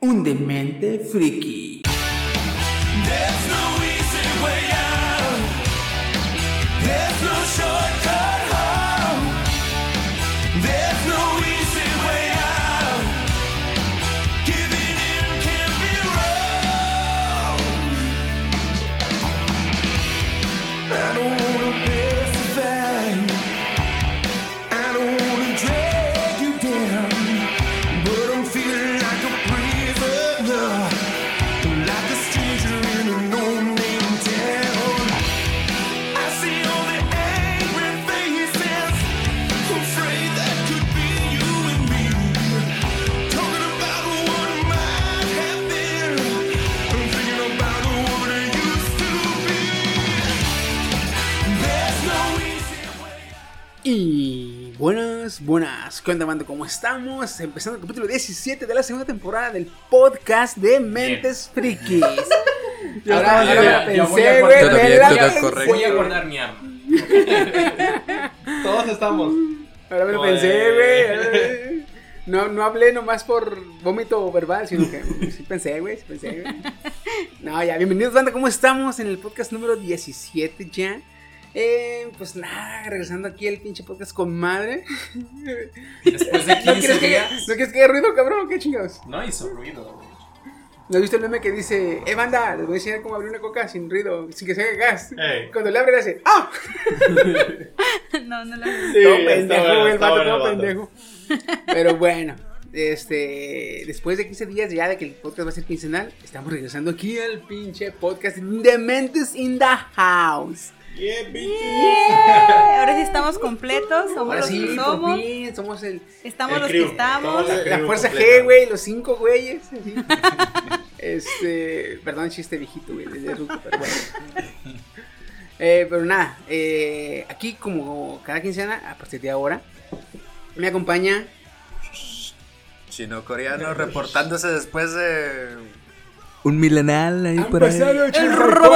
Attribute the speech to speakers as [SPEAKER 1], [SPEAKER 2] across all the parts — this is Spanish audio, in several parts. [SPEAKER 1] un demente friki. Y buenas, buenas. ¿Qué onda, banda? ¿Cómo estamos? Empezando el capítulo 17 de la segunda temporada del podcast de Mentes Frikis. Yo
[SPEAKER 2] Ahora
[SPEAKER 1] estaba-
[SPEAKER 2] ya,
[SPEAKER 1] yo
[SPEAKER 2] ya,
[SPEAKER 1] la
[SPEAKER 2] ya voy
[SPEAKER 1] pensé,
[SPEAKER 2] a
[SPEAKER 1] güey.
[SPEAKER 2] guardar-
[SPEAKER 3] Todo
[SPEAKER 1] me
[SPEAKER 3] bien,
[SPEAKER 1] la
[SPEAKER 3] todo
[SPEAKER 1] pensé.
[SPEAKER 3] correcto.
[SPEAKER 2] Voy a guardar mi arma. Todos estamos.
[SPEAKER 1] Ahora me lo
[SPEAKER 2] Joder.
[SPEAKER 1] pensé,
[SPEAKER 2] Pues.
[SPEAKER 1] güey. No, no hablé nomás por vómito verbal, sino que sí pensé, güey, sí pensé, güey. No, ya, bienvenidos, banda, ¿cómo estamos? En el podcast número 17 ya. Eh, pues nada, regresando aquí al pinche podcast con madre.
[SPEAKER 2] Después de
[SPEAKER 1] ¿No
[SPEAKER 2] 15
[SPEAKER 1] quieres, que,
[SPEAKER 2] días.
[SPEAKER 1] ¿No quieres que haya ruido, cabrón? ¿Qué chingados?
[SPEAKER 2] No hizo ruido.
[SPEAKER 1] ¿No has visto el meme que dice, eh, banda, les voy a enseñar cómo abrir una coca sin ruido, sin que se haga gas?
[SPEAKER 2] Ey.
[SPEAKER 1] Cuando le abre, le hace, ¡ah!
[SPEAKER 4] No, no la
[SPEAKER 1] todo pendejo, güey, el vato, todo pendejo. Pero bueno, este, después de 15 días ya de que el podcast va a ser quincenal, estamos regresando aquí al pinche podcast de Mentes in the House.
[SPEAKER 4] Ahora sí estamos completos, somos
[SPEAKER 1] Ahora
[SPEAKER 4] los
[SPEAKER 1] sí,
[SPEAKER 4] que
[SPEAKER 1] por
[SPEAKER 4] somos,
[SPEAKER 1] fin, somos el,
[SPEAKER 4] estamos los que estamos.
[SPEAKER 1] la fuerza G, güey, los cinco güeyes. así. Este, perdón, chiste viejito, güey, desde ruco, pero bueno. Eh, pero nada, eh, aquí como cada quincena, a partir de ahora, me acompaña
[SPEAKER 3] Chino coreano reportándose después de.
[SPEAKER 5] Un milenal ahí por ahí.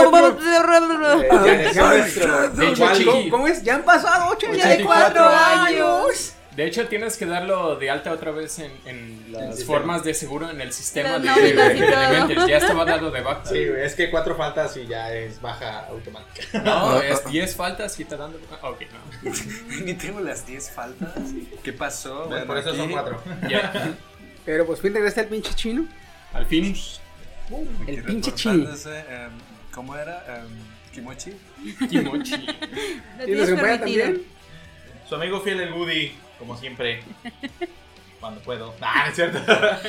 [SPEAKER 1] Eh, ya decía nuestro-
[SPEAKER 2] De hecho,
[SPEAKER 1] ¿Cuál?
[SPEAKER 2] Chiqui,
[SPEAKER 1] ¿Cómo- ¿Cómo es? Ya han pasado ocho
[SPEAKER 2] Ocho
[SPEAKER 1] ya de
[SPEAKER 2] de
[SPEAKER 1] cuatro
[SPEAKER 2] cuatro
[SPEAKER 1] años.
[SPEAKER 2] de hecho, tienes que darlo de alta otra vez en, en las formas de seguro en el sistema
[SPEAKER 4] Las
[SPEAKER 2] de,
[SPEAKER 4] nóminas y
[SPEAKER 2] de
[SPEAKER 4] todo.
[SPEAKER 2] Elementor. Ya estaba dado de baja.
[SPEAKER 6] Sí, güey, es que cuatro faltas y ya es baja automática.
[SPEAKER 2] No, es 10 faltas y está dando. Ah, ok, no.
[SPEAKER 5] Ni tengo las 10 faltas. ¿Qué pasó?
[SPEAKER 6] Bueno, por eso son cuatro.
[SPEAKER 2] Ya.
[SPEAKER 1] Pero pues fin regresa el pinche chino.
[SPEAKER 2] Al fin.
[SPEAKER 1] El pinche
[SPEAKER 5] em, ¿Cómo era? Em, ¿Kimochi?
[SPEAKER 2] Kimochi.
[SPEAKER 4] Lo
[SPEAKER 1] Y nos
[SPEAKER 4] tienes
[SPEAKER 1] acompaña
[SPEAKER 4] permitido.
[SPEAKER 1] también.
[SPEAKER 6] Su amigo fiel el Woody, como siempre. Cuando puedo. Ah, no es cierto.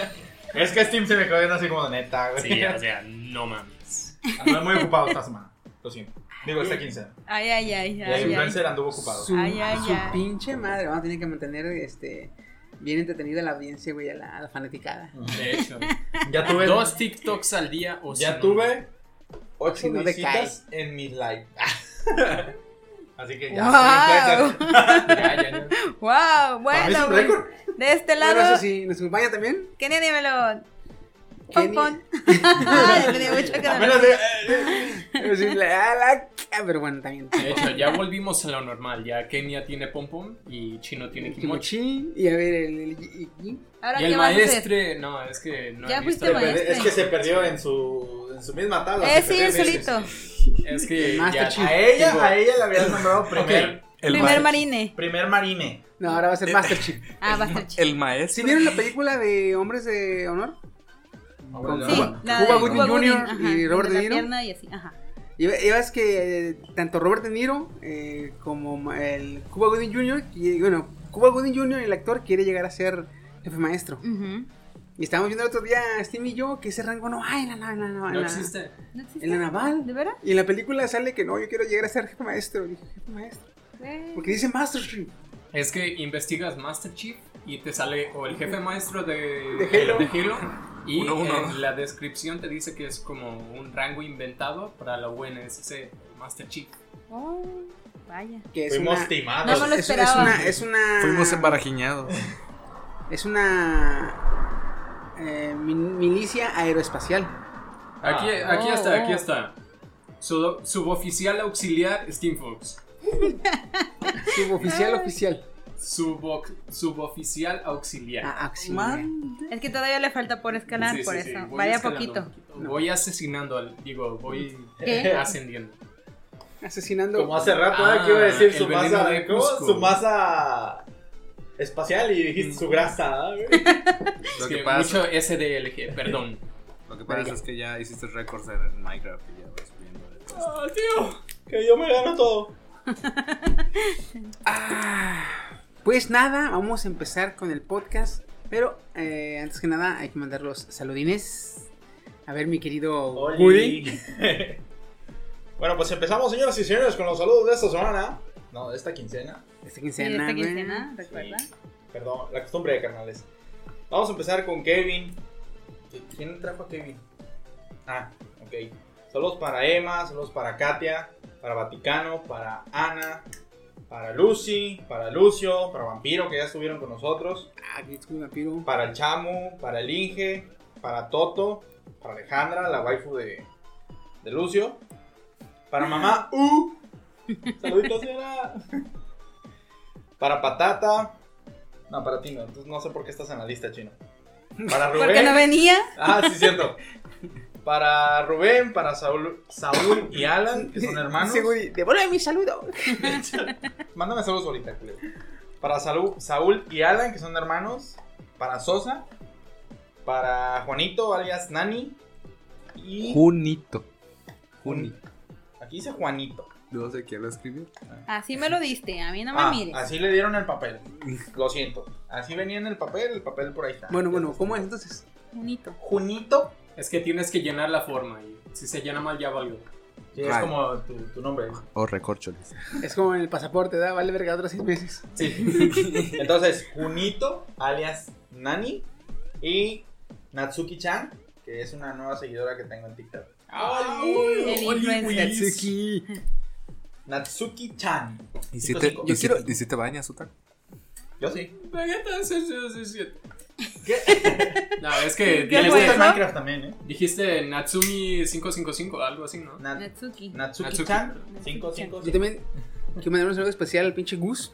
[SPEAKER 6] Es que Steam se me cogió así como de neta, güey.
[SPEAKER 2] Sí, o sea, no mames.
[SPEAKER 6] Ando muy ocupado esta semana. Lo siento. Digo, esta quincena.
[SPEAKER 4] Ay, ay, ay,
[SPEAKER 6] Y el
[SPEAKER 4] ay, ay.
[SPEAKER 6] influencer anduvo ocupado.
[SPEAKER 1] Su,
[SPEAKER 4] Ay, ay,
[SPEAKER 1] su
[SPEAKER 4] ay.
[SPEAKER 1] pinche madre. Vamos a tener que mantener este bien entretenida la audiencia, güey, a la, a la fanaticada.
[SPEAKER 2] De hecho,
[SPEAKER 6] Ya tuve.
[SPEAKER 2] dos TikToks al día o si
[SPEAKER 6] ya
[SPEAKER 2] no.
[SPEAKER 6] tuve ocho
[SPEAKER 1] Si no te
[SPEAKER 6] visitas en mi live. Así que ya. soy
[SPEAKER 4] Wow.
[SPEAKER 6] influencer.
[SPEAKER 2] Ya, ya, ya.
[SPEAKER 4] Wow,
[SPEAKER 6] Para mí es
[SPEAKER 4] bueno,
[SPEAKER 6] un
[SPEAKER 4] güey.
[SPEAKER 6] récord.
[SPEAKER 4] de este
[SPEAKER 1] Bueno, eso
[SPEAKER 4] lado,
[SPEAKER 1] sí, nos acompaña también.
[SPEAKER 4] Kennedy Melón.
[SPEAKER 1] Kenny.
[SPEAKER 4] Pon, pon. Ay, me dio mucho que
[SPEAKER 6] A
[SPEAKER 4] dar.
[SPEAKER 6] menos de- eh,
[SPEAKER 1] Pero sí, la- la- ah, pero bueno, también.
[SPEAKER 2] De hecho, ya volvimos a lo normal. Ya Kenia tiene pom pom y Chino tiene kimochi.
[SPEAKER 1] Kimochi. Y a ver, el, el- y- y-
[SPEAKER 4] Ahora,
[SPEAKER 2] Y
[SPEAKER 4] ¿qué
[SPEAKER 2] el
[SPEAKER 4] vas a hacer?
[SPEAKER 2] maestre, no, es que no
[SPEAKER 4] Ya
[SPEAKER 2] he visto.
[SPEAKER 4] fuiste
[SPEAKER 2] el-
[SPEAKER 4] maestre.
[SPEAKER 6] Es que se perdió eh. en su, en su misma tabla.
[SPEAKER 4] Eh,
[SPEAKER 6] se
[SPEAKER 4] sí,
[SPEAKER 6] perdió
[SPEAKER 4] él
[SPEAKER 6] en ese-
[SPEAKER 4] solito.
[SPEAKER 2] Es que
[SPEAKER 1] El master
[SPEAKER 2] ya-
[SPEAKER 1] chief.
[SPEAKER 6] A ella,
[SPEAKER 2] Tipo-
[SPEAKER 6] a ella la habías nombrado primer,
[SPEAKER 5] El,
[SPEAKER 4] Primer
[SPEAKER 5] ma-
[SPEAKER 4] marine.
[SPEAKER 6] primer marine.
[SPEAKER 1] No, ahora va
[SPEAKER 2] eh,
[SPEAKER 1] a ser Master Chief.
[SPEAKER 4] Ah, va a estar chido.
[SPEAKER 5] el
[SPEAKER 1] ¿Sí
[SPEAKER 5] maestro.
[SPEAKER 1] vieron la película de Hombres de Honor?
[SPEAKER 4] Sí,
[SPEAKER 1] Cuba-
[SPEAKER 4] la
[SPEAKER 1] Cuba
[SPEAKER 4] de
[SPEAKER 1] Gooding
[SPEAKER 4] Cuba Gooding,
[SPEAKER 1] Jr.
[SPEAKER 4] ajá,
[SPEAKER 1] y Robert
[SPEAKER 4] de
[SPEAKER 1] De
[SPEAKER 4] la
[SPEAKER 1] Niro.
[SPEAKER 4] pierna y así, ajá.
[SPEAKER 1] Y ve- y ves que eh, tanto Robert De Niro eh, como ma- el Cuba Gooding Jr., qui- bueno, Cuba Gooding Jr., el actor, quiere llegar a ser jefe maestro.
[SPEAKER 4] Ujú.
[SPEAKER 1] Y estábamos viendo el otro día, Steve y yo, que ese rango no hay en la, na- en la- en la-
[SPEAKER 2] No existe.
[SPEAKER 4] ¿No existe?
[SPEAKER 1] en la naval.
[SPEAKER 4] ¿De veras?
[SPEAKER 1] Y en la película sale que no, yo quiero llegar a ser jefe maestro. Y dije, jefe maestro.
[SPEAKER 4] Güey.
[SPEAKER 1] Porque dice Master Chief.
[SPEAKER 2] Es que investigas Master Chief y te sale o el jefe maestro de,
[SPEAKER 1] De Halo.
[SPEAKER 2] de Halo Y
[SPEAKER 3] Uno, uno.
[SPEAKER 2] en la descripción te dice que es como un rango inventado para la UNSC Master Chief.
[SPEAKER 4] Oh, vaya.
[SPEAKER 1] Que es
[SPEAKER 6] Fuimos
[SPEAKER 1] una-
[SPEAKER 6] timados.
[SPEAKER 1] es-
[SPEAKER 4] No me lo
[SPEAKER 1] pues, es- es
[SPEAKER 4] esperaba.
[SPEAKER 1] una- Es una.
[SPEAKER 3] Fuimos embarajiñados.
[SPEAKER 1] Es una. eh, min- milicia aeroespacial.
[SPEAKER 2] Aquí, aquí
[SPEAKER 4] Oh,
[SPEAKER 2] está, aquí
[SPEAKER 4] oh.
[SPEAKER 2] está. Su- suboficial auxiliar Steam Fox.
[SPEAKER 1] Suboficial,
[SPEAKER 4] Ay.
[SPEAKER 1] oficial.
[SPEAKER 2] Suboc- suboficial auxiliar.
[SPEAKER 1] Ah, auxiliar.
[SPEAKER 3] Man.
[SPEAKER 4] Es que todavía le falta por escalar,
[SPEAKER 2] Sí, sí,
[SPEAKER 4] por
[SPEAKER 2] sí,
[SPEAKER 4] eso.
[SPEAKER 2] voy
[SPEAKER 4] Vaya
[SPEAKER 2] escalando
[SPEAKER 4] poquito.
[SPEAKER 2] un Voy asesinando al. Digo, voy
[SPEAKER 4] ¿Qué?
[SPEAKER 2] ascendiendo.
[SPEAKER 1] Asesinando.
[SPEAKER 6] Como hace rato,
[SPEAKER 2] Ah,
[SPEAKER 6] ¿eh? que iba a decir su
[SPEAKER 2] el veneno
[SPEAKER 6] masa.
[SPEAKER 2] de
[SPEAKER 6] ¿cómo?
[SPEAKER 2] Cusco.
[SPEAKER 6] Su masa espacial y dijiste su grasa. ¿eh, güey?
[SPEAKER 3] Lo
[SPEAKER 2] Es que
[SPEAKER 3] que pasa,
[SPEAKER 2] mucho SDLG, perdón.
[SPEAKER 3] lo que pasa es que ya hiciste récords en Minecraft y ya vas subiendo de todo.
[SPEAKER 6] Ah, tío, que yo me gano todo.
[SPEAKER 1] Pues nada, vamos a empezar con el podcast. Pero eh, antes que nada, hay que mandar los saludines. A ver, mi querido
[SPEAKER 6] Oli.
[SPEAKER 1] Woody.
[SPEAKER 6] bueno, pues empezamos, señoras y señores, con los saludos de esta semana. No, de esta quincena.
[SPEAKER 1] Esta
[SPEAKER 4] Sí,
[SPEAKER 1] quincena,
[SPEAKER 4] esta
[SPEAKER 1] este, güey.
[SPEAKER 4] quincena, recuerda.
[SPEAKER 6] Sí. Perdón, la costumbre de carnales. Vamos a empezar con Kevin. ¿Quién trajo a Kevin? Ah, ok. Saludos para Emma, saludos para Katia, para Vaticano, para Ana, para Lucy, para Lucio, para Vampiro, que ya estuvieron con nosotros,
[SPEAKER 1] Ah, aquí estuvo un vampiro.
[SPEAKER 6] para el Chamu, para el Inge, para Toto, para Alejandra, la waifu de, de Lucio, para mamá U. Saluditos, señora. Para Patata. No, para ti no. Entonces no sé por qué estás en la lista, chino. Para Rubén.
[SPEAKER 4] Porque no venía.
[SPEAKER 6] Ah, sí, cierto. Para Rubén, para Saúl, Saúl y Alan, que son hermanos.
[SPEAKER 1] Dice Woody, devuelve mi saludo.
[SPEAKER 6] Mándame saludos ahorita, culero. Para Saúl, Saúl y Alan, que son hermanos. Para Sosa. Para Juanito, alias Nani. Y.
[SPEAKER 3] Junito. Juni.
[SPEAKER 6] Aquí dice Juanito.
[SPEAKER 3] No sé quién lo escribió.
[SPEAKER 4] Así me lo diste, a mí no me
[SPEAKER 6] Ah,
[SPEAKER 4] mires.
[SPEAKER 6] así le dieron el papel. Lo siento. Así venía en el papel, el papel por ahí está.
[SPEAKER 1] Bueno, bueno, ¿cómo es entonces?
[SPEAKER 4] Bonito.
[SPEAKER 6] Junito.
[SPEAKER 2] Es que tienes que llenar la forma. Y si se llena mal, ya valió.
[SPEAKER 6] Sí, es
[SPEAKER 3] Claro.
[SPEAKER 6] como tu, tu nombre.
[SPEAKER 3] O recorcholis.
[SPEAKER 1] Es como en el pasaporte, ¿da? Vale verga otros seis meses.
[SPEAKER 6] Sí. Entonces, Junito, alias Nani. Y Natsuki-chan, que es una nueva seguidora que tengo en TikTok.
[SPEAKER 4] El influencer.
[SPEAKER 1] Natsuki.
[SPEAKER 6] Natsuki-chan.
[SPEAKER 3] ¿Y
[SPEAKER 6] si
[SPEAKER 3] si
[SPEAKER 6] te-
[SPEAKER 3] te,
[SPEAKER 6] y si-
[SPEAKER 3] bañas, Otaku?
[SPEAKER 6] Yo sí.
[SPEAKER 2] Vegeta 667. No, es que
[SPEAKER 4] ¿Qué fue
[SPEAKER 6] Le gusta
[SPEAKER 4] eso?
[SPEAKER 2] dijiste,
[SPEAKER 6] Minecraft también, ¿eh?
[SPEAKER 2] dijiste Natsumi 555, algo así, ¿no?
[SPEAKER 6] Na-
[SPEAKER 4] Natsuki.
[SPEAKER 6] Natsuki-chan.
[SPEAKER 4] Natsuki-chan.
[SPEAKER 6] 555.
[SPEAKER 1] Yo también quiero mandar un saludo especial al pinche Gus.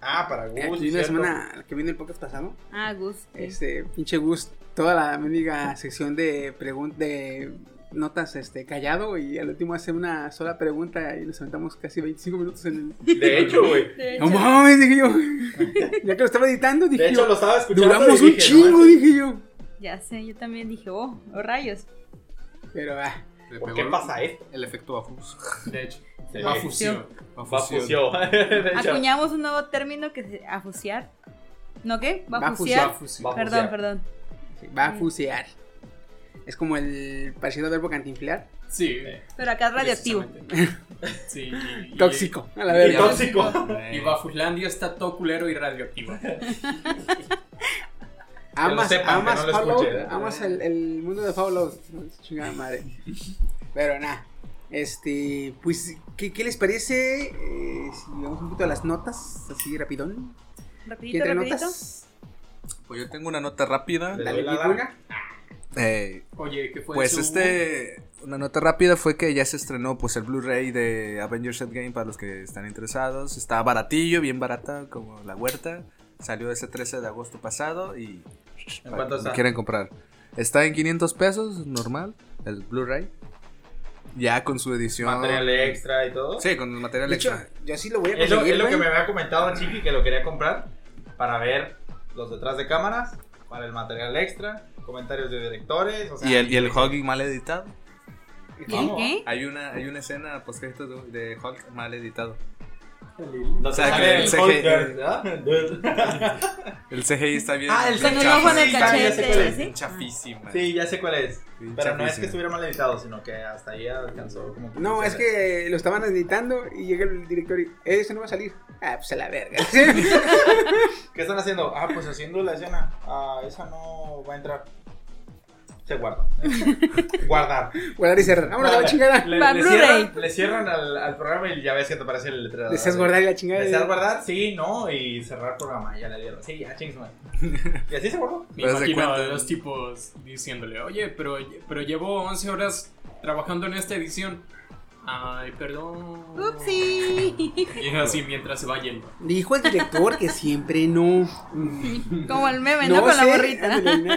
[SPEAKER 6] Ah, para Gus.
[SPEAKER 1] que vino la
[SPEAKER 6] cierto.
[SPEAKER 1] semana que vino el podcast pasado.
[SPEAKER 4] Ah, Gus.
[SPEAKER 1] Este, pinche Gus, toda la mendiga sección de preguntas, de notas, este, callado y al último hace una sola pregunta y nos aventamos casi 25 minutos en el...
[SPEAKER 6] De hecho, güey.
[SPEAKER 4] De
[SPEAKER 1] No
[SPEAKER 4] hecho,
[SPEAKER 1] mames, dije yo. Ya que lo estaba editando, dije
[SPEAKER 6] De hecho,
[SPEAKER 1] yo.
[SPEAKER 6] lo estaba escuchando.
[SPEAKER 1] Duramos
[SPEAKER 6] y
[SPEAKER 1] un
[SPEAKER 6] dije,
[SPEAKER 1] chingo,
[SPEAKER 6] no,
[SPEAKER 1] dije yo.
[SPEAKER 4] Ya sé, yo también dije, oh, oh, rayos.
[SPEAKER 1] Pero, ah,
[SPEAKER 6] ¿Por qué pasa esto?
[SPEAKER 3] El efecto Bafus.
[SPEAKER 2] De hecho,
[SPEAKER 6] Sí.
[SPEAKER 2] va a fusión.
[SPEAKER 6] Bafusión. De
[SPEAKER 4] Ah,
[SPEAKER 6] hecho,
[SPEAKER 4] Acuñamos un nuevo término que se. afusiar. ¿No qué?
[SPEAKER 1] Va a
[SPEAKER 2] Va
[SPEAKER 4] ¿Bafusiar?
[SPEAKER 2] a fusión.
[SPEAKER 4] Perdón,
[SPEAKER 6] bafusear.
[SPEAKER 4] perdón.
[SPEAKER 1] sí, va a fusear. Es como el parecido al verbo cantinflar.
[SPEAKER 2] Sí,
[SPEAKER 4] Pero acá es radioactivo.
[SPEAKER 2] precisamente. Sí. y- y-
[SPEAKER 1] Tóxico, a la
[SPEAKER 6] Y
[SPEAKER 1] verga.
[SPEAKER 6] tóxico.
[SPEAKER 3] Eh,
[SPEAKER 2] Y Bafuslandia está todo culero y radioactivo.
[SPEAKER 1] Amas,
[SPEAKER 6] sepan, que
[SPEAKER 1] amas
[SPEAKER 6] no lo
[SPEAKER 1] Fallout,
[SPEAKER 6] escuchen. ¿eh?
[SPEAKER 1] amas el, el mundo de Fallout. Chingada madre. Pero nada. Este, pues, ¿qué, qué les parece? eh, si vamos un poquito a las notas, así rapidón. ¿Quién
[SPEAKER 4] Rapidito,
[SPEAKER 1] trae
[SPEAKER 4] rapidito.
[SPEAKER 1] notas?
[SPEAKER 3] Pues yo tengo una nota rápida.
[SPEAKER 6] Le
[SPEAKER 1] Dale,
[SPEAKER 6] doy la
[SPEAKER 1] ninguna.
[SPEAKER 6] lana.
[SPEAKER 3] Eh,
[SPEAKER 2] Oye, ¿qué fue
[SPEAKER 3] pues
[SPEAKER 2] eso?
[SPEAKER 3] este, una nota rápida fue que ya se estrenó pues el Blu-ray de Avengers Endgame para los que están interesados. Está baratillo, bien barata, como la huerta. Salió ese 13 de agosto pasado y
[SPEAKER 6] ¿En
[SPEAKER 3] para
[SPEAKER 6] cuánto
[SPEAKER 3] que lo
[SPEAKER 6] está?
[SPEAKER 3] quieren comprar. Está en 500 pesos, normal, el Blu-ray. Ya con su edición.
[SPEAKER 6] Material extra y todo.
[SPEAKER 3] Sí, con el material
[SPEAKER 1] De hecho,
[SPEAKER 3] extra.
[SPEAKER 1] yo sí lo voy a
[SPEAKER 3] pues,
[SPEAKER 6] Es lo,
[SPEAKER 1] conseguir.
[SPEAKER 6] es lo que me
[SPEAKER 1] güey.
[SPEAKER 6] había comentado Chiqui que lo quería comprar para ver los detrás de cámaras, para el material extra, comentarios de directores. O sea, eh,
[SPEAKER 3] Y el, y el Hulk mal editado.
[SPEAKER 4] ¿Qué? ¿Qué?
[SPEAKER 3] Hay una, hay una escena post de, de Hulk mal editado.
[SPEAKER 6] donde
[SPEAKER 3] o sea,
[SPEAKER 6] sale
[SPEAKER 3] que
[SPEAKER 6] el
[SPEAKER 3] el CG.
[SPEAKER 6] Hulk Girl, ¿verdad?
[SPEAKER 3] El CGI está bien.
[SPEAKER 6] Ah, el
[SPEAKER 4] Con el ojo en el
[SPEAKER 6] Sí, ya sé cuál
[SPEAKER 4] cachete,
[SPEAKER 6] es.
[SPEAKER 4] ¿sí?
[SPEAKER 3] Chafísima.
[SPEAKER 6] Sí, ya sé cuál es.
[SPEAKER 3] Bien
[SPEAKER 6] Pero no es que
[SPEAKER 3] chafísima.
[SPEAKER 6] estuviera mal editado, sino que hasta ahí alcanzó como que-
[SPEAKER 1] No, es que lo estaban editando y llega el director y eso no va a salir. Ah, pues a la verga.
[SPEAKER 6] ¿Qué están haciendo? Ah, pues haciendo la escena. Ah, esa no va a entrar. se guarda. Guardar.
[SPEAKER 1] Guardar y cerrar. Vámonos a la chingada.
[SPEAKER 6] Le,
[SPEAKER 4] Pa'
[SPEAKER 6] le
[SPEAKER 4] Blu-ray.
[SPEAKER 6] cierran, le cierran al, al programa y ya ves que te aparece el letrero.
[SPEAKER 1] Deseas guardar y la chingada.
[SPEAKER 6] Deseas guardar, sí, no, y cerrar programa. Ya le dieron. Sí, ya chingues, madre. Y así se guardó.
[SPEAKER 2] Me
[SPEAKER 3] Pero haz de
[SPEAKER 2] imagino a
[SPEAKER 3] cuenta.
[SPEAKER 2] los tipos diciéndole, oye, pero, pero llevo 11 horas trabajando en esta edición. Ay, perdón.
[SPEAKER 4] Upsi.
[SPEAKER 2] Y así mientras se va yendo.
[SPEAKER 1] Dijo el director que siempre no. Mm,
[SPEAKER 4] Como el meme, ¿no? Con la
[SPEAKER 1] sé,
[SPEAKER 4] gorrita.
[SPEAKER 1] ándale, no.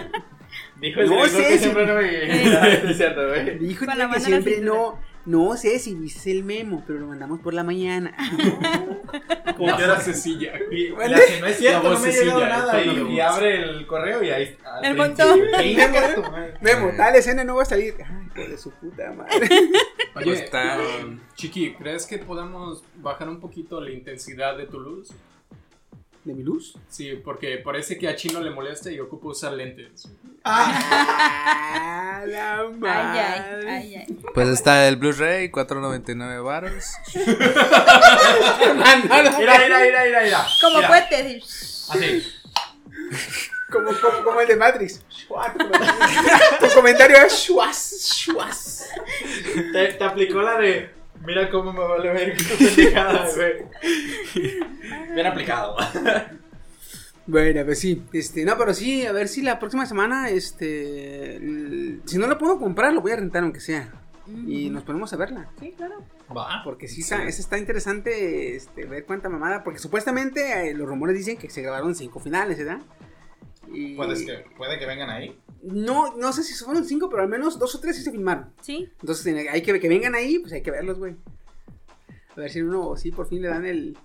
[SPEAKER 6] Dijo el
[SPEAKER 1] No
[SPEAKER 6] director
[SPEAKER 1] sé
[SPEAKER 6] que
[SPEAKER 1] si-
[SPEAKER 6] siempre no me. Es cierto, güey.
[SPEAKER 4] Con
[SPEAKER 1] Dijo
[SPEAKER 4] la
[SPEAKER 1] que
[SPEAKER 4] mano en la
[SPEAKER 1] siempre
[SPEAKER 4] cintura.
[SPEAKER 1] no. No sé si dice el memo, pero lo mandamos por la mañana.
[SPEAKER 2] Como que era Cecilia. güey.
[SPEAKER 6] Y la que no
[SPEAKER 2] La
[SPEAKER 6] es cierto, no me ha
[SPEAKER 2] vocecilla,
[SPEAKER 6] llegado
[SPEAKER 2] el
[SPEAKER 6] nada.
[SPEAKER 2] tono de
[SPEAKER 6] Y, y
[SPEAKER 2] voz.
[SPEAKER 6] abre el correo y ahí. al
[SPEAKER 4] El
[SPEAKER 6] principio,
[SPEAKER 4] montón.
[SPEAKER 6] güey. Chinga tu madre.
[SPEAKER 1] Memo, tal escena no va a salir. Ay, hijo de su puta madre.
[SPEAKER 2] Oye,
[SPEAKER 3] Pues está-
[SPEAKER 2] um, Chiqui, ¿crees que podamos bajar un poquito la intensidad de tu luz?
[SPEAKER 1] ¿De mi luz?
[SPEAKER 2] Sí, porque parece que a Chino le molesta y ocupa usar lentes.
[SPEAKER 1] Ah, la
[SPEAKER 4] Ay,
[SPEAKER 1] madre.
[SPEAKER 4] ay, ay, ay.
[SPEAKER 3] Pues está el Blu-ray, 4.99 baros.
[SPEAKER 6] Mira, mira, mira, mira, mira.
[SPEAKER 4] Como
[SPEAKER 6] Mira,
[SPEAKER 4] puentes.
[SPEAKER 6] Así.
[SPEAKER 1] Como, como, como el de Matrix. Schwack, bro. tu comentario es shuas, shuas.
[SPEAKER 6] Te, te aplicó la de. Mira cómo me vale ver que tu pendejada, güey. Bien aplicado.
[SPEAKER 1] Bueno, pues sí, este, no, pero sí, a ver si la próxima semana, este, l- si no lo puedo comprar, lo voy a rentar aunque sea. Y nos ponemos a verla.
[SPEAKER 4] Sí, claro.
[SPEAKER 6] Va.
[SPEAKER 1] Porque sí, está, eso está interesante, este, ver cuánta mamada, porque supuestamente eh, los rumores dicen que se grabaron cinco finales, ¿verdad? Y
[SPEAKER 6] Puedes que, puede que vengan ahí.
[SPEAKER 1] No, no sé si fueron cinco, pero al menos dos o tres sí se filmaron.
[SPEAKER 4] Sí.
[SPEAKER 1] Entonces, tiene- hay que, que vengan ahí, pues hay que verlos, güey. A ver si uno, sí, por fin le dan el,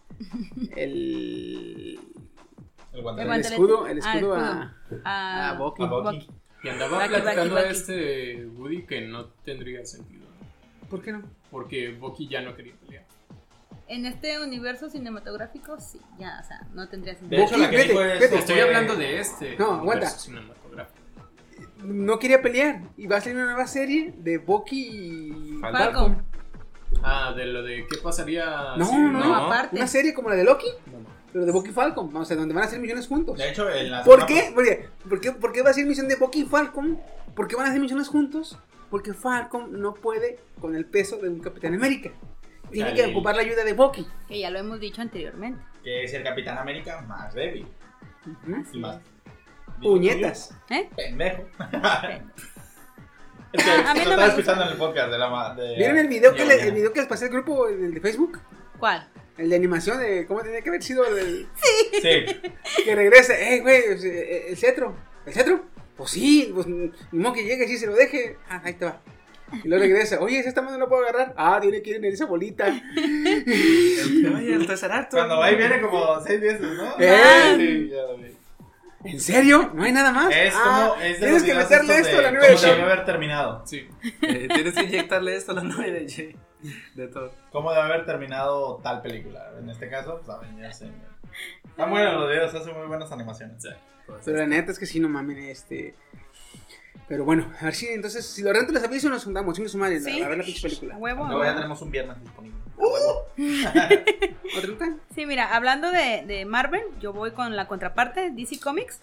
[SPEAKER 1] el,
[SPEAKER 6] El
[SPEAKER 4] El
[SPEAKER 6] guantelete.
[SPEAKER 1] el
[SPEAKER 4] guantelete.
[SPEAKER 1] escudo, el
[SPEAKER 4] Ah,
[SPEAKER 1] escudo
[SPEAKER 4] el
[SPEAKER 1] a,
[SPEAKER 4] Ah,
[SPEAKER 1] a Bucky.
[SPEAKER 6] A Bucky.
[SPEAKER 2] Y andaba
[SPEAKER 4] Baki, baki,
[SPEAKER 2] platicando
[SPEAKER 4] baki.
[SPEAKER 2] a este Woody que no tendría sentido.
[SPEAKER 1] ¿Por qué no?
[SPEAKER 2] Porque Bucky ya no quería pelear.
[SPEAKER 4] En este universo cinematográfico, sí, ya, o sea, no tendría
[SPEAKER 6] De
[SPEAKER 4] sentido.
[SPEAKER 6] hecho, la que
[SPEAKER 1] Vete,
[SPEAKER 6] dijo es.
[SPEAKER 1] vete.
[SPEAKER 2] Estoy
[SPEAKER 6] fue-
[SPEAKER 2] hablando de este.
[SPEAKER 1] No, aguanta.
[SPEAKER 2] universo cinematográfico.
[SPEAKER 1] no quería pelear y va a salir una nueva serie de Bucky y
[SPEAKER 6] Falcon.
[SPEAKER 4] Falcon.
[SPEAKER 2] Ah, de lo de qué pasaría.
[SPEAKER 1] No,
[SPEAKER 2] si-
[SPEAKER 1] no,
[SPEAKER 4] No,
[SPEAKER 1] no,
[SPEAKER 4] aparte.
[SPEAKER 1] una serie como la de Loki, pero de Bucky y Falcon, o sea, donde van a hacer misiones juntos.
[SPEAKER 6] De hecho, en la.
[SPEAKER 1] ¿Por
[SPEAKER 6] semana
[SPEAKER 1] qué? Porque- ¿Por qué? ¿Por qué va a ser misión de Bucky y Falcon? ¿Por qué van a hacer misiones juntos? Porque Falcon no puede con el peso de un Capitán América. Tiene que
[SPEAKER 6] Dale.
[SPEAKER 1] ocupar la ayuda de Bucky.
[SPEAKER 4] Que ya lo hemos dicho anteriormente.
[SPEAKER 6] Que es el Capitán América más débil. Y más.
[SPEAKER 1] Puñetas.
[SPEAKER 4] ¿Eh?
[SPEAKER 6] Pendejo.
[SPEAKER 4] A- a mí no me
[SPEAKER 6] lo estaba
[SPEAKER 4] gusta.
[SPEAKER 6] escuchando en el podcast de la ma- de-
[SPEAKER 1] ¿Vieron el video, que
[SPEAKER 6] de
[SPEAKER 1] le-
[SPEAKER 6] mañana.
[SPEAKER 1] el video que les pasé al grupo el de Facebook?
[SPEAKER 4] ¿Cuál?
[SPEAKER 1] El de animación de cómo tenía que haber sido el,
[SPEAKER 6] Sí.
[SPEAKER 1] que regrese, eh, güey, pues, eh, eh, el cetro, el cetro, pues sí, pues ni modo que llegue, sí se lo deje, ah, ahí te va. Y luego regresa, oye, esa esta mano no la puedo agarrar, ah, tiene que ir en esa bolita.
[SPEAKER 3] Oye, el tercer acto.
[SPEAKER 6] Cuando va y viene como seis veces, ¿no?
[SPEAKER 1] Eh.
[SPEAKER 6] Sí, ya lo vi.
[SPEAKER 1] ¿En serio? ¿No hay nada más?
[SPEAKER 6] Es
[SPEAKER 1] Ah,
[SPEAKER 6] como. Es de
[SPEAKER 1] tienes
[SPEAKER 6] los
[SPEAKER 1] que
[SPEAKER 6] videos
[SPEAKER 1] meterle
[SPEAKER 6] estos
[SPEAKER 1] esto a la
[SPEAKER 6] de
[SPEAKER 1] nube de
[SPEAKER 6] Como debió
[SPEAKER 1] Shin.
[SPEAKER 6] haber terminado.
[SPEAKER 2] Sí.
[SPEAKER 3] Eh, tienes que inyectarle esto a la novia de Jay. De todo.
[SPEAKER 6] ¿Cómo debe haber terminado tal película? En este caso, pues Avengers. en-
[SPEAKER 1] Ah.
[SPEAKER 6] Están buenos los videos, hacen muy buenas animaciones.
[SPEAKER 1] Pero la neta es que sí, no mamen, este... Pero bueno, a ver si entonces, si lo rento les aviso, nos juntamos, sin su madre,
[SPEAKER 4] Sí.
[SPEAKER 1] a ver la pinche
[SPEAKER 4] ¿A
[SPEAKER 1] película.
[SPEAKER 4] huevo?
[SPEAKER 6] Luego ya tenemos un viernes disponible.
[SPEAKER 1] Uh. ¿Otra nota?
[SPEAKER 4] Sí, mira, hablando de, de Marvel, yo voy con la contraparte, DC Comics,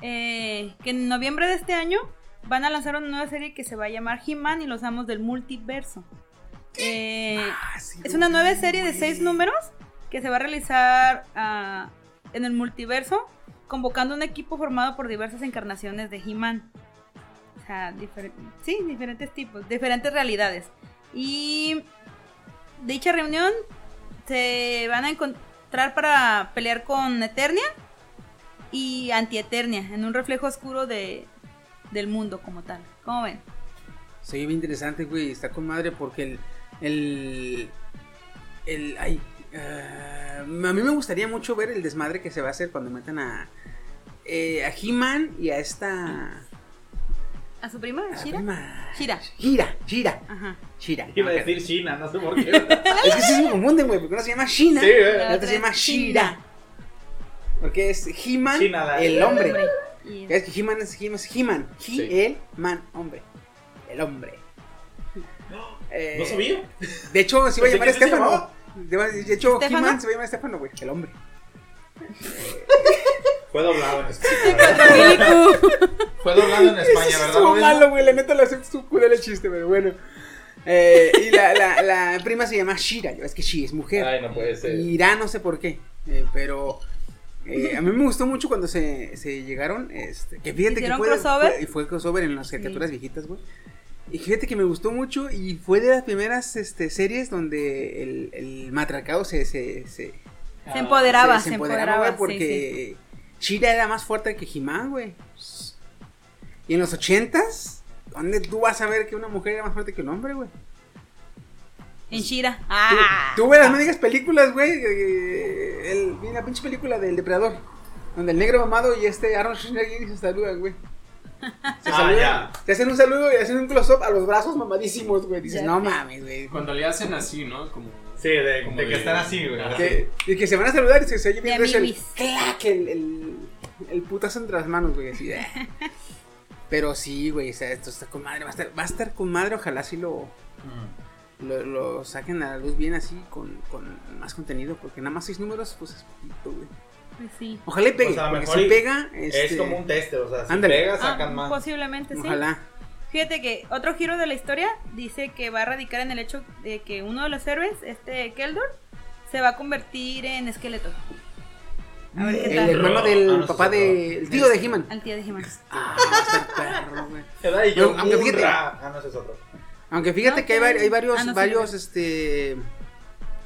[SPEAKER 4] eh, que en noviembre de este año van a lanzar una nueva serie que se va a llamar He-Man y los Amos del Multiverso. Eh,
[SPEAKER 1] Ah, sí,
[SPEAKER 4] es una nueva serie de
[SPEAKER 1] güey.
[SPEAKER 4] seis números que se va a realizar ah, en el multiverso, convocando un equipo formado por diversas encarnaciones de He-Man. O sea, difer- sí, diferentes tipos, diferentes realidades. Y dicha reunión se van a encontrar para pelear con Eternia y Antieternia, en un reflejo oscuro de, del mundo como tal. ¿Cómo ven?
[SPEAKER 1] Se ve bien interesante, güey. Está con madre porque el. El. el ay, ah, a mí me gustaría mucho ver el desmadre que se va a hacer cuando metan a. eh, a He-Man y a esta.
[SPEAKER 4] ¿A su prima?
[SPEAKER 1] a su
[SPEAKER 4] ¿Shira?
[SPEAKER 1] Ah, prima.
[SPEAKER 4] Shira.
[SPEAKER 1] Gira, Gira,
[SPEAKER 4] Ajá.
[SPEAKER 1] Gira.
[SPEAKER 6] Iba a decir China, no sé por qué. Sí,
[SPEAKER 1] Es que sí se me confunden, güey, porque una se llama Shina
[SPEAKER 6] güey.
[SPEAKER 1] la otra se llama Shira. Porque es He-Man,
[SPEAKER 6] Shina, la-
[SPEAKER 1] el hombre.
[SPEAKER 4] Y-
[SPEAKER 1] Es que He-Man es He-Man, es He-Man. He,
[SPEAKER 6] Sí.
[SPEAKER 1] el, man, hombre. El hombre. Eh,
[SPEAKER 6] No sabía.
[SPEAKER 1] De hecho, se iba
[SPEAKER 6] Pensé
[SPEAKER 1] a llamar
[SPEAKER 6] que sí se
[SPEAKER 1] Estefano.
[SPEAKER 6] llamaba.
[SPEAKER 1] De de hecho,
[SPEAKER 4] ¿Estefano?
[SPEAKER 1] He-Man se va a llamar Estefano, güey. El hombre.
[SPEAKER 6] Fue doblado en España. ¿verdad?
[SPEAKER 4] Cuatromilicu.
[SPEAKER 6] Fue doblado en España,
[SPEAKER 1] Eso
[SPEAKER 6] ¿verdad?
[SPEAKER 1] Estuvo
[SPEAKER 6] Luis?
[SPEAKER 1] malo, güey. La neta lo hace su culo el chiste, pero bueno. Eh, y la, la, la prima se llama Shira. Yo, es que Shira es mujer.
[SPEAKER 6] Ay, no puede ser.
[SPEAKER 1] Irá, no sé por qué. eh, pero eh, a mí me gustó mucho cuando se, se llegaron. Este, que fíjate que
[SPEAKER 4] ¿Hicieron
[SPEAKER 1] fue,
[SPEAKER 4] crossover?
[SPEAKER 1] fue- fue crossover en las
[SPEAKER 4] Sí.
[SPEAKER 1] caricaturas viejitas, güey. Y fíjate que me gustó mucho y fue de las primeras este, series donde el, el matracado se, se, se,
[SPEAKER 2] Ah,
[SPEAKER 4] Se empoderaba,
[SPEAKER 1] se-
[SPEAKER 4] se,
[SPEAKER 1] se
[SPEAKER 4] empoderaba.
[SPEAKER 1] güey, porque Shira era más fuerte que Jimán, güey. Y en los ochentas, ¿dónde tú vas a ver que una mujer era más fuerte que un hombre, güey?
[SPEAKER 4] sí, sí. En Shira. Ah.
[SPEAKER 1] Tú ves las médicas películas, güey. eh, el- vi la pinche película del depredador. Donde el negro mamado y este Aaron Schwarzenegger se saludan, güey. Se
[SPEAKER 6] Ah,
[SPEAKER 1] saludan.
[SPEAKER 6] ya.
[SPEAKER 1] Te hacen un saludo y hacen un close-up a los brazos mamadísimos, güey. Dices,
[SPEAKER 4] Ya.
[SPEAKER 1] no mames, güey.
[SPEAKER 2] Cuando le hacen así, ¿no? Como.
[SPEAKER 6] Sí, de,
[SPEAKER 2] como
[SPEAKER 6] de que están así, güey.
[SPEAKER 2] Ajá.
[SPEAKER 1] Que- y que se van a saludar y se, se oye bien
[SPEAKER 4] De
[SPEAKER 1] grueso el
[SPEAKER 4] amiguis.
[SPEAKER 1] clac, el, el, el putazo entre las manos, güey, así. eh. Pero sí, güey, o sea, esto está con madre, va a estar, va a estar con madre, ojalá si lo,
[SPEAKER 6] Mm.
[SPEAKER 1] lo, lo saquen a la luz bien así, con, con más contenido, porque nada más seis números, pues es poquito, güey.
[SPEAKER 4] Pues sí.
[SPEAKER 1] Ojalá y pegue,
[SPEAKER 6] O sea, a lo
[SPEAKER 1] porque
[SPEAKER 6] mejor
[SPEAKER 1] si
[SPEAKER 6] y-
[SPEAKER 1] pega,
[SPEAKER 6] Es
[SPEAKER 1] este,
[SPEAKER 6] como un teste, o sea, si
[SPEAKER 1] Ándale.
[SPEAKER 6] pega,
[SPEAKER 4] Ah,
[SPEAKER 6] sacan más.
[SPEAKER 4] posiblemente sí.
[SPEAKER 1] ojalá.
[SPEAKER 4] Fíjate que otro giro de la historia dice que va a radicar en el hecho de que uno de los héroes, este Keldor, se va a convertir en esqueleto. A ver qué
[SPEAKER 1] El
[SPEAKER 4] tal.
[SPEAKER 1] hermano del
[SPEAKER 6] Ah, no,
[SPEAKER 1] papá
[SPEAKER 6] sí,
[SPEAKER 1] de, el tío de He-Man.
[SPEAKER 4] Al tío de He-Man.
[SPEAKER 1] Ah, va a estar perro, güey.
[SPEAKER 6] Era y yo,
[SPEAKER 1] Pero, aunque fíjate-
[SPEAKER 6] burra. Ah, no, ese es otro.
[SPEAKER 1] Aunque fíjate
[SPEAKER 4] No,
[SPEAKER 1] que hay,
[SPEAKER 4] que-
[SPEAKER 1] vari- hay varios,
[SPEAKER 4] ah, no, sí,
[SPEAKER 1] varios este,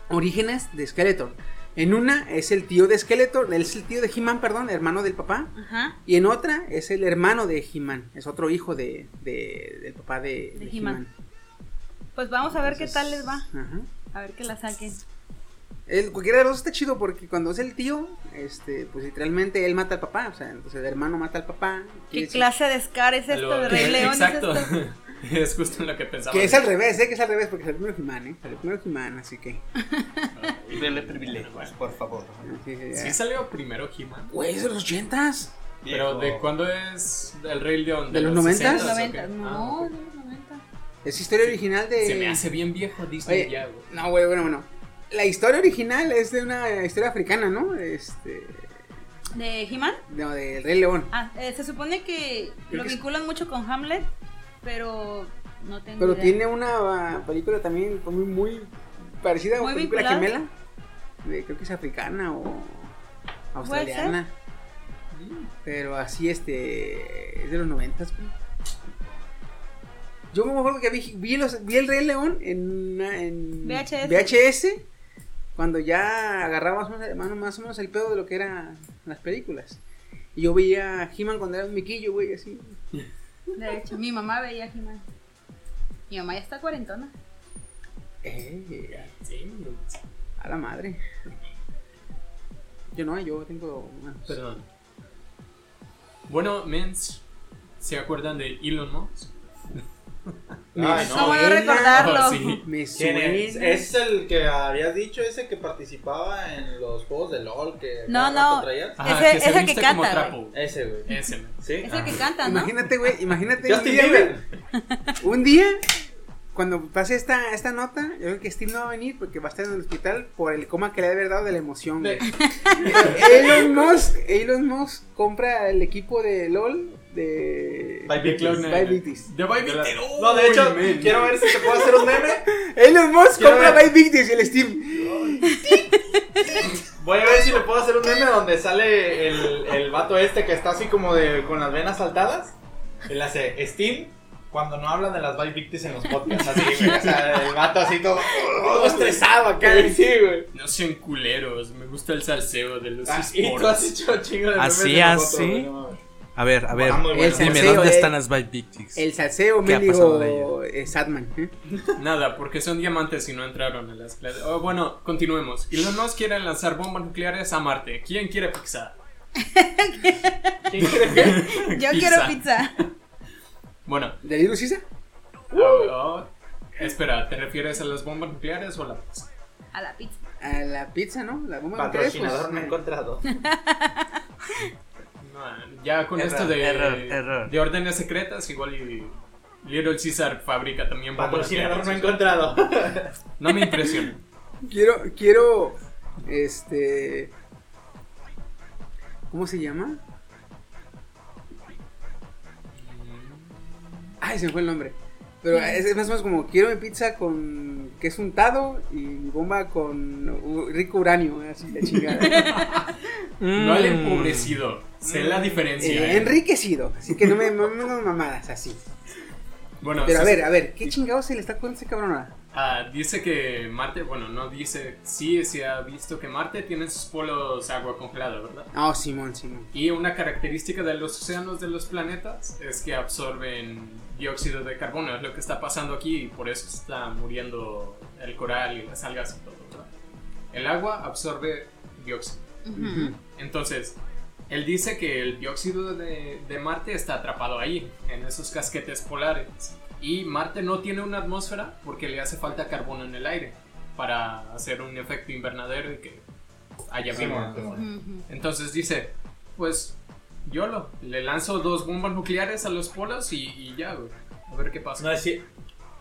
[SPEAKER 1] orígenes de Skeletor. En una es el tío de Skeletor, él es el tío de He-Man, perdón, hermano del papá.
[SPEAKER 4] Ajá.
[SPEAKER 1] Y en otra es el hermano de He-Man, es otro hijo de, de- del papá de,
[SPEAKER 4] De
[SPEAKER 1] de
[SPEAKER 4] He-Man.
[SPEAKER 1] He-Man.
[SPEAKER 4] Pues vamos a ver qué tal les va.
[SPEAKER 1] Ajá.
[SPEAKER 4] A ver que la saquen.
[SPEAKER 1] El, cualquiera de los dos está chido porque cuando es el tío, este, pues literalmente él mata al papá, o sea, entonces el hermano mata al papá.
[SPEAKER 4] ¿Qué
[SPEAKER 1] Quiere decir-
[SPEAKER 4] clase de Scar es esto
[SPEAKER 2] Lo-
[SPEAKER 4] de Rey León? es este?
[SPEAKER 2] Exacto.
[SPEAKER 4] esto?
[SPEAKER 2] Es justo en lo que pensaba.
[SPEAKER 1] Que es al revés, ¿eh? Que es al revés porque salió primero He-Man, ¿eh? Salió primero He-Man, así que...
[SPEAKER 5] Dele
[SPEAKER 6] Pues,
[SPEAKER 5] privilegios, por favor.
[SPEAKER 1] así que ya.
[SPEAKER 2] Sí salió primero He-Man.
[SPEAKER 1] Güey, es de los ochentas.
[SPEAKER 2] Pero ¿de cuándo es el Rey León?
[SPEAKER 1] ¿De los 90s?
[SPEAKER 4] Los
[SPEAKER 2] 60s o qué?
[SPEAKER 4] 90.
[SPEAKER 2] Ah,
[SPEAKER 4] No,
[SPEAKER 2] ok.
[SPEAKER 4] de los 90.
[SPEAKER 1] Es historia original de.
[SPEAKER 2] Se me hace bien viejo Disney
[SPEAKER 1] Oye,
[SPEAKER 2] ya, güey.
[SPEAKER 1] No, güey, bueno, bueno. La historia original es de una historia africana, ¿no? Este.
[SPEAKER 4] ¿De He-Man?
[SPEAKER 1] No, del Rey León.
[SPEAKER 4] Ah, eh, se supone que
[SPEAKER 1] Creo
[SPEAKER 4] lo
[SPEAKER 1] que es-
[SPEAKER 4] vinculan mucho con Hamlet, pero no tengo
[SPEAKER 1] Pero
[SPEAKER 4] idea.
[SPEAKER 1] tiene una ah, película también muy, muy parecida a una
[SPEAKER 4] Muy
[SPEAKER 1] película
[SPEAKER 4] vinculada.
[SPEAKER 1] gemela. De- creo que es africana o australiana. Pero así, este. Es de los noventas, güey. Yo me acuerdo que vi, vi los- vi el Rey León en, una- en
[SPEAKER 4] VHS.
[SPEAKER 1] VHS, Cuando ya agarrabas más, más- más o menos el pedo de lo que eran las películas. Y yo veía a He-Man cuando era un miquillo, güey, así.
[SPEAKER 4] De hecho, mi mamá veía He-Man. Mi mamá ya está cuarentona.
[SPEAKER 1] Eh,
[SPEAKER 2] Sí,
[SPEAKER 1] a la madre. Yo no, yo tengo. Ah, bueno,
[SPEAKER 2] perdón. Bueno, mens, ¿se acuerdan de Elon Musk?
[SPEAKER 6] Ay,
[SPEAKER 1] me
[SPEAKER 6] no.
[SPEAKER 4] ¿Cómo no
[SPEAKER 1] suena,
[SPEAKER 4] recordarlo?
[SPEAKER 2] Oh, sí.
[SPEAKER 1] Me
[SPEAKER 6] ¿Quién es?
[SPEAKER 1] suena.
[SPEAKER 6] ¿Es el que habías dicho, ese que participaba en los juegos de LOL que
[SPEAKER 4] No,
[SPEAKER 6] cada rato
[SPEAKER 4] no.
[SPEAKER 6] traías?
[SPEAKER 4] Ese- ese que
[SPEAKER 2] Ah, viste
[SPEAKER 4] canta,
[SPEAKER 2] trapo.
[SPEAKER 6] Ese, güey.
[SPEAKER 2] Ese, men.
[SPEAKER 6] ¿Sí?
[SPEAKER 4] Es el que
[SPEAKER 6] Ah.
[SPEAKER 4] canta, ¿no?
[SPEAKER 1] Imagínate, güey, imagínate. un
[SPEAKER 6] Justin
[SPEAKER 1] día, güey,
[SPEAKER 6] Bieber.
[SPEAKER 1] Un día, cuando pase esta, esta nota, yo creo que Steve no va a venir porque va a estar en el hospital por el coma que le ha de haber dado de la emoción, güey. Elon Musk, Elon Musk compra el equipo de LOL de
[SPEAKER 6] By
[SPEAKER 2] De Cloud Nine.
[SPEAKER 1] Bybitis.
[SPEAKER 2] De Bybitis.
[SPEAKER 6] No, de hecho, quiero ver si se puede hacer un meme.
[SPEAKER 1] Elon Musk
[SPEAKER 6] Quiero
[SPEAKER 1] compra
[SPEAKER 6] ver.
[SPEAKER 1] Bybitis y el Steve.
[SPEAKER 6] Voy a ver si le puedo hacer un meme donde sale el, el vato este que está así como de con las venas saltadas. Él hace Steam cuando no hablan de las Bye Victims en los podcasts. Así, güey. O sea, el vato así todo, todo estresado acá. güey. Sí, güey.
[SPEAKER 2] No sean culeros, me gusta el salseo de los
[SPEAKER 6] Ah, Y tú has
[SPEAKER 2] esports.
[SPEAKER 6] hecho chingo de memes
[SPEAKER 3] Así,
[SPEAKER 6] de nosotros,
[SPEAKER 3] así.
[SPEAKER 6] güey, no mames.
[SPEAKER 3] A ver, a ver.
[SPEAKER 6] Ah, muy bueno.
[SPEAKER 1] El
[SPEAKER 3] Dime,
[SPEAKER 1] salseo,
[SPEAKER 3] ¿dónde
[SPEAKER 1] eh.
[SPEAKER 3] están las Bad Victims?
[SPEAKER 1] El salseo,
[SPEAKER 3] ¿Qué ha pasado
[SPEAKER 1] mendigo eh, Sadman. ¿eh?
[SPEAKER 2] Nada, porque son diamantes y no entraron en las clases. Oh, bueno, continuemos. Elon Musk quiere lanzar bombas nucleares a Marte. ¿Quién quiere pizza?
[SPEAKER 6] ¿Quién quiere qué?
[SPEAKER 4] Yo quiero pizza.
[SPEAKER 2] Bueno,
[SPEAKER 1] ¿De virus Isa?
[SPEAKER 2] ah, ah, espera, ¿te refieres a las bombas nucleares o a la pizza?
[SPEAKER 4] A la pizza.
[SPEAKER 1] A la pizza, ¿no? La bomba nuclear, pues,
[SPEAKER 6] Patrocinador no encontrado.
[SPEAKER 2] No, ya con
[SPEAKER 3] Error,
[SPEAKER 2] esto de,
[SPEAKER 3] error, error.
[SPEAKER 2] de órdenes secretas, igual y Little Caesar fabrica también bombas
[SPEAKER 6] Patrocinador no
[SPEAKER 2] nucleares.
[SPEAKER 6] encontrado.
[SPEAKER 2] No me impresiona.
[SPEAKER 1] Quiero, quiero, este, ¿cómo se llama? Ay, se me fue el nombre. Pero es, es más o menos como quiero mi pizza con queso untado y mi bomba con u- rico uranio, ¿eh? así la chingada.
[SPEAKER 2] No el empobrecido. Sé la diferencia.
[SPEAKER 1] Mm. Eh,
[SPEAKER 2] eh.
[SPEAKER 1] enriquecido, así que no me no me hagas mamadas así.
[SPEAKER 2] Bueno,
[SPEAKER 1] Pero a
[SPEAKER 2] sí-
[SPEAKER 1] ver, a ver, ¿qué chingados se le está con ese cabrón ahora?
[SPEAKER 2] Ah, dice que Marte, bueno, no dice, sí se ha visto que Marte tiene sus polos agua congelada, ¿verdad?
[SPEAKER 1] Ah, oh, Simón, Simón.
[SPEAKER 2] Y una característica de los océanos de los planetas es que absorben dióxido de carbono, es lo que está pasando aquí y por eso está muriendo el coral y las algas y todo. ¿verdad? El agua absorbe dióxido.
[SPEAKER 4] Ujú.
[SPEAKER 2] Entonces, él dice que el dióxido de, de Marte está atrapado ahí, en esos casquetes polares. Y Marte no tiene una atmósfera porque le hace falta carbono en el aire para hacer un efecto invernadero y que haya
[SPEAKER 6] Sí,
[SPEAKER 2] vida.
[SPEAKER 6] bueno, bueno.
[SPEAKER 4] Ujú.
[SPEAKER 2] Entonces dice, pues yo lo, le lanzo dos bombas nucleares a los polos y, y ya, güey. A ver qué pasa.
[SPEAKER 6] No es cier-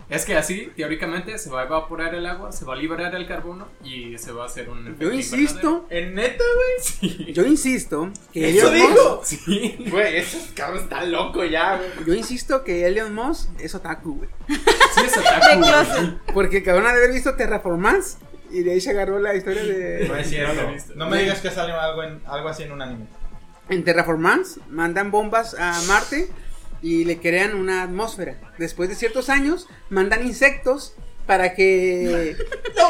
[SPEAKER 2] Es que así, teóricamente, se va a evaporar el agua, se va a liberar el carbono y se va a hacer un efecto
[SPEAKER 1] Yo insisto,
[SPEAKER 6] ¿En neta, güey?
[SPEAKER 2] invernadero.
[SPEAKER 1] yo insisto que
[SPEAKER 6] ¿Eso
[SPEAKER 1] Elon
[SPEAKER 6] dijo?
[SPEAKER 1] Musk,
[SPEAKER 2] Sí.
[SPEAKER 6] Güey, ese cabrón está loco ya, güey.
[SPEAKER 1] yo insisto que Elon Musk es otaku, güey.
[SPEAKER 2] Sí, es otaku, güey.
[SPEAKER 1] Porque el cabrón ha de haber visto Terraformance y de ahí se agarró la historia
[SPEAKER 6] No
[SPEAKER 1] de...
[SPEAKER 6] es
[SPEAKER 2] No lo
[SPEAKER 6] cierto.
[SPEAKER 2] he visto.
[SPEAKER 6] No me digas que salió algo, en, algo así en un anime.
[SPEAKER 1] En Terraformance mandan bombas a Marte y le crean una atmósfera. Después de ciertos años mandan insectos para que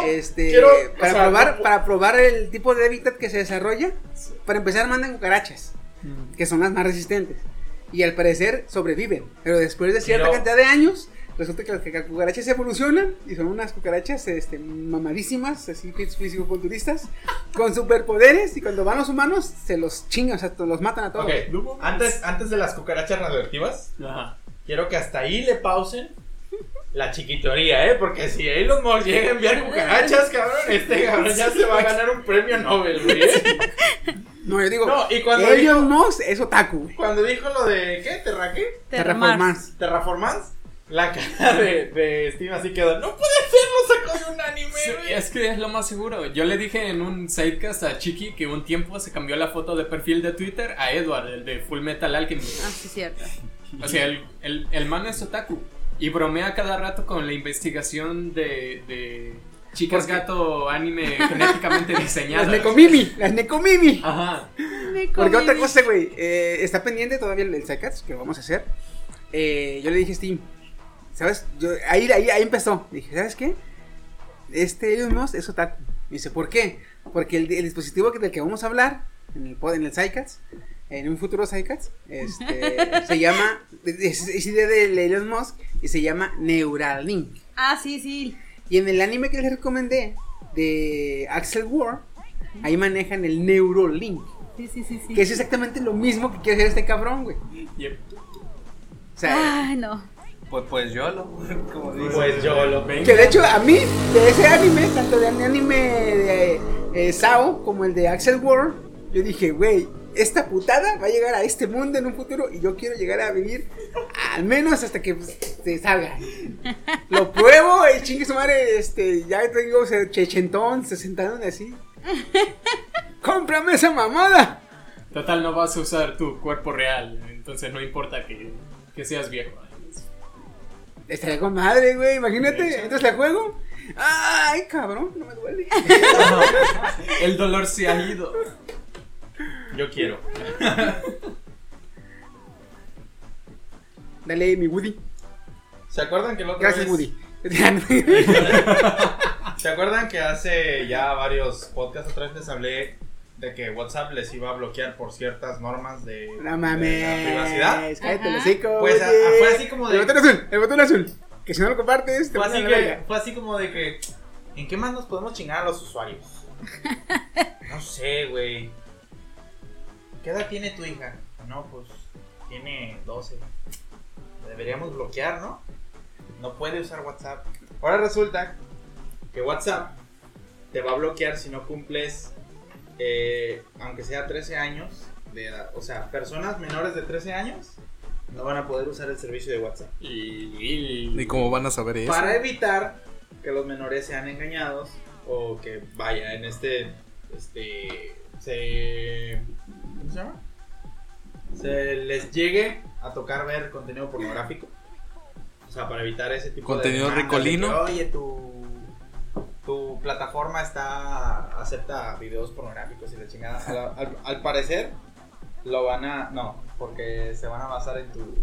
[SPEAKER 1] este
[SPEAKER 6] quiero- o
[SPEAKER 1] para
[SPEAKER 6] sea,
[SPEAKER 1] probar
[SPEAKER 6] no-
[SPEAKER 1] para probar el tipo de hábitat que se desarrolla. Para empezar mandan cucarachas, que son las más resistentes y al parecer sobreviven, pero después de cierta
[SPEAKER 6] Quiero-
[SPEAKER 1] cantidad de años Resulta que las que- que cucarachas evolucionan y son unas cucarachas este, mamadísimas, así fí- físico-culturistas, con superpoderes y cuando van los humanos se los chingan, o sea, to- los matan a todos.
[SPEAKER 6] Ok, antes, antes de las cucarachas radioactivas,
[SPEAKER 2] Ajá.
[SPEAKER 6] quiero que hasta ahí le pausen la chiquitoría, ¿eh? Porque si Elon Musk llega a enviar cucarachas, cabrón, este cabrón ya se va a ganar un premio Nobel, güey. ¿eh?
[SPEAKER 1] No, yo digo,
[SPEAKER 6] No, y cuando dijo,
[SPEAKER 1] Elon Musk es otaku, güey.
[SPEAKER 6] cuando dijo lo de, ¿qué? ¿Terra qué?
[SPEAKER 4] Terramar.
[SPEAKER 1] Terraformance.
[SPEAKER 6] ¿Terraformance? La cara de, de Steam así quedó, no puede ser, lo sacó de un anime,
[SPEAKER 2] Sí,
[SPEAKER 6] güey.
[SPEAKER 2] es que es lo más seguro. Yo le dije en un sidecast a Chiqui que un tiempo se cambió la foto de perfil de Twitter a Edward, el de Full Metal Alchemist.
[SPEAKER 4] Ah, sí, cierto.
[SPEAKER 2] O sea, el, el, el man es otaku y bromea cada rato con la investigación de, de chicas gato anime genéticamente
[SPEAKER 1] Las
[SPEAKER 2] diseñadas.
[SPEAKER 1] Nekomimi, las Nekomimi.
[SPEAKER 2] Ajá.
[SPEAKER 1] Porque otra cosa, güey, eh, está pendiente todavía el SciCats que vamos a hacer. Eh, yo le dije a Steam, ¿sabes? Yo, ahí, ahí, ahí empezó. Dije, ¿sabes qué? Este Elon Musk es otaku. Me dice, ¿por qué? Porque el, el dispositivo que- del que vamos a hablar en el, pod- en el SciCats, en un futuro SciCats, este, se llama, es, es idea de Elon Musk y se llama Neuralink.
[SPEAKER 4] Ah, sí, sí.
[SPEAKER 1] Y en el anime que les recomendé de Axel War, ahí manejan el Neurolink.
[SPEAKER 4] Sí, sí, sí, sí.
[SPEAKER 1] Que es exactamente lo mismo que quiere hacer este cabrón, güey.
[SPEAKER 2] Yep.
[SPEAKER 1] O sea,
[SPEAKER 4] Ay, no.
[SPEAKER 5] Pues, pues yo lo, como dice.
[SPEAKER 6] Pues yo lo
[SPEAKER 1] que de hecho a mí, de ese anime, tanto de anime de eh, Sao como el de Axel World, yo dije, güey, esta putada va a llegar a este mundo en un futuro y yo quiero llegar a vivir al menos hasta que pues, se salga. Lo pruebo, y chingue su madre, este, ya tengo se- chechentón, sesentón, así. ¡Cómprame esa mamada!
[SPEAKER 2] Total, no vas a usar tu cuerpo real, entonces no importa que, que seas viejo.
[SPEAKER 1] Estaría con madre, güey, imagínate, entras al juego. ¡Ay, cabrón! No me duele.
[SPEAKER 2] El dolor se ha ido.
[SPEAKER 6] Yo quiero.
[SPEAKER 1] Dale mi Woody.
[SPEAKER 6] ¿Se acuerdan que el otro
[SPEAKER 1] Gracias, Woody.
[SPEAKER 6] ¿Se acuerdan que hace ya varios podcasts atrás les hablé de que WhatsApp les iba a bloquear por ciertas normas de,
[SPEAKER 1] No
[SPEAKER 6] de la privacidad?
[SPEAKER 1] mames. Cállate el
[SPEAKER 4] Ajá.
[SPEAKER 1] hocico.
[SPEAKER 6] Pues,
[SPEAKER 1] oye.
[SPEAKER 6] a- fue así como de-
[SPEAKER 1] El botón azul, el botón azul. Que si no lo compartes, te
[SPEAKER 6] Fue
[SPEAKER 1] vas a
[SPEAKER 6] así,
[SPEAKER 1] la
[SPEAKER 6] que,
[SPEAKER 1] verga.
[SPEAKER 6] fue así como de que, ¿en qué más nos podemos chingar a los usuarios? No sé, güey. ¿Qué edad tiene tu hija? No, pues tiene 12. La deberíamos bloquear, ¿no? No puede usar WhatsApp. Ahora resulta que WhatsApp te va a bloquear si no cumples, eh, aunque sea 13 años de edad. O sea, personas menores de 13 años no van a poder usar el servicio de WhatsApp.
[SPEAKER 2] Y,
[SPEAKER 3] ¿Y cómo van a saber eso?
[SPEAKER 6] Para evitar que los menores sean engañados o que vaya en este este se ¿cómo se llama? Se les llegue a tocar ver contenido pornográfico. sea, para evitar ese tipo
[SPEAKER 3] Contenido
[SPEAKER 6] de... demandas de
[SPEAKER 3] ricolino.
[SPEAKER 6] que, Oye, tu, tu plataforma está acepta videos pornográficos y la chingada. A la- Al, al parecer, lo van a... No, porque se van a basar en tu...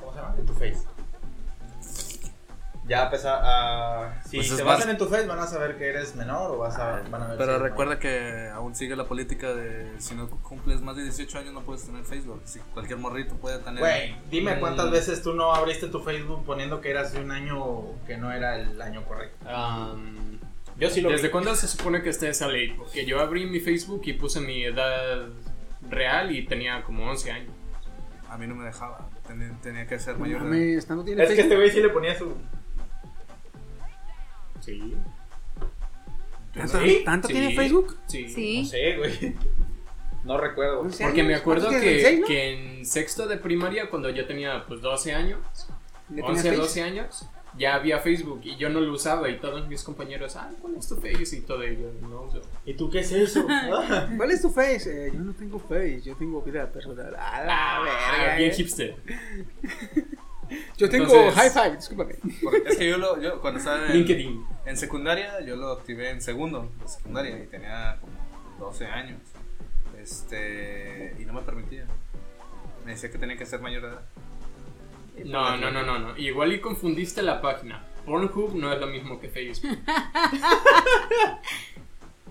[SPEAKER 6] ¿Cómo se llama? En tu face. Ya a pesar... ah, si
[SPEAKER 3] Pues es
[SPEAKER 6] se
[SPEAKER 3] más-
[SPEAKER 6] basan en tu face, van a saber que eres menor o vas a, van a ver si
[SPEAKER 3] Pero
[SPEAKER 6] eres
[SPEAKER 3] recuerda que aún sigue la política de si no cumples más de 18 años no puedes tener Facebook. Si cualquier morrito puede tener.
[SPEAKER 6] Güey, dime
[SPEAKER 2] Mm.
[SPEAKER 6] cuántas veces tú no abriste tu Facebook poniendo que eras de un año que no era el año correcto.
[SPEAKER 2] Am,
[SPEAKER 6] um, Yo sí
[SPEAKER 2] ¿Desde cuándo se supone que esté esa ley? Porque yo abrí mi Facebook y puse mi edad real y tenía como 11 años.
[SPEAKER 3] A mí no me dejaba. Tenía, tenía que ser
[SPEAKER 1] No
[SPEAKER 3] mayor. de edad.
[SPEAKER 1] mames, ¿no tiene
[SPEAKER 6] Es que este
[SPEAKER 1] Facebook?
[SPEAKER 6] güey sí le ponía su.
[SPEAKER 2] Sí.
[SPEAKER 1] ¿Tanto,
[SPEAKER 6] este- ¿Sí?
[SPEAKER 1] tanto
[SPEAKER 2] Sí.
[SPEAKER 1] tiene Facebook?
[SPEAKER 2] Sí.
[SPEAKER 6] No
[SPEAKER 4] Sí.
[SPEAKER 6] sé, güey. No recuerdo.
[SPEAKER 1] ¿Once
[SPEAKER 2] Porque
[SPEAKER 1] años?
[SPEAKER 2] me acuerdo
[SPEAKER 1] ¿Cuántos
[SPEAKER 2] que,
[SPEAKER 1] tienes? ¿Seis, no?
[SPEAKER 2] que en sexto de primaria, cuando yo tenía pues 12 años,
[SPEAKER 1] ¿Ya tenía
[SPEAKER 2] 11,
[SPEAKER 1] Facebook?
[SPEAKER 2] 12 años, ya había Facebook y yo no lo usaba y todos mis compañeros, ah, ¿cuál es tu Face? Y todo y yo no uso.
[SPEAKER 6] ¿Y tú qué es eso?
[SPEAKER 1] ¿Cuál es tu face? Eh, yo no tengo face, yo tengo vida personal. A la verga.
[SPEAKER 2] Ah, bien
[SPEAKER 1] eh.
[SPEAKER 2] hipster.
[SPEAKER 1] Yo tengo
[SPEAKER 2] Entonces-
[SPEAKER 1] high five, discúlpame.
[SPEAKER 3] Porque es que yo, lo, yo cuando estaba en,
[SPEAKER 2] LinkedIn.
[SPEAKER 3] en secundaria, yo lo activé en segundo de secundaria y tenía como 12 años. Este. Y no me permitía. Me decía que tenía que ser mayor de edad.
[SPEAKER 6] Eh,
[SPEAKER 2] No, no, no, no, no. Igual y confundiste la página. Pornhub no es lo mismo que Facebook.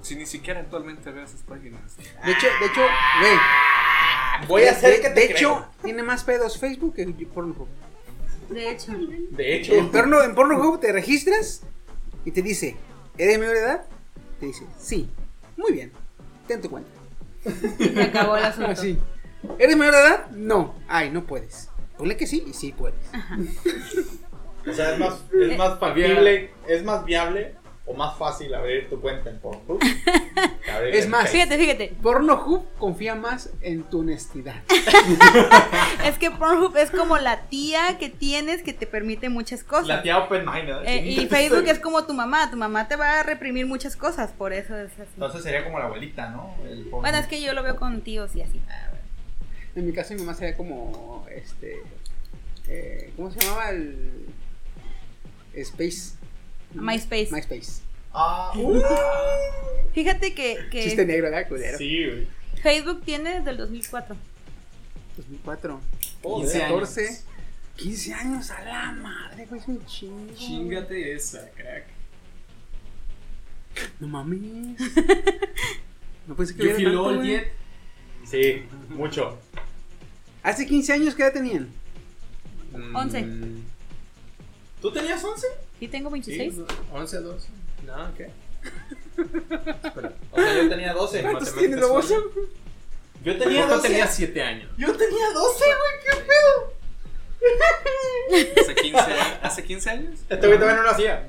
[SPEAKER 3] Si ni siquiera actualmente veo esas páginas.
[SPEAKER 1] De hecho, de hecho, güey.
[SPEAKER 6] Ah, Voy
[SPEAKER 1] de-
[SPEAKER 6] a hacer
[SPEAKER 1] de-
[SPEAKER 6] que te
[SPEAKER 1] De
[SPEAKER 6] creo.
[SPEAKER 1] hecho, tiene más pedos Facebook que Pornhub.
[SPEAKER 4] De hecho,
[SPEAKER 6] De hecho,
[SPEAKER 1] En, porno, en Pornhub te registras y te dice, ¿eres mayor de edad? Te dice, sí. Muy bien, ten tu cuenta.
[SPEAKER 4] se acabó el asunto.
[SPEAKER 1] Así. ¿Eres mayor de edad? No. Ay, no puedes. Ponle que sí y sí puedes.
[SPEAKER 4] Ah.
[SPEAKER 6] o sea, es más, es más factible, es más viable o más fácil abrir tu cuenta en Pornhub. que abrir
[SPEAKER 1] Es
[SPEAKER 6] en
[SPEAKER 1] más,
[SPEAKER 6] Facebook.
[SPEAKER 4] Fíjate, fíjate.
[SPEAKER 1] Pornhub confía más en tu honestidad.
[SPEAKER 4] Es que Pornhub es como la tía que tienes que te permite muchas cosas.
[SPEAKER 6] La tía Open Mind, ¿eh?
[SPEAKER 4] Eh, y Facebook es como tu mamá, tu mamá te va a reprimir muchas cosas, por eso es así.
[SPEAKER 6] Entonces sería como la abuelita, ¿no? El Pornhub.
[SPEAKER 4] Bueno, es que yo lo veo con tíos y así.
[SPEAKER 1] En mi caso, mi mamá sería como. Este. eh, ¿Cómo se llamaba el. Space?
[SPEAKER 4] MySpace.
[SPEAKER 1] MySpace.
[SPEAKER 6] Ah, uh,
[SPEAKER 4] Fíjate que, que
[SPEAKER 1] Chiste negro, ¿verdad? Culero.
[SPEAKER 6] sí, güey.
[SPEAKER 4] Facebook tiene desde el 2004.
[SPEAKER 1] 2004.
[SPEAKER 6] Joder.
[SPEAKER 2] 15 años.
[SPEAKER 1] 14. 15 años a la madre, güey. Es un chingo.
[SPEAKER 2] Chingate esa, crack.
[SPEAKER 1] No mames. No pensé que
[SPEAKER 2] You
[SPEAKER 1] hubiera
[SPEAKER 2] feel
[SPEAKER 1] tanto,
[SPEAKER 2] old
[SPEAKER 1] güey.
[SPEAKER 2] yet?
[SPEAKER 6] Sí, mucho.
[SPEAKER 1] Hace 15 años, ¿qué edad tenían?
[SPEAKER 6] Mm,
[SPEAKER 4] 11.
[SPEAKER 6] ¿Tú tenías 11?
[SPEAKER 4] Y tengo 26.
[SPEAKER 2] 11 a 12. No, ¿qué?
[SPEAKER 6] O sea, yo tenía 12.
[SPEAKER 1] ¿Cuántos tienes, baboso?
[SPEAKER 6] Yo tenía
[SPEAKER 2] Yo
[SPEAKER 6] 12.
[SPEAKER 2] tenía 7 años.
[SPEAKER 6] Yo tenía 12, güey, qué pedo.
[SPEAKER 3] ¿Hace 15, ¿hace 15 años?
[SPEAKER 6] Este güey todavía no nacía.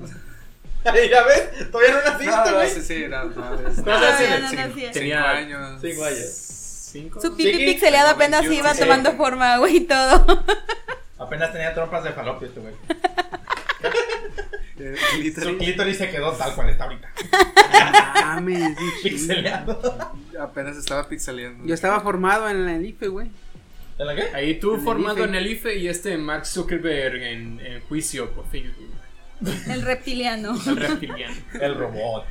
[SPEAKER 6] ¿Ya ves? Todavía no
[SPEAKER 3] No,
[SPEAKER 6] naciste,
[SPEAKER 3] no,
[SPEAKER 6] güey.
[SPEAKER 3] sí, sí, era
[SPEAKER 6] No, no, sí,
[SPEAKER 4] Ah, no, no, sí.
[SPEAKER 3] Tenía años.
[SPEAKER 6] Cinco años.
[SPEAKER 2] ¿5?
[SPEAKER 4] Su pipi
[SPEAKER 6] Sí,
[SPEAKER 4] pixeleado apenas
[SPEAKER 3] 21,
[SPEAKER 4] iba
[SPEAKER 6] sí.
[SPEAKER 4] tomando forma, güey, y todo.
[SPEAKER 6] Apenas tenía trompas de falopio este güey.
[SPEAKER 3] Eh,
[SPEAKER 6] Su
[SPEAKER 3] clítoris.
[SPEAKER 6] clítoris se quedó tal cual está ahorita.
[SPEAKER 1] Mames, un chingo.
[SPEAKER 6] Pixeleado.
[SPEAKER 3] Apenas estaba pixeleando.
[SPEAKER 1] Yo estaba formado en la IFE, E, güey.
[SPEAKER 6] ¿En la qué?
[SPEAKER 2] Ahí tú
[SPEAKER 1] En el
[SPEAKER 2] formado
[SPEAKER 1] IFE.
[SPEAKER 2] en el IFE y este Mark Zuckerberg en, en juicio por Facebook.
[SPEAKER 4] El reptiliano.
[SPEAKER 2] El reptiliano.
[SPEAKER 6] El robot.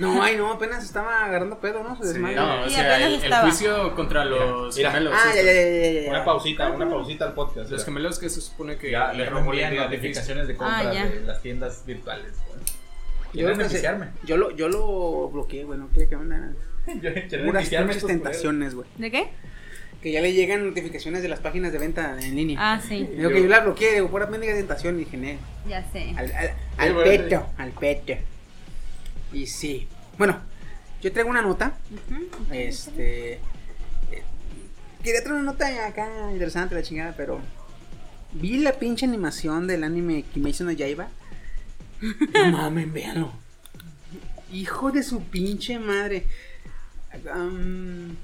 [SPEAKER 1] No, ay, no, apenas estaba agarrando pedo, ¿no? Su
[SPEAKER 3] Sí.
[SPEAKER 1] desmadre.
[SPEAKER 2] No, o
[SPEAKER 4] Y
[SPEAKER 2] sea,
[SPEAKER 4] apenas
[SPEAKER 2] el, el
[SPEAKER 4] estaba.
[SPEAKER 2] juicio contra los
[SPEAKER 6] mira.
[SPEAKER 2] gemelos.
[SPEAKER 1] Ah, ya,
[SPEAKER 2] estos.
[SPEAKER 1] ya, ya, ya, ya.
[SPEAKER 6] Una pausita, una pausita al
[SPEAKER 2] Los
[SPEAKER 6] podcast. mira.
[SPEAKER 2] gemelos que se supone que
[SPEAKER 6] Ya le
[SPEAKER 2] le robó la
[SPEAKER 6] removían
[SPEAKER 2] identidad de Facebook.
[SPEAKER 6] notificaciones de compra
[SPEAKER 4] Ah, ya.
[SPEAKER 6] de las tiendas virtuales. güey.
[SPEAKER 1] Yo
[SPEAKER 6] ¿Quieren
[SPEAKER 1] lo que sé-
[SPEAKER 6] enviciarme?
[SPEAKER 1] Yo lo, yo lo bloqueé, güey, no quería que me mandaran
[SPEAKER 6] ¿Quieren
[SPEAKER 1] puras
[SPEAKER 6] enviciarme
[SPEAKER 1] pinches
[SPEAKER 6] estos
[SPEAKER 1] tentaciones, güey.
[SPEAKER 4] ¿De qué?
[SPEAKER 1] Que ya le llegan notificaciones de las páginas de venta en línea.
[SPEAKER 4] Ah, sí,
[SPEAKER 1] Digo que yo la bloqueé, digo, pura mendiga tentación, dije, "Nee,
[SPEAKER 4] ya sé.
[SPEAKER 1] al, al, al
[SPEAKER 6] bueno,
[SPEAKER 1] peto, al peto. Y sí. Bueno, yo traigo una nota,
[SPEAKER 4] Ujú.
[SPEAKER 1] este... eh, Quería traer una nota acá interesante, la chingada, pero... Vi la pinche animación del anime Kimetsu no Yaiba. No mamen, véanlo. Hijo de su pinche madre. Am,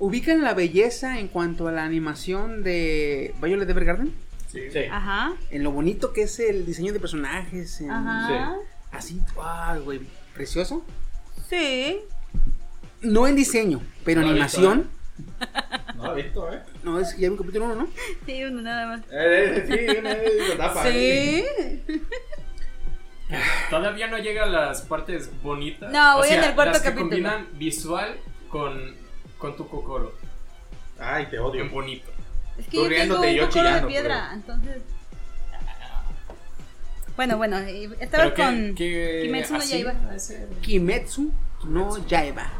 [SPEAKER 1] ¿Ubican la belleza en cuanto a la animación de Violet Evergarden?
[SPEAKER 6] Sí. sí.
[SPEAKER 2] Ah.
[SPEAKER 4] Ajá,
[SPEAKER 1] En lo bonito que es el diseño de personajes. en-
[SPEAKER 4] ajá.
[SPEAKER 1] Así, ay, güey, precioso.
[SPEAKER 4] Sí.
[SPEAKER 1] No en diseño, pero
[SPEAKER 6] No lo he visto,
[SPEAKER 1] animación.
[SPEAKER 6] No lo he visto, ¿eh?
[SPEAKER 1] No, es, ya hay un capítulo uno, ¿no?
[SPEAKER 4] Sí, uno nada más.
[SPEAKER 6] Eh, eh, sí, una vez lo tapa. eh.
[SPEAKER 4] Sí.
[SPEAKER 2] Todavía no llega a las partes bonitas.
[SPEAKER 4] No, voy
[SPEAKER 2] O sea,
[SPEAKER 4] en el cuarto
[SPEAKER 2] las que
[SPEAKER 4] capítulo.
[SPEAKER 2] combinan visual con, con tu cocoro.
[SPEAKER 6] Ay, te odio.
[SPEAKER 2] Bien bonito.
[SPEAKER 4] Es que
[SPEAKER 6] Tú
[SPEAKER 4] yo tengo
[SPEAKER 6] riéndote y
[SPEAKER 4] un
[SPEAKER 6] yo
[SPEAKER 4] cocoro de
[SPEAKER 6] chillando,
[SPEAKER 4] piedra, entonces. Bueno, bueno, eh, estaba
[SPEAKER 2] Pero que-
[SPEAKER 4] con.
[SPEAKER 6] eh,
[SPEAKER 2] que
[SPEAKER 4] Kimetsu no
[SPEAKER 2] así-
[SPEAKER 4] Yaiba.
[SPEAKER 1] Kimetsu no Yaiba.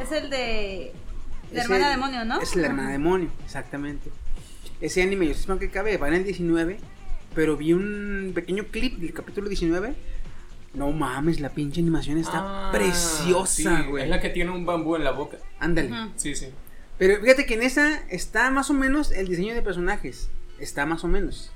[SPEAKER 4] Es el de. La
[SPEAKER 1] Es
[SPEAKER 4] hermana
[SPEAKER 1] el-
[SPEAKER 4] demonio, ¿no?
[SPEAKER 1] Es la hermana demonio, exactamente. Ese anime, yo supongo que cabe, va en el 19, pero vi un pequeño clip del capítulo 19. No mames, la pinche animación está
[SPEAKER 2] Ah,
[SPEAKER 1] preciosa,
[SPEAKER 2] sí,
[SPEAKER 1] güey.
[SPEAKER 2] es la que tiene un bambú en la boca.
[SPEAKER 1] Ándale.
[SPEAKER 4] Ujú.
[SPEAKER 2] Sí, sí.
[SPEAKER 1] Pero fíjate que en esa está más o menos el diseño de personajes. Está más o menos.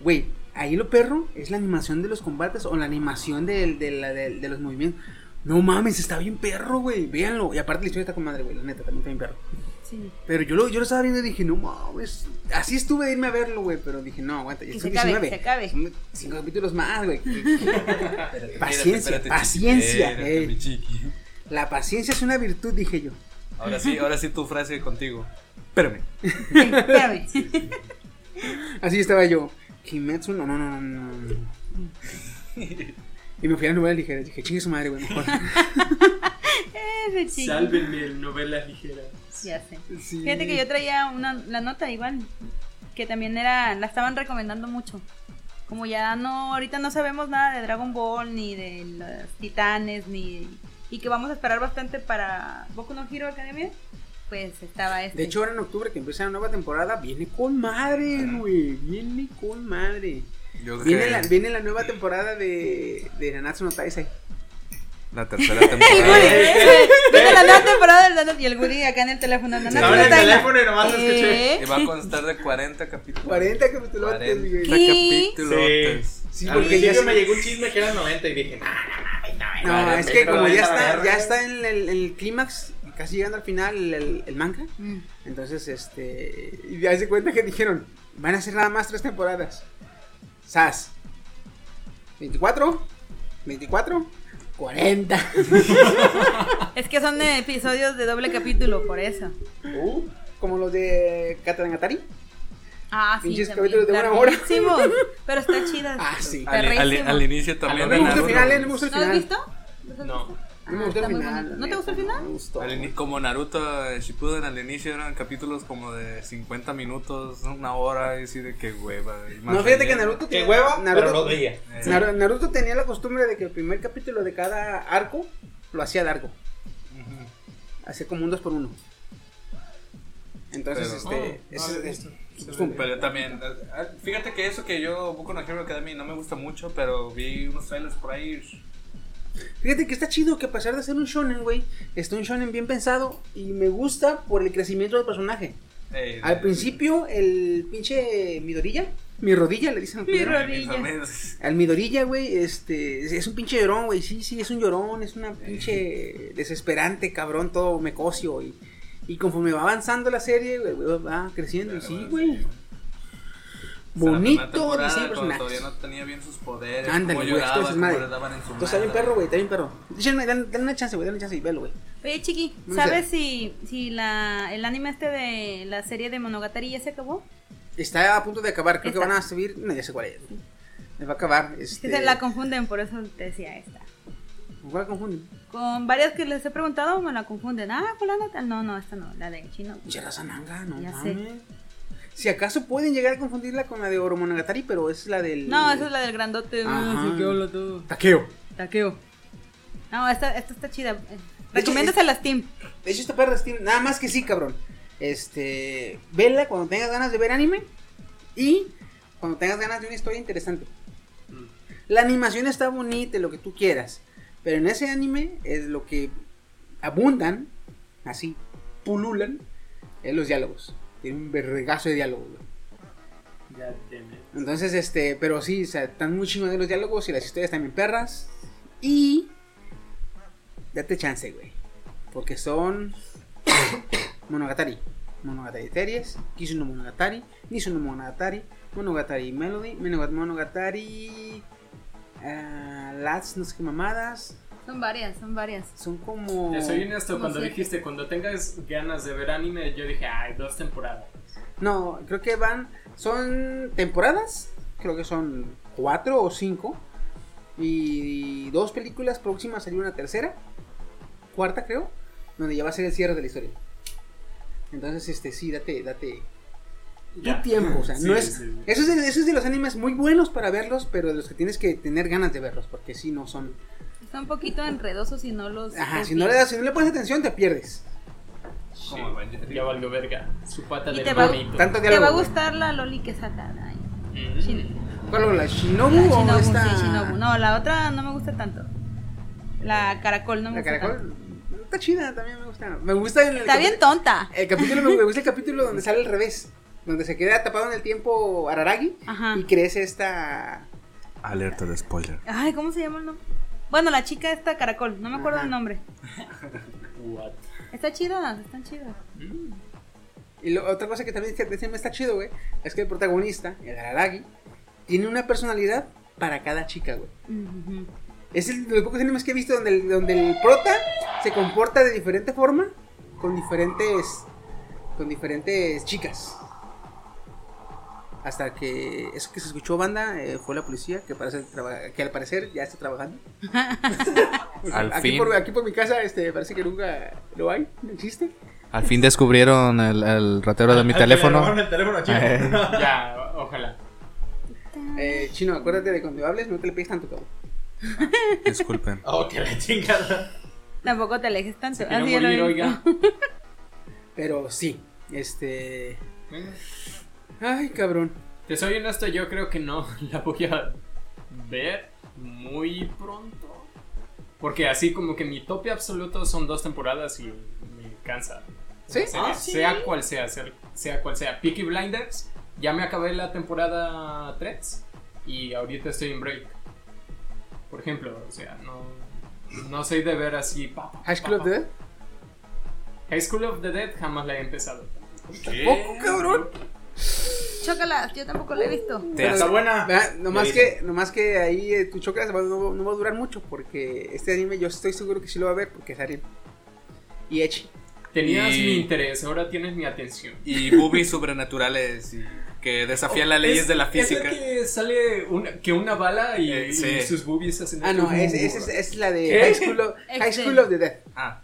[SPEAKER 1] Güey, ahí lo perro es la animación de los combates o la animación del- de, la- de- de los movimientos. No mames, está bien perro, güey. Véanlo. Y aparte la historia está con madre, güey. La neta, también está bien perro.
[SPEAKER 4] Sí.
[SPEAKER 1] Pero yo lo, yo lo estaba viendo y dije, no mames. Así estuve de irme a verlo, güey. Pero dije, no, aguanta, ya
[SPEAKER 4] Que
[SPEAKER 1] son
[SPEAKER 4] se acabe,
[SPEAKER 1] 19.
[SPEAKER 4] que se acabe.
[SPEAKER 1] Son Cinco capítulos más, güey.
[SPEAKER 5] Espérate,
[SPEAKER 1] Paciencia,
[SPEAKER 5] espérate,
[SPEAKER 1] paciencia,
[SPEAKER 5] espérate,
[SPEAKER 1] eh.
[SPEAKER 5] mi chiqui.
[SPEAKER 1] La paciencia es una virtud, dije yo.
[SPEAKER 5] Ahora sí, ahora sí tu frase contigo.
[SPEAKER 3] Espérame.
[SPEAKER 4] Espérame.
[SPEAKER 1] Así estaba yo. Kimetsu, no, no, no, no, no. no. Y me fui a la novela ligera. Dije, chingue su madre, güey, mejor.
[SPEAKER 4] Ese chico.
[SPEAKER 2] Sálvenme novelas ligeras.
[SPEAKER 4] Ya sé.
[SPEAKER 1] Sí.
[SPEAKER 4] Fíjate que yo traía una, la nota igual, que también era, la estaban recomendando mucho. Como ya no, ahorita no sabemos nada de Dragon Ball, ni de los titanes, ni... Y que vamos a esperar bastante para Boku no Hero Academia, pues estaba este.
[SPEAKER 1] De hecho, ahora en octubre que empieza la nueva temporada, viene con madre, güey. Viene con madre.
[SPEAKER 3] Yo creo
[SPEAKER 1] Viene
[SPEAKER 3] que
[SPEAKER 1] la, viene la nueva temporada de, de Nanatsu no Taisai.
[SPEAKER 3] la tercera temporada.
[SPEAKER 1] eh,
[SPEAKER 4] Viene la nueva temporada del Nanatsu- y el Guri acá en el teléfono. Nanatsu
[SPEAKER 6] Estaba en el
[SPEAKER 4] no Taina.
[SPEAKER 6] teléfono y nomás lo escuché.
[SPEAKER 4] ¿Eh?
[SPEAKER 5] Y va a constar de 40 capítulos.
[SPEAKER 1] 40 capítulos,
[SPEAKER 5] 40.
[SPEAKER 1] güey.
[SPEAKER 4] ¿Qué? Sí.
[SPEAKER 3] Capítulos.
[SPEAKER 6] Sí,
[SPEAKER 1] Al
[SPEAKER 6] porque
[SPEAKER 1] principio
[SPEAKER 6] yo
[SPEAKER 1] me
[SPEAKER 6] me llegó un chisme que eran 90 y dije, nah,
[SPEAKER 1] No,
[SPEAKER 5] Vale,
[SPEAKER 1] es que
[SPEAKER 5] pero
[SPEAKER 1] como
[SPEAKER 5] vete
[SPEAKER 1] ya
[SPEAKER 5] a la
[SPEAKER 1] está,
[SPEAKER 5] verga.
[SPEAKER 1] ya está en el, en el clímax, casi llegando al final el, el- el manga,
[SPEAKER 4] Mm.
[SPEAKER 1] entonces, este, y ya se cuenta que dijeron, van a hacer nada más tres temporadas. Sas. 24, 24, 40.
[SPEAKER 4] Es que son episodios de doble capítulo, por eso.
[SPEAKER 1] Uh, como los de Katarangatari.
[SPEAKER 4] Ah, sí.
[SPEAKER 1] Pinches
[SPEAKER 4] también,
[SPEAKER 1] capítulos de una hora.
[SPEAKER 4] larguísimos, Pero está chida.
[SPEAKER 1] Ah, sí.
[SPEAKER 4] Al-
[SPEAKER 3] Al, al- al inicio también.
[SPEAKER 1] No me gusta el
[SPEAKER 2] Naruto.
[SPEAKER 1] final, eh, no me gusta el
[SPEAKER 4] ¿No lo has
[SPEAKER 1] final.
[SPEAKER 4] visto?
[SPEAKER 2] No.
[SPEAKER 1] No
[SPEAKER 4] Ah,
[SPEAKER 1] me gustó el
[SPEAKER 4] está muy
[SPEAKER 1] final.
[SPEAKER 4] bonito.
[SPEAKER 1] la
[SPEAKER 4] ¿No te
[SPEAKER 1] neta,
[SPEAKER 4] gustó el final?
[SPEAKER 1] No me gustó.
[SPEAKER 3] Al ini- como Naruto eh, Shippuden al inicio eran capítulos como de 50 minutos, una hora, y así de que hueva. y más
[SPEAKER 1] No, fíjate
[SPEAKER 3] allá.
[SPEAKER 1] que Naruto
[SPEAKER 6] qué
[SPEAKER 1] tenía-
[SPEAKER 6] hueva,
[SPEAKER 1] Naruto-
[SPEAKER 6] pero lo veía.
[SPEAKER 3] Eh,
[SPEAKER 1] Naru- Naruto tenía la costumbre de que el primer capítulo de cada arco lo hacía largo. Hacía como un 2 por 1 Entonces,
[SPEAKER 3] Pero-
[SPEAKER 1] este.
[SPEAKER 2] Oh,
[SPEAKER 1] es-
[SPEAKER 2] no había
[SPEAKER 1] es-
[SPEAKER 2] visto.
[SPEAKER 1] es un-
[SPEAKER 5] Pero también, ah, fíjate que eso que yo, Boku no Hero Academy, no me gusta mucho, pero vi unos trailers por ahí.
[SPEAKER 1] Fíjate que está chido que a pesar de ser un shonen, güey, está un shonen bien pensado y me gusta por el crecimiento del personaje.
[SPEAKER 5] eh,
[SPEAKER 1] Al
[SPEAKER 5] de-
[SPEAKER 1] principio, el pinche Midorilla, mi rodilla le dicen al
[SPEAKER 4] Mi
[SPEAKER 1] culero.
[SPEAKER 5] de mis
[SPEAKER 4] Rodillas.
[SPEAKER 5] amigos.
[SPEAKER 1] Al Midorilla, güey, este, es- es un pinche llorón, güey, sí, sí, es un llorón, es una pinche desesperante, cabrón, todo mecocio, y, y conforme va avanzando la serie, güey, güey, va creciendo, y sí, güey,
[SPEAKER 5] Hasta la primera
[SPEAKER 1] bonito pues,
[SPEAKER 5] temporada,
[SPEAKER 1] diseño de
[SPEAKER 5] cuando Todavía
[SPEAKER 1] personajes.
[SPEAKER 5] no tenía bien sus poderes.
[SPEAKER 1] Ándale,
[SPEAKER 5] cómo
[SPEAKER 1] güey,
[SPEAKER 5] lloraba,
[SPEAKER 1] esto es
[SPEAKER 5] cómo
[SPEAKER 1] madre.
[SPEAKER 5] le daban en su
[SPEAKER 1] Entonces está bien
[SPEAKER 5] madre.
[SPEAKER 1] perro, güey, está bien perro. Dale, dale, dale una chance, güey, dale una chance y velo, güey.
[SPEAKER 4] Oye, Chiqui,
[SPEAKER 1] No sé.
[SPEAKER 4] ¿sabes si, si la, el anime este de la serie de Monogatari ya se acabó?
[SPEAKER 1] Está a punto de acabar, creo que
[SPEAKER 4] Está.
[SPEAKER 1] van a subir, no, ya sé cuál es. Me va a acabar,
[SPEAKER 4] Es que
[SPEAKER 1] este...
[SPEAKER 4] se la confunden, por eso te decía esta.
[SPEAKER 1] ¿Cuál confunden?
[SPEAKER 4] Con varias que les he preguntado me la confunden. Ah, fulana tal. No, no, esta no, la de Chino.
[SPEAKER 1] Yarasananga, no
[SPEAKER 4] Ya sé.
[SPEAKER 1] mames. Si acaso pueden llegar a confundirla con la de Oromonagatari, pero es la del...
[SPEAKER 4] No, esa es la del grandote. Ah,
[SPEAKER 1] Ajá.
[SPEAKER 4] Sí, que habla todo.
[SPEAKER 1] Taqueo.
[SPEAKER 4] Taqueo. No, esta, esta está chida.
[SPEAKER 1] De hecho,
[SPEAKER 4] Recomiéndase a las Team.
[SPEAKER 1] De hecho, esta perra tiene nada más que sí, cabrón. Este, vela cuando tengas ganas de ver anime y cuando tengas ganas de una historia interesante.
[SPEAKER 2] Mm.
[SPEAKER 1] La animación está bonita, lo que tú quieras, pero en ese anime es lo que abundan, así pululan, es los diálogos. Tiene un verregazo de diálogos. güey.
[SPEAKER 2] Ya tiene.
[SPEAKER 1] Entonces, este, pero sí, o sea, están muy chingones los diálogos y las historias también perras. Y date chance, güey. Porque son Monogatari. Monogatari series, Kisuno Monogatari, Nisuno Monogatari, Monogatari Melody, Monoga- Monogatari ah, Lats, no sé qué mamadas.
[SPEAKER 4] Son varias, son varias.
[SPEAKER 1] Son como.
[SPEAKER 2] Te soy honesto,
[SPEAKER 4] No
[SPEAKER 2] cuando
[SPEAKER 4] sé.
[SPEAKER 2] dijiste, cuando tengas ganas de ver anime, yo dije, ay, dos temporadas.
[SPEAKER 1] No, creo que van. Son temporadas. Creo que son cuatro o cinco. Y dos películas. Próxima salió una tercera. Cuarta, creo. Donde ya va a ser el cierre de la historia. Entonces, este, sí, date, date. Tu
[SPEAKER 2] Ya.
[SPEAKER 1] tiempo, o sea,
[SPEAKER 2] Sí,
[SPEAKER 1] no es.
[SPEAKER 2] sí, sí.
[SPEAKER 1] Eso es, de, eso es de los animes muy buenos para verlos, pero de los que tienes que tener ganas de verlos, porque si no son.
[SPEAKER 4] Está un poquito enredoso si no los.
[SPEAKER 1] Ajá, si no le das, si no le pones atención, te pierdes.
[SPEAKER 5] Como Evangelion.
[SPEAKER 2] Ya valió verga. Su pata
[SPEAKER 4] Y
[SPEAKER 2] del
[SPEAKER 4] te va-
[SPEAKER 2] mamito.
[SPEAKER 1] Tanto
[SPEAKER 4] Te va a
[SPEAKER 1] diálogo.
[SPEAKER 4] gustar la Loli que saca. ay,
[SPEAKER 2] Mm.
[SPEAKER 4] Shin-
[SPEAKER 1] ¿Cuál o la
[SPEAKER 4] la
[SPEAKER 1] Shinobu o
[SPEAKER 4] Shinobu,
[SPEAKER 1] esta?
[SPEAKER 4] sí, Shinobu. No, la otra no me gusta tanto. La Caracol no me
[SPEAKER 1] La
[SPEAKER 4] gusta. tanto.
[SPEAKER 1] caracol. Está chida, también me gusta. Me gusta en el
[SPEAKER 4] Está bien
[SPEAKER 1] capítulo-
[SPEAKER 4] tonta.
[SPEAKER 1] El capítulo me me gusta el capítulo donde sale al revés, donde se queda tapado en el tiempo Araragi
[SPEAKER 4] Ajá.
[SPEAKER 1] y crece esta
[SPEAKER 3] Alerta de spoiler.
[SPEAKER 4] Ay, ¿cómo se llama el nombre? Bueno, la chica esta Caracol, no me acuerdo
[SPEAKER 1] Ajá.
[SPEAKER 4] el nombre.
[SPEAKER 2] What?
[SPEAKER 4] Está chida, están chidas.
[SPEAKER 1] Y lo- otra cosa que también se- se me está chido, güey, es que el protagonista, el Araragi, tiene una personalidad para cada chica, güey.
[SPEAKER 4] Ujú.
[SPEAKER 1] Es el, de los pocos animes que he visto donde el, donde el prota se comporta de diferente forma con diferentes con diferentes chicas. Hasta que eso que se escuchó banda eh, fue la policía que parece traba- que al parecer ya está trabajando.
[SPEAKER 5] Al
[SPEAKER 1] aquí
[SPEAKER 5] fin.
[SPEAKER 1] por aquí por mi casa este parece que nunca lo hay, no existe.
[SPEAKER 5] Al fin descubrieron el, el ratero de mi
[SPEAKER 6] Al que le robaron
[SPEAKER 5] teléfono.
[SPEAKER 6] el teléfono a Chino.
[SPEAKER 2] Ya, ojalá.
[SPEAKER 1] Eh, chino, acuérdate de cuando hables no te le pegues tanto cabrón.
[SPEAKER 3] Disculpen.
[SPEAKER 6] Oh, que la chingada.
[SPEAKER 4] Tampoco te alejes tanto.
[SPEAKER 2] Se quiere
[SPEAKER 4] Así ya lo
[SPEAKER 2] morir,
[SPEAKER 4] he visto.
[SPEAKER 2] oiga.
[SPEAKER 1] Pero sí, este
[SPEAKER 2] Venga.
[SPEAKER 1] ay, cabrón.
[SPEAKER 2] Te soy honesto, yo creo que no la voy a ver muy pronto. Porque así como que mi tope absoluto son dos temporadas y me cansa.
[SPEAKER 1] Ah, ¿Sí?
[SPEAKER 2] Sea, sea cual sea, sea, sea cual sea. Peaky Blinders, ya me acabé la temporada 3 y ahorita estoy en break. Por ejemplo, o sea, no, no soy de ver así. pa, pa, pa,
[SPEAKER 1] Hash Club
[SPEAKER 2] pa.
[SPEAKER 1] Dead.
[SPEAKER 2] High School of the Dead jamás la he empezado. Eh, Oh,
[SPEAKER 1] Poco cabrón.
[SPEAKER 4] Chócalas, yo tampoco la he visto.
[SPEAKER 1] Pero-
[SPEAKER 6] Está buena.
[SPEAKER 1] ¿Verdad? Nomás
[SPEAKER 6] Ya
[SPEAKER 1] que, nomás que ahí eh, tu chocas va- no, no va a durar mucho porque este anime yo estoy seguro que sí lo va a ver porque es anime. Y Echi.
[SPEAKER 2] Tenías
[SPEAKER 5] Y-
[SPEAKER 2] mi interés, ahora tienes mi atención.
[SPEAKER 5] Y boobies sobrenaturales y que
[SPEAKER 1] Oh,
[SPEAKER 5] desafían las leyes
[SPEAKER 2] Es-
[SPEAKER 5] de la
[SPEAKER 2] es
[SPEAKER 5] física.
[SPEAKER 2] que sale una, que una bala y,
[SPEAKER 5] Eh,
[SPEAKER 2] y
[SPEAKER 5] sí.
[SPEAKER 2] sus boobies hacen.
[SPEAKER 1] Ah,
[SPEAKER 5] Uh.
[SPEAKER 1] no, es, es, es, es la de High School, of, High School of the Dead.
[SPEAKER 5] Ah,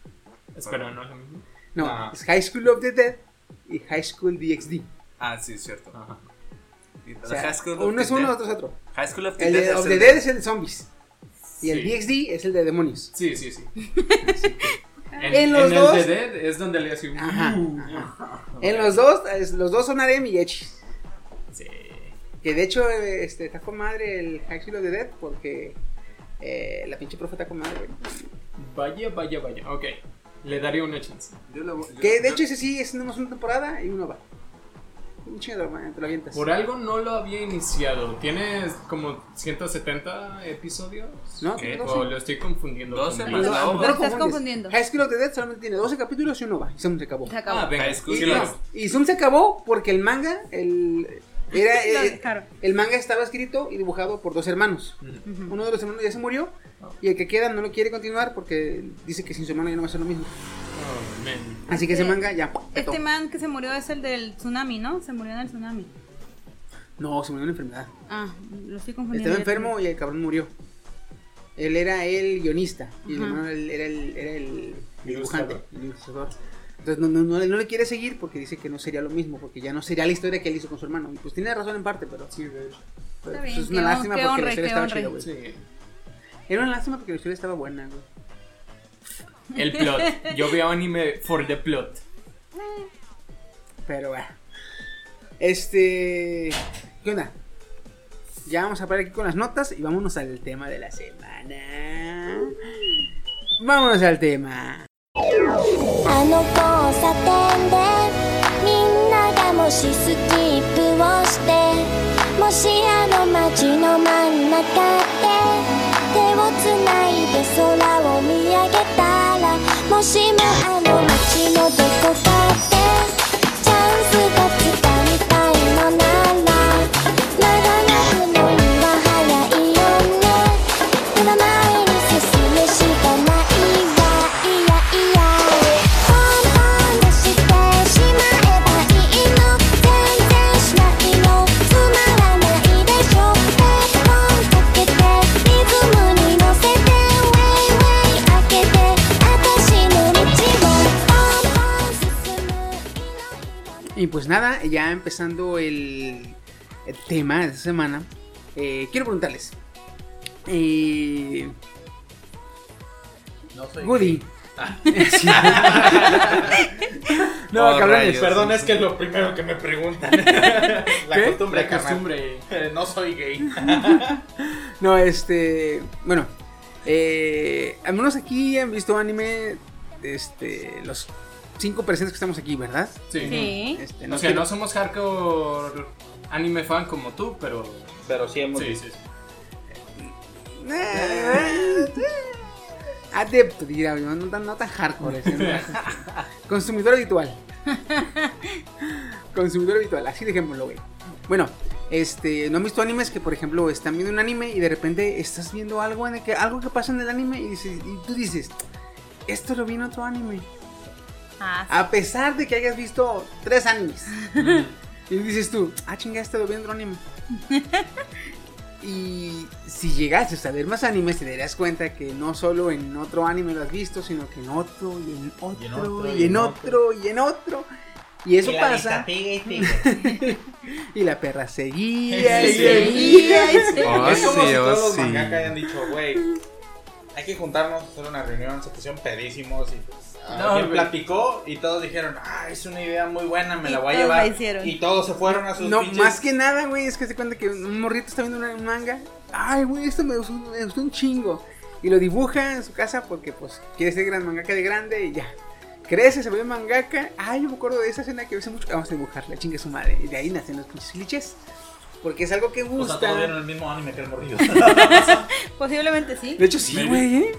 [SPEAKER 2] Espera, no es lo mismo.
[SPEAKER 1] No,
[SPEAKER 6] Ah.
[SPEAKER 1] es High School of the Dead y High School DxD.
[SPEAKER 5] ah, sí, es cierto.
[SPEAKER 2] Ajá.
[SPEAKER 5] Y
[SPEAKER 1] O sea,
[SPEAKER 5] High School of
[SPEAKER 1] uno
[SPEAKER 5] the
[SPEAKER 1] es uno,
[SPEAKER 5] Dead.
[SPEAKER 1] otro es otro.
[SPEAKER 5] High School of the
[SPEAKER 1] El de
[SPEAKER 5] Dead
[SPEAKER 1] of
[SPEAKER 5] es
[SPEAKER 1] the
[SPEAKER 5] el-
[SPEAKER 1] Dead es el de zombies. Y el
[SPEAKER 2] Sí.
[SPEAKER 1] DxD es el de demonios.
[SPEAKER 2] Sí, sí, sí. En,
[SPEAKER 1] En los
[SPEAKER 2] en
[SPEAKER 1] dos-
[SPEAKER 2] el de Dead es donde le hace un.
[SPEAKER 1] Ajá, En los dos, es- los dos son harem y Echi.
[SPEAKER 2] Sí.
[SPEAKER 1] Que de hecho eh, este, está con madre el High School of the Dead porque eh, la pinche profe está con madre, güey.
[SPEAKER 2] Vaya, vaya, vaya. Ok. Le daría una chance.
[SPEAKER 5] Yo lo- yo-
[SPEAKER 1] Que de
[SPEAKER 5] yo-
[SPEAKER 1] hecho ese sí es nomás una temporada y uno va. Un chingo de broma, te lo avientas.
[SPEAKER 2] Por algo no lo había iniciado. Tiene como 170 episodios?
[SPEAKER 1] No,
[SPEAKER 2] ¿Qué?
[SPEAKER 1] tiene
[SPEAKER 2] O
[SPEAKER 1] 12.
[SPEAKER 2] lo estoy confundiendo. con
[SPEAKER 5] 12
[SPEAKER 2] Black
[SPEAKER 1] No,
[SPEAKER 5] más la
[SPEAKER 2] Mirror.
[SPEAKER 1] no,
[SPEAKER 5] obra.
[SPEAKER 4] Lo
[SPEAKER 1] no lo
[SPEAKER 4] estás
[SPEAKER 1] confundes.
[SPEAKER 4] confundiendo.
[SPEAKER 1] High School of the Dead solamente tiene 12 capítulos y uno va. Y Zoom se acabó.
[SPEAKER 4] Se acabó.
[SPEAKER 2] Ah, venga.
[SPEAKER 5] High School
[SPEAKER 1] Y,
[SPEAKER 2] sí,
[SPEAKER 5] of
[SPEAKER 1] no,
[SPEAKER 5] the
[SPEAKER 2] lo-
[SPEAKER 5] Dead.
[SPEAKER 1] y Zoom se acabó porque el manga, el, era,
[SPEAKER 4] Lo
[SPEAKER 1] eh,
[SPEAKER 4] dejaron.
[SPEAKER 1] el manga estaba escrito y dibujado por dos hermanos. Uno de los hermanos ya se murió y el que queda no lo quiere continuar porque dice que sin su hermano ya no va a ser lo mismo.
[SPEAKER 2] Oh, man.
[SPEAKER 1] Así que ese
[SPEAKER 4] Este-
[SPEAKER 1] manga ya. petó.
[SPEAKER 4] Este man que se murió es el del tsunami, ¿no? Se murió en el tsunami.
[SPEAKER 1] No, se murió de una enfermedad.
[SPEAKER 4] Ah, lo estoy confundiendo.
[SPEAKER 1] Estaba enfermo y el cabrón murió. Él era el guionista y el
[SPEAKER 4] Ajá.
[SPEAKER 1] hermano era el, era el- era el dibujante,
[SPEAKER 6] Ilustrador.
[SPEAKER 1] el ilustrador. Entonces no, no, no, no le quiere seguir porque dice que no sería lo mismo, porque ya no sería la historia que él hizo con su hermano. Y pues tiene razón en parte, pero,
[SPEAKER 2] Sí, de hecho.
[SPEAKER 1] pero,
[SPEAKER 4] Está
[SPEAKER 1] pues,
[SPEAKER 4] bien,
[SPEAKER 1] es una
[SPEAKER 4] que
[SPEAKER 1] lástima
[SPEAKER 4] hon- que
[SPEAKER 1] porque la
[SPEAKER 4] honre,
[SPEAKER 1] historia
[SPEAKER 4] que
[SPEAKER 1] estaba
[SPEAKER 4] honre.
[SPEAKER 1] chida, güey.
[SPEAKER 2] Sí.
[SPEAKER 1] Era una lástima porque la historia estaba buena, güey.
[SPEAKER 2] El plot. Yo veo anime for the plot.
[SPEAKER 1] Pero bueno. Este. ¿Qué onda? Ya vamos a parar aquí con las notas y vámonos al tema de la semana. Vámonos al tema.
[SPEAKER 7] あの交差点でみんながもしスキップをしてもしあの街の真ん中で手をつないで空を見上げたらもしもあの街のどこかでチャンスがつかみたいのなら長くのには早いよね今前に進むしかないわいやいや我慢してしまえばいいの全
[SPEAKER 1] pues nada, ya empezando el, el tema de esta semana, eh, quiero preguntarles. Eh,
[SPEAKER 6] No
[SPEAKER 3] Pues,
[SPEAKER 6] soy.
[SPEAKER 1] Woody. no,
[SPEAKER 3] Ah. Oh,
[SPEAKER 1] cabrones.
[SPEAKER 3] rayos.
[SPEAKER 6] Perdón, es que es lo primero que me preguntan. La
[SPEAKER 1] ¿Qué?
[SPEAKER 6] costumbre,
[SPEAKER 2] La
[SPEAKER 6] carnal.
[SPEAKER 2] costumbre.
[SPEAKER 6] Eh, No soy gay.
[SPEAKER 1] No, este. Bueno, eh, al menos aquí han visto anime. Este, los cinco presentes que estamos aquí, ¿verdad?
[SPEAKER 2] Sí.
[SPEAKER 4] Sí.
[SPEAKER 1] Este,
[SPEAKER 2] O sea,
[SPEAKER 1] quiero-
[SPEAKER 2] no somos hardcore anime fan como tú, pero.
[SPEAKER 5] Pero sí hemos
[SPEAKER 2] Sí,
[SPEAKER 5] visto.
[SPEAKER 2] sí, sí.
[SPEAKER 1] Adepto, diría yo, no tan, no tan hardcore. ese, ¿no? Consumidor habitual. Consumidor habitual, así dejémoslo, güey. Bueno, este, ¿no han visto animes que, por ejemplo, están viendo un anime y de repente estás viendo algo en el que, algo que pasa en el anime y, dices- y tú dices, esto lo vi en otro anime?
[SPEAKER 4] Ah,
[SPEAKER 1] A pesar de que hayas visto tres animes. y dices tú, ah, chinga, este lo vi en otro anime. y si llegases a ver más animes, te darías cuenta que no solo en otro anime lo has visto, sino que en otro, y en otro, y en otro, y en, otro, y en otro. Y eso pasa. y la perra seguía, y
[SPEAKER 6] Sí.
[SPEAKER 1] seguía, y seguía.
[SPEAKER 4] Ah,
[SPEAKER 3] Oh,
[SPEAKER 6] es como
[SPEAKER 3] sí,
[SPEAKER 6] si
[SPEAKER 3] oh,
[SPEAKER 6] todos los
[SPEAKER 3] sí.
[SPEAKER 6] mangaka hayan dicho, güey, hay que juntarnos, hacer una reunión, se pusieron pedísimos y pues,
[SPEAKER 2] No,
[SPEAKER 6] alguien
[SPEAKER 2] güey.
[SPEAKER 6] platicó y todos dijeron, ah, es una idea muy buena, me
[SPEAKER 4] Y
[SPEAKER 6] la voy a
[SPEAKER 4] todos la
[SPEAKER 6] llevar.
[SPEAKER 4] hicieron.
[SPEAKER 6] Y todos se fueron a sus
[SPEAKER 1] No,
[SPEAKER 6] pinches-
[SPEAKER 1] más que nada, güey, es que se cuenta que un morrito está viendo una- un manga. Ay, güey, esto me gustó, me gustó un chingo. Y lo dibuja en su casa porque, pues, quiere ser gran mangaka de grande y ya. Crece, se ve mangaka. Ay, yo me acuerdo de esa escena que hace mucho. Vamos a dibujarla, chingue su madre. Y de ahí nacen los pinches clichés. Porque es algo que
[SPEAKER 6] O
[SPEAKER 1] gusta.
[SPEAKER 6] sea, todos vieron el mismo anime que el morrillo.
[SPEAKER 1] Ah.
[SPEAKER 4] Posiblemente sí.
[SPEAKER 1] De hecho, sí,
[SPEAKER 2] Maybe.
[SPEAKER 1] güey, ¿eh?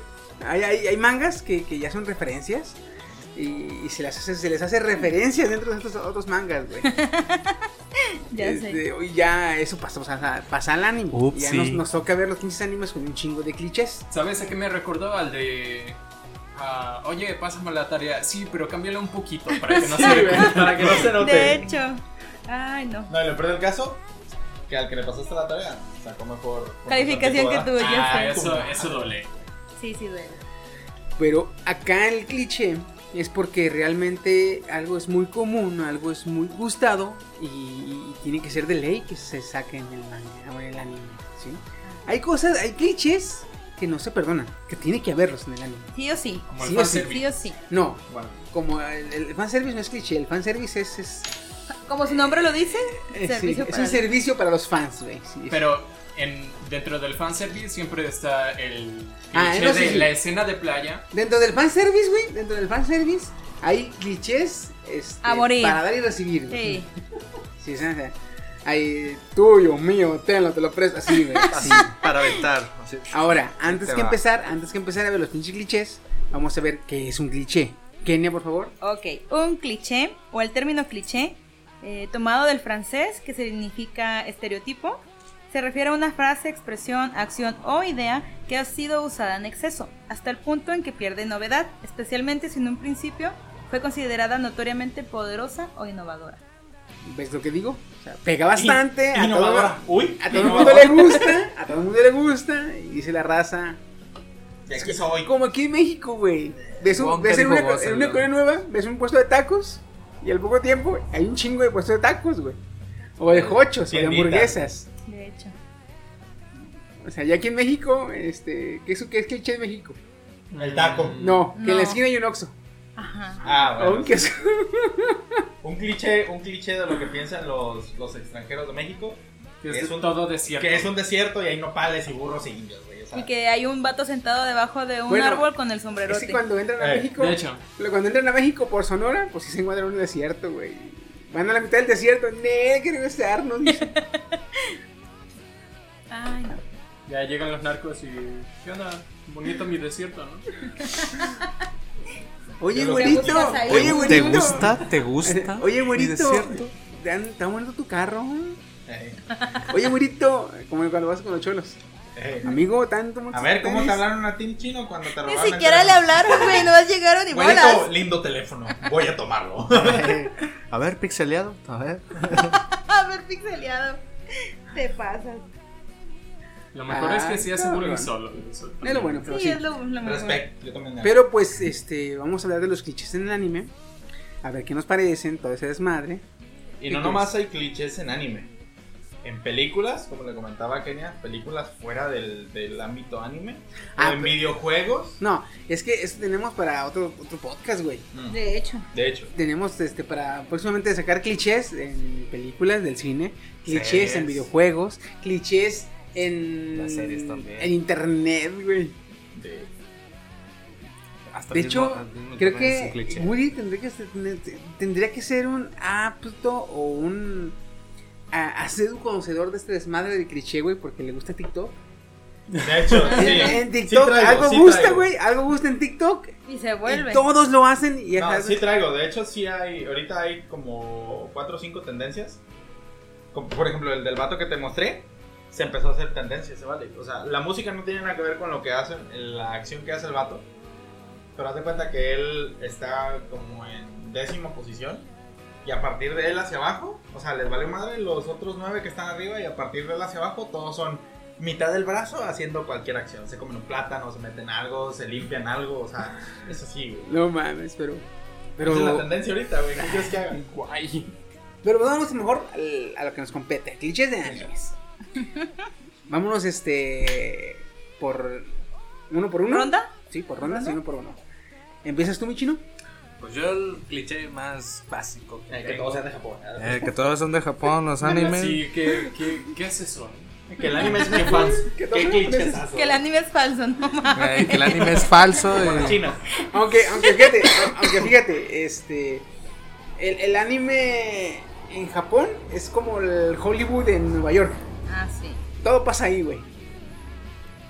[SPEAKER 1] Hay, hay, hay mangas que, que ya son referencias. Y, y se, las hace- se les hace referencias dentro de estos otros mangas, güey.
[SPEAKER 4] Ya sé.
[SPEAKER 1] Este, y ya eso pasa, o sea, pasa al anime.
[SPEAKER 3] Ups,
[SPEAKER 1] ya
[SPEAKER 3] sí.
[SPEAKER 1] nos, nos toca ver los 15 animes con un chingo de clichés.
[SPEAKER 2] ¿Sabes a qué me recordó? Al de. ah, Oye, pásame la tarea. Sí, pero cámbiala un poquito para que no se Ah,
[SPEAKER 6] Para que no se note.
[SPEAKER 4] De hecho. Ay, no.
[SPEAKER 6] No, y lo peor del caso, que al que le pasaste la tarea, sacó mejor.
[SPEAKER 4] Calificación que
[SPEAKER 6] ¿verdad?
[SPEAKER 4] tú, ya
[SPEAKER 2] Ah,
[SPEAKER 4] sé.
[SPEAKER 2] eso, eso duele.
[SPEAKER 4] Sí, sí, duele.
[SPEAKER 1] Pero acá el cliché es porque realmente algo es muy común, algo es muy gustado y, y tiene que ser de ley que se saque en el manga o en el anime. ¿sí? Hay cosas, hay clichés que no se perdonan, que tiene que haberlos en el anime.
[SPEAKER 4] Sí o sí.
[SPEAKER 2] Como
[SPEAKER 1] Sí
[SPEAKER 2] el
[SPEAKER 1] o sí,
[SPEAKER 2] fanservice.
[SPEAKER 4] Sí o sí.
[SPEAKER 1] No,
[SPEAKER 6] Bueno,
[SPEAKER 1] como el, el fanservice no es cliché, el fanservice es, es,
[SPEAKER 4] Como su nombre lo dice,
[SPEAKER 1] es-
[SPEAKER 4] Servicio
[SPEAKER 1] Eh, es
[SPEAKER 4] para
[SPEAKER 1] un
[SPEAKER 4] el-
[SPEAKER 1] servicio para los fans, güey. sí, es-
[SPEAKER 2] Pero en, dentro del fanservice siempre está el
[SPEAKER 1] Ah,
[SPEAKER 2] cliché
[SPEAKER 1] no, sí,
[SPEAKER 2] de
[SPEAKER 1] sí.
[SPEAKER 2] la escena de playa.
[SPEAKER 1] Dentro del fanservice, güey, dentro del fanservice hay clichés este,
[SPEAKER 4] A morir.
[SPEAKER 1] para dar y recibir. güey.
[SPEAKER 4] sí.
[SPEAKER 1] Sí, o sea, hay tuyo, mío, tenlo, te lo presto, así, güey.
[SPEAKER 3] Así, para aventar. así.
[SPEAKER 1] Ahora, antes
[SPEAKER 3] te
[SPEAKER 1] que
[SPEAKER 3] va.
[SPEAKER 1] empezar, antes que empezar a ver los pinches clichés, vamos a ver qué es un cliché. Kenia, por favor.
[SPEAKER 4] Ok, un cliché o el término cliché, eh, tomado del francés, que significa estereotipo, se refiere a una frase, expresión, acción o idea que ha sido usada en exceso, hasta el punto en que pierde novedad, especialmente si en un principio fue considerada notoriamente poderosa o innovadora.
[SPEAKER 1] ¿Ves lo que digo? O sea, pega bastante, a todo,
[SPEAKER 6] Innovadora. Uy,
[SPEAKER 1] a todo el mundo le gusta, a todo el mundo le gusta, y dice la raza,
[SPEAKER 6] y aquí soy.
[SPEAKER 1] Como aquí en México, güey. Ves, un-
[SPEAKER 3] Wonka
[SPEAKER 1] ves en,
[SPEAKER 3] dijo
[SPEAKER 1] una,
[SPEAKER 3] vos,
[SPEAKER 1] en una
[SPEAKER 3] ¿no?
[SPEAKER 1] colonia nueva, ves un puesto de tacos y al poco tiempo hay un chingo de puestos de tacos, güey. O de hochos, o de
[SPEAKER 6] Tiendita.
[SPEAKER 1] hamburguesas.
[SPEAKER 4] De hecho,
[SPEAKER 1] O sea, ya aquí en México, este, ¿qué es, qué es cliché en México?
[SPEAKER 6] El taco.
[SPEAKER 1] No, que en
[SPEAKER 4] No.
[SPEAKER 1] la esquina hay un oxo.
[SPEAKER 4] ajá.
[SPEAKER 6] Ah, bueno.
[SPEAKER 1] un queso.
[SPEAKER 6] Un cliché, un cliché de lo que piensan los, los extranjeros de México,
[SPEAKER 2] Que es,
[SPEAKER 6] Es un-
[SPEAKER 2] todo desierto.
[SPEAKER 6] que es un desierto y hay nopales y burros y indios, güey. o sea,
[SPEAKER 4] Y que hay un vato sentado debajo de un
[SPEAKER 1] Bueno,
[SPEAKER 4] árbol con el
[SPEAKER 1] Es
[SPEAKER 4] sombrerote.
[SPEAKER 1] que cuando entran a
[SPEAKER 6] Eh,
[SPEAKER 1] México,
[SPEAKER 2] De hecho,
[SPEAKER 1] lo- cuando entran a México por Sonora, pues sí se encuentran en un desierto, güey. Van a la mitad del desierto, ne, que regresarnos. dice.
[SPEAKER 4] Ay, no.
[SPEAKER 2] ya llegan los narcos y. ¿Qué onda? Bonito mi desierto, ¿no?
[SPEAKER 1] Oye,
[SPEAKER 6] Te
[SPEAKER 1] güerito,
[SPEAKER 4] buscas ahí.
[SPEAKER 1] oye,
[SPEAKER 3] ¿Te, ¿Te
[SPEAKER 1] güerito.
[SPEAKER 3] gusta? ¿Te gusta?
[SPEAKER 1] Oye,
[SPEAKER 3] mi
[SPEAKER 1] güerito,
[SPEAKER 3] desierto?
[SPEAKER 1] ¿te han- ¿te ha muerto tu carro? güey?
[SPEAKER 6] eh,
[SPEAKER 1] Oye, güerito, como cuando vas con los cholos.
[SPEAKER 6] eh.
[SPEAKER 1] Amigo, tanto
[SPEAKER 6] A ver, ¿cómo te hablaron a ti en chino cuando te robaron?
[SPEAKER 4] Ni
[SPEAKER 6] el
[SPEAKER 4] siquiera le
[SPEAKER 6] teléfono?
[SPEAKER 4] hablaron, güey, nomás llegaron y
[SPEAKER 6] Güerito,
[SPEAKER 4] bolas.
[SPEAKER 6] lindo teléfono. Voy a tomarlo.
[SPEAKER 3] A ver, pixeleado. A ver.
[SPEAKER 4] A ver, pixeleado. Te pasas.
[SPEAKER 2] Lo mejor es que sí
[SPEAKER 1] Ay,
[SPEAKER 2] aseguro
[SPEAKER 1] Ah, cabrón.
[SPEAKER 2] el solo. eso
[SPEAKER 1] Es lo bueno, pero
[SPEAKER 4] Sí,
[SPEAKER 1] sí.
[SPEAKER 4] es lo, lo mejor.
[SPEAKER 6] Respect, yo también.
[SPEAKER 1] Pero pues, este, vamos a hablar de los clichés en el anime. A ver qué nos parecen, todo ese desmadre.
[SPEAKER 6] Y no nomás hay clichés en anime. En películas, como le comentaba Kenia, películas fuera del, del ámbito anime.
[SPEAKER 1] Ah,
[SPEAKER 6] o en
[SPEAKER 1] pero-
[SPEAKER 6] videojuegos.
[SPEAKER 1] No, es que eso tenemos para otro, otro podcast, güey.
[SPEAKER 6] Mm,
[SPEAKER 4] De hecho.
[SPEAKER 6] De hecho.
[SPEAKER 1] Tenemos este para próximamente sacar clichés en películas del cine, clichés en
[SPEAKER 5] Series.
[SPEAKER 1] videojuegos, clichés en,
[SPEAKER 3] Las series también.
[SPEAKER 1] en internet, güey.
[SPEAKER 6] de-
[SPEAKER 3] Hasta
[SPEAKER 1] De
[SPEAKER 3] mismo-
[SPEAKER 1] hecho,
[SPEAKER 3] hasta mismo
[SPEAKER 1] Creo
[SPEAKER 3] también es un
[SPEAKER 1] que
[SPEAKER 3] cliché.
[SPEAKER 1] Woody tendría que ser, tendría que ser un apto o un a- hacer un conocedor de este desmadre de cliché, güey, porque le gusta TikTok.
[SPEAKER 6] De hecho, sí.
[SPEAKER 1] En- en
[SPEAKER 6] Sí
[SPEAKER 1] TikTok
[SPEAKER 6] traigo,
[SPEAKER 1] algo
[SPEAKER 6] sí
[SPEAKER 1] gusta,
[SPEAKER 6] traigo.
[SPEAKER 1] güey, algo gusta en TikTok
[SPEAKER 4] Y se vuelve.
[SPEAKER 1] y todos lo hacen y ya
[SPEAKER 6] No,
[SPEAKER 1] sabes.
[SPEAKER 6] sí traigo. De hecho, sí hay. Ahorita hay como cuatro o cinco tendencias. Como, por ejemplo, el del vato que te mostré. Se empezó a hacer tendencia, se vale. O sea, la música no tiene nada que ver con lo que hace, la acción que hace el vato. Pero haz de cuenta que él está como en décima posición. Y a partir de él hacia abajo, o sea, les vale madre los otros nueve que están arriba. Y a partir de él hacia abajo, todos son mitad del brazo haciendo cualquier acción. Se comen un plátano, se meten algo, se limpian algo. O sea, es así, güey.
[SPEAKER 1] No mames, pero
[SPEAKER 6] Pero... es la
[SPEAKER 1] pero
[SPEAKER 6] tendencia ahorita, güey. ¿Qué quieres que haga?
[SPEAKER 1] pero vamos mejor al- a lo que nos compete, clichés de animes. Vámonos este por uno por uno.
[SPEAKER 4] ¿Ronda?
[SPEAKER 1] Sí, por ronda, sí, uno por uno. ¿Empiezas tú, mi chino?
[SPEAKER 3] Pues yo el cliché más básico.
[SPEAKER 2] Eh,
[SPEAKER 6] Que todos sean de Japón.
[SPEAKER 3] Eh, que todos son de Japón, los animes.
[SPEAKER 2] Sí, ¿qué, qué, qué es eso?
[SPEAKER 6] Que el anime es que fans.
[SPEAKER 1] Que todos
[SPEAKER 6] Qué
[SPEAKER 1] sean
[SPEAKER 6] clichés.
[SPEAKER 1] japoneses.
[SPEAKER 4] Que el anime es falso, no mames.
[SPEAKER 3] Eh, que el anime es falso.
[SPEAKER 6] Como
[SPEAKER 3] y-
[SPEAKER 6] la China.
[SPEAKER 1] Aunque, aunque fíjate, aunque fíjate, este el, el anime en Japón es como el Hollywood en Nueva York.
[SPEAKER 4] Ah, sí.
[SPEAKER 1] Todo pasa ahí, güey.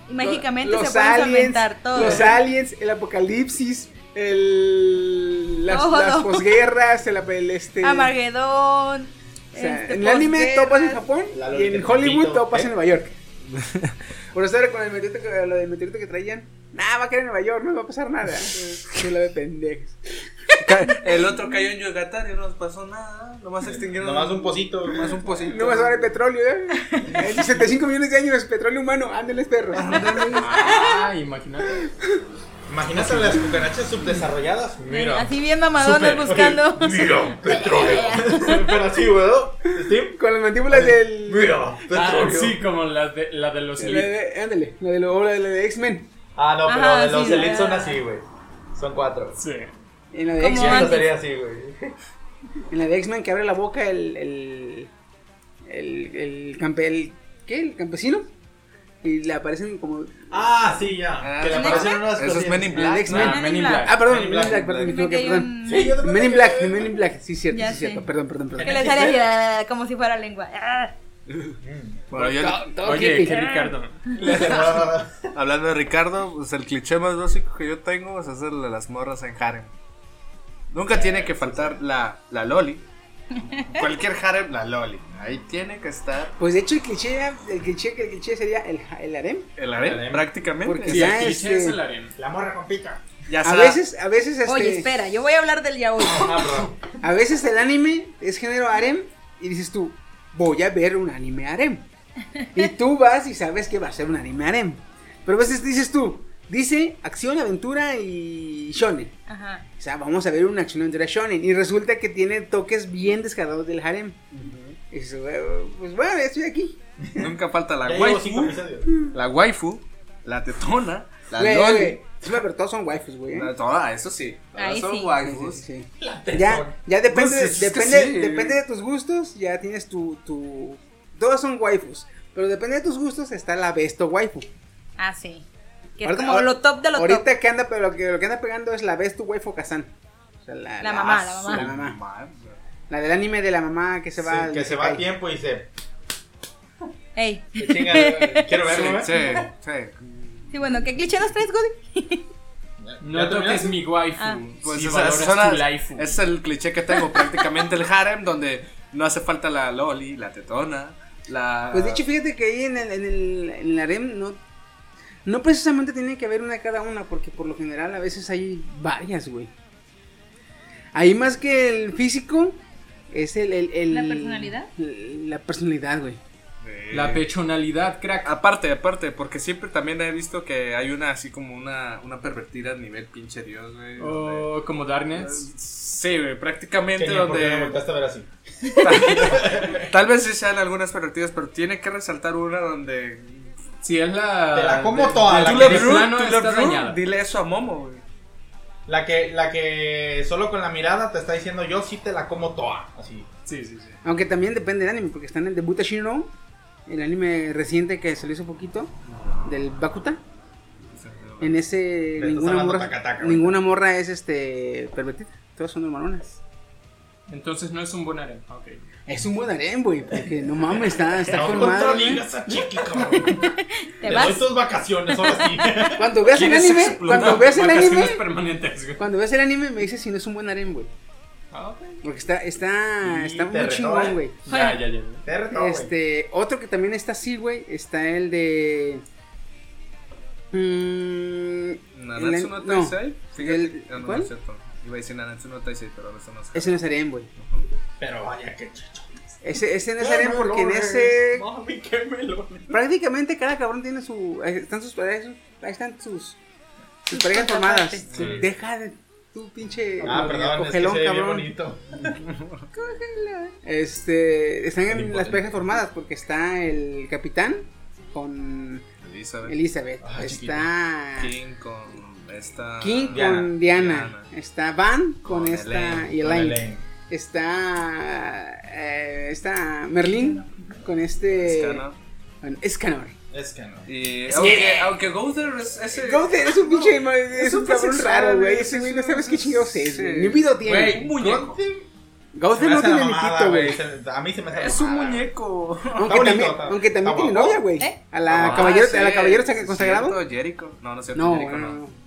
[SPEAKER 4] Y mágicamente
[SPEAKER 1] Los
[SPEAKER 4] se pueden solventar todo. ¿eh?
[SPEAKER 1] Los aliens, el apocalipsis, el, las,
[SPEAKER 4] Todo.
[SPEAKER 1] las posguerras, el, el, este,
[SPEAKER 4] Armagedón.
[SPEAKER 1] o sea,
[SPEAKER 4] este,
[SPEAKER 1] en el anime todo pasa en Japón
[SPEAKER 6] La
[SPEAKER 1] y
[SPEAKER 6] Lolita
[SPEAKER 1] en
[SPEAKER 6] Tepito,
[SPEAKER 1] Hollywood todo pasa
[SPEAKER 6] ¿eh?
[SPEAKER 1] en Nueva York. Por eso ahora con el meteorito que, lo del meteorito que traían, nada, va a caer en Nueva York, no va a pasar nada. Se la de pendejos.
[SPEAKER 5] El otro cayó en Yucatán y no nos pasó nada. Nomás extinguieron.
[SPEAKER 6] Nomás un pocito.
[SPEAKER 5] Nomás un pocito.
[SPEAKER 1] No vas a ver el petróleo, ¿eh? En 65 millones de años, petróleo humano, ándeles perros.
[SPEAKER 2] Ah, imagínate.
[SPEAKER 6] Imagínate las cucarachas subdesarrolladas. Mira.
[SPEAKER 4] Así bien mamadonas buscando.
[SPEAKER 6] Mira, petróleo. Pero así, güey. ¿no? Steve.
[SPEAKER 1] Con las mandíbulas del.
[SPEAKER 6] Mira,
[SPEAKER 2] Ah,
[SPEAKER 6] petróleo.
[SPEAKER 2] sí, como la de, la de los
[SPEAKER 1] la
[SPEAKER 2] Elite.
[SPEAKER 1] de- Ándale, la de, lo- o la de, la de X-Men.
[SPEAKER 6] Ah, no, pero
[SPEAKER 4] Ajá,
[SPEAKER 6] de los
[SPEAKER 4] sí,
[SPEAKER 6] elites son
[SPEAKER 4] la-
[SPEAKER 6] así, güey. Son cuatro.
[SPEAKER 2] Sí.
[SPEAKER 1] En la de
[SPEAKER 4] ¿Cómo
[SPEAKER 6] Sí,
[SPEAKER 1] X-Men.
[SPEAKER 4] van?
[SPEAKER 6] eso
[SPEAKER 4] antes.
[SPEAKER 6] sería así, güey.
[SPEAKER 1] En la de X-Men que abre la boca el. el. el. el, campe- el- ¿Qué? El campesino. Y le aparecen como.
[SPEAKER 6] Ah, sí, ya.
[SPEAKER 3] Ah,
[SPEAKER 6] Que le
[SPEAKER 4] ¿en
[SPEAKER 6] aparecen
[SPEAKER 4] X-Men?
[SPEAKER 6] unas
[SPEAKER 3] Esos
[SPEAKER 6] cosillas.
[SPEAKER 3] Men in Black.
[SPEAKER 1] La de X-Men.
[SPEAKER 4] Ah, Men in Black.
[SPEAKER 1] Ah, perdón,
[SPEAKER 6] Men in
[SPEAKER 1] Men
[SPEAKER 6] Black,
[SPEAKER 1] in Black, perdón, me
[SPEAKER 6] Men in
[SPEAKER 1] equivoqué,
[SPEAKER 4] Black.
[SPEAKER 1] perdón.
[SPEAKER 4] Sí, yo
[SPEAKER 6] también
[SPEAKER 1] Men in
[SPEAKER 6] me
[SPEAKER 1] Black,
[SPEAKER 6] equivoqué.
[SPEAKER 1] Men in Black, sí, cierto,
[SPEAKER 4] Ya
[SPEAKER 1] sí, cierto.
[SPEAKER 4] sé.
[SPEAKER 1] Perdón, perdón, perdón.
[SPEAKER 4] Que le sale así, ah, como si fuera lengua. Ah.
[SPEAKER 3] Bueno, yo-
[SPEAKER 2] Oye, que Ricardo.
[SPEAKER 1] Ah,
[SPEAKER 3] hablando de Ricardo, pues el cliché más básico que yo tengo pues, es el de las morras en harem. Nunca tiene que faltar la, la loli. Cualquier harem, la loli. Ahí tiene que estar
[SPEAKER 1] Pues de hecho el cliché, el cliché, el cliché sería el, ja- el harem.
[SPEAKER 3] el harem,
[SPEAKER 6] Harem.
[SPEAKER 3] prácticamente.
[SPEAKER 1] Porque
[SPEAKER 2] Sí,
[SPEAKER 1] ya
[SPEAKER 2] el cliché
[SPEAKER 1] este-
[SPEAKER 2] es el harem.
[SPEAKER 6] La morra con pica.
[SPEAKER 3] Ya
[SPEAKER 1] A
[SPEAKER 3] sea-
[SPEAKER 1] veces, a veces este,
[SPEAKER 4] Oye, espera, yo voy a hablar del yaoi.
[SPEAKER 6] Ah, perdón.
[SPEAKER 1] a veces el anime es género harem y dices tú, voy a ver un anime harem. Y tú vas y sabes que va a ser un anime harem. Pero a veces dices tú, dice acción, aventura y shonen.
[SPEAKER 4] Ajá.
[SPEAKER 1] O sea, vamos a ver una acción aventura shonen y resulta que tiene toques bien descarados del harem. Y dices, "Bueno, pues bueno, ya estoy aquí.
[SPEAKER 3] Nunca falta la
[SPEAKER 6] Ya llevo cinco
[SPEAKER 3] waifu.
[SPEAKER 6] episodios.
[SPEAKER 3] La waifu, la tetona, la
[SPEAKER 1] Güey,
[SPEAKER 3] loli.
[SPEAKER 1] güey, sí, pero todos son waifus, güey. ¿eh?
[SPEAKER 3] La- toda, eso sí. todas
[SPEAKER 4] Ahí
[SPEAKER 3] son
[SPEAKER 4] sí.
[SPEAKER 3] waifus.
[SPEAKER 1] Sí, sí. Ya, ya depende,
[SPEAKER 3] No, sí, es que
[SPEAKER 1] depende,
[SPEAKER 3] sí.
[SPEAKER 1] depende de tus gustos, ya tienes tu, tu... Todos son waifus, pero depende de tus gustos está la besto waifu.
[SPEAKER 4] Ah, sí. Que es
[SPEAKER 1] Ahorita-
[SPEAKER 4] como lo top de lo
[SPEAKER 1] Ahorita
[SPEAKER 4] top.
[SPEAKER 1] que anda, pero lo que, lo que anda pegando es la besto waifu Kazan. O sea, la,
[SPEAKER 4] La mamá, la
[SPEAKER 1] su-
[SPEAKER 4] mamá.
[SPEAKER 1] La mamá. La del anime de la mamá que se va...
[SPEAKER 6] Sí,
[SPEAKER 1] al-
[SPEAKER 6] que se va a
[SPEAKER 1] ay.
[SPEAKER 6] tiempo y se.
[SPEAKER 4] Ey.
[SPEAKER 6] que chinga, güey. Quiero verlo,
[SPEAKER 3] Sí,
[SPEAKER 6] ¿eh?
[SPEAKER 3] sí, sí.
[SPEAKER 4] Sí, bueno, ¿qué cliché nos traes, Goody?
[SPEAKER 2] No
[SPEAKER 6] ¿Ya
[SPEAKER 2] toques
[SPEAKER 6] terminaste?
[SPEAKER 2] mi waifu.
[SPEAKER 4] Ah.
[SPEAKER 3] Pues
[SPEAKER 2] si
[SPEAKER 3] o sea,
[SPEAKER 2] valoras
[SPEAKER 3] son
[SPEAKER 2] tu
[SPEAKER 3] las-
[SPEAKER 2] laifu.
[SPEAKER 3] es el cliché que tengo prácticamente el harem donde no hace falta la loli, la tetona, la
[SPEAKER 1] Pues de hecho, fíjate que ahí en el, en el, en el harem no... No precisamente tiene que haber una de cada una, porque por lo general a veces hay varias, güey. Ahí más que el físico, es el... el- el-
[SPEAKER 4] ¿La personalidad?
[SPEAKER 1] La personalidad, güey.
[SPEAKER 2] La pechonalidad, crack.
[SPEAKER 5] eh, Aparte, aparte, porque siempre también he visto que hay una así como una, una pervertida a nivel pinche Dios, güey. donde-
[SPEAKER 2] O como Darkness.
[SPEAKER 5] Sí, güey, prácticamente
[SPEAKER 6] Kenia, ¿por qué me
[SPEAKER 5] donde
[SPEAKER 6] volteaste a ver así?
[SPEAKER 5] tal vez sí sean algunas pervertidas, pero tiene que resaltar una donde
[SPEAKER 2] Si es la.
[SPEAKER 6] Te la como
[SPEAKER 2] de-
[SPEAKER 6] toda,
[SPEAKER 2] de-
[SPEAKER 6] la
[SPEAKER 2] de
[SPEAKER 6] que
[SPEAKER 5] Tú
[SPEAKER 6] Drew,
[SPEAKER 2] plano
[SPEAKER 5] tú
[SPEAKER 2] está
[SPEAKER 5] Drew,
[SPEAKER 2] dañada.
[SPEAKER 5] Dile eso a Momo, güey.
[SPEAKER 6] La que, la que solo con la mirada te está diciendo yo sí te la como toda. Así.
[SPEAKER 2] Sí, sí, sí.
[SPEAKER 1] Aunque también depende del anime, porque está en el de Buta Shiro, el anime reciente que salió hace poquito, del Bakuta. En ese
[SPEAKER 6] Me estás
[SPEAKER 1] ninguna
[SPEAKER 6] hablando
[SPEAKER 1] morra,
[SPEAKER 6] tacataca, güey.
[SPEAKER 1] ninguna morra es este pervertida, todas son hermanonas.
[SPEAKER 2] Entonces no es un buen harem. Ok.
[SPEAKER 1] Es un buen harem, güey, porque no mames, está, está
[SPEAKER 6] No
[SPEAKER 1] con madre. güey.
[SPEAKER 6] contradigas a Chiqui, cabrón.
[SPEAKER 4] ¿Te
[SPEAKER 6] Le
[SPEAKER 4] vas?
[SPEAKER 6] doy tus vacaciones, ahora sí.
[SPEAKER 1] Cuando veas el
[SPEAKER 2] ¿Quieres
[SPEAKER 1] anime,
[SPEAKER 2] explotar
[SPEAKER 1] cuando veas el
[SPEAKER 2] vacaciones
[SPEAKER 1] anime,
[SPEAKER 2] permanentes, güey?
[SPEAKER 1] cuando veas el anime me dices si no es un buen harem, güey.
[SPEAKER 2] Ah, ok.
[SPEAKER 1] Porque está, está,
[SPEAKER 6] Y
[SPEAKER 1] está
[SPEAKER 6] te
[SPEAKER 1] muy
[SPEAKER 6] retó,
[SPEAKER 1] chingón,
[SPEAKER 6] ¿eh?
[SPEAKER 1] güey.
[SPEAKER 2] Ya, ya, ya.
[SPEAKER 6] Te reto, güey.
[SPEAKER 1] este, otro que también está así, güey, está el de. Mm,
[SPEAKER 5] Nanatsu no
[SPEAKER 1] el- no,
[SPEAKER 5] Taisei. Fíjate,
[SPEAKER 1] El-
[SPEAKER 5] ah, no,
[SPEAKER 1] ¿cuál?
[SPEAKER 5] no es cierto. Iba a decir Nanatsu no Taisei, pero eso no es
[SPEAKER 1] ese no es harem, güey.
[SPEAKER 6] Pero vaya que chicho.
[SPEAKER 1] Ese, ese no es harem porque en ese.
[SPEAKER 6] Mami, qué melones.
[SPEAKER 1] Prácticamente cada cabrón tiene su. ahí Están sus parejas. Ahí están sus. Sus parejas formadas. Deja de. Tu pinche.
[SPEAKER 6] Ah, perdón, es que
[SPEAKER 1] cogelón,
[SPEAKER 6] se ve bien
[SPEAKER 1] cabrón.
[SPEAKER 6] bonito.
[SPEAKER 1] Este. Están en las
[SPEAKER 6] impotente.
[SPEAKER 1] parejas formadas porque está el capitán con
[SPEAKER 5] Elizabeth.
[SPEAKER 1] Elizabeth.
[SPEAKER 6] Ah,
[SPEAKER 1] está.
[SPEAKER 5] King con esta.
[SPEAKER 1] King
[SPEAKER 5] Ah, Diana.
[SPEAKER 1] con Diana.
[SPEAKER 5] Diana.
[SPEAKER 1] Está Van con,
[SPEAKER 5] Con
[SPEAKER 1] esta
[SPEAKER 5] Elaine.
[SPEAKER 1] y
[SPEAKER 6] Con
[SPEAKER 1] Elaine.
[SPEAKER 6] Elaine.
[SPEAKER 1] Está. eh, está Merlin con este.
[SPEAKER 5] Escana.
[SPEAKER 1] Con Escanor.
[SPEAKER 6] Es que no.
[SPEAKER 5] Y aunque, aunque Gother es ese.
[SPEAKER 1] Gauthier es un pinche. ma- es,
[SPEAKER 5] es
[SPEAKER 1] un
[SPEAKER 5] un
[SPEAKER 1] cabrón
[SPEAKER 5] transexual,
[SPEAKER 1] raro, güey.
[SPEAKER 5] güey,
[SPEAKER 1] Ese güey
[SPEAKER 5] es
[SPEAKER 1] no
[SPEAKER 5] un-
[SPEAKER 1] sabes qué chingados es,
[SPEAKER 5] sí.
[SPEAKER 1] güey. Ni video tiene.
[SPEAKER 5] Güey, un muñeco.
[SPEAKER 6] Se
[SPEAKER 1] Gauthier
[SPEAKER 6] me
[SPEAKER 1] no
[SPEAKER 6] hace la
[SPEAKER 1] tiene ni
[SPEAKER 6] mamada,
[SPEAKER 1] pito,
[SPEAKER 6] güey.
[SPEAKER 1] güey.
[SPEAKER 6] Se- A mí se me hace la
[SPEAKER 5] Es un
[SPEAKER 6] mamada.
[SPEAKER 5] muñeco.
[SPEAKER 1] Aunque
[SPEAKER 6] bonito,
[SPEAKER 1] también,
[SPEAKER 6] está-
[SPEAKER 1] aunque también
[SPEAKER 6] está
[SPEAKER 1] tiene
[SPEAKER 6] guapo.
[SPEAKER 1] novia, güey.
[SPEAKER 4] ¿Eh?
[SPEAKER 1] A la
[SPEAKER 5] Ah,
[SPEAKER 1] caballero,
[SPEAKER 5] sí,
[SPEAKER 1] a la caballero
[SPEAKER 5] es
[SPEAKER 1] consagrado.
[SPEAKER 5] cierto, Jericho. No, no es cierto.
[SPEAKER 1] No,
[SPEAKER 5] Jericho
[SPEAKER 1] no,
[SPEAKER 5] no.
[SPEAKER 1] no.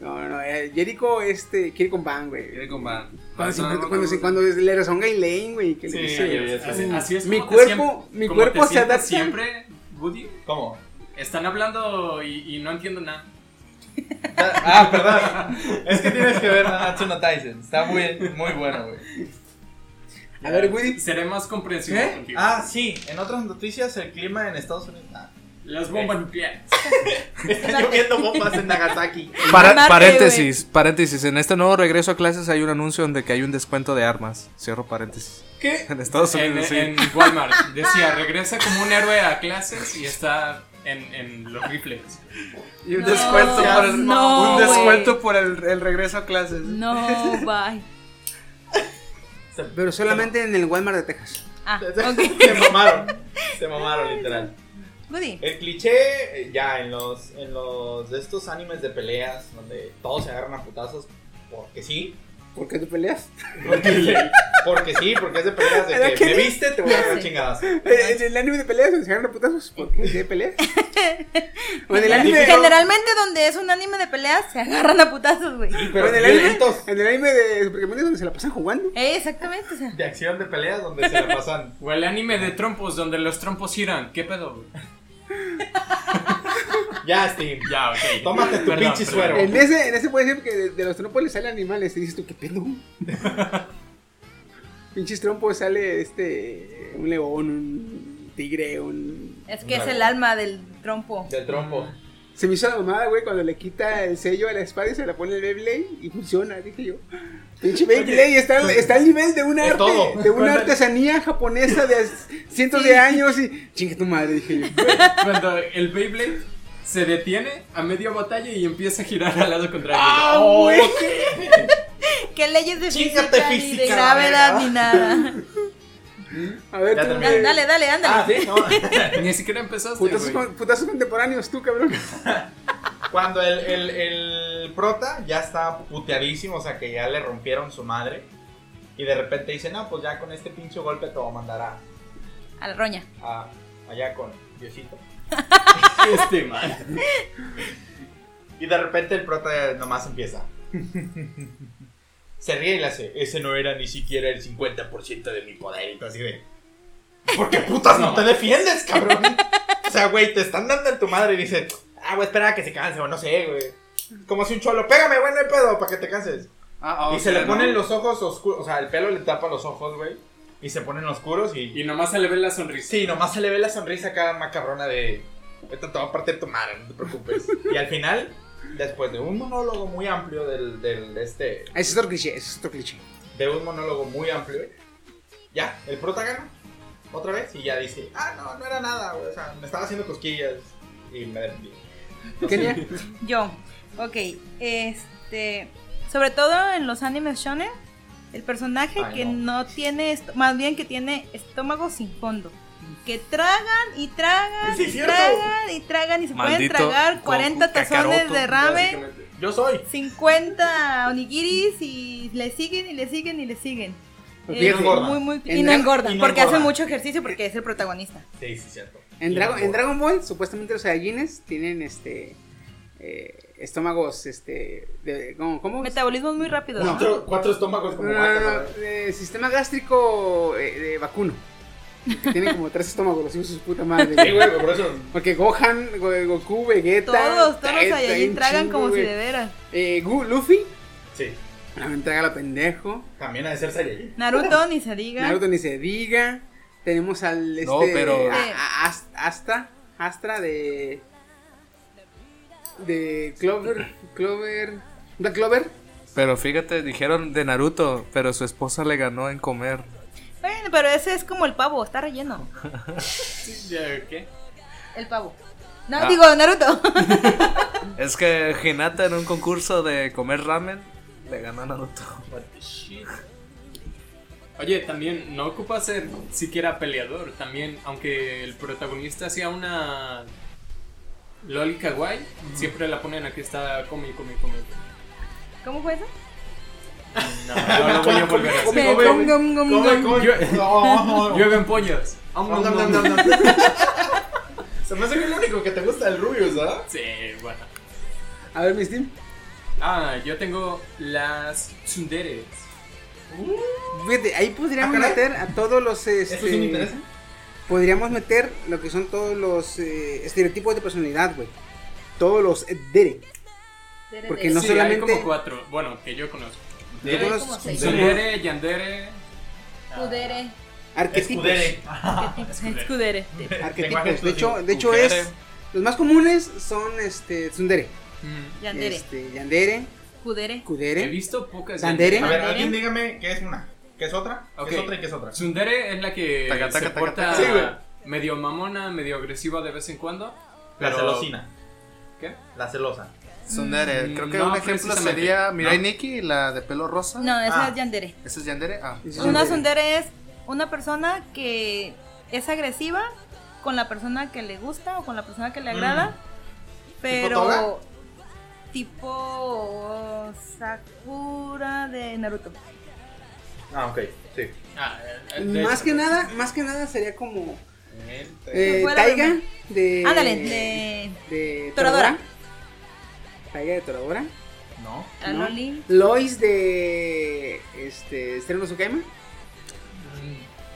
[SPEAKER 1] No, no, no, eh, Jericho este, quiere con Van, güey.
[SPEAKER 5] Jericho Van.
[SPEAKER 1] Cuando, se
[SPEAKER 5] No, no,
[SPEAKER 1] encuentra-
[SPEAKER 5] no,
[SPEAKER 1] cuando,
[SPEAKER 5] no,
[SPEAKER 1] se-
[SPEAKER 5] no.
[SPEAKER 1] cuando le rezonga a Elaine, güey. Que le
[SPEAKER 6] Sí, ya,
[SPEAKER 1] dice,
[SPEAKER 6] ya, ya.
[SPEAKER 2] Así, así es
[SPEAKER 1] Mi
[SPEAKER 2] como te
[SPEAKER 1] cuerpo-
[SPEAKER 2] siempre-
[SPEAKER 1] mi
[SPEAKER 2] como te
[SPEAKER 1] cuerpo se
[SPEAKER 2] sientes
[SPEAKER 1] adapta.
[SPEAKER 2] Siempre, Woody,
[SPEAKER 6] ¿Cómo?
[SPEAKER 2] están hablando y, y no entiendo nada.
[SPEAKER 6] Ah, perdón. Es que tienes que ver Nanatsu no Taisen. Está muy, muy bueno, güey.
[SPEAKER 1] A ver, Woody.
[SPEAKER 2] Seré más comprensivo
[SPEAKER 1] ¿Eh?
[SPEAKER 6] ¿Qué?
[SPEAKER 2] contigo.
[SPEAKER 6] Ah, sí. En otras noticias, el clima en Estados Unidos. Ah,
[SPEAKER 2] Las bombas nucleares.
[SPEAKER 6] está lloviendo bombas en Nagasaki.
[SPEAKER 3] Para-
[SPEAKER 4] Marte,
[SPEAKER 3] paréntesis, paréntesis. En este nuevo regreso a clases hay un anuncio donde que hay un descuento de armas. Cierro paréntesis.
[SPEAKER 6] ¿Qué?
[SPEAKER 3] En Estados
[SPEAKER 2] En,
[SPEAKER 3] Unidos, sí.
[SPEAKER 2] en Walmart decía, regresa como un héroe a clases y está en, en los rifles.
[SPEAKER 5] Y un descuento
[SPEAKER 4] No,
[SPEAKER 5] por el.
[SPEAKER 4] no,
[SPEAKER 5] un
[SPEAKER 4] güey.
[SPEAKER 5] descuento por el, el regreso a clases.
[SPEAKER 4] No, bye.
[SPEAKER 1] Pero solamente en el Walmart de Texas.
[SPEAKER 4] Ah,
[SPEAKER 6] Se
[SPEAKER 4] ok.
[SPEAKER 6] mamaron. Se mamaron, literal.
[SPEAKER 4] Woody.
[SPEAKER 6] El cliché, eh, ya, en los, en los de estos animes de peleas, donde todos se agarran a putazos, porque sí.
[SPEAKER 1] ¿Por qué tú peleas?
[SPEAKER 6] Porque, porque sí, porque es de peleas
[SPEAKER 1] ¿Era
[SPEAKER 6] de que me
[SPEAKER 1] qué?
[SPEAKER 6] viste, te voy a agarrar
[SPEAKER 4] Sí.
[SPEAKER 6] chingadas.
[SPEAKER 1] Eh, En el anime de peleas se agarran a putazos. ¿Por qué de peleas? O en el Pues anime.
[SPEAKER 4] Generalmente donde es un anime de peleas se agarran a putazos, güey.
[SPEAKER 1] o
[SPEAKER 6] Pero
[SPEAKER 1] en el anime,
[SPEAKER 6] violentos.
[SPEAKER 1] en el anime de Pokémon es donde se la pasan jugando.
[SPEAKER 4] Eh, exactamente, o sea.
[SPEAKER 6] De acción de peleas donde se la pasan.
[SPEAKER 2] O el anime de trompos donde los trompos giran. ¿Qué pedo? güey?
[SPEAKER 6] Ya, Steam.
[SPEAKER 2] Ya, Ah, ok.
[SPEAKER 6] Tómate tu
[SPEAKER 2] Perdón,
[SPEAKER 6] pinche
[SPEAKER 2] perdón.
[SPEAKER 6] suero.
[SPEAKER 1] En ese, en ese puede ser que de, de los trompos le salen animales. Y dices tú, ¿qué pedo? Pinches trompos sale este. Un león, un tigre, un.
[SPEAKER 4] Es que es el alma del trompo.
[SPEAKER 6] Del trompo.
[SPEAKER 1] Se me hizo la mamada, güey, cuando le quita el sello a la espada y se la pone el Beyblade y funciona, dije yo. Pinche Beyblade está, al- está al nivel de un
[SPEAKER 6] Es
[SPEAKER 1] arte,
[SPEAKER 6] todo.
[SPEAKER 1] de una artesanía japonesa de as- cientos de años y chinga tu madre, dije yo.
[SPEAKER 2] Cuando el Beyblade se detiene a media batalla y empieza a girar al lado contrario.
[SPEAKER 6] ¡Oh,
[SPEAKER 4] ¿Qué leyes de
[SPEAKER 6] Chíngate
[SPEAKER 4] física, ni de
[SPEAKER 6] física,
[SPEAKER 4] gravedad
[SPEAKER 6] verga.
[SPEAKER 4] ni nada?
[SPEAKER 1] A ver,
[SPEAKER 6] Ya
[SPEAKER 1] tú,
[SPEAKER 6] terminé.
[SPEAKER 4] Dale, dale,
[SPEAKER 1] güey,
[SPEAKER 4] dale,
[SPEAKER 6] Ah,
[SPEAKER 4] ándale.
[SPEAKER 6] sí, no.
[SPEAKER 2] Ni siquiera empezaste,
[SPEAKER 1] putazos,
[SPEAKER 2] güey.
[SPEAKER 1] con- putazos contemporáneos, tú, cabrón.
[SPEAKER 6] Cuando el, el, el prota ya está puteadísimo, o sea que ya le rompieron su madre. Y de repente dice, no, pues ya con este pinche golpe te voy a mandar a,
[SPEAKER 4] A la roña.
[SPEAKER 6] a- allá con Diosito.
[SPEAKER 2] Este, man.
[SPEAKER 6] Y de repente el prota nomás empieza. Se ríe y le hace, ese no era ni siquiera el 50% de mi poder. Y tú así de, ¿por qué putas no, te defiendes, cabrón? O sea, güey, te están dando en tu madre y dices, ah, güey, espera a que se canse o no sé, güey. Como si un cholo, pégame, güey, no hay pedo, para que te canses.
[SPEAKER 5] Ah, ah,
[SPEAKER 6] Y
[SPEAKER 5] o
[SPEAKER 6] se le
[SPEAKER 5] sea,
[SPEAKER 6] ponen
[SPEAKER 5] no.
[SPEAKER 6] los ojos oscuros, o sea, el pelo le tapa los ojos, güey. Y se ponen oscuros y.
[SPEAKER 2] Y nomás se le ve la sonrisa.
[SPEAKER 6] Sí, nomás se le ve la sonrisa acá macarrona de. Esto te va a partir tu madre, no te preocupes. y al final, después de un monólogo muy amplio del, del este.
[SPEAKER 1] Ese es otro cliché, ese es otro cliché.
[SPEAKER 6] De un monólogo muy amplio, ya, el prota gana. Otra vez y ya dice, ah, no, no era nada, güey, O sea, me estaba haciendo cosquillas y me derrumbí.
[SPEAKER 1] Kenia,
[SPEAKER 4] Yo, ok, este, sobre todo en los animes shonen, el personaje
[SPEAKER 6] Ay,
[SPEAKER 4] que
[SPEAKER 6] no.
[SPEAKER 4] no, tiene, est- más bien que tiene estómago sin fondo, que tragan y tragan
[SPEAKER 6] Sí,
[SPEAKER 4] y
[SPEAKER 6] cierto.
[SPEAKER 4] tragan y tragan y se pueden
[SPEAKER 3] Maldito
[SPEAKER 4] tragar
[SPEAKER 3] Goku
[SPEAKER 4] 40 tazones
[SPEAKER 3] Kakaroto,
[SPEAKER 4] de ramen,
[SPEAKER 2] básicamente.
[SPEAKER 6] Yo soy.
[SPEAKER 4] 50 onigiris y le siguen y le siguen y le siguen.
[SPEAKER 1] Y no
[SPEAKER 4] Eh,
[SPEAKER 6] engorda.
[SPEAKER 4] muy, muy, y
[SPEAKER 1] En
[SPEAKER 4] no
[SPEAKER 1] Dra-
[SPEAKER 4] engordan,
[SPEAKER 6] y no
[SPEAKER 4] porque
[SPEAKER 6] engorda.
[SPEAKER 4] hace mucho ejercicio porque es el protagonista.
[SPEAKER 6] Sí, sí, cierto.
[SPEAKER 1] en,
[SPEAKER 6] Y
[SPEAKER 1] Dragon,
[SPEAKER 6] me
[SPEAKER 1] en
[SPEAKER 6] acuerdo.
[SPEAKER 1] Dragon Ball, supuestamente los Saiyajines tienen este. eh, estómagos, este. De, ¿Cómo? cómo?
[SPEAKER 4] Metabolismo muy rápido. ¿no?
[SPEAKER 6] Cuatro, cuatro estómagos
[SPEAKER 1] No, Ah.
[SPEAKER 6] como
[SPEAKER 1] no, no,
[SPEAKER 6] vacas, ¿verdad?
[SPEAKER 1] eh, sistema gástrico eh, de vacuno. Que tiene como tres estómagos, los hijos de su puta madre. güey.
[SPEAKER 6] Sí, güey, por eso.
[SPEAKER 1] Porque Gohan, Go- Goku, Vegeta.
[SPEAKER 4] Todos, todos
[SPEAKER 1] trae-
[SPEAKER 4] los
[SPEAKER 1] trae
[SPEAKER 4] Saiyajin
[SPEAKER 1] un
[SPEAKER 4] tragan
[SPEAKER 1] chingo,
[SPEAKER 4] como si
[SPEAKER 1] güey.
[SPEAKER 4] de veras.
[SPEAKER 1] Eh, Gu- Luffy,
[SPEAKER 6] Sí,
[SPEAKER 1] también traga la pendejo.
[SPEAKER 6] también ha de ser Saiyajin.
[SPEAKER 4] Naruto ni se diga.
[SPEAKER 1] Naruto ni se diga. Tenemos al este.
[SPEAKER 3] No, pero-
[SPEAKER 1] a- a- As- Asta. Astra de. De Clover. Clover. Black Clover.
[SPEAKER 3] Pero fíjate, dijeron de Naruto, pero su esposa le ganó en comer.
[SPEAKER 4] Bueno, pero ese es como el pavo, está relleno.
[SPEAKER 2] Ya, ¿Qué?
[SPEAKER 4] El pavo. No,
[SPEAKER 3] Ah.
[SPEAKER 4] digo, Naruto.
[SPEAKER 3] Es que Hinata en un concurso de comer ramen le ganó a Naruto.
[SPEAKER 6] What the shit.
[SPEAKER 2] Oye, también no ocupa ser siquiera peleador. También, aunque el protagonista sea una Loli Kawaii, siempre la ponen aquí está come, come, come.
[SPEAKER 4] ¿Cómo fue eso?
[SPEAKER 2] No, no lo voy a volver a hacer.
[SPEAKER 6] Come, come,
[SPEAKER 4] Gom, gom, gom,
[SPEAKER 6] come,
[SPEAKER 4] gom.
[SPEAKER 6] come. No, no,
[SPEAKER 2] Llueven pollas. Am,
[SPEAKER 6] no,
[SPEAKER 2] am,
[SPEAKER 6] no,
[SPEAKER 2] am.
[SPEAKER 6] no, no. Se me hace que es lo único que te gusta del Rubius, ¿ah?
[SPEAKER 2] Sí, bueno.
[SPEAKER 1] A ver, mi Steam.
[SPEAKER 2] Ah, yo tengo las tsunderes.
[SPEAKER 1] Fíjate, ahí podríamos
[SPEAKER 6] Ah, caray.
[SPEAKER 1] meter a todos los. Este,
[SPEAKER 6] ¿Esto sí me interesa?
[SPEAKER 1] podríamos meter lo que son todos los eh, estereotipos de personalidad, güey. Todos los eh, dere. Porque no
[SPEAKER 2] sí,
[SPEAKER 1] solamente-
[SPEAKER 2] hay como cuatro. Bueno, que yo conozco.
[SPEAKER 1] Todos
[SPEAKER 4] Hay
[SPEAKER 1] los
[SPEAKER 4] como seis.
[SPEAKER 2] Tsundere, Yandere. ah,
[SPEAKER 4] Pudere.
[SPEAKER 1] arquetipos.
[SPEAKER 6] Escudere.
[SPEAKER 4] Escudere.
[SPEAKER 1] Arquetipos.
[SPEAKER 6] Lenguaje
[SPEAKER 1] De hecho,
[SPEAKER 6] exclusivo.
[SPEAKER 1] de hecho
[SPEAKER 6] Escudere.
[SPEAKER 1] es. Los más comunes son este tsundere,
[SPEAKER 2] mm.
[SPEAKER 4] Yandere.
[SPEAKER 1] este, yandere,
[SPEAKER 4] Kudere.
[SPEAKER 2] He
[SPEAKER 1] kudere.
[SPEAKER 2] visto pocas.
[SPEAKER 1] Tsundere.
[SPEAKER 6] A
[SPEAKER 2] yanderes.
[SPEAKER 6] ver, alguien dígame qué es una, qué es otra, qué
[SPEAKER 2] Ok.
[SPEAKER 6] es otra y qué es otra.
[SPEAKER 2] Tsundere es la que
[SPEAKER 3] Taca, taca,
[SPEAKER 2] se
[SPEAKER 3] taca,
[SPEAKER 2] porta
[SPEAKER 6] taca. Sí, güey.
[SPEAKER 2] medio mamona, medio agresiva de vez en cuando.
[SPEAKER 6] La
[SPEAKER 2] pero-
[SPEAKER 6] celosina.
[SPEAKER 2] ¿Qué?
[SPEAKER 6] La celosa.
[SPEAKER 3] Tsundere, creo que
[SPEAKER 2] Mm, No,
[SPEAKER 3] un ejemplo
[SPEAKER 2] precisamente.
[SPEAKER 3] sería Mirai
[SPEAKER 2] No.
[SPEAKER 3] Nikki, la de pelo rosa.
[SPEAKER 4] No, esa
[SPEAKER 6] Ah.
[SPEAKER 4] es Yandere.
[SPEAKER 3] ¿Ese es Yandere? Ah.
[SPEAKER 1] Sí, sí,
[SPEAKER 4] Una
[SPEAKER 1] tsundere.
[SPEAKER 4] tsundere es una persona que es agresiva con la persona que le gusta o con la persona que le agrada,
[SPEAKER 6] toga?
[SPEAKER 4] pero tipo Sakura de Naruto.
[SPEAKER 6] Ah, ok, sí.
[SPEAKER 2] Ah, eh, de
[SPEAKER 1] Más
[SPEAKER 2] esa.
[SPEAKER 1] que nada, más que nada sería como
[SPEAKER 4] Que
[SPEAKER 1] eh,
[SPEAKER 4] fuera
[SPEAKER 1] Taiga
[SPEAKER 4] de-
[SPEAKER 1] de
[SPEAKER 4] Ándale, de
[SPEAKER 1] de
[SPEAKER 4] Toradora.
[SPEAKER 1] Toradora. Taiga de Toradora.
[SPEAKER 6] No.
[SPEAKER 4] la
[SPEAKER 1] ¿no?
[SPEAKER 4] Loli.
[SPEAKER 1] Lois de este Estreno Sukaima,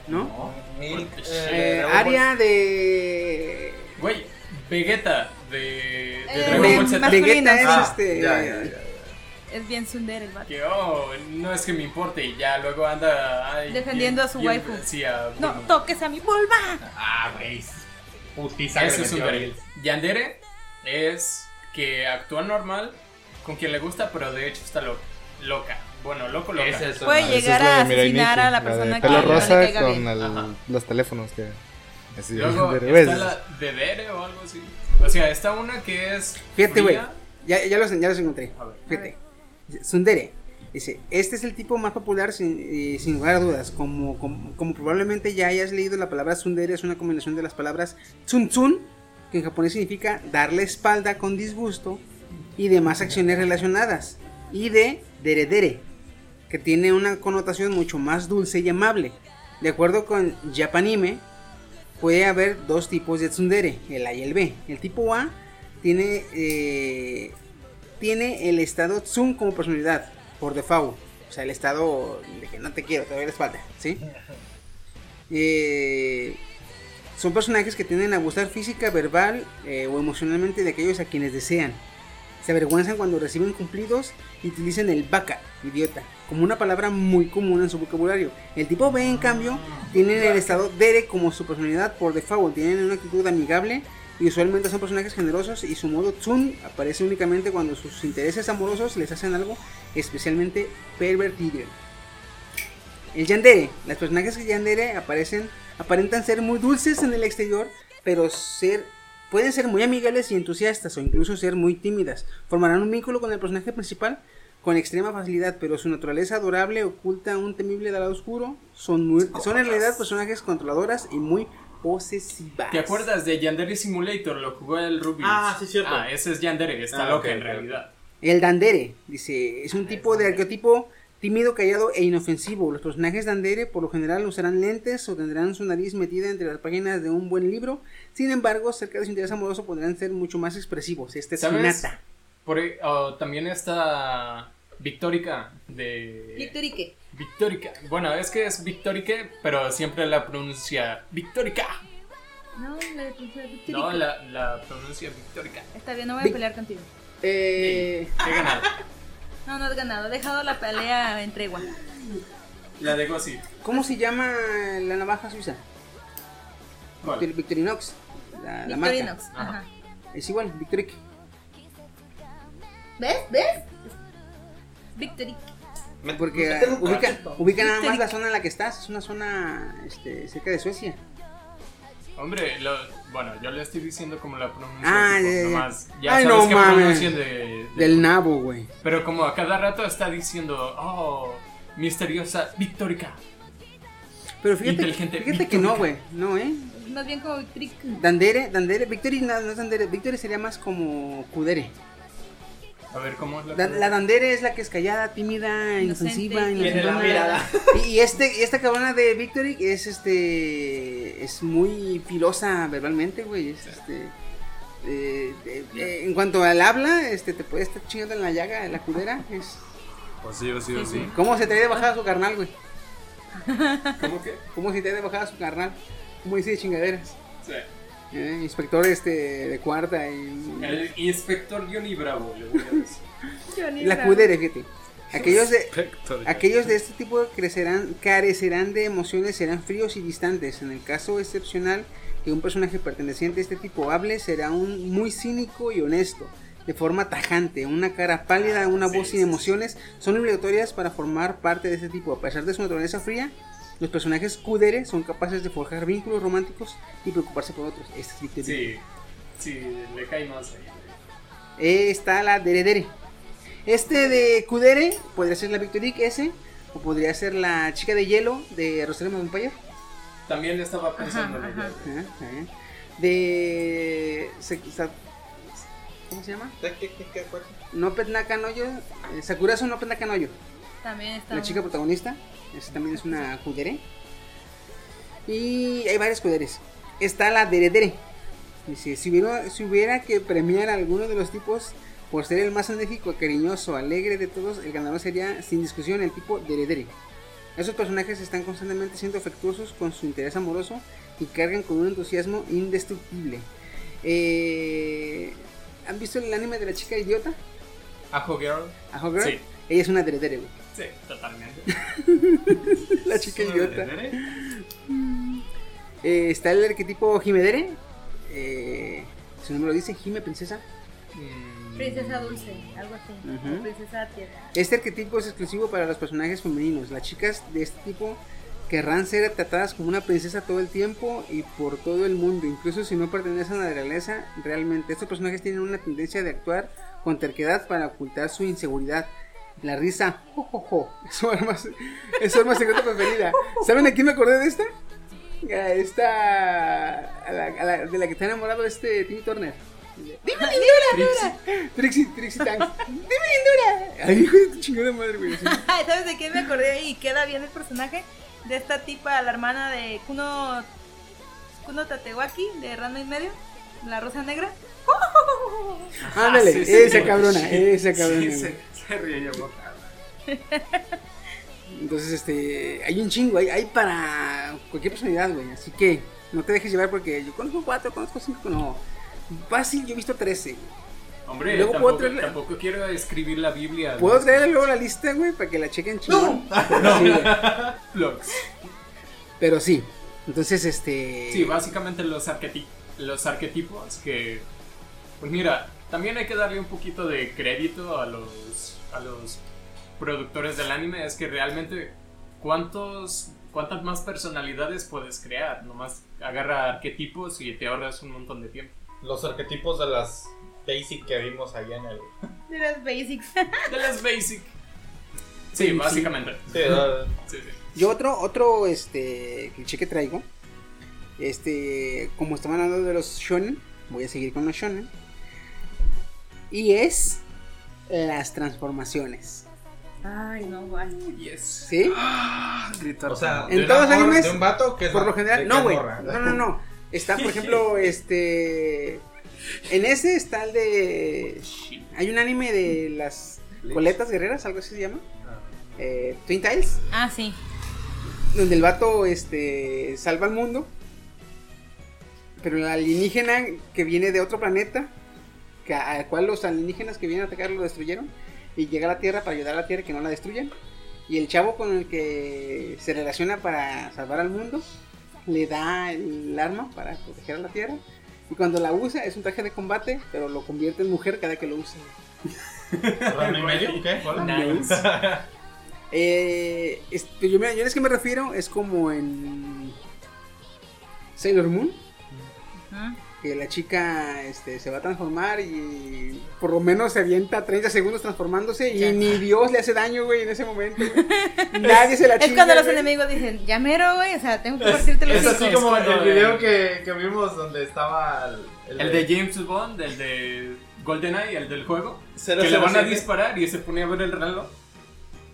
[SPEAKER 1] ¿no?
[SPEAKER 6] Milk,
[SPEAKER 2] What the
[SPEAKER 6] eh,
[SPEAKER 1] Eh,
[SPEAKER 6] Dragon Ball.
[SPEAKER 1] Aria de
[SPEAKER 2] Güey, Vegeta de, de
[SPEAKER 4] Eh,
[SPEAKER 2] Dragon Ball
[SPEAKER 1] de
[SPEAKER 2] Z.
[SPEAKER 4] Max-
[SPEAKER 1] Vegeta es
[SPEAKER 6] Ah,
[SPEAKER 1] este
[SPEAKER 6] ya, ya, ya.
[SPEAKER 4] Es bien tsundere el vato.
[SPEAKER 2] Que oh, no es que me importe y ya luego anda ay,
[SPEAKER 4] Defendiendo
[SPEAKER 2] bien-
[SPEAKER 4] a su
[SPEAKER 2] bien-
[SPEAKER 4] waifu.
[SPEAKER 2] Sí, a
[SPEAKER 4] No
[SPEAKER 2] Bulma.
[SPEAKER 4] toques a mi vulva.
[SPEAKER 6] Ah, güey. Putiza. que
[SPEAKER 2] Ese
[SPEAKER 6] le
[SPEAKER 2] es
[SPEAKER 6] metió
[SPEAKER 2] Tsundere.
[SPEAKER 6] ahí.
[SPEAKER 2] Yandere es que actúa normal con quien le gusta, pero de hecho está lo- loca. Bueno, loco, loca.
[SPEAKER 6] Ese es
[SPEAKER 4] Puede
[SPEAKER 6] una-
[SPEAKER 4] llegar a asesinar a la persona que no le caiga bien.
[SPEAKER 2] Ajá.
[SPEAKER 8] los teléfonos que. así,
[SPEAKER 2] Luego
[SPEAKER 8] de
[SPEAKER 2] está
[SPEAKER 8] revés.
[SPEAKER 2] la de Dere o algo así. O sea, está una que es.
[SPEAKER 1] Fíjate, güey.
[SPEAKER 2] fría.
[SPEAKER 1] Ya, ya, los, ya los encontré.
[SPEAKER 2] A ver.
[SPEAKER 1] Fíjate. Sundere. Dice, este es el tipo más popular sin, eh, sin lugar a dudas. Como, como, como probablemente ya hayas leído, la palabra tsundere es una combinación de las palabras tsun tsun, que en japonés significa darle espalda con disgusto, y demás acciones relacionadas, y de deredere, que tiene una connotación mucho más dulce y amable. De acuerdo con Japanime, puede haber dos tipos de tsundere, el A y el B. El tipo A tiene, eh, tiene el estado Tsun como personalidad, por default. O sea, el estado de que no te quiero, te doy la espalda, ¿sí? Eh, son personajes que tienden a gustar física, verbal eh, o emocionalmente de aquellos a quienes desean. se avergüenzan cuando reciben cumplidos y utilizan el vaca, idiota, como una palabra muy común en su vocabulario. El tipo B, en cambio, tienen el estado Dere como su personalidad por default, tienen una actitud amigable y usualmente son personajes generosos y su modo Tsun aparece únicamente cuando sus intereses amorosos les hacen algo especialmente pervertido. El Yandere. Las personajes que Yandere aparecen aparentan ser muy dulces en el exterior, pero ser pueden ser muy amigables y entusiastas o incluso ser muy tímidas. Formarán un vínculo con el personaje principal con extrema facilidad, pero su naturaleza adorable oculta un temible lado oscuro. Son, muy- son en realidad personajes controladoras y muy posesivas.
[SPEAKER 2] ¿Te acuerdas de Yandere Simulator? Lo jugó el Rubius.
[SPEAKER 1] Ah, sí, cierto.
[SPEAKER 2] Ah, ese es Yandere, está
[SPEAKER 1] Ah,
[SPEAKER 2] loca
[SPEAKER 1] ok,
[SPEAKER 2] en
[SPEAKER 1] ok.
[SPEAKER 2] realidad.
[SPEAKER 1] El Dandere, dice, es un tipo de arquetipo tímido, callado e inofensivo. Los personajes Dandere por lo general usarán lentes o tendrán su nariz metida entre las páginas de un buen libro. Sin embargo, cerca de su interés amoroso podrán ser mucho más expresivos. Este es
[SPEAKER 2] ¿Sabes?
[SPEAKER 1] Hinata.
[SPEAKER 2] Por, ahí- oh, también está Victórica de...
[SPEAKER 4] Victorique.
[SPEAKER 2] Victórica. Bueno, es que es Victorique, pero siempre la pronuncia Victórica.
[SPEAKER 4] No, la de Victorique.
[SPEAKER 2] No, la, la pronuncia Victórica.
[SPEAKER 4] Está bien, no voy a pelear contigo.
[SPEAKER 1] Eh...
[SPEAKER 2] He ganado.
[SPEAKER 4] No, no has ganado. He dejado la pelea en tregua.
[SPEAKER 2] La dejo así.
[SPEAKER 1] ¿Cómo se llama la navaja suiza?
[SPEAKER 2] ¿Cuál?
[SPEAKER 1] Victor- Victorinox. La, la marca.
[SPEAKER 4] Victorinox. Ajá.
[SPEAKER 1] Es igual, Victoric.
[SPEAKER 4] ¿Ves? ¿Ves? Victorique.
[SPEAKER 1] Porque
[SPEAKER 4] Tengo
[SPEAKER 1] ubica,
[SPEAKER 4] coraje.
[SPEAKER 1] ubica nada más
[SPEAKER 4] Victoric.
[SPEAKER 1] la zona en la que estás. Es una zona este, cerca de Suecia.
[SPEAKER 2] Hombre, lo- bueno, yo le estoy diciendo como la pronuncia.
[SPEAKER 1] Ah,
[SPEAKER 2] tipo,
[SPEAKER 1] ya, ya, ya.
[SPEAKER 2] nomás. Ya
[SPEAKER 1] Ay,
[SPEAKER 2] sabes
[SPEAKER 1] no
[SPEAKER 2] que
[SPEAKER 1] mames.
[SPEAKER 2] pronuncia de- de-
[SPEAKER 1] Del nabo, güey.
[SPEAKER 2] Pero como a cada rato está diciendo, oh, misteriosa Victórica.
[SPEAKER 1] Pero fíjate,
[SPEAKER 2] Inteligente,
[SPEAKER 1] fíjate que no, güey. No, ¿eh?
[SPEAKER 4] Más bien como Victorique.
[SPEAKER 1] Dandere, Dandere, Victory no, no es Dandere, Victory sería más como Kudere.
[SPEAKER 2] A ver cómo es la.
[SPEAKER 1] La, la Dandere es la que es callada, tímida,
[SPEAKER 2] Inocente.
[SPEAKER 1] inofensiva,
[SPEAKER 2] Tiene la
[SPEAKER 1] inocentona.
[SPEAKER 2] mirada.
[SPEAKER 1] Y, y este, y esta cabrona de Victory es este es muy filosa verbalmente, güey. Es este eh, eh, eh, en cuanto al habla, este te puede estar chingando en la llaga de la Kudera. Es,
[SPEAKER 3] Oh,
[SPEAKER 5] Pues sí, o sí, o sí.
[SPEAKER 1] ¿Cómo se te ha de bajada su carnal, güey?
[SPEAKER 2] ¿Cómo qué?
[SPEAKER 1] ¿Cómo se te ha de bajada su carnal? ¿Cómo dice de chingaderas?
[SPEAKER 2] Sí.
[SPEAKER 1] Eh, inspector este de cuarta y
[SPEAKER 2] El inspector Johnny Bravo, le voy a decir.
[SPEAKER 1] La Kudere, fíjate. Aquellos de,
[SPEAKER 5] Inspector.
[SPEAKER 1] aquellos de este tipo crecerán, carecerán de emociones, serán fríos y distantes. En el caso excepcional que un personaje perteneciente a este tipo hable, será un muy cínico y honesto, de forma tajante. Una cara pálida,
[SPEAKER 2] Ah,
[SPEAKER 1] una voz sin emociones son obligatorias para formar parte de este tipo. A pesar de su naturaleza fría, los personajes Kudere son capaces de forjar vínculos románticos y preocuparse por otros. Este es Victor Hugo.
[SPEAKER 2] Sí, sí, le cae más ahí.
[SPEAKER 1] Eh, está la Deredere. Este de Kudere podría ser la Victorique S. O podría ser la chica de hielo de Rosario Vampire.
[SPEAKER 2] También estaba pensando en ella.
[SPEAKER 1] De. se- sa- ¿Cómo se llama?
[SPEAKER 6] ¿Qué, qué, qué, qué, cuál?
[SPEAKER 1] No Petnaka Noyo. eh, Sakura es un No Petnaka Noyo.
[SPEAKER 4] También está.
[SPEAKER 1] La chica protagonista. Esa también es una Kudere. Y hay varias Kuderes. Está la Deredere. Dice, si hubiera, si hubiera que premiar a alguno de los tipos por ser el más enérgico, cariñoso, alegre de todos, el ganador sería sin discusión el tipo Deredere. Esos personajes están constantemente siendo afectuosos con su interés amoroso y cargan con un entusiasmo indestructible. Eh, ¿Han visto el anime de la chica idiota?
[SPEAKER 2] Ajo Girl.
[SPEAKER 1] ¿Ajo Girl?
[SPEAKER 2] Sí.
[SPEAKER 1] Ella es una Deredere, güey.
[SPEAKER 2] Sí, totalmente.
[SPEAKER 1] La chica
[SPEAKER 2] ¿Es una
[SPEAKER 1] idiota.
[SPEAKER 2] heredera?
[SPEAKER 1] Eh, está el arquetipo Jimedere. Eh, su nombre lo dice, Jime Princesa.
[SPEAKER 4] Princesa dulce, algo así.
[SPEAKER 1] Ujú.
[SPEAKER 4] Princesa tierra.
[SPEAKER 1] Este arquetipo es exclusivo para los personajes femeninos. Las chicas de este tipo querrán ser tratadas como una princesa todo el tiempo y por todo el mundo, incluso si no pertenecen a la realeza realmente. Estos personajes tienen una tendencia de actuar con terquedad para ocultar su inseguridad. La risa, jo, jo, jo, es su arma, es su arma secreta preferida. ¿Saben a quién me acordé de esta? A esta, a la- a la- de la que está enamorado este Timmy Turner. Dime lindura, Trixie, Trixie, Trixie Tanks. Dime lindura. Ay, hijo de tu chingada madre, güey. así.
[SPEAKER 4] Ay, ¿Sabes de quién me acordé? Y queda bien el personaje de esta tipa, la hermana de Kuno, Kuno Tatewaki, de Rando y Medio, la Rosa Negra.
[SPEAKER 2] Ah,
[SPEAKER 1] Ándale,
[SPEAKER 5] Ah, sí, sí,
[SPEAKER 1] esa
[SPEAKER 5] sí.
[SPEAKER 1] cabrona,
[SPEAKER 5] Sí,
[SPEAKER 1] esa
[SPEAKER 5] sí,
[SPEAKER 1] cabrona.
[SPEAKER 5] se-
[SPEAKER 1] güey.
[SPEAKER 5] se ríe yo, boca.
[SPEAKER 1] Entonces, este, hay un chingo, hay, hay para cualquier personalidad, güey. Así que no te dejes llevar porque yo conozco cuatro, conozco cinco, no. Fácil, yo he visto trece. güey.
[SPEAKER 2] Hombre,
[SPEAKER 1] Luego puedo
[SPEAKER 2] tampoco,
[SPEAKER 1] traer-
[SPEAKER 2] tampoco quiero escribir la Biblia.
[SPEAKER 1] ¿Puedo traerle luego la lista, güey? Para que la chequen chido.
[SPEAKER 2] No.
[SPEAKER 1] Sí,
[SPEAKER 2] Flux.
[SPEAKER 1] Pero sí. Entonces, este.
[SPEAKER 2] Sí, básicamente los, arqueti- los arquetipos que... Pues mira, también hay que darle un poquito de crédito a los, a los productores del anime. Es que realmente, ¿cuántos, ¿cuántas más personalidades puedes crear? Nomás agarra arquetipos y te ahorras un montón de tiempo.
[SPEAKER 6] Los arquetipos de las basic que vimos allá en el.
[SPEAKER 4] De las basics.
[SPEAKER 2] De las basic. Sí, básicamente.
[SPEAKER 6] Sí, ¿verdad?
[SPEAKER 2] Sí, sí.
[SPEAKER 1] Yo otro, otro este cliché que traigo. Este. Como estaban hablando de los shonen. Voy a seguir con los shonen. Y es. Las transformaciones.
[SPEAKER 4] Ay, no, guay.
[SPEAKER 2] Yes.
[SPEAKER 1] ¿Sí?
[SPEAKER 3] Gritar.
[SPEAKER 6] O sea,
[SPEAKER 1] En
[SPEAKER 6] de
[SPEAKER 1] todos
[SPEAKER 6] una
[SPEAKER 1] los
[SPEAKER 6] mor-
[SPEAKER 1] animes,
[SPEAKER 6] De un vato que es
[SPEAKER 1] Por
[SPEAKER 6] va-
[SPEAKER 1] lo
[SPEAKER 6] de
[SPEAKER 1] general,
[SPEAKER 6] que
[SPEAKER 1] no,
[SPEAKER 6] es
[SPEAKER 1] güey.
[SPEAKER 6] morra.
[SPEAKER 1] No, no, no. Está, por ejemplo, este. En ese está el de. Hay un anime de las coletas guerreras, algo así se llama. Eh, Twin Tiles,
[SPEAKER 4] Ah, sí.
[SPEAKER 1] donde el vato este, salva al mundo. Pero el alienígena que viene de otro planeta, que a- al cual los alienígenas que vienen a atacar lo destruyeron, y llega a la Tierra para ayudar a la Tierra que no la destruyan. Y el chavo con el que se relaciona para salvar al mundo le da el arma para proteger a la Tierra. Y cuando la usa es un traje de combate, pero lo convierte en mujer cada que lo usa.
[SPEAKER 6] ¿Rana y medio? ¿Qué? ¿Hola?
[SPEAKER 2] Nice.
[SPEAKER 1] Eh, este, yo, mira, yo es que me refiero es como en Sailor Moon,
[SPEAKER 4] Ujú.
[SPEAKER 1] que la chica este, se va a transformar y por lo menos se avienta 30 segundos transformándose y
[SPEAKER 4] Ya.
[SPEAKER 1] ni Dios le hace daño, güey, en ese momento. güey. Nadie se la
[SPEAKER 4] Es
[SPEAKER 1] chinga,
[SPEAKER 4] cuando los
[SPEAKER 1] güey.
[SPEAKER 4] enemigos dicen, ya mero, güey, o sea, tengo que partirte los
[SPEAKER 6] Es así
[SPEAKER 4] hijos".
[SPEAKER 6] como
[SPEAKER 2] Es
[SPEAKER 6] el
[SPEAKER 2] cuando-
[SPEAKER 6] video que, que vimos donde estaba el,
[SPEAKER 2] El de James Bond, el de GoldenEye, el del juego.
[SPEAKER 6] Cero,
[SPEAKER 2] que le
[SPEAKER 6] cero,
[SPEAKER 2] van a
[SPEAKER 6] siete.
[SPEAKER 2] disparar y se pone a ver el reloj.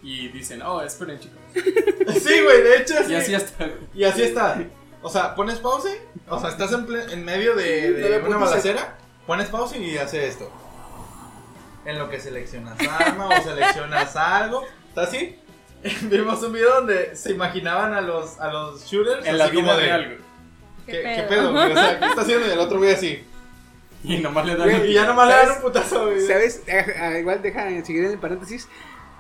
[SPEAKER 2] Y dicen, oh, esperen, chicos.
[SPEAKER 6] Sí, güey, de hecho.
[SPEAKER 2] Y
[SPEAKER 6] sí.
[SPEAKER 2] así hasta.
[SPEAKER 6] Y así está. O sea, pones pause. O sea, estás en, ple- en medio de, de
[SPEAKER 1] Nueve
[SPEAKER 6] una
[SPEAKER 1] punto
[SPEAKER 6] balacera. Pones pause y hace esto. En lo que seleccionas arma o seleccionas algo. ¿Está así? Vimos un video donde se imaginaban a los, a los shooters.
[SPEAKER 2] En la
[SPEAKER 6] así como
[SPEAKER 2] vida
[SPEAKER 6] de,
[SPEAKER 2] real, güey.
[SPEAKER 6] ¿Qué, qué pedo? güey? O sea, ¿qué está haciendo? Y el otro güey así.
[SPEAKER 2] Y nomás le dan.
[SPEAKER 6] Güey, y ya nomás le dan un putazo, güey.
[SPEAKER 1] ¿Sabes? A- a- igual deja de seguir en el paréntesis.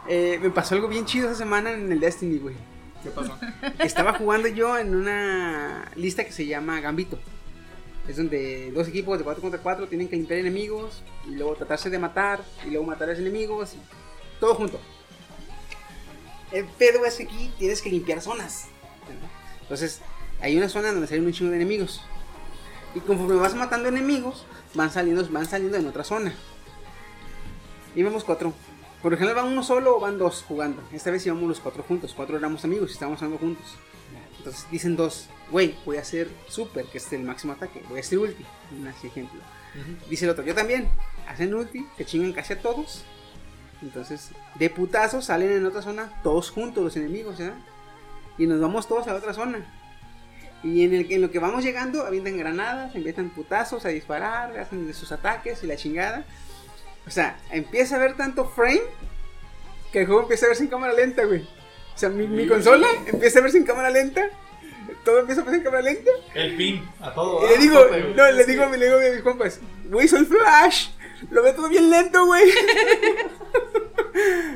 [SPEAKER 1] Eh, me pasó algo bien chido esa semana en el Destiny, güey.
[SPEAKER 2] ¿Qué pasó?
[SPEAKER 1] Estaba jugando yo en una lista que se llama Gambito. Es donde dos equipos de 4 contra 4 tienen que limpiar enemigos y luego tratarse de matar y luego matar a los enemigos. y todo junto. El pedo es que aquí tienes que limpiar zonas. ¿verdad? Entonces, hay una zona donde salen un chingo de enemigos. Y conforme vas matando enemigos, van saliendo, van saliendo en otra zona. Íbamos cuatro. Por lo general van uno solo o van dos jugando. Esta vez íbamos los cuatro juntos. Cuatro éramos amigos y estábamos jugando juntos. Entonces dicen dos, güey, voy a hacer super, que es el máximo ataque. Voy a hacer ulti. Un así ejemplo. Dice el otro, yo también. Hacen ulti, te chingan casi a todos. Entonces, de putazo salen en otra zona, todos juntos los enemigos, ¿verdad? Y nos vamos todos a la otra zona. Y en, el, en lo que vamos llegando, avientan granadas, empiezan putazos a disparar, hacen de sus ataques y la chingada. O sea, empieza a haber tanto frame que el juego empieza a verse en cámara lenta, güey. O sea, mi, mi consola empieza a verse en cámara lenta. Todo empieza a verse en cámara lenta.
[SPEAKER 6] El pin a todo. ¿ah?
[SPEAKER 1] Y le digo, no, le digo, le digo a mis compas, güey, soy Flash. Lo veo todo bien lento, güey.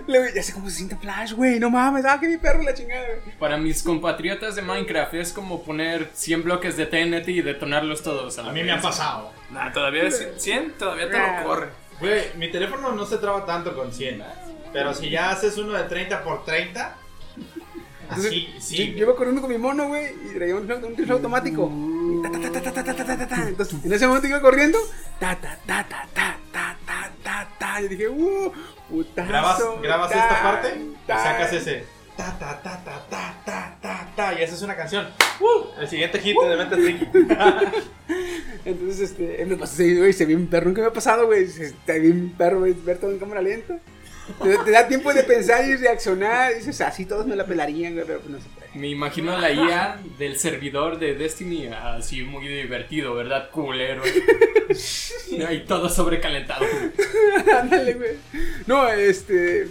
[SPEAKER 1] Le digo, ya sé cómo se siente Flash, güey. No mames, ah, que mi perro la chingada, güey.
[SPEAKER 2] Para mis compatriotas de Minecraft es como poner 100 bloques de TNT y detonarlos todos. la
[SPEAKER 6] A mí me
[SPEAKER 2] vez.
[SPEAKER 6] ha pasado.
[SPEAKER 5] Nah, todavía es 100, todavía te
[SPEAKER 1] Nah.
[SPEAKER 5] lo corre.
[SPEAKER 6] Güey, mi teléfono no se traba tanto con 100. Pero si ya haces uno de 30 por 30. Así, sí.
[SPEAKER 1] Yo iba corriendo con mi mono, güey, y traía un, rifle- un rifle automático. Y ta, ta, ta, ta, ta, ta, ta, ta, ta, ta. Entonces, en ese momento iba corriendo. Ta, ta, ta, ta, ta, ta, ta, ta, ta. Yo dije, uh, putazo.
[SPEAKER 6] Grabas, grabas
[SPEAKER 1] tan,
[SPEAKER 6] esta parte y
[SPEAKER 1] tan.
[SPEAKER 6] sacas ese. Ta, ta, ta, ta, ta, ta, ta, ta. Y haces una canción. ¡Uh! El siguiente hit te metes Ricky.
[SPEAKER 1] Entonces, este, me pasó así, güey, se vio un perro, nunca me ha pasado, güey, se se vio un perro, güey, ver todo en cámara lenta. Te, te da tiempo de pensar y reaccionar, y dices, así todos me la pelarían, güey, pero pues no se puede.
[SPEAKER 2] Me imagino a la IA del servidor de Destiny así muy divertido, ¿verdad? Culero. y todo sobrecalentado.
[SPEAKER 1] Ándale, güey. No, este,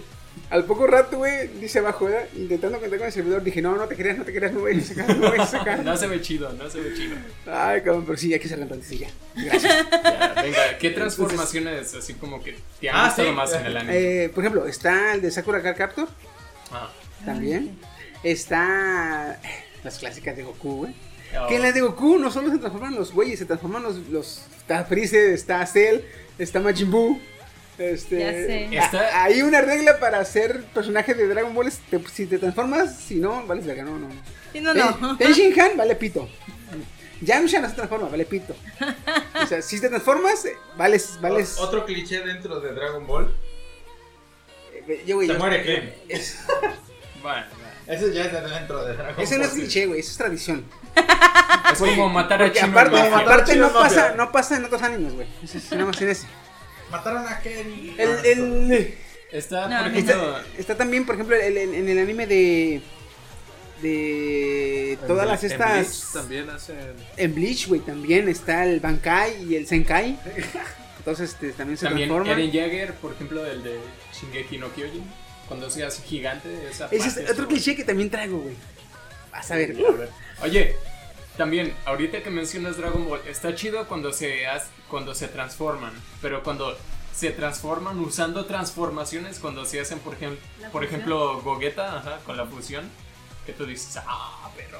[SPEAKER 1] Al poco rato, güey, dice abajo, ¿verdad? Intentando contar con el servidor, dije, no, no te creas, no te creas, no voy a sacar, no voy a sacar.
[SPEAKER 2] No se ve chido, no se ve chido.
[SPEAKER 1] Ay, cabrón, pero sí, hay que hacer la pantalla.
[SPEAKER 2] Ya, venga, ¿qué transformaciones así como que te han
[SPEAKER 1] Ah,
[SPEAKER 2] gustado
[SPEAKER 1] sí.
[SPEAKER 2] más en el anime?
[SPEAKER 1] Eh, por ejemplo, está el de Sakura Card Captor,
[SPEAKER 2] Ah.
[SPEAKER 1] también. Está eh, las clásicas de Goku, güey.
[SPEAKER 2] Oh.
[SPEAKER 1] Que en las de Goku no solo se transforman los güeyes, se transforman los, los está Freezer, está Cell, está Majin Buu. Este,
[SPEAKER 4] Ya sé.
[SPEAKER 1] a-
[SPEAKER 2] Está-
[SPEAKER 1] hay una regla para ser personaje de Dragon Ball, es te- si te transformas, si no, vales verga, no, no. no.
[SPEAKER 4] Sí, no, no.
[SPEAKER 1] Ten- Tenshin Han, vale pito. Yamcha no se transforma, vale pito. O sea, si te transformas, eh, vales, vales.
[SPEAKER 6] Otro cliché dentro de Dragon Ball.
[SPEAKER 1] eh, yo, güey,
[SPEAKER 6] Se
[SPEAKER 1] yo-
[SPEAKER 6] muere Krillin.
[SPEAKER 2] Bueno, bueno.
[SPEAKER 6] Eso ya está dentro de Dragon Ball.
[SPEAKER 1] Ese no es cliché, güey, eso es tradición.
[SPEAKER 2] es como matar a
[SPEAKER 1] Porque
[SPEAKER 2] Chino en
[SPEAKER 1] aparte,
[SPEAKER 2] Mafia.
[SPEAKER 6] matar-
[SPEAKER 1] aparte
[SPEAKER 6] Chino
[SPEAKER 1] no,
[SPEAKER 6] en Mafia.
[SPEAKER 1] pasa, no pasa en otros animes, güey. Eso es Nada más en ese.
[SPEAKER 6] Mataron a Kenny.
[SPEAKER 1] El, el,
[SPEAKER 2] Está,
[SPEAKER 4] No,
[SPEAKER 2] por
[SPEAKER 4] no.
[SPEAKER 2] ejemplo,
[SPEAKER 1] Está también, por ejemplo, el- el- en el anime de. De todas las
[SPEAKER 5] En
[SPEAKER 1] estas.
[SPEAKER 5] Bleach también hacen.
[SPEAKER 1] En Bleach, güey, también está el Bankai y el Senkai. Entonces este, también se
[SPEAKER 2] también
[SPEAKER 1] transforma.
[SPEAKER 2] Eren Jaeger, por ejemplo, el de Shingeki no Kyojin, cuando se hace gigante. Esa
[SPEAKER 1] Ese
[SPEAKER 2] parte
[SPEAKER 1] es otro
[SPEAKER 2] estuvo-
[SPEAKER 1] cliché que también traigo, güey. Vas a ver.
[SPEAKER 2] Oye, también, ahorita que mencionas Dragon Ball, está chido cuando se, haz- cuando se transforman, pero cuando se transforman usando transformaciones, cuando se hacen, por, ejemplo
[SPEAKER 4] La
[SPEAKER 2] por
[SPEAKER 4] fusión.
[SPEAKER 2] ejemplo, Gogeta, ajá, con la fusión, que tú dices, ah, pero...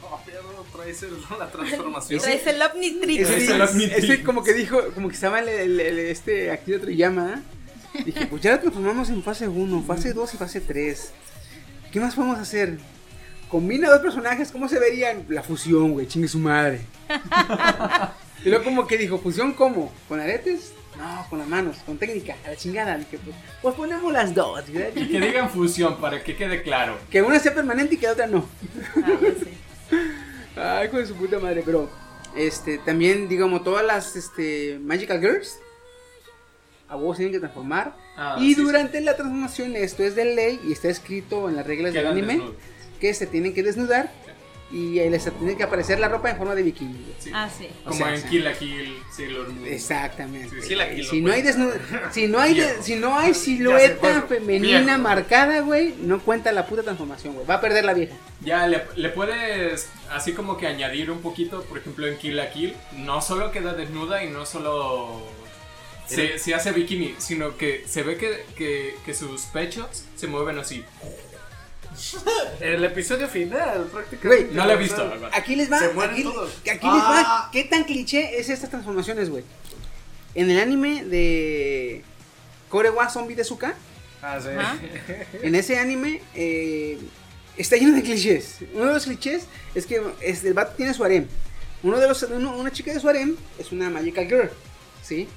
[SPEAKER 5] No, pero traes el- la transformación.
[SPEAKER 4] Traes el Omnitrix.
[SPEAKER 1] Ese,
[SPEAKER 2] Ese lo admití.
[SPEAKER 1] ese como que dijo, como que estaba el, el- el- este Akira Toriyama. ¿eh? Dije, pues ya lo transformamos en fase 1, fase 2 y fase 3. ¿Qué más podemos hacer? Combina dos personajes, ¿cómo se verían? La fusión, güey, chingue su madre. y luego como que dijo, ¿fusión cómo? ¿Con aretes? No, con las manos, con técnica, a la chingada. Dije, pues, pues ponemos las dos, ¿verdad?
[SPEAKER 2] Y que digan fusión para que quede claro.
[SPEAKER 1] Que una sea permanente y que la otra no.
[SPEAKER 4] Ah, pues sí.
[SPEAKER 1] Ay, hijo de su puta madre, pero este también digamos todas las este Magical Girls a huevos tienen que transformar
[SPEAKER 2] Ah,
[SPEAKER 1] y
[SPEAKER 2] sí, sí.
[SPEAKER 1] durante la transformación esto es de ley y está escrito en las reglas del
[SPEAKER 2] Quedan
[SPEAKER 1] anime
[SPEAKER 2] desnudos.
[SPEAKER 1] que se tienen que desnudar y ahí les tiene que aparecer la ropa en forma de bikini. güey.
[SPEAKER 2] Sí.
[SPEAKER 4] Ah, sí.
[SPEAKER 2] Como
[SPEAKER 1] O sea,
[SPEAKER 2] en
[SPEAKER 1] o sea.
[SPEAKER 2] Kill la Kill, Sailor Moon.
[SPEAKER 1] Exactamente.
[SPEAKER 2] Sí, sí, la
[SPEAKER 1] Y
[SPEAKER 2] Kill
[SPEAKER 1] si
[SPEAKER 2] lo
[SPEAKER 1] no hay
[SPEAKER 2] cuenta.
[SPEAKER 1] desnu- si no hay de-
[SPEAKER 2] Viejo.
[SPEAKER 1] si no hay
[SPEAKER 2] Ya
[SPEAKER 1] silueta
[SPEAKER 2] se fue.
[SPEAKER 1] femenina
[SPEAKER 2] Viejo.
[SPEAKER 1] marcada, güey, no cuenta la puta transformación, güey. Va a perder la vieja.
[SPEAKER 2] Ya le, le puedes así como que añadir un poquito, por ejemplo en Kill la Kill, no solo queda desnuda y no solo se, se hace bikini, sino que se ve que, que, que sus pechos se mueven así.
[SPEAKER 5] El episodio final, prácticamente.
[SPEAKER 1] Güey,
[SPEAKER 2] No lo he visto. la verdad.
[SPEAKER 1] Aquí les va.
[SPEAKER 5] Se mueren
[SPEAKER 1] aquí
[SPEAKER 5] todos.
[SPEAKER 1] aquí les va. ¿Qué tan cliché es estas transformaciones, güey? En el anime de Korewa Zombie de Suka,
[SPEAKER 5] Ah, sí.
[SPEAKER 4] Ajá.
[SPEAKER 1] en ese anime eh, está lleno de clichés. Uno de los clichés es que es- el vato tiene su harem. Uno de los, uno- una chica de su harem es una Magical Girl, ¿sí?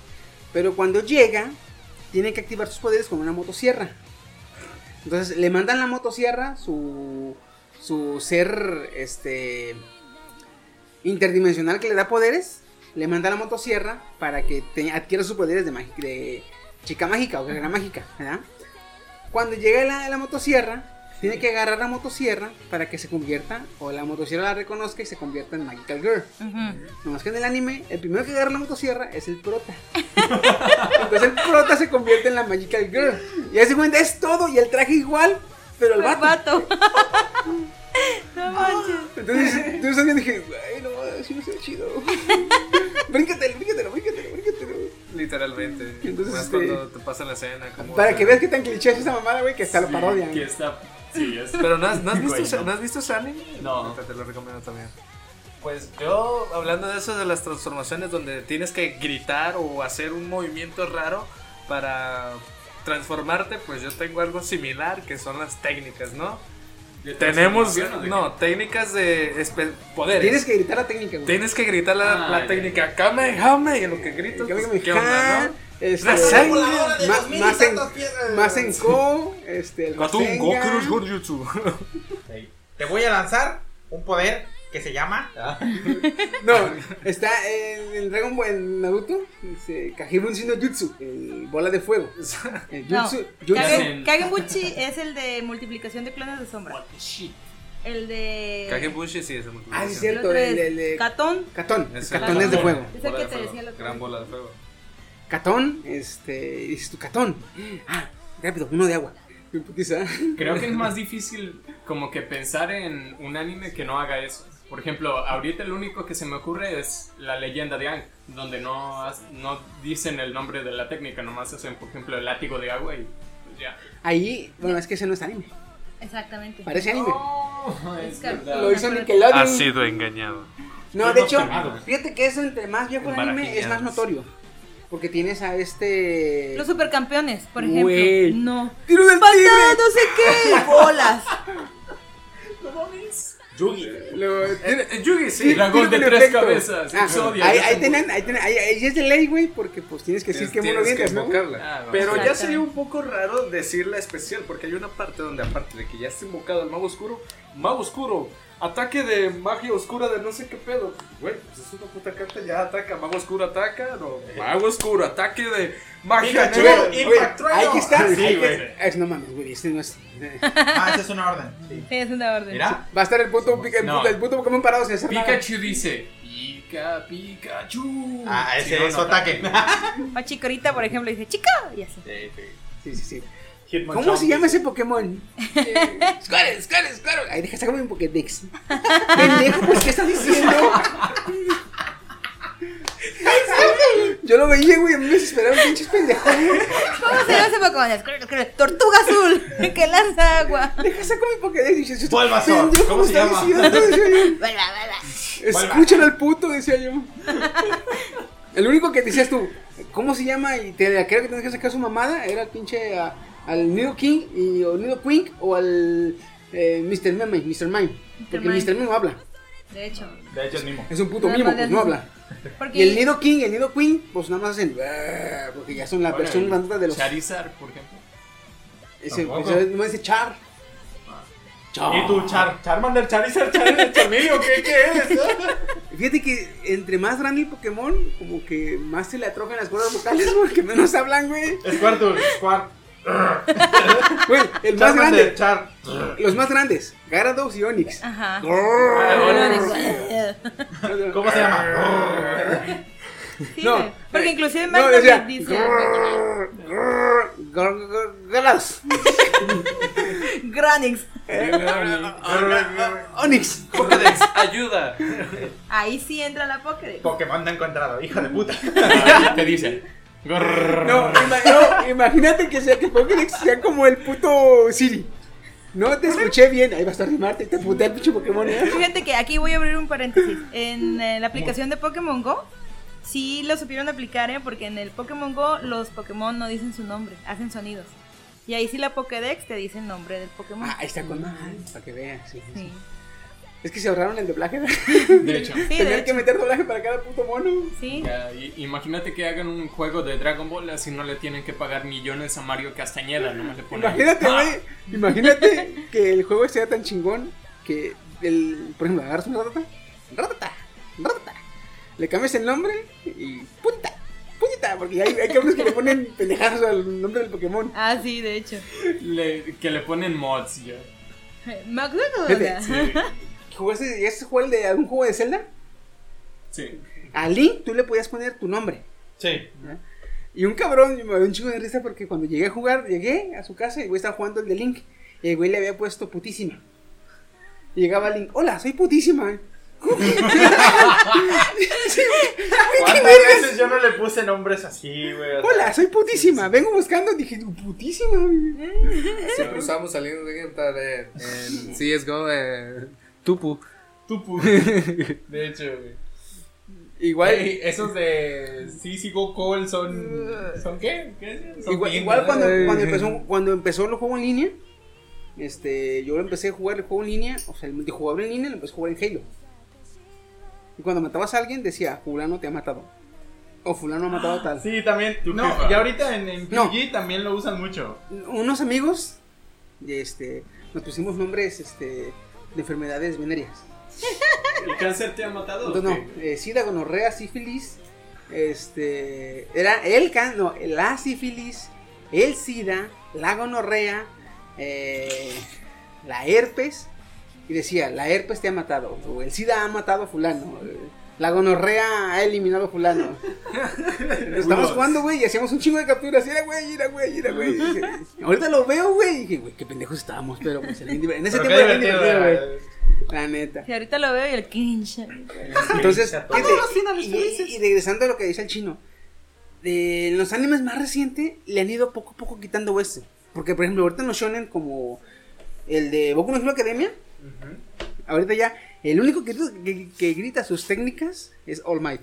[SPEAKER 1] Pero cuando llega, tiene que activar sus poderes con una motosierra. Entonces le mandan la motosierra, su, su ser este, interdimensional que le da poderes, le manda la motosierra para que te- adquiera sus poderes de, magi- de chica mágica o guerrera mágica, ¿verdad? Cuando llega la, la motosierra, tiene que agarrar la motosierra para que se convierta, o la motosierra la reconozca y se convierta en Magical Girl.
[SPEAKER 4] Ujú.
[SPEAKER 1] Nomás que en el anime, el primero que agarra la motosierra es el prota. Entonces el prota se convierte en la Magical Girl. Y así cuenta es todo y el traje igual, pero el
[SPEAKER 4] El
[SPEAKER 1] vato.
[SPEAKER 4] vato. No manches.
[SPEAKER 1] Entonces, entonces también dije, ay, no, así no se ve chido. bríncatelo, bríncatelo, bríncatelo, bríncatelo.
[SPEAKER 5] Literalmente.
[SPEAKER 1] Entonces,
[SPEAKER 5] Más
[SPEAKER 1] este-
[SPEAKER 5] cuando te pasa la escena. Como
[SPEAKER 1] Para que veas qué tan cliché es esa mamada, güey, que hasta la parodian.
[SPEAKER 2] Que está... Sí, es...
[SPEAKER 5] Pero no has, no has visto,
[SPEAKER 2] Güey,
[SPEAKER 5] ese-
[SPEAKER 2] no.
[SPEAKER 5] ¿no has visto ese anime?
[SPEAKER 2] No.
[SPEAKER 5] Ahorita Te, lo recomiendo también. Pues yo, hablando de eso de las transformaciones donde tienes que gritar o hacer un movimiento raro para transformarte, pues yo tengo algo similar que son las técnicas, ¿no?
[SPEAKER 2] de
[SPEAKER 5] Tenemos,
[SPEAKER 2] transformación, ¿o de
[SPEAKER 5] no, técnicas de espe- poderes.
[SPEAKER 1] Tienes que gritar la técnica, güey.
[SPEAKER 5] Tienes que gritar la,
[SPEAKER 2] Ah,
[SPEAKER 5] la
[SPEAKER 2] ya,
[SPEAKER 5] técnica Kamehame y en lo que gritas,
[SPEAKER 1] Que me-
[SPEAKER 5] pues, ¿qué onda, no?
[SPEAKER 1] Este,
[SPEAKER 5] La sangre
[SPEAKER 1] ma-
[SPEAKER 6] de dos mil y
[SPEAKER 1] más en-
[SPEAKER 6] tantas piedras.
[SPEAKER 1] Más en Ko, este, el
[SPEAKER 5] Gatun,
[SPEAKER 1] Rasengan.
[SPEAKER 5] Gokuru's Gorjutsu.
[SPEAKER 6] Ey, Te voy a lanzar un poder que se llama.
[SPEAKER 1] No, está el, el Dragon Ball, el Naruto, dice Kajibun Sino Jutsu, el bola de fuego. El
[SPEAKER 4] No.
[SPEAKER 1] jutsu, jutsu.
[SPEAKER 4] Kage- Kagebuchi es el de multiplicación de clones de
[SPEAKER 2] qué? What
[SPEAKER 4] sombra.
[SPEAKER 2] the shit.
[SPEAKER 4] El de.
[SPEAKER 5] Kagebushi sí es el
[SPEAKER 1] Ah, sí, es
[SPEAKER 4] El
[SPEAKER 1] cierto,
[SPEAKER 4] otro
[SPEAKER 1] el- el de-
[SPEAKER 4] es Catón.
[SPEAKER 1] Catón,
[SPEAKER 5] Ese-
[SPEAKER 1] Catón es de
[SPEAKER 5] Catón.
[SPEAKER 1] fuego.
[SPEAKER 4] Es el
[SPEAKER 5] Bola
[SPEAKER 4] que
[SPEAKER 5] de
[SPEAKER 4] te
[SPEAKER 5] fuego,
[SPEAKER 4] decía el otro.
[SPEAKER 5] Gran
[SPEAKER 4] día.
[SPEAKER 5] bola de fuego.
[SPEAKER 1] Catón, este, dices tú, Catón. Ah, rápido, uno de agua. Quizá.
[SPEAKER 2] Creo que es más difícil como que pensar en un anime que no haga eso. Por ejemplo, ahorita el único que se me ocurre es la leyenda de Ang, donde no, has- no dicen el nombre de la técnica, nomás hacen, por ejemplo, el látigo de agua y pues ya.
[SPEAKER 1] Ahí, bueno, es que ese no es anime.
[SPEAKER 4] Exactamente.
[SPEAKER 1] Parece anime.
[SPEAKER 2] Oh, es
[SPEAKER 4] Oscar.
[SPEAKER 2] verdad.
[SPEAKER 1] Lo hizo Nickelodeon.
[SPEAKER 5] Ha sido engañado.
[SPEAKER 1] No, de
[SPEAKER 2] No,
[SPEAKER 1] hecho,
[SPEAKER 2] quemado.
[SPEAKER 1] fíjate que eso entre más viejo el anime es más
[SPEAKER 5] Barajillados.
[SPEAKER 1] notorio. Porque tienes a este.
[SPEAKER 4] Los supercampeones, por ejemplo.
[SPEAKER 1] Güey.
[SPEAKER 4] No.
[SPEAKER 1] ¡Tiro del
[SPEAKER 4] Patada, no sé qué. Bolas.
[SPEAKER 6] Yugi.
[SPEAKER 1] Lo-
[SPEAKER 2] Eh, eh, Yugi, sí,
[SPEAKER 1] Sí,
[SPEAKER 2] dragón de
[SPEAKER 1] tiene un
[SPEAKER 2] tres
[SPEAKER 1] efecto.
[SPEAKER 2] cabezas.
[SPEAKER 1] Ah,
[SPEAKER 2] Exodia,
[SPEAKER 1] ahí,
[SPEAKER 2] ya
[SPEAKER 1] ahí
[SPEAKER 2] se
[SPEAKER 1] tenían- ahí tenían- ahí- ahí es de ley, güey, porque pues tienes que decir que mono
[SPEAKER 5] Tienes que
[SPEAKER 1] vienes, ¿no?
[SPEAKER 5] invocarla.
[SPEAKER 2] Ah,
[SPEAKER 5] Pero ya
[SPEAKER 4] Exactamente.
[SPEAKER 5] sería un poco raro decirla especial, porque hay una parte donde, aparte de que ya está invocado el mago oscuro, mago oscuro, ataque de magia oscura de no sé qué pedo. Güey, pues es una puta carta, ya ataca, mago oscuro ataca, no, mago oscuro, ataque de magia
[SPEAKER 6] Pikachu,
[SPEAKER 5] negra.
[SPEAKER 6] Impact
[SPEAKER 1] Güey,
[SPEAKER 6] Trueno.
[SPEAKER 1] ahí está.
[SPEAKER 6] Sí,
[SPEAKER 1] ahí
[SPEAKER 6] güey.
[SPEAKER 1] que- es- no mames, güey, este no es.
[SPEAKER 6] Ah, esa es una orden. Sí.
[SPEAKER 4] Sí, es una orden.
[SPEAKER 6] Mira.
[SPEAKER 1] Va a estar el puto, pica- el,
[SPEAKER 2] No.
[SPEAKER 1] puto, el puto Pokémon parado sin hacer nada.
[SPEAKER 2] Pikachu dice, Pika, Pikachu.
[SPEAKER 6] Ah,
[SPEAKER 2] Si
[SPEAKER 6] ese
[SPEAKER 2] no,
[SPEAKER 6] es
[SPEAKER 2] no
[SPEAKER 6] su ataque.
[SPEAKER 4] Pachicorita, por ejemplo, dice, chica. Y así.
[SPEAKER 1] Sí, sí, sí.
[SPEAKER 6] Hitmonchan.
[SPEAKER 1] ¿Cómo se llama ese Pokémon? Square, Square, Square. Ahí deja sacarme un Pokédex. Pendejo, pues, ¿qué estás diciendo? Yo lo veía, güey, a mí me desesperaba un pinche pendejo.
[SPEAKER 4] ¿Cómo se llama ese Pokémon? Squirtle, Squirtle, Tortuga azul que lanza agua.
[SPEAKER 1] Deja saco mi Pokédex. Y yo,
[SPEAKER 6] Bulbasaur,
[SPEAKER 1] pendejo,
[SPEAKER 6] ¿cómo se
[SPEAKER 1] está
[SPEAKER 6] llama?
[SPEAKER 1] diciendo? Decía yo.
[SPEAKER 4] Bla, bla, bla.
[SPEAKER 1] Escúchalo al puto, decía yo. El único que decías tú, ¿cómo se llama? Y te creo que tenías que sacar su mamada, era el pinche a- al Nido King y, o Nido Queen o al eh, Mr. Meme, Mr. Mime. Porque
[SPEAKER 4] Mime.
[SPEAKER 1] Mr. Mime no habla,
[SPEAKER 4] De hecho.
[SPEAKER 6] De hecho, es mismo.
[SPEAKER 1] es un puto
[SPEAKER 4] Nada
[SPEAKER 1] mimo,
[SPEAKER 4] más
[SPEAKER 1] pues
[SPEAKER 4] le
[SPEAKER 1] no
[SPEAKER 4] haces-
[SPEAKER 1] habla.
[SPEAKER 4] Porque
[SPEAKER 1] Y el Nido King y el Nido Queen, pues nada más hacen. "Bah", Porque ya son la
[SPEAKER 2] Bueno,
[SPEAKER 1] versión
[SPEAKER 2] y
[SPEAKER 1] grandota de los.
[SPEAKER 2] Charizard, por ejemplo.
[SPEAKER 1] Ese,
[SPEAKER 6] Tampoco.
[SPEAKER 1] ese- no dice Char. Char.
[SPEAKER 6] ¿Y tu Char Charmander, Charizard, Char Charmeleon? ¿Qué, ah? ¿Qué es?
[SPEAKER 1] Fíjate que entre más grande el Pokémon, como que más se le atrofian las cuerdas vocales porque menos hablan, güey.
[SPEAKER 6] Squirtle, Squart.
[SPEAKER 1] Güey, el más
[SPEAKER 6] Charmander,
[SPEAKER 1] grande.
[SPEAKER 6] Char.
[SPEAKER 1] Los más grandes, Gyarados y Onix.
[SPEAKER 4] Ajá. Ah,
[SPEAKER 6] ¿Cómo se llama?
[SPEAKER 4] Sí,
[SPEAKER 1] No. eh,
[SPEAKER 4] güey. Porque inclusive
[SPEAKER 1] No,
[SPEAKER 4] Magnus
[SPEAKER 1] decía,
[SPEAKER 4] dice
[SPEAKER 1] "Grrr, grrr, grrr, grrr, Gyarados.
[SPEAKER 4] Granix.
[SPEAKER 1] Onix.
[SPEAKER 5] Pokédex, ayuda.
[SPEAKER 4] Ahí sí entra la Pokédex.
[SPEAKER 6] Pokémon no encontrado, hijo de puta.
[SPEAKER 2] Te dice,
[SPEAKER 1] No, ima- no, imagínate que sea que Pokédex sea como el puto Siri. No te escuché bien, ahí vas a rimarte, te putea el pinche Pokémon. ¿eh?
[SPEAKER 4] Fíjate que aquí voy a abrir un paréntesis. En eh, la aplicación de Pokémon Go, sí lo supieron aplicar, ¿eh? porque en el Pokémon Go los Pokémon no dicen su nombre, hacen sonidos. Y ahí sí la Pokédex te dice el nombre del Pokémon.
[SPEAKER 1] Ah, ahí está con madre, para que veas. sí, sí, sí.
[SPEAKER 4] Sí,
[SPEAKER 1] Es que se ahorraron el doblaje.
[SPEAKER 2] de hecho.
[SPEAKER 4] Sí, de
[SPEAKER 1] Tener
[SPEAKER 4] hecho, Ah.
[SPEAKER 1] que meter doblaje para cada puto mono.
[SPEAKER 4] sí.
[SPEAKER 2] ya, i- imagínate que hagan un juego de Dragon Ball así no le tienen que pagar millones a Mario Castañeda, nomás le ponen.
[SPEAKER 1] Imagínate,
[SPEAKER 2] "Ah".
[SPEAKER 1] güey. Imagínate que el juego sea tan chingón que el, por ejemplo, agarras una ratata, ratata, ratata, le cambias el nombre y punta, puñita, porque hay, hay cabrones que le ponen pendejadas al nombre del Pokémon.
[SPEAKER 4] Ah, sí, de hecho.
[SPEAKER 2] Le- que le ponen mods ya.
[SPEAKER 4] McDonald's.
[SPEAKER 1] ¿Jugaste, ¿Llegaste a jugar el de algún juego de Zelda?
[SPEAKER 2] Sí.
[SPEAKER 1] A Link tú le podías poner tu nombre.
[SPEAKER 6] Sí.
[SPEAKER 1] Y un cabrón, yo me dio un chingo de risa porque cuando llegué a jugar, llegué a su casa y el güey estaba jugando el de Link. Y el güey le había puesto putísima. Y llegaba Link, hola, soy putísima. Sí, güey.
[SPEAKER 6] ¿Cuántas veces yo no le puse nombres así, güey? O sea,
[SPEAKER 1] hola, soy putísima. Vengo buscando, dije, putísima. güey".
[SPEAKER 8] Siempre estábamos saliendo de entrar en, en CSGO, eh, Tupu.
[SPEAKER 6] Tupu. De hecho, güey.
[SPEAKER 1] Igual,
[SPEAKER 6] Güey, esos de CSGO Call son. ¿Son qué? ¿Qué es? Son
[SPEAKER 1] igual,
[SPEAKER 6] bien,
[SPEAKER 1] igual cuando,
[SPEAKER 6] ¿verdad?
[SPEAKER 1] cuando empezó, cuando empezó el juego en línea, este, yo empecé a jugar el juego en línea, o sea, el multijugador en línea, lo empecé a jugar en Halo. Y cuando matabas a alguien, decía, fulano te ha matado. O fulano ha matado a tal.
[SPEAKER 6] Sí, también.
[SPEAKER 2] Tu
[SPEAKER 6] No,
[SPEAKER 2] jefa.
[SPEAKER 6] y ahorita en, en
[SPEAKER 1] No.
[SPEAKER 6] PUBG también lo usan mucho.
[SPEAKER 1] unos amigos este, nos pusimos nombres este, de enfermedades venéreas.
[SPEAKER 2] ¿El cáncer te ha matado? o
[SPEAKER 1] Entonces, no,
[SPEAKER 2] qué?
[SPEAKER 1] eh, sida, gonorrea, sífilis. Este, era el can, no, la sífilis, el sida, la gonorrea, eh, la herpes. Y decía, la herpes te ha matado, o el sida ha matado a fulano, eh, La gonorrea ha eliminado a fulano. Estamos jugando, güey, y hacíamos un chingo de capturas. Era, güey, mira, güey, mira, güey. Y dije, Ahorita lo veo, güey. Y dije, güey, qué pendejos estábamos, pero pues, era bien diver- en ese
[SPEAKER 6] Pero
[SPEAKER 1] tiempo era
[SPEAKER 6] qué
[SPEAKER 1] bien divertido,
[SPEAKER 6] divertido,
[SPEAKER 1] güey.
[SPEAKER 6] güey.
[SPEAKER 1] La neta.
[SPEAKER 4] Si ahorita lo veo y el cringe.
[SPEAKER 1] Entonces,
[SPEAKER 6] Pinche
[SPEAKER 1] ¿qué te- y, y regresando a lo que dice el chino, de los animes más recientes le han ido poco a poco quitando ese. Porque, por ejemplo, ahorita en los shonen, como el de Boku no Hero Academia, ahorita ya, el único que, que- que grita sus técnicas es All Might.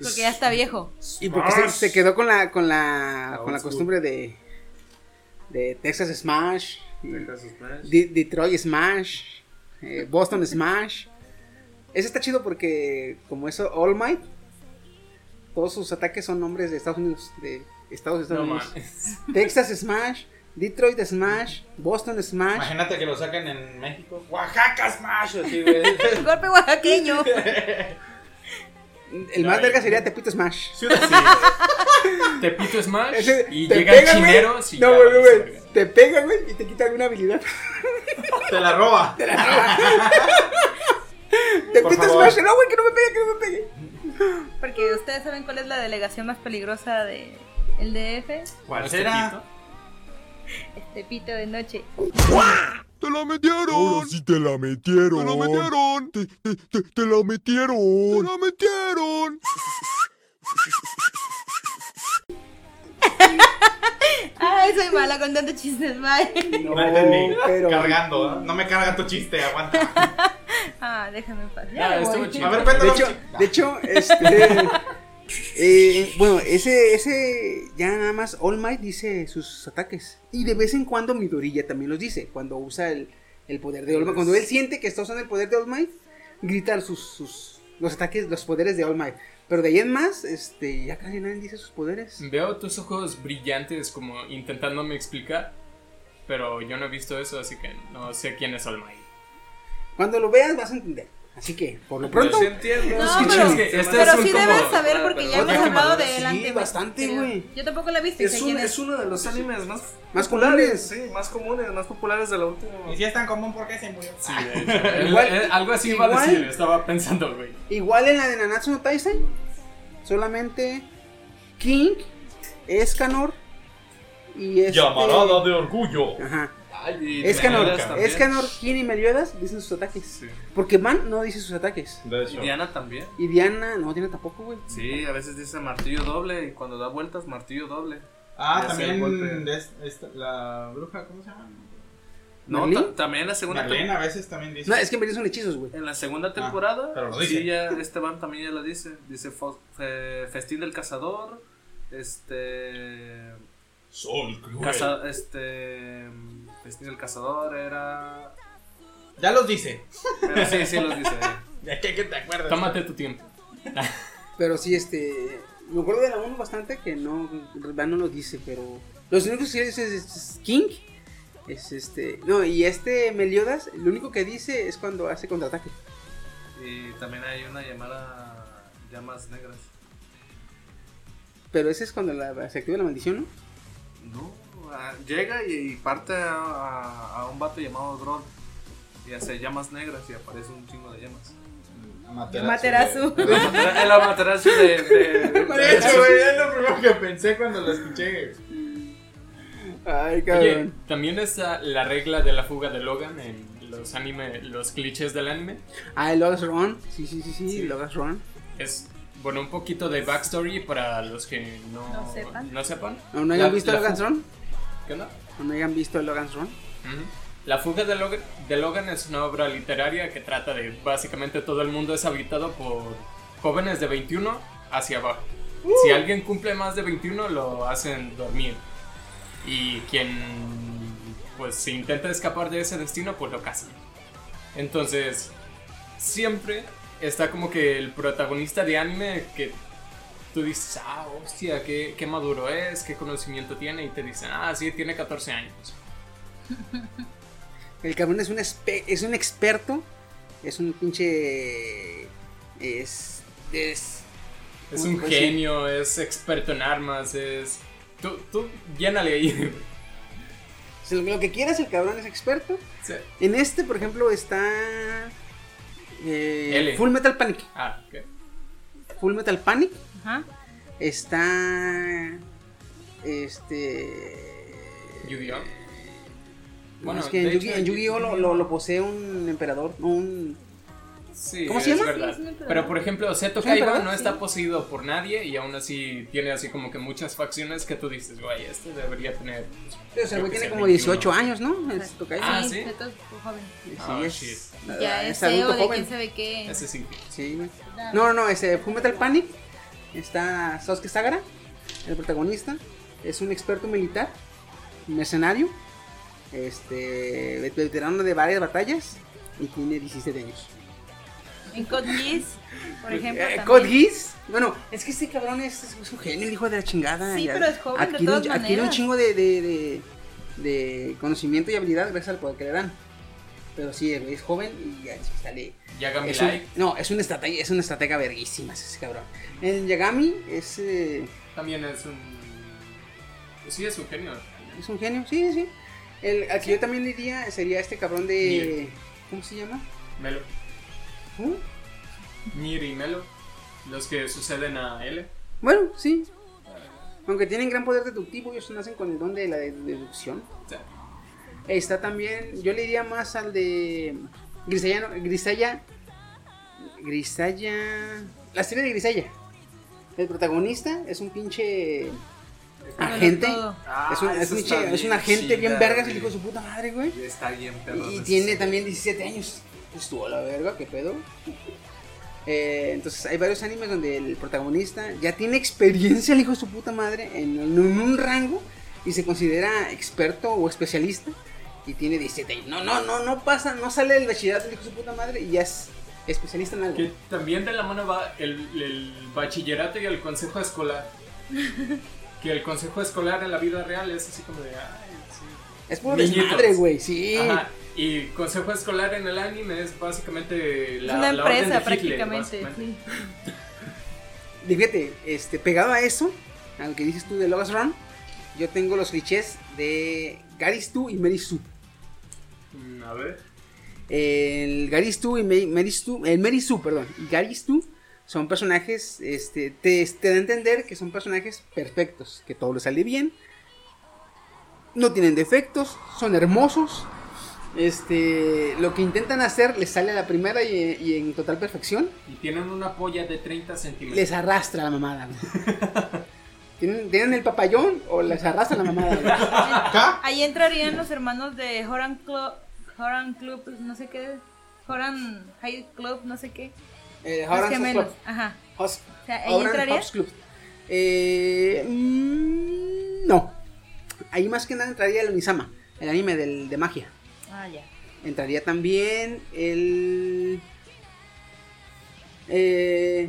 [SPEAKER 4] Porque ya está viejo.
[SPEAKER 1] Y porque se, se quedó con la, con la, con la costumbre de, de Texas Smash, y De- Detroit Smash, eh, Boston Smash. Ese está chido porque, como eso, All Might, todos sus ataques son nombres de Estados Unidos, de Estados, Estados
[SPEAKER 2] No
[SPEAKER 1] Unidos. Texas Smash, Detroit Smash, Boston Smash.
[SPEAKER 6] Imagínate que lo saquen en México. Oaxaca Smash, así, güey.
[SPEAKER 4] Golpe oaxaqueño.
[SPEAKER 1] El más
[SPEAKER 6] No,
[SPEAKER 1] verga
[SPEAKER 6] eh.
[SPEAKER 1] sería Tepito Smash.
[SPEAKER 2] Sí, Te pito Smash
[SPEAKER 1] Ese-
[SPEAKER 2] y
[SPEAKER 1] te
[SPEAKER 2] llegan
[SPEAKER 1] pegan, güey.
[SPEAKER 2] chineros y
[SPEAKER 1] No,
[SPEAKER 2] ya
[SPEAKER 1] güey,
[SPEAKER 2] valió
[SPEAKER 1] güey,
[SPEAKER 2] verga.
[SPEAKER 1] Te pegan, güey, y te quitan una habilidad.
[SPEAKER 6] Te la roba. Por
[SPEAKER 1] Tepito
[SPEAKER 6] favor.
[SPEAKER 1] Smash, no, güey, que no me pegue, que no me pegue.
[SPEAKER 4] Porque ustedes saben cuál es la delegación más peligrosa de el DF.
[SPEAKER 2] ¿Cuál
[SPEAKER 6] será?
[SPEAKER 2] será?
[SPEAKER 4] Este pito de noche.
[SPEAKER 9] ¡Te la metieron! ¡Ahora sí te la metieron! ¡Te la metieron! ¡Te, te, te, te la metieron! ¡Te la metieron!
[SPEAKER 4] Ay, soy mala contando chistes, bye.
[SPEAKER 6] No entendí.
[SPEAKER 1] pero-
[SPEAKER 6] Cargando. ¿no? No me carga tu chiste, aguanta.
[SPEAKER 4] Ah, déjame en paz.
[SPEAKER 2] Ah,
[SPEAKER 4] Ya me
[SPEAKER 2] estuvo
[SPEAKER 4] voy.
[SPEAKER 2] chido.
[SPEAKER 6] A ver,
[SPEAKER 1] De
[SPEAKER 6] cuéntalo.
[SPEAKER 1] hecho, de hecho, este. eh, bueno, ese, ese. Ya nada más All Might dice sus ataques. Y de vez en cuando Midorilla también los dice. Cuando usa el, el poder de All Might. Cuando él siente que está usando el poder de All Might, gritan sus, sus. Los ataques, los poderes de All Might. Pero de ahí en más, este. Ya casi nadie dice sus poderes.
[SPEAKER 6] Mm.
[SPEAKER 2] Veo tus ojos brillantes como intentándome explicar, pero yo no he visto eso, así que no sé quién es All Might.
[SPEAKER 1] Cuando lo veas, vas a entender. Así que, por lo pronto.
[SPEAKER 5] Yo sí entiendo.
[SPEAKER 4] No,
[SPEAKER 2] que
[SPEAKER 4] pero,
[SPEAKER 2] es que este
[SPEAKER 4] pero
[SPEAKER 2] es un
[SPEAKER 4] sí
[SPEAKER 2] como-
[SPEAKER 4] debes saber porque ya
[SPEAKER 5] Perdón,
[SPEAKER 4] hemos
[SPEAKER 2] déjame
[SPEAKER 4] hablado
[SPEAKER 2] hablar.
[SPEAKER 4] de
[SPEAKER 1] Sí,
[SPEAKER 4] él antes.
[SPEAKER 1] bastante,
[SPEAKER 4] creo.
[SPEAKER 1] güey.
[SPEAKER 4] Yo tampoco la he visto. sé
[SPEAKER 5] Es, un-
[SPEAKER 4] quién es.
[SPEAKER 5] es uno de los animes más,
[SPEAKER 1] Más
[SPEAKER 5] populares,
[SPEAKER 1] comunes.
[SPEAKER 5] Sí, más comunes, más populares de la última.
[SPEAKER 6] Y si es tan común, ¿por qué se murió?
[SPEAKER 1] Este-
[SPEAKER 2] Sí, de hecho. El-
[SPEAKER 1] Igual-
[SPEAKER 2] el- eh, algo así iba a
[SPEAKER 1] igual-
[SPEAKER 2] decir, estaba pensando, güey.
[SPEAKER 1] Igual en la de Nanatsu no Taisen, solamente King, Escanor y este...
[SPEAKER 6] Llamarada de orgullo.
[SPEAKER 1] Ajá.
[SPEAKER 5] Ay, y
[SPEAKER 1] Escanor,
[SPEAKER 5] Meliodas también.
[SPEAKER 1] Escanor, King y Meliodas dicen sus ataques. Porque Man no dice sus ataques.
[SPEAKER 6] De
[SPEAKER 5] Y
[SPEAKER 6] hecho.
[SPEAKER 5] Diana también.
[SPEAKER 1] Y Diana, no, Diana tampoco, güey.
[SPEAKER 5] Sí, a veces dice martillo doble y cuando da vueltas, martillo doble.
[SPEAKER 6] Ah,
[SPEAKER 5] Ya sé el
[SPEAKER 6] también
[SPEAKER 5] golpe.
[SPEAKER 6] es- esta- la bruja, ¿cómo se llama?
[SPEAKER 5] No,
[SPEAKER 1] ¿Merlín?
[SPEAKER 5] ta- también en la segunda
[SPEAKER 6] Marlene a veces también dice.
[SPEAKER 1] No, es que en verdad son hechizos, güey.
[SPEAKER 5] En la segunda temporada,
[SPEAKER 6] Ah, pero lo dice.
[SPEAKER 5] sí, ya Esteban también ya lo dice. Dice fo- fe- Festín del Cazador, este,
[SPEAKER 6] Sol cruel.
[SPEAKER 5] caza- este, Festín del Cazador era...
[SPEAKER 6] Ya los dice.
[SPEAKER 5] Pero sí, sí los dice.
[SPEAKER 6] ¿De qué que te acuerdas?
[SPEAKER 2] Tómate tu tiempo.
[SPEAKER 1] Pero sí, este... Me acuerdo de la 1 bastante que no, Man no lo dice, pero... Los únicos que dice es, es King, es este... No, y este Meliodas, lo único que dice es cuando hace contraataque.
[SPEAKER 5] Y también hay una llamada llamas negras.
[SPEAKER 1] Pero ese es cuando la- se activa la maldición, ¿no?
[SPEAKER 5] No, ah, llega y, y parte a, a- a un vato llamado Drone y hace llamas negras y aparece un chingo de llamas.
[SPEAKER 6] Materazo.
[SPEAKER 4] Materazu.
[SPEAKER 5] El amatera- el amaterasu de... de- de-
[SPEAKER 6] De hecho, güey, es lo primero que pensé cuando lo escuché.
[SPEAKER 1] Ay,
[SPEAKER 2] Oye, también está la regla de la fuga de Logan en los anime, los clichés del anime.
[SPEAKER 1] Ah, el Logas Run. Sí, sí, sí, sí, Logas Run.
[SPEAKER 2] Es, bueno, un poquito de backstory para los que no,
[SPEAKER 4] No sepan.
[SPEAKER 2] no sepan.
[SPEAKER 1] ¿O no
[SPEAKER 2] La-
[SPEAKER 1] hayan visto
[SPEAKER 2] la
[SPEAKER 1] Logan's
[SPEAKER 2] fu-
[SPEAKER 1] Run?
[SPEAKER 2] ¿Qué onda?
[SPEAKER 1] ¿O no hayan visto Logan's Run?
[SPEAKER 2] Ujú. La fuga de Logan, de Logan es una obra literaria que trata de básicamente todo el mundo es habitado por jóvenes de 21 hacia abajo. Si alguien cumple más de 21 lo hacen dormir. Y quien pues se intenta escapar de ese destino pues lo casan. Entonces, siempre está como que el protagonista de anime que tú dices, ah, hostia, qué, qué maduro es, qué conocimiento tiene, y te dicen, ah, sí, tiene 14 años.
[SPEAKER 1] El cabrón es un, espe- es un experto. Es un pinche. Es. es
[SPEAKER 2] Es un
[SPEAKER 1] Pues sí.
[SPEAKER 2] genio, es experto en armas, es... Tú, tú llénale ahí.
[SPEAKER 1] es lo- lo que quieras, el cabrón es experto.
[SPEAKER 2] Sí.
[SPEAKER 1] En este, por ejemplo, está. eh,
[SPEAKER 2] L.
[SPEAKER 1] Full Metal Panic.
[SPEAKER 2] Ah, ok.
[SPEAKER 1] Full Metal Panic.
[SPEAKER 4] Ajá.
[SPEAKER 1] Está. Este.
[SPEAKER 2] Yu-Gi-Oh.
[SPEAKER 1] Bueno, es que en
[SPEAKER 2] de
[SPEAKER 1] Yugi-
[SPEAKER 2] hecho,
[SPEAKER 1] en Yu-Gi-Oh! lo,
[SPEAKER 2] Yu-Gi-Oh!
[SPEAKER 1] lo- lo posee un emperador. Un.
[SPEAKER 2] Sí,
[SPEAKER 1] ¿Cómo
[SPEAKER 2] es
[SPEAKER 1] se llama?
[SPEAKER 2] verdad.
[SPEAKER 1] Sí, es un emperador.
[SPEAKER 2] Pero por ejemplo, Seto
[SPEAKER 1] Es un emperador,
[SPEAKER 2] Kaiba no
[SPEAKER 1] sí.
[SPEAKER 2] está poseído por nadie y aún así tiene así como que muchas facciones que tú dices, güey, este debería tener. pues,
[SPEAKER 1] O sea, el
[SPEAKER 2] creo
[SPEAKER 1] güey
[SPEAKER 2] que
[SPEAKER 1] tiene
[SPEAKER 2] sea
[SPEAKER 1] como
[SPEAKER 2] 21".
[SPEAKER 1] 18 años, ¿no? Es Tokaido.
[SPEAKER 2] Ah, ¿sí?
[SPEAKER 4] Neto es joven.
[SPEAKER 1] Sí,
[SPEAKER 2] Oh,
[SPEAKER 1] Ah, es-
[SPEAKER 2] shit.
[SPEAKER 4] Ya es CEO
[SPEAKER 1] adulto
[SPEAKER 4] de
[SPEAKER 1] joven.
[SPEAKER 4] quién sabe qué.
[SPEAKER 2] Ese sí.
[SPEAKER 1] Sí, güey. No, no, no, ese Fullmetal Panic. Está Sasuke Sagara, el protagonista. Es un experto militar, mercenario, este vet- veterano de varias batallas y tiene 17 años.
[SPEAKER 4] En Code Geass, por ejemplo.
[SPEAKER 1] Eh,
[SPEAKER 4] también.
[SPEAKER 1] Code Geass, Bueno, es que este cabrón es, es un genio, el hijo de la chingada.
[SPEAKER 4] Sí,
[SPEAKER 1] ya.
[SPEAKER 4] pero es joven de
[SPEAKER 1] adquiere
[SPEAKER 4] todas
[SPEAKER 1] un, adquiere un
[SPEAKER 4] maneras.
[SPEAKER 1] chingo de, de- de- de conocimiento y habilidad gracias al poder que le dan. Pero sí, el güey es joven y ya sale.
[SPEAKER 2] Yagami
[SPEAKER 1] Es un-
[SPEAKER 2] Light
[SPEAKER 1] no, es un estratega, es una estratega verguísima ese cabrón. El Yagami es, eh,
[SPEAKER 2] también es un. Sí, es un genio.
[SPEAKER 1] es un genio, sí, sí. El al que yo también diría sería este cabrón de.
[SPEAKER 2] Bien.
[SPEAKER 1] ¿Cómo se llama?
[SPEAKER 2] Melo.
[SPEAKER 1] ¿Cómo?
[SPEAKER 2] Miri y Melo. Los que suceden a L.
[SPEAKER 1] Bueno, sí. Aunque tienen gran poder deductivo, ellos nacen con el don de la de- deducción.
[SPEAKER 2] Sí.
[SPEAKER 1] Está también, yo le diría más al de Grisaya, no, Grisaya, Grisaya, la serie de Grisaya. El protagonista es un pinche agente,
[SPEAKER 4] todo.
[SPEAKER 1] es un,
[SPEAKER 5] Ah,
[SPEAKER 1] es
[SPEAKER 5] esa
[SPEAKER 1] un
[SPEAKER 5] está
[SPEAKER 1] che- es un
[SPEAKER 5] bien
[SPEAKER 1] agente bien
[SPEAKER 5] chida,
[SPEAKER 1] vergas, el
[SPEAKER 5] güey.
[SPEAKER 1] hijo de su puta madre, güey.
[SPEAKER 5] Está bien, perdón.
[SPEAKER 1] Y tiene también 17 años. Pues tú, a la verga, qué pedo. Eh, entonces hay varios animes donde el protagonista ya tiene experiencia, el hijo de su puta madre, en, en un rango y se considera experto o especialista y tiene 17 años. No, no, no, no pasa, no sale del bachillerato el hijo de su puta madre y ya es especialista en algo.
[SPEAKER 2] Que también de la mano va el, el bachillerato y el consejo escolar. que el consejo escolar en la vida real es así como de. Ay, sí.
[SPEAKER 1] Es puro
[SPEAKER 2] Niñitos.
[SPEAKER 1] desmadre, güey, sí.
[SPEAKER 2] Ajá. Y consejo escolar en el anime es básicamente la,
[SPEAKER 4] es una
[SPEAKER 2] la orden de
[SPEAKER 4] empresa
[SPEAKER 2] Hitler,
[SPEAKER 4] prácticamente.
[SPEAKER 2] básicamente.
[SPEAKER 4] sí.
[SPEAKER 1] Y Fíjate, este, pegado a eso, a lo que dices tú de Logas Run, yo tengo los clichés de Garistu y Merisu.
[SPEAKER 2] Mm, A ver.
[SPEAKER 1] El Garistu y Me- Meristu, el Merisu, perdón, y Garistu son personajes, este, te, te da a entender que son personajes perfectos, que todo les sale bien, no tienen defectos, son hermosos, este, lo que intentan hacer les sale a la primera y, y en total perfección,
[SPEAKER 2] Y tienen una polla de 30
[SPEAKER 1] les
[SPEAKER 2] centímetros.
[SPEAKER 1] arrastra la mamada. güey. ¿Tienen, tienen el papayón o les arrastra la mamada? güey.
[SPEAKER 4] Ahí entrarían los hermanos de Horan Club, Horan Club, no sé qué, Horan High Club, no sé qué.
[SPEAKER 1] Eh,
[SPEAKER 4] Los
[SPEAKER 1] Horan Hot
[SPEAKER 4] gemelos,
[SPEAKER 1] Club.
[SPEAKER 4] ajá.
[SPEAKER 1] Hot-
[SPEAKER 4] O sea, ahí
[SPEAKER 1] Horan
[SPEAKER 4] entraría.
[SPEAKER 1] Hops Club. Eh, mm, no. Ahí más que nada entraría el Unisama, el anime del, de magia.
[SPEAKER 4] Ah, ya.
[SPEAKER 1] Entraría también el. Eh,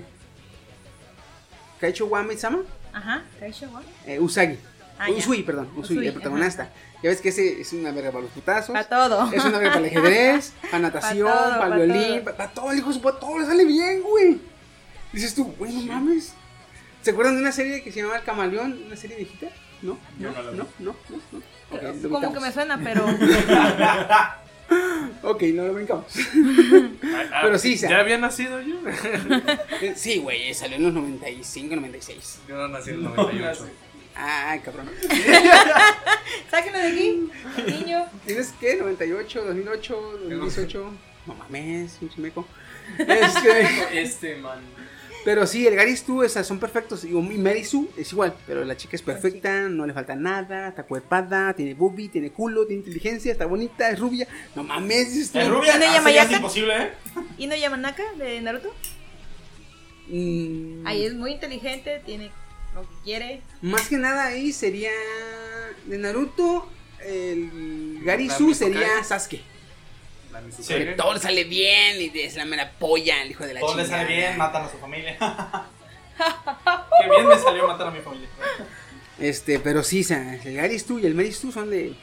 [SPEAKER 1] Kaicho wa Mitsama,
[SPEAKER 4] Ajá, Kaisha Wa.
[SPEAKER 1] eh, Usagi.
[SPEAKER 4] Ah, ya.
[SPEAKER 1] Usui, perdón, Usui,
[SPEAKER 4] Usui,
[SPEAKER 1] el protagonista. Ya ves que ese es una verga para los putazos.
[SPEAKER 4] Para todo.
[SPEAKER 1] Es una verga para el ajedrez, para natación,
[SPEAKER 4] Pa'
[SPEAKER 1] para,
[SPEAKER 4] todo, pa'
[SPEAKER 1] violín,
[SPEAKER 4] todo.
[SPEAKER 1] para todo, el hijo de su puta, todo le sale bien, güey. Dices tú, güey, no mames. ¿Se acuerdan de una serie que se llamaba El Camaleón? ¿Una serie viejita? No,
[SPEAKER 2] Yo no la vi.
[SPEAKER 1] no, no, no, no. Ok, lo
[SPEAKER 4] Como
[SPEAKER 1] brincamos.
[SPEAKER 4] que me suena, pero
[SPEAKER 1] Ok, no lo brincamos.
[SPEAKER 5] Ah,
[SPEAKER 1] Pero sí,
[SPEAKER 5] ¿Ya
[SPEAKER 1] sa-
[SPEAKER 5] había nacido yo?
[SPEAKER 1] Eh, sí, güey, salió en los 95, 96.
[SPEAKER 5] Yo nací en el 98.
[SPEAKER 1] Ay, cabrón.
[SPEAKER 4] sáquenlo de aquí, niño.
[SPEAKER 1] ¿Tienes qué? ¿98, 2008, 2018? No mames, un chimeco. Este,
[SPEAKER 2] Este man.
[SPEAKER 1] pero sí, el Garistu, esas son perfectos. Y un- y Merisu es igual, pero la
[SPEAKER 6] Ah,
[SPEAKER 1] chica es perfecta, no le falta nada, está cuerpada, tiene booby, tiene culo, tiene inteligencia, está bonita, es rubia. No mames, dices tú.
[SPEAKER 6] ¿Es rubia?
[SPEAKER 4] ¿Tiene
[SPEAKER 6] Ah, sí, ya es
[SPEAKER 4] Yamayaka?
[SPEAKER 6] imposible, ¿eh?
[SPEAKER 4] ¿Y no Yamanaka de Naruto?
[SPEAKER 1] Mm,
[SPEAKER 4] Ahí es muy inteligente, tiene lo que quiere.
[SPEAKER 1] Más que nada ahí sería. De Naruto, el Garisu
[SPEAKER 5] Naruto
[SPEAKER 1] sería
[SPEAKER 5] Kai.
[SPEAKER 1] Sasuke.
[SPEAKER 5] La Mizuki.
[SPEAKER 6] Sí.
[SPEAKER 1] Que todo le sale bien y es la mera polla, el hijo de la
[SPEAKER 6] Todo le
[SPEAKER 1] chingada.
[SPEAKER 6] sale bien, matan a su familia. Qué bien me salió matar a mi familia.
[SPEAKER 1] Este, pero sí, o sea, el Garistu y el Meristu son de.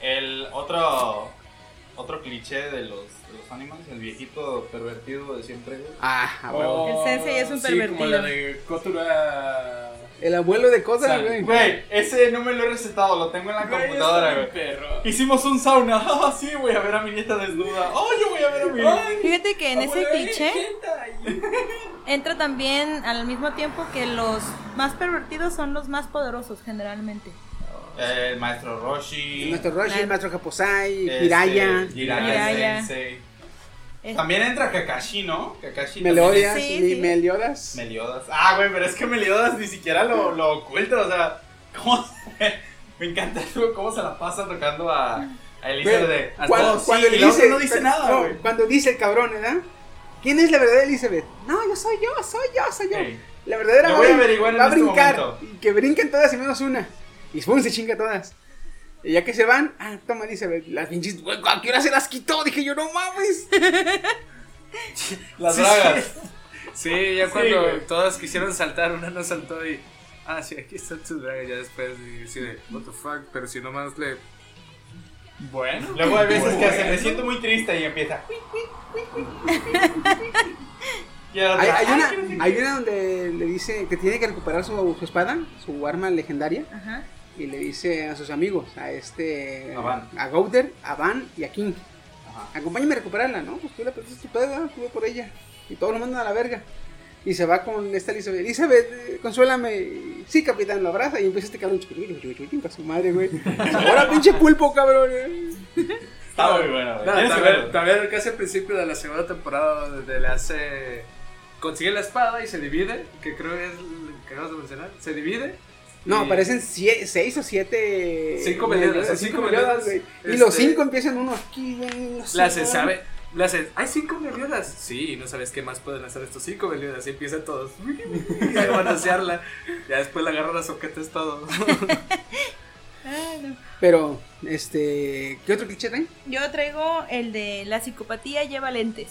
[SPEAKER 6] El otro otro cliché de los, de los animales, el viejito pervertido de siempre. güey.
[SPEAKER 1] Ah, a huevo.
[SPEAKER 6] Oh.
[SPEAKER 4] El sensei es un
[SPEAKER 2] Oh, sí,
[SPEAKER 4] pervertido.
[SPEAKER 2] como la de Kotura.
[SPEAKER 1] El abuelo de cosas,
[SPEAKER 2] Sale.
[SPEAKER 1] güey.
[SPEAKER 6] Güey, ese no me lo he recetado, lo tengo en la computadora,
[SPEAKER 2] Güey,
[SPEAKER 6] güey.
[SPEAKER 2] está bien perro.
[SPEAKER 6] Hicimos un sauna. Ah, sí, voy a ver a mi nieta desnuda. Oh, yo voy a ver a mi.
[SPEAKER 4] Fíjate que en ese cliché, entra también al mismo tiempo que los más pervertidos son los más poderosos generalmente.
[SPEAKER 6] El maestro Roshi.
[SPEAKER 1] El maestro Roshi, el maestro Japosai,
[SPEAKER 6] este,
[SPEAKER 1] Hiraya.
[SPEAKER 6] Jiraiya
[SPEAKER 4] Jiraiya.
[SPEAKER 6] Sensei.
[SPEAKER 4] Es-
[SPEAKER 6] También entra Kakashi, ¿no? Kakashi.
[SPEAKER 1] Meliodas,
[SPEAKER 4] Sí,
[SPEAKER 1] mi-
[SPEAKER 4] sí.
[SPEAKER 1] Meliodas.
[SPEAKER 6] Meliodas. Ah, güey, pero es que Meliodas ni siquiera lo, lo oculta, o sea, ¿cómo se- Me encanta güey, cómo se la pasa tocando a, a Elizabeth
[SPEAKER 1] Güey,
[SPEAKER 6] de... a
[SPEAKER 1] Cuando,
[SPEAKER 6] todos.
[SPEAKER 1] cuando
[SPEAKER 6] Sí, y
[SPEAKER 1] le
[SPEAKER 6] luego
[SPEAKER 1] dice,
[SPEAKER 6] no dice nada,
[SPEAKER 1] no,
[SPEAKER 6] güey.
[SPEAKER 1] cuando dice el cabrón, ¿verdad? ¿Quién es la verdadera Elizabeth? No, yo soy yo, soy yo, soy yo.
[SPEAKER 6] Ey,
[SPEAKER 1] La verdadera
[SPEAKER 6] Lo
[SPEAKER 1] va
[SPEAKER 6] voy a
[SPEAKER 1] brin-
[SPEAKER 6] averiguar en
[SPEAKER 1] va a
[SPEAKER 6] este
[SPEAKER 1] brincar.
[SPEAKER 6] momento.
[SPEAKER 1] Y que brinquen todas y menos una. Y ¡pum! se chinga todas. Y ya que se van, ah, toma Elizabeth. Las pinches, güey, ¿a qué hora se las quitó? Dije yo, no mames.
[SPEAKER 6] Las
[SPEAKER 5] Sí,
[SPEAKER 6] dragas.
[SPEAKER 5] Sí, ya
[SPEAKER 6] Sí,
[SPEAKER 5] cuando
[SPEAKER 6] güey.
[SPEAKER 5] todas quisieron saltar, una no saltó y. Ah, sí, aquí están tus dragas. Ya después, y así de, what the fuck, pero si nomás le.
[SPEAKER 2] Bueno.
[SPEAKER 6] Luego hay veces que se me siento muy triste y empieza... y el otro,
[SPEAKER 1] Hay, hay
[SPEAKER 6] "Ay,
[SPEAKER 1] una,
[SPEAKER 6] ¿qué no sé
[SPEAKER 1] hay
[SPEAKER 6] qué?".
[SPEAKER 1] una donde le dice que tiene que recuperar su, su espada, su arma legendaria.
[SPEAKER 4] Ajá.
[SPEAKER 1] Y le dice a sus amigos, a este.
[SPEAKER 6] A Van.
[SPEAKER 1] A Gouder, a Van y a King.
[SPEAKER 6] Ajá.
[SPEAKER 1] Acompáñame a recuperarla, ¿no? Pues tú le perdiste tu pedo, ¿verdad? tú ve por ella. Y todos lo mandan a la verga. Y se va con esta Elizabeth. Elizabeth, eh, consuélame. Y, Sí, capitán, lo abraza. Y empieza este cabrón. A su madre, güey. Ahora pinche pulpo, cabrón. eh".
[SPEAKER 6] Está muy bueno, güey. Tienes que
[SPEAKER 5] también,
[SPEAKER 6] verlo.
[SPEAKER 5] también casi al principio de la segunda temporada, donde le hace. Consigue la espada y se divide, que creo que es lo que acabas de mencionar. Se divide.
[SPEAKER 1] No,
[SPEAKER 5] y-
[SPEAKER 1] aparecen sie- seis o siete.
[SPEAKER 5] Cinco Meliodas,
[SPEAKER 1] son
[SPEAKER 5] son cinco
[SPEAKER 1] güey.
[SPEAKER 5] Meliodas,
[SPEAKER 1] Y los
[SPEAKER 5] este-
[SPEAKER 1] cinco empiezan uno aquí, güey. no sé,
[SPEAKER 5] Las se
[SPEAKER 1] güey.
[SPEAKER 5] sabe. Las se- Hay cinco Meliodas. Sí, y no sabes qué más pueden hacer estos cinco Meliodas. Y empiezan todos. Y a manosearla. Ya después la agarran a soquetes todo.
[SPEAKER 4] Ah, no.
[SPEAKER 1] Pero, este. ¿Qué otro cliché traen?
[SPEAKER 4] Yo traigo el de la psicopatía lleva lentes.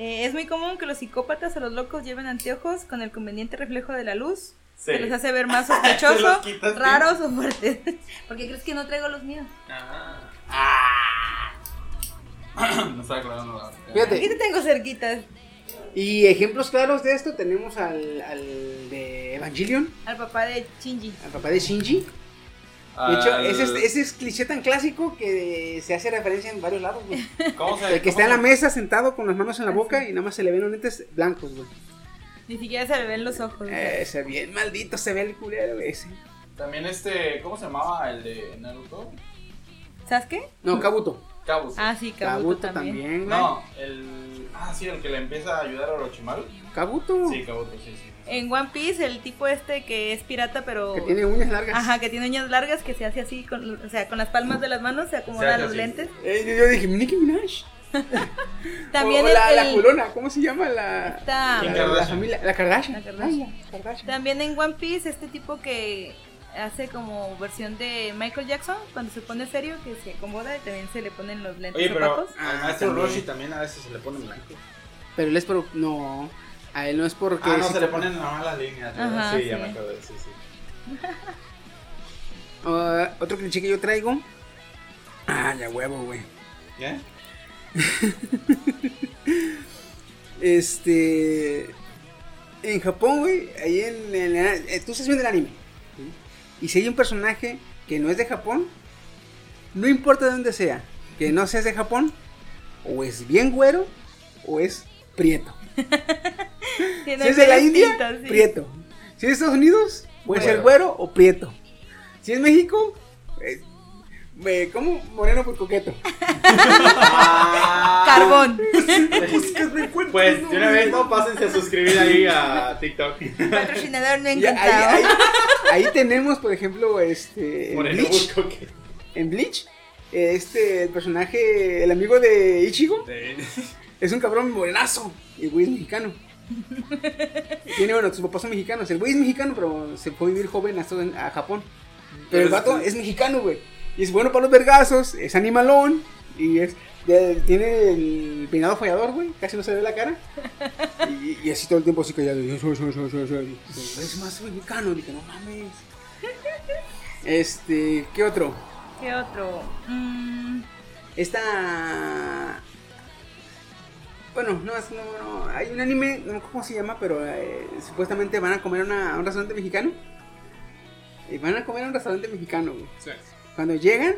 [SPEAKER 4] Eh, es muy común que los psicópatas o los locos lleven anteojos con el conveniente reflejo de la luz.
[SPEAKER 6] Sí.
[SPEAKER 4] Que los hace ver más
[SPEAKER 6] Te los
[SPEAKER 4] sospechosos,
[SPEAKER 6] quitas, sí.
[SPEAKER 4] raros o fuertes. ¿Por qué crees que no traigo los míos?
[SPEAKER 2] Ah,
[SPEAKER 6] No estaba acordando.
[SPEAKER 5] Ah,
[SPEAKER 1] Fíjate.
[SPEAKER 4] Aquí te tengo cerquitas.
[SPEAKER 1] Y ejemplos claros de esto tenemos al, al de Evangelion,
[SPEAKER 4] Al papá de Shinji.
[SPEAKER 1] al papá de Shinji. De hecho, ese
[SPEAKER 2] este-
[SPEAKER 1] es, ese es cliché tan clásico que se hace referencia en varios lados, güey.
[SPEAKER 6] ¿Cómo se
[SPEAKER 1] El
[SPEAKER 6] cómo
[SPEAKER 1] que está en
[SPEAKER 6] se-
[SPEAKER 1] la mesa sentado con las manos en la boca y nada más se le ven los lentes blancos, güey.
[SPEAKER 4] Ni siquiera se le ven los ojos.
[SPEAKER 1] Eh, se ve bien maldito, se ve el culero güey, ese.
[SPEAKER 6] También este, ¿cómo se llamaba el de Naruto?
[SPEAKER 4] ¿Sabes qué?
[SPEAKER 1] No, Kabuto.
[SPEAKER 6] Kabuso.
[SPEAKER 4] Ah, sí, Kabuto Ah,
[SPEAKER 1] Kabuto
[SPEAKER 4] también.
[SPEAKER 1] también, güey.
[SPEAKER 6] no, el ah sí, el que le empieza a ayudar a Orochimaru.
[SPEAKER 4] Uh.
[SPEAKER 1] Kabuto.
[SPEAKER 6] Sí, Kabuto, sí, sí.
[SPEAKER 4] En One Piece, el tipo este que es pirata, pero.
[SPEAKER 1] Que tiene uñas largas.
[SPEAKER 4] Ajá, que tiene uñas largas, que se hace así, con, o sea, con las palmas de las manos se
[SPEAKER 6] Se
[SPEAKER 4] acomoda
[SPEAKER 6] hace
[SPEAKER 4] los
[SPEAKER 6] así.
[SPEAKER 4] lentes.
[SPEAKER 1] Eh, yo, yo dije, Nicki Minaj.
[SPEAKER 4] También
[SPEAKER 1] O la,
[SPEAKER 4] el-
[SPEAKER 1] la
[SPEAKER 4] el-
[SPEAKER 1] culona, ¿cómo se llama? La,
[SPEAKER 4] Esta-
[SPEAKER 1] la,
[SPEAKER 6] Kim
[SPEAKER 1] la
[SPEAKER 6] Kardashian.
[SPEAKER 1] familia. La Kardashian.
[SPEAKER 4] La Kardashian.
[SPEAKER 1] Ay, la Kardashian.
[SPEAKER 4] También en One Piece, este tipo que hace como versión de Michael Jackson, cuando se pone serio, que se acomoda y también se le ponen los lentes
[SPEAKER 6] Oye, pero
[SPEAKER 4] opacos.
[SPEAKER 6] al
[SPEAKER 1] Ah,
[SPEAKER 6] maestro
[SPEAKER 1] también.
[SPEAKER 6] Roshi también a veces se le pone blanco.
[SPEAKER 1] Pero él es por. No. A él no es porque.
[SPEAKER 6] Ah, no,
[SPEAKER 1] sí
[SPEAKER 6] se le
[SPEAKER 1] te-
[SPEAKER 6] ponen nada más las líneas. ¿verdad?
[SPEAKER 4] Ajá,
[SPEAKER 6] sí,
[SPEAKER 4] sí.
[SPEAKER 6] ya me acuerdo, sí, sí.
[SPEAKER 1] Ah, otro cliché que yo traigo. Ah, ya huevo, güey.
[SPEAKER 6] ¿Qué?
[SPEAKER 1] Este. En Japón, güey. Ahí en. en- eh, tú estás viendo el anime. ¿sí? Y si hay un personaje que no es de Japón. No importa de dónde sea. Que no seas de Japón. O es bien güero. O es prieto.
[SPEAKER 4] Tiene
[SPEAKER 1] Si es de la
[SPEAKER 4] uñas
[SPEAKER 1] India,
[SPEAKER 4] pintas, sí.
[SPEAKER 1] prieto. Si es de Estados Unidos, puede
[SPEAKER 6] Güero.
[SPEAKER 1] ser güero o prieto. Si es México, eh, eh, ¿cómo? Moreno por coqueto.
[SPEAKER 4] Ah. Carbón.
[SPEAKER 6] Pues de una vez no pásense a suscribir ahí a TikTok.
[SPEAKER 4] Patrocinador no
[SPEAKER 1] Y ahí,
[SPEAKER 4] encantado.
[SPEAKER 1] ahí- ahí tenemos, por ejemplo, este, en
[SPEAKER 6] Moreno
[SPEAKER 1] Bleach,
[SPEAKER 6] busco que.
[SPEAKER 1] en Bleach, eh, este, el personaje, el amigo de Ichigo, es un cabrón morenazo, y el güey es mexicano. Tiene, bueno, sus papás son mexicanos, el güey es mexicano, pero se fue a vivir joven a, Estados- a Japón. Pero el vato es mexicano, güey. Y es bueno para los vergazos, es animalón. Y es. ya tiene el peinado fallador, güey. Casi no se ve la cara. Y, y así todo el tiempo así callado. y eso, eso, eso, eso, eso, y dice, Es más soy mexicano. Dije, no mames. Este. ¿Qué otro?
[SPEAKER 4] ¿Qué otro? Mm,
[SPEAKER 1] Esta. Bueno, no, es- no, no, hay un anime, no me acuerdo cómo se llama, pero eh, supuestamente van a comer a una- a un restaurante mexicano. Y van a comer a un restaurante mexicano, güey.
[SPEAKER 2] sí.
[SPEAKER 1] Cuando llegan,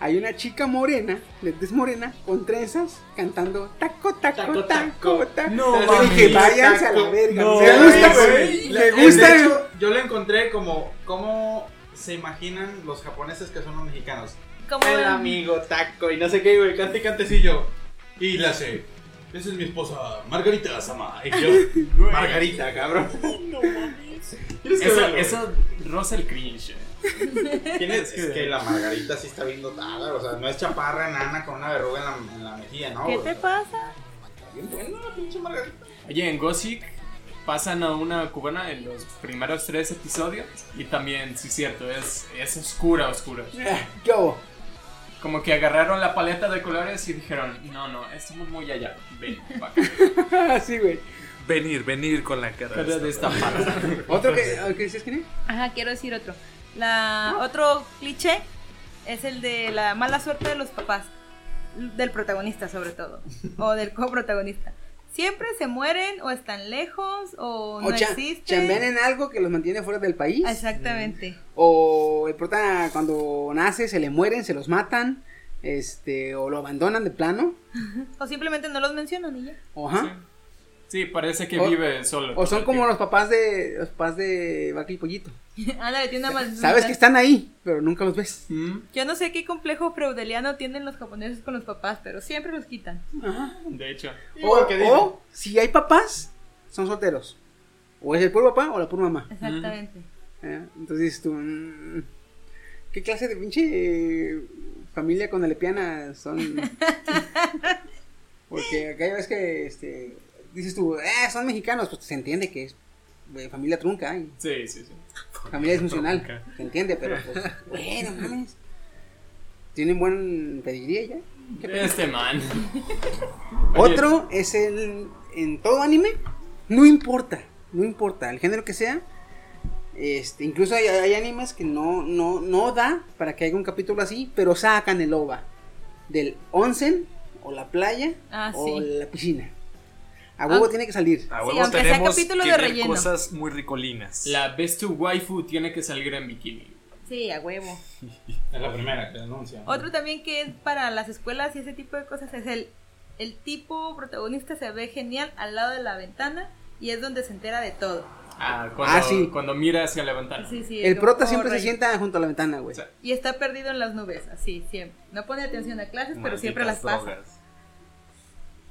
[SPEAKER 1] hay una chica morena, es morena, con trenzas, cantando taco, taco, taco,
[SPEAKER 2] Taco,
[SPEAKER 1] taco.
[SPEAKER 2] taco. No,
[SPEAKER 1] Entonces dije,
[SPEAKER 2] mami,
[SPEAKER 1] váyanse a la
[SPEAKER 2] taco.
[SPEAKER 1] verga.
[SPEAKER 2] No,
[SPEAKER 1] me gusta,
[SPEAKER 2] güey,
[SPEAKER 1] güey.
[SPEAKER 6] La-
[SPEAKER 1] Me
[SPEAKER 6] de
[SPEAKER 1] gusta.
[SPEAKER 6] hecho, yo lo encontré como cómo se imaginan los japoneses que son los mexicanos.
[SPEAKER 4] Como
[SPEAKER 6] El
[SPEAKER 4] el-
[SPEAKER 6] amigo taco y no sé qué, güey, cante y cantecillo. Y la sé. Esa es mi esposa, Margarita Sama. Y yo, Margarita, cabrón. Tienes que
[SPEAKER 2] Esa,
[SPEAKER 6] verlo,
[SPEAKER 2] esa rosa el cringe. eh.
[SPEAKER 6] güey. Tienes- es que la Margarita sí está bien dotada, o sea, no es chaparra enana con una verruga en la, en la mejilla, ¿no?
[SPEAKER 4] ¿Qué
[SPEAKER 6] O
[SPEAKER 4] te
[SPEAKER 6] sea,
[SPEAKER 4] pasa?
[SPEAKER 6] bien buena la pinche Margarita.
[SPEAKER 2] Oye, en Gossip pasan a una cubana en los primeros tres episodios. Y también, sí, cierto, es, es oscura, oscura.
[SPEAKER 1] ¿Qué hubo?
[SPEAKER 2] Como que agarraron la paleta de colores y dijeron: No, no, estamos muy allá. Ven, va acá.
[SPEAKER 1] Sí, güey.
[SPEAKER 5] Venir, venir con la cara.
[SPEAKER 2] Cara de esta
[SPEAKER 1] Otro que, ¿qué decías, Kine?
[SPEAKER 4] Ajá, quiero decir otro.
[SPEAKER 1] Ah.
[SPEAKER 4] La, otro cliché es el de la mala suerte de los papás. Del protagonista, sobre todo. O del coprotagonista. Siempre se mueren o están lejos o no
[SPEAKER 1] o cha- chambean
[SPEAKER 4] existen.
[SPEAKER 1] en algo que los mantiene fuera del país.
[SPEAKER 4] Exactamente.
[SPEAKER 1] O el prota cuando nace se le mueren, se los matan, este, o lo abandonan de plano.
[SPEAKER 4] O simplemente no los mencionan y ya.
[SPEAKER 1] o Ajá.
[SPEAKER 2] Sí, parece que
[SPEAKER 1] O-
[SPEAKER 2] vive solo.
[SPEAKER 1] O son como los papás de los papás de Vaca y Pollito.
[SPEAKER 4] Ándale, tiene una maldita.
[SPEAKER 1] Sabes que están ahí, pero nunca los ves.
[SPEAKER 4] Yo no sé qué complejo freudeliano tienen los japoneses con los papás, pero siempre los quitan.
[SPEAKER 2] Mm, De hecho,
[SPEAKER 1] O,
[SPEAKER 6] Igual que Disney.
[SPEAKER 1] o, si hay papás, son solteros. O es el puro papá o la pura mamá.
[SPEAKER 4] Exactamente.
[SPEAKER 1] ¿eh? Entonces tú. mm, ¿Qué clase de pinche eh, familia con alepiana son? Porque acá ya ves que este, dices tú, eh, son mexicanos, pues se entiende que es eh, familia trunca, ¿eh?
[SPEAKER 2] sí, sí, sí.
[SPEAKER 1] familia disfuncional.
[SPEAKER 2] Trunca.
[SPEAKER 1] Se entiende, pero pues, bueno, mames. Tienen buen pediría ya.
[SPEAKER 2] Este man.
[SPEAKER 1] Otro es el. En todo anime, no importa. No importa, el género que sea. Este, incluso hay, hay animes que no, no, no da para que haya un capítulo así, pero sacan el OVA del onsen, o la playa,
[SPEAKER 4] Ah,
[SPEAKER 1] o
[SPEAKER 4] sí.
[SPEAKER 1] la piscina. A huevo
[SPEAKER 4] Ah.
[SPEAKER 1] tiene que salir.
[SPEAKER 5] A
[SPEAKER 4] Sí,
[SPEAKER 5] huevo
[SPEAKER 4] aunque sea
[SPEAKER 5] tenemos
[SPEAKER 4] capítulo
[SPEAKER 5] que
[SPEAKER 4] de
[SPEAKER 5] ver
[SPEAKER 4] relleno.
[SPEAKER 5] cosas muy ricolinas.
[SPEAKER 2] La best waifu tiene que salir en bikini.
[SPEAKER 4] Sí, a huevo.
[SPEAKER 6] Es la primera que denuncia.
[SPEAKER 4] Otro también que es para las escuelas y ese tipo de cosas es el, el tipo protagonista se ve genial al lado de la ventana y es donde se entera de todo.
[SPEAKER 2] Ah, cuando,
[SPEAKER 1] Ah, sí.
[SPEAKER 2] cuando mira hacia la ventana.
[SPEAKER 4] Sí, sí,
[SPEAKER 1] El
[SPEAKER 4] como
[SPEAKER 1] prota siempre
[SPEAKER 4] rey.
[SPEAKER 1] se sienta junto a la ventana, güey.
[SPEAKER 2] Sí.
[SPEAKER 4] Y está perdido en las nubes, así, siempre. No pone atención a clases, pero
[SPEAKER 5] Malditas
[SPEAKER 4] siempre las pasa.
[SPEAKER 5] drogas.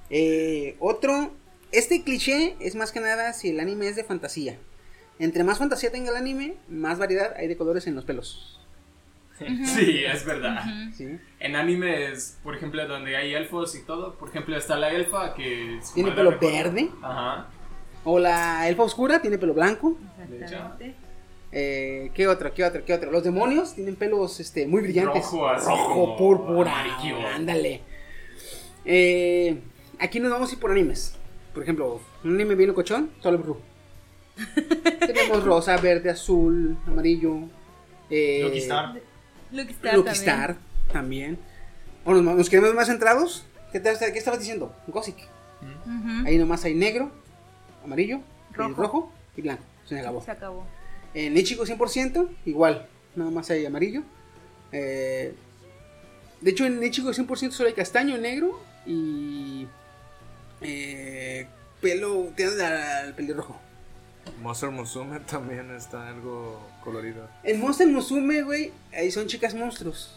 [SPEAKER 1] Eh, otro, este cliché es más que nada si el anime es de fantasía. Entre más fantasía tenga el anime, más variedad hay de colores en los pelos.
[SPEAKER 2] Sí, es verdad.
[SPEAKER 1] ¿sí?
[SPEAKER 2] En animes, por ejemplo, donde hay elfos y todo, por ejemplo, está la elfa que... su
[SPEAKER 1] Tiene
[SPEAKER 2] madre
[SPEAKER 1] pelo
[SPEAKER 2] recuerda-
[SPEAKER 1] verde.
[SPEAKER 2] Ajá.
[SPEAKER 1] O la elfa oscura tiene pelo blanco.
[SPEAKER 4] Exactamente.
[SPEAKER 1] Eh, ¿Qué otro? ¿Qué otro? ¿Qué otro? Los demonios tienen pelos este, muy brillantes.
[SPEAKER 2] Rojo, así
[SPEAKER 1] Rojo,
[SPEAKER 2] como
[SPEAKER 1] púrpura.
[SPEAKER 2] amarillo.
[SPEAKER 1] Ándale. Eh, aquí nos vamos a ir por animes. Por ejemplo, un anime bien locochón, Solo Blue. Tenemos rosa, verde, azul, amarillo. Eh,
[SPEAKER 6] Lucky Star.
[SPEAKER 4] Lucky Star.
[SPEAKER 1] Lucky
[SPEAKER 4] también.
[SPEAKER 1] Star también. O nos, nos quedamos más centrados. ¿Qué, te- qué estabas diciendo? Gothic.
[SPEAKER 4] Ujú.
[SPEAKER 1] Ahí nomás hay negro, amarillo, y rojo,
[SPEAKER 4] Rojo.
[SPEAKER 1] y blanco. Se me acabó. Eh,
[SPEAKER 4] Se acabó.
[SPEAKER 1] En Ichigo 100%, igual. Nada más hay amarillo. Eh, de hecho, en Ichigo 100% solo hay castaño, negro y. eh, pelo. Tiene la- el pelirrojo.
[SPEAKER 5] Monster Musume también está algo colorido.
[SPEAKER 1] En Monster Musume, güey, ahí son chicas monstruos.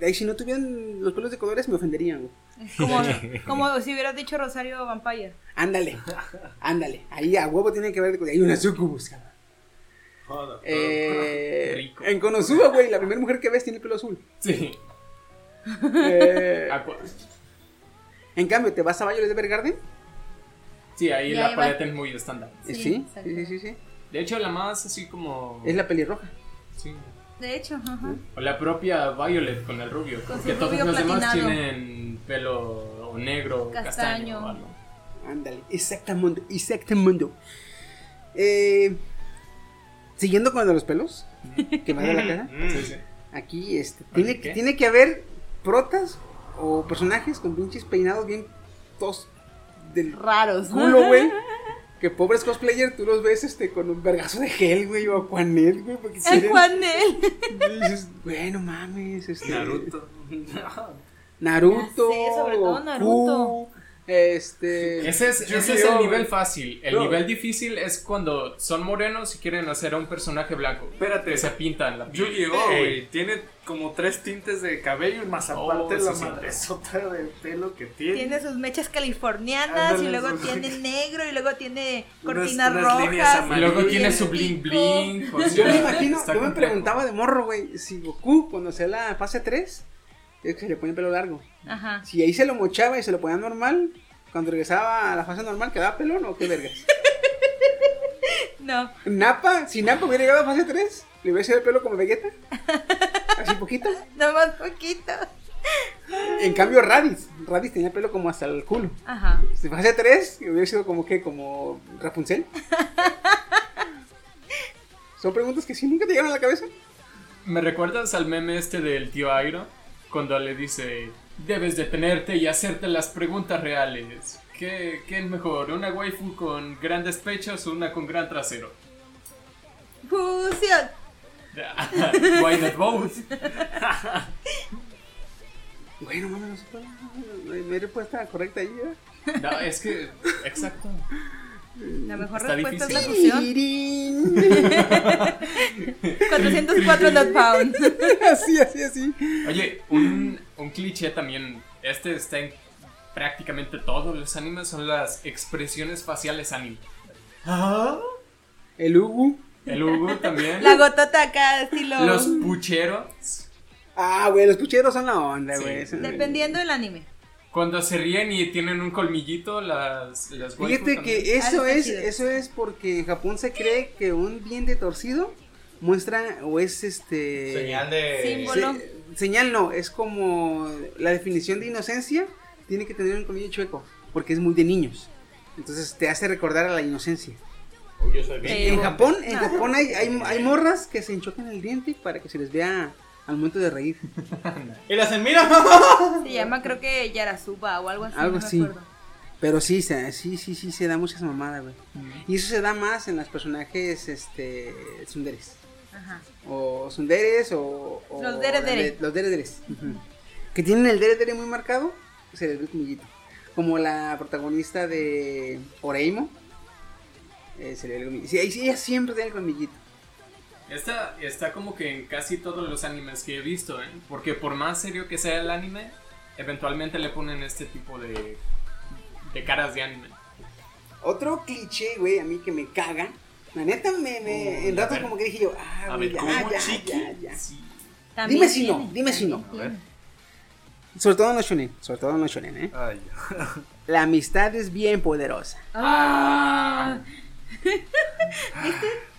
[SPEAKER 1] Ahí si no tuvieran los pelos de colores me ofenderían, güey.
[SPEAKER 4] Es como, como si hubieras dicho Rosario Vampire.
[SPEAKER 1] Ándale, ándale. Ahí a huevo tiene que ver. Hay una sucubus, cabrón.
[SPEAKER 6] Joder.
[SPEAKER 1] Eh,
[SPEAKER 2] Rico.
[SPEAKER 1] en Konosuba, güey, la primera mujer que ves tiene el pelo azul.
[SPEAKER 2] Sí.
[SPEAKER 1] Eh,
[SPEAKER 2] Aqua-
[SPEAKER 1] en cambio, te vas a Violet Evergarden eh,
[SPEAKER 2] Sí, ahí
[SPEAKER 4] Y
[SPEAKER 2] la
[SPEAKER 4] ahí va.
[SPEAKER 2] paleta es muy estándar.
[SPEAKER 1] Sí,
[SPEAKER 4] Sí,
[SPEAKER 1] sí,
[SPEAKER 4] exacto.
[SPEAKER 1] sí, sí, sí.
[SPEAKER 2] De hecho, la más así como...
[SPEAKER 1] Es la pelirroja.
[SPEAKER 2] Sí.
[SPEAKER 4] De hecho, ajá.
[SPEAKER 2] O la propia Violet con el rubio.
[SPEAKER 4] Con su
[SPEAKER 2] porque todos
[SPEAKER 4] rubio
[SPEAKER 2] los demás
[SPEAKER 4] platinado.
[SPEAKER 2] tienen pelo o negro, o castaño.
[SPEAKER 4] Castaño.
[SPEAKER 2] o algo.
[SPEAKER 1] Ándale, exactamundo, exactamundo. Eh, siguiendo con lo de los pelos, que me da la cara.
[SPEAKER 6] Mm.
[SPEAKER 2] Sí, sí.
[SPEAKER 1] Aquí este, tiene,
[SPEAKER 2] ¿qué?
[SPEAKER 1] tiene que haber protas o personajes con pinches peinados bien tos del
[SPEAKER 4] Raros.
[SPEAKER 1] culo, güey. Que pobres cosplayer, tú los ves este con un vergazo de gel, güey, o Aquanet, güey, porque
[SPEAKER 4] El
[SPEAKER 1] tienen-
[SPEAKER 4] Juanel.
[SPEAKER 1] y dices, bueno, mames, este
[SPEAKER 5] Naruto.
[SPEAKER 1] Naruto.
[SPEAKER 4] Ya sé, sobre todo
[SPEAKER 1] Goku,
[SPEAKER 4] Naruto.
[SPEAKER 1] Este.
[SPEAKER 2] Ese es, ese es
[SPEAKER 1] Yu-Gi-Oh,
[SPEAKER 2] el
[SPEAKER 1] güey.
[SPEAKER 2] nivel fácil. El
[SPEAKER 1] Yo-
[SPEAKER 2] nivel difícil es cuando son morenos y quieren hacer a un personaje blanco.
[SPEAKER 5] Espérate.
[SPEAKER 2] Que se pintan la piel.
[SPEAKER 5] Yu-Gi-Oh,
[SPEAKER 2] Ey.
[SPEAKER 5] güey. Tiene como tres tintes de cabello y más aparte
[SPEAKER 2] eso
[SPEAKER 5] la
[SPEAKER 2] sí.
[SPEAKER 5] madresota de pelo que tiene.
[SPEAKER 4] Tiene sus mechas californianas
[SPEAKER 5] Ándale,
[SPEAKER 4] y luego
[SPEAKER 5] sus-
[SPEAKER 4] tiene negro y luego tiene
[SPEAKER 5] Unas-
[SPEAKER 4] cortinas
[SPEAKER 5] unas líneas
[SPEAKER 4] rojas.
[SPEAKER 5] amarillas.
[SPEAKER 2] Y luego
[SPEAKER 5] Amarillo,
[SPEAKER 2] tiene su bling
[SPEAKER 4] blanco.
[SPEAKER 2] bling. o
[SPEAKER 1] Yo
[SPEAKER 2] sea,
[SPEAKER 1] me imagino,
[SPEAKER 2] está
[SPEAKER 1] yo me
[SPEAKER 2] complejo.
[SPEAKER 1] preguntaba de morro, güey, si Goku cuando sea la fase 3, es que le ponía pelo largo.
[SPEAKER 4] Ajá.
[SPEAKER 1] Si ahí se lo mochaba y se lo ponía normal, cuando regresaba a la fase normal, ¿quedaba pelón o qué vergas?
[SPEAKER 4] No,
[SPEAKER 1] Napa, si Napa hubiera llegado a fase 3, le hubiese dado el pelo como Vegeta. Así poquito.
[SPEAKER 4] nada más poquito.
[SPEAKER 1] En cambio, Raditz, Raditz tenía pelo como hasta el culo.
[SPEAKER 4] Ajá.
[SPEAKER 1] Si fase 3, hubiera sido como que, como Rapunzel. Son preguntas que sí nunca te llegaron a la cabeza.
[SPEAKER 2] ¿Me recuerdas al meme este del tío Airo? Cuando le dice, debes detenerte y hacerte las preguntas reales. ¿Qué, qué es mejor, una waifu con grandes pechos o una con gran trasero?
[SPEAKER 4] Fusión.
[SPEAKER 2] Why not both?
[SPEAKER 1] Bueno, mames, no sé cuál- no hay- no hay respuesta correcta ahí. ¿verdad?
[SPEAKER 2] No, es que, exacto.
[SPEAKER 4] La mejor
[SPEAKER 2] Está
[SPEAKER 4] respuesta
[SPEAKER 2] difícil.
[SPEAKER 4] es la fusión.
[SPEAKER 1] Tirín.
[SPEAKER 4] 404 not found.
[SPEAKER 1] así, así, así.
[SPEAKER 2] Oye, un, un cliché también, este está en prácticamente todos los animes, son las expresiones faciales anime.
[SPEAKER 3] Ah.
[SPEAKER 1] El Ubu.
[SPEAKER 2] El Hugo también.
[SPEAKER 4] La gotota acá, estilo.
[SPEAKER 2] Los pucheros.
[SPEAKER 1] Ah, güey, los pucheros son la onda,
[SPEAKER 2] Sí.
[SPEAKER 1] güey. Son-
[SPEAKER 4] Dependiendo del anime.
[SPEAKER 2] Cuando se ríen y tienen un colmillito, las, las waifus
[SPEAKER 1] Fíjate
[SPEAKER 2] también.
[SPEAKER 1] que eso
[SPEAKER 4] Ah, está
[SPEAKER 1] es,
[SPEAKER 4] chido.
[SPEAKER 1] eso es porque en Japón se cree que un diente torcido muestra o es este
[SPEAKER 6] Señal de.
[SPEAKER 4] Símbolo.
[SPEAKER 1] se- señal no, es como la definición de inocencia tiene que tener un comillo chueco, porque es muy de niños. Entonces te hace recordar a la inocencia.
[SPEAKER 6] Oh, yo soy bien.
[SPEAKER 4] Eh,
[SPEAKER 1] En Japón, en
[SPEAKER 4] Ah.
[SPEAKER 1] Japón hay, hay, hay morras que se enchocan el diente para que se les vea al momento de reír.
[SPEAKER 6] Y las hacen, mira, mamá.
[SPEAKER 4] Se llama, creo que Yarasuba o algo así.
[SPEAKER 1] Algo
[SPEAKER 4] no
[SPEAKER 1] así.
[SPEAKER 4] Me acuerdo.
[SPEAKER 1] Pero sí, se- sí, sí, sí, se da muchas mamadas, güey. Y eso se da más en los personajes, este, sunderes.
[SPEAKER 4] Ajá.
[SPEAKER 1] O sunderes o... o-
[SPEAKER 4] Los dere-dere.
[SPEAKER 1] Los derederes. Que tienen el deredere muy marcado, se les ve el comillito. Como la protagonista de Oreimo, eh, se le ve el comillito. Sí, sí, ella siempre tiene el comillito.
[SPEAKER 2] Esta está como que en casi todos los animes que he visto, ¿eh? Porque por más serio que sea el anime, eventualmente le ponen este tipo de, de caras de anime.
[SPEAKER 1] Otro cliché, güey, a mí que me caga. La neta, me, me-
[SPEAKER 2] Uy,
[SPEAKER 1] en
[SPEAKER 2] a
[SPEAKER 1] ratos
[SPEAKER 2] ver.
[SPEAKER 1] como que dije yo, ah,
[SPEAKER 2] A
[SPEAKER 1] güey,
[SPEAKER 2] ver,
[SPEAKER 1] ya,
[SPEAKER 2] ¿cómo
[SPEAKER 1] ya,
[SPEAKER 2] chiqui?
[SPEAKER 1] ya, ya.
[SPEAKER 2] Sí.
[SPEAKER 4] También
[SPEAKER 1] si no,
[SPEAKER 4] tiene,
[SPEAKER 1] dime si no.
[SPEAKER 4] también tiene.
[SPEAKER 1] Sobre todo en los shonen, sobre todo en los shonen, ¿eh?
[SPEAKER 5] Ay,
[SPEAKER 1] La amistad es bien poderosa.
[SPEAKER 4] Ah,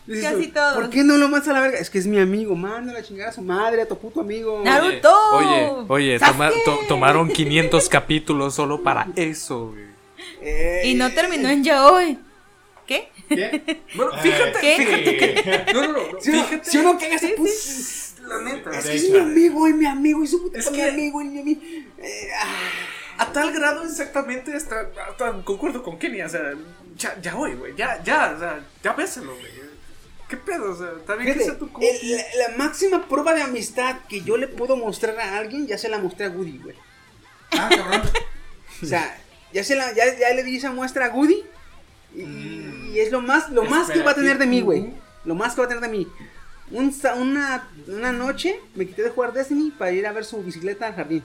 [SPEAKER 1] Dices
[SPEAKER 4] Casi
[SPEAKER 1] tú,
[SPEAKER 4] todos.
[SPEAKER 1] ¿Por qué no lo mandas a la verga? Es que es mi amigo, manda la chingada a su madre, a tu puto amigo.
[SPEAKER 4] Naruto.
[SPEAKER 3] Oye, oye, toma-
[SPEAKER 4] Sasuke.
[SPEAKER 3] to- tomaron 500 capítulos solo para eso, güey.
[SPEAKER 1] Eh,
[SPEAKER 4] Y no terminó en Yaoi. ¿Qué?
[SPEAKER 5] Bueno,
[SPEAKER 1] Eh,
[SPEAKER 5] fíjate,
[SPEAKER 4] ¿Qué?
[SPEAKER 5] fíjate
[SPEAKER 6] Ah,
[SPEAKER 5] que. No, no, no.
[SPEAKER 1] Si uno,
[SPEAKER 5] Fíjate.
[SPEAKER 1] si uno caga ese pues, la neta. Es que es mi amigo, y mi amigo, y su puto
[SPEAKER 5] Es
[SPEAKER 1] mi
[SPEAKER 5] que-
[SPEAKER 1] amigo, y mi amigo. Eh, ah,
[SPEAKER 5] A tal grado exactamente está, hasta concuerdo con Kenny, o sea, ya, ya voy, güey, ya, ya, o sea, ya bésalo, güey. ¿Qué pedo? O sea, está bien que
[SPEAKER 1] fíjate,
[SPEAKER 5] sea tu compa.
[SPEAKER 1] el- la, la máxima prueba de amistad que yo le puedo mostrar a alguien, ya se la mostré a Woody, güey.
[SPEAKER 6] Ah, cabrón.
[SPEAKER 1] O sea, ya, se la, ya, ya le di esa muestra a Goody. Y, y es lo más, lo más que va a tener de mí, güey. Lo más que va a tener de mí. Un sa- una, una noche me quité de jugar Destiny para ir a ver su bicicleta al jardín.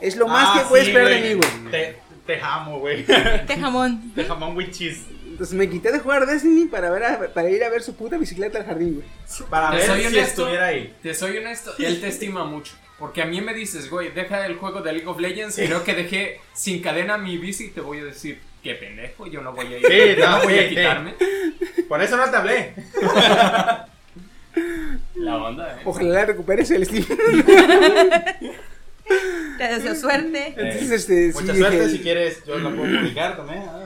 [SPEAKER 1] Es lo más
[SPEAKER 6] Ah,
[SPEAKER 1] que puedes
[SPEAKER 6] sí,
[SPEAKER 1] esperar de mí, güey.
[SPEAKER 6] Te, te amo, güey.
[SPEAKER 4] Este jamón.
[SPEAKER 6] Te jamón with cheese.
[SPEAKER 1] Entonces me quité de jugar Destiny para, ver a- para ir a ver su puta bicicleta al jardín, güey.
[SPEAKER 6] Para
[SPEAKER 2] Te
[SPEAKER 6] ver
[SPEAKER 2] soy
[SPEAKER 6] si
[SPEAKER 2] honesto.
[SPEAKER 6] estuviera ahí.
[SPEAKER 2] Te soy honesto, él te estima mucho. Porque a mí me dices, güey, deja el juego de League of Legends, creo que dejé sin cadena mi bici y te voy a decir, qué pendejo, yo no voy a ir,
[SPEAKER 6] Sí,
[SPEAKER 2] yo
[SPEAKER 6] no,
[SPEAKER 2] no voy
[SPEAKER 6] sí,
[SPEAKER 2] a
[SPEAKER 6] sí.
[SPEAKER 2] quitarme.
[SPEAKER 6] Por eso no te hablé.
[SPEAKER 2] La onda, ¿eh?
[SPEAKER 1] Ojalá recuperes el estilo.
[SPEAKER 4] Te deseo suerte.
[SPEAKER 1] Entonces,
[SPEAKER 6] Eh,
[SPEAKER 1] este, sí,
[SPEAKER 6] Mucha suerte
[SPEAKER 1] dije- "Mm".
[SPEAKER 6] si quieres, yo la puedo publicar también. ¿eh?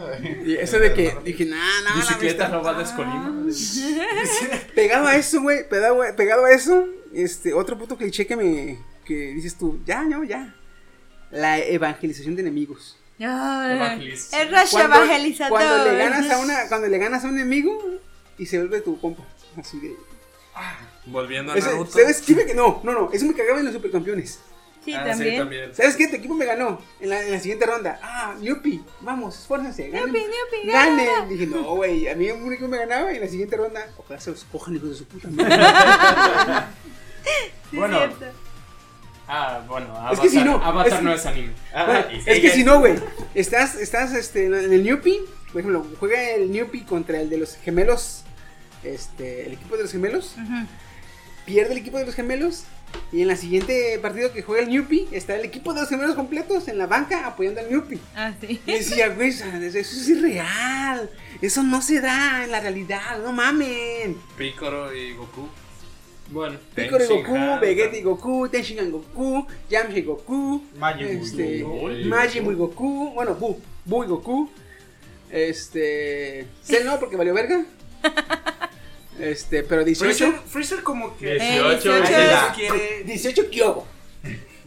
[SPEAKER 1] y Eso de que dije, nah, nah, la
[SPEAKER 2] Bicicleta
[SPEAKER 1] amistad-
[SPEAKER 4] Ah.
[SPEAKER 2] robada es Colima.
[SPEAKER 1] Pegado a eso, güey, pegado, güey, pegado a eso, este, otro puto cliché que me, que dices tú, ya, no, ya. La evangelización de enemigos.
[SPEAKER 4] Ay,
[SPEAKER 2] Evangelista.
[SPEAKER 4] El Rush
[SPEAKER 1] Cuando-
[SPEAKER 4] evangelizador.
[SPEAKER 1] Cuando le ganas a una, cuando le ganas a un enemigo y se vuelve tu compa, así de.
[SPEAKER 5] Volviendo a
[SPEAKER 1] Ese-
[SPEAKER 5] Naruto.
[SPEAKER 1] ¿Sabes qué me- No, no, no, eso me cagaba en los supercampeones.
[SPEAKER 4] Sí,
[SPEAKER 5] Ah, sí,
[SPEAKER 4] también.
[SPEAKER 5] también.
[SPEAKER 1] ¿Sabes qué? Tu equipo me ganó en la, en la siguiente ronda. Ah, yupi, vamos, esfuércense. Ganen.
[SPEAKER 4] Yupi, yupi,
[SPEAKER 1] ganen.
[SPEAKER 4] gana.
[SPEAKER 1] Dije, no, güey, a mí un equipo me ganaba y en la siguiente ronda, ojalá se los cojan hijos de su puta madre.
[SPEAKER 4] Sí,
[SPEAKER 2] Bueno,
[SPEAKER 4] cierto.
[SPEAKER 2] Ah, bueno, Avatar,
[SPEAKER 1] Es que si no,
[SPEAKER 2] Avatar
[SPEAKER 1] es que-
[SPEAKER 2] no es anime.
[SPEAKER 1] Bueno, es que si no, güey, estás, estás este, en el Newpi, por ejemplo, juega el Newpi contra el de los gemelos, este, el equipo de los gemelos,
[SPEAKER 4] Ujú.
[SPEAKER 1] pierde el equipo de los gemelos, y en la siguiente partido que juega el Newpi, está el equipo de los gemelos completos en la banca apoyando al Newpi.
[SPEAKER 4] Ah, sí.
[SPEAKER 1] Y decía, güey, o sea, eso es irreal, eso no se da en la realidad, no mamen.
[SPEAKER 5] Picoro y Goku.
[SPEAKER 2] Bueno,
[SPEAKER 1] Piccolo y Goku,
[SPEAKER 5] Han,
[SPEAKER 1] Vegeta y Goku, Tenshinhan Goku, Yamcha y Goku,
[SPEAKER 6] Majin Buu.
[SPEAKER 1] este,
[SPEAKER 5] Goku.
[SPEAKER 1] Majin Buu y Goku, bueno, Bu, Bu y Goku, este, Cell no, porque valió verga, este, pero 18,
[SPEAKER 5] Freezer, Freezer como que...
[SPEAKER 4] Eh, 18
[SPEAKER 6] 18 veces.
[SPEAKER 4] es-
[SPEAKER 5] la quiere...
[SPEAKER 1] 18 Kyogo,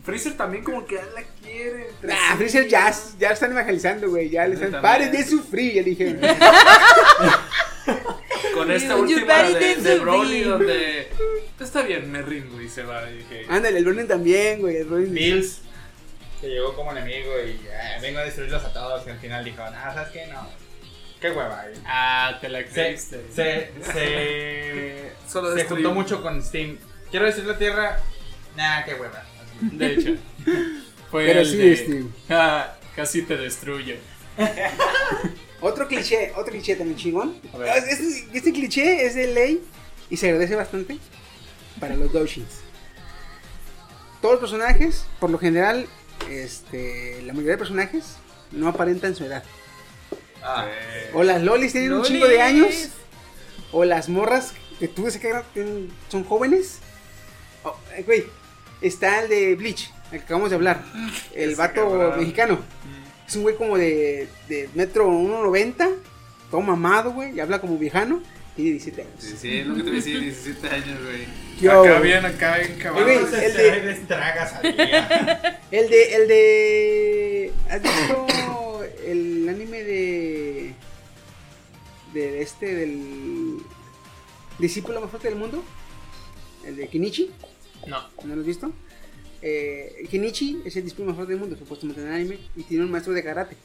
[SPEAKER 5] Freezer también como que "Ah, la quiere. entre
[SPEAKER 1] ah,
[SPEAKER 5] sí.
[SPEAKER 1] Freezer ya, ya lo están evangelizando, güey, ya le están,
[SPEAKER 5] También.
[SPEAKER 1] paren de sufrir, ya le dijeron,
[SPEAKER 5] Con esta
[SPEAKER 4] You
[SPEAKER 5] última
[SPEAKER 4] better
[SPEAKER 5] de,
[SPEAKER 4] than
[SPEAKER 5] de
[SPEAKER 4] to
[SPEAKER 5] Broly
[SPEAKER 4] be.
[SPEAKER 5] donde... pues, Está bien, me rindo y se va. y dije,
[SPEAKER 1] ándale, el Ronin también, güey, el Ronin,
[SPEAKER 6] Mills, que llegó como enemigo y "Ah, vengo a destruirlos a todos. Y al final dijo, ah, ¿sabes qué? No. Qué hueva. Y
[SPEAKER 2] ah, te la
[SPEAKER 6] Se,
[SPEAKER 2] creíste.
[SPEAKER 6] se, se,
[SPEAKER 5] Solo
[SPEAKER 6] se
[SPEAKER 5] destruir.
[SPEAKER 6] juntó mucho con Steam. Quiero decir la Tierra. Nah, qué hueva.
[SPEAKER 2] De hecho. Fue
[SPEAKER 1] Pero
[SPEAKER 2] el
[SPEAKER 1] sí, este.
[SPEAKER 2] de,
[SPEAKER 1] Steve.
[SPEAKER 2] "Ja, casi te destruyo.
[SPEAKER 1] Otro cliché, otro cliché también chingón. Este, este cliché es de ley y se agradece bastante para los doujins. Todos los personajes, por lo general, este, la mayoría de personajes no aparentan su edad.
[SPEAKER 6] Ah,
[SPEAKER 1] O las lolis tienen un chingo de años, o las morras que tú se cagan tienen- son jóvenes. O- eh, güey, está el de Bleach, el que acabamos de hablar, el vato
[SPEAKER 5] cabrón.
[SPEAKER 1] mexicano. Es un güey como de, de metro 1.90, todo mamado, güey, y habla como viejano. Tiene 17 años.
[SPEAKER 5] Sí, sí, es lo que te decía, 17 años, güey.
[SPEAKER 1] ¿Qué
[SPEAKER 5] Acá
[SPEAKER 4] Oh.
[SPEAKER 1] hago?
[SPEAKER 5] bien, acá bien, cabrón.
[SPEAKER 1] Güey,
[SPEAKER 6] ¿Cuántos
[SPEAKER 1] el de-
[SPEAKER 6] esteroides eh, tragas al día?
[SPEAKER 1] El de, el de... ¿Has visto el anime de... De este, del... Discípulo más fuerte del mundo? El de Kinichi.
[SPEAKER 2] No,
[SPEAKER 1] ¿No lo has visto? Eh, Kenichi es el discípulo mejor del mundo, supuestamente en el anime, y tiene un maestro de karate.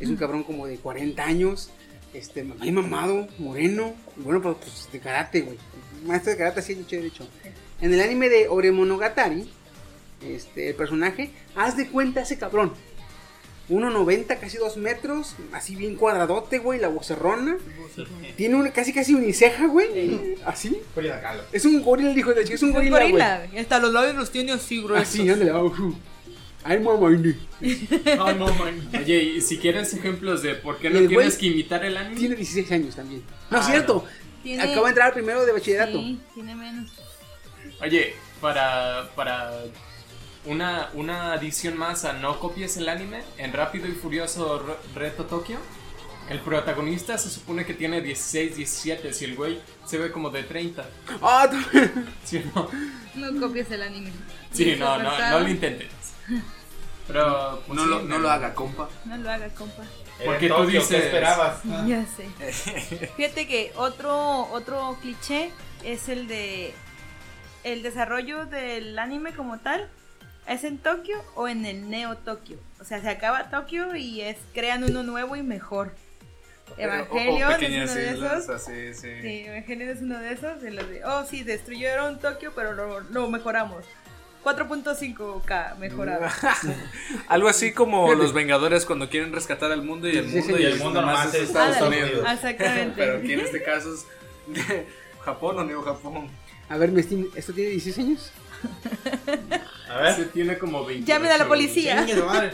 [SPEAKER 1] Es un cabrón como de 40 años, este, bien mamado, moreno, y bueno, pero, pues de karate, güey. Maestro de karate así hecho y derecho. En el anime de Oremonogatari, este, el personaje, haz de cuenta ese cabrón. 1,90, casi 2 metros, así bien cuadradote, güey, la vocerrona. Tiene una, casi casi uniceja, güey, así.
[SPEAKER 6] Julia Calo.
[SPEAKER 1] Es un gorila, el hijo de la chica, es un
[SPEAKER 4] Es un
[SPEAKER 1] gorila, Ah, güey.
[SPEAKER 4] gorila. güey. Hasta los labios los tiene así gruesos.
[SPEAKER 1] Así, ándale. au. Ay, mamá, ne.
[SPEAKER 2] Oye, y si quieres ejemplos de por qué no
[SPEAKER 1] El güey
[SPEAKER 2] tienes que imitar el anime,
[SPEAKER 1] Tiene 16 años también. No es
[SPEAKER 2] Ah,
[SPEAKER 1] cierto.
[SPEAKER 4] Tiene-
[SPEAKER 1] Acaba de entrar primero de bachillerato.
[SPEAKER 4] Sí, tiene menos.
[SPEAKER 2] Oye, para, para una, una adición más a no copies el anime, en Rápido y Furioso Re- Reto Tokio, el protagonista se supone que tiene 16, 17, si el güey se ve como de 30.
[SPEAKER 1] Ah, tú-
[SPEAKER 2] ¿Sí o no?
[SPEAKER 4] No copies el anime.
[SPEAKER 2] Sí,
[SPEAKER 4] Ni
[SPEAKER 2] no, no,
[SPEAKER 4] forzado.
[SPEAKER 2] no lo intentes. Pero, pues,
[SPEAKER 5] No
[SPEAKER 2] sí,
[SPEAKER 5] lo, no
[SPEAKER 2] me-
[SPEAKER 5] lo haga, compa.
[SPEAKER 4] No lo haga, compa.
[SPEAKER 2] Porque tú dices-
[SPEAKER 6] ¿Qué esperabas?
[SPEAKER 5] Ah.
[SPEAKER 4] Ya sé. Fíjate que otro, otro cliché es el de el desarrollo del anime como tal. ¿Es en Tokio o en el Neo Tokio? O sea, se acaba Tokio y es crean uno nuevo y mejor. Evangelion
[SPEAKER 5] O- o
[SPEAKER 4] es
[SPEAKER 5] pequeñas
[SPEAKER 4] uno de
[SPEAKER 5] islas,
[SPEAKER 4] esos.
[SPEAKER 5] así, sí.
[SPEAKER 4] Sí, Evangelion es uno de esos. de los de, oh, sí, destruyeron Tokio, pero lo, lo mejoramos. 4.5K mejorado.
[SPEAKER 5] Algo así como los Vengadores cuando quieren rescatar al mundo y el
[SPEAKER 1] Sí,
[SPEAKER 5] mundo
[SPEAKER 1] sí,
[SPEAKER 5] y
[SPEAKER 1] y
[SPEAKER 5] el mundo nomás es Estados
[SPEAKER 4] Ándale,
[SPEAKER 5] Unidos.
[SPEAKER 4] Exactamente.
[SPEAKER 5] Pero aquí en este caso es de Japón o Neo Japón.
[SPEAKER 1] A ver, mi Steam, ¿esto tiene 16 años?
[SPEAKER 6] A ver.
[SPEAKER 2] Se tiene como 20.
[SPEAKER 4] Llamen a la policía.
[SPEAKER 6] Chingue su madre.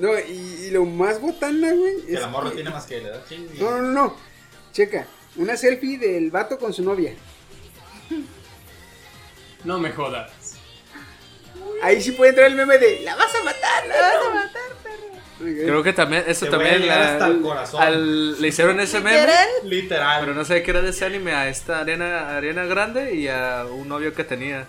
[SPEAKER 1] No, y, y lo más botana, güey.
[SPEAKER 6] Que
[SPEAKER 1] es
[SPEAKER 6] el amor no
[SPEAKER 1] que-
[SPEAKER 6] tiene más que la edad. Chingue.
[SPEAKER 1] No, no, no, no. Checa. Una selfie del vato con su novia.
[SPEAKER 2] No me jodas.
[SPEAKER 1] Ahí sí puede entrar el meme de ¡La vas a matar! ¡La vas a matar!
[SPEAKER 5] Creo que también, eso
[SPEAKER 6] Te voy a
[SPEAKER 5] también
[SPEAKER 6] llegar
[SPEAKER 5] la-
[SPEAKER 6] hasta el corazón.
[SPEAKER 5] al- le hicieron ese meme.
[SPEAKER 4] Literal.
[SPEAKER 6] Literal.
[SPEAKER 5] Pero no sé qué era de ese anime, a esta arena, arena grande y a un novio que tenía.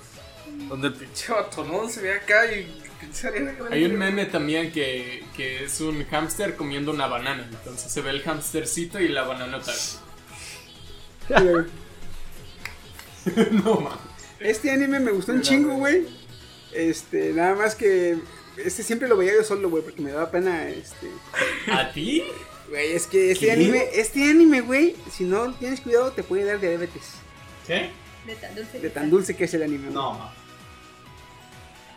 [SPEAKER 5] Donde el pinche batonón se ve acá y pinche arena grande.
[SPEAKER 2] Hay un meme también que, que es un hámster comiendo una banana. Entonces se ve el hámstercito y la bananota. no mames.
[SPEAKER 1] Este anime me gustó un chingo, güey. Este, nada más que. Este siempre lo veía yo solo, güey, porque me daba pena, este.
[SPEAKER 2] ¿A ti?
[SPEAKER 1] Güey, es que este
[SPEAKER 2] ¿Qué?
[SPEAKER 1] anime, este anime, güey, si no tienes cuidado, te puede dar diabetes.
[SPEAKER 6] ¿Qué?
[SPEAKER 4] De tan dulce.
[SPEAKER 1] De tan dulce que es el anime.
[SPEAKER 6] No,
[SPEAKER 1] güey.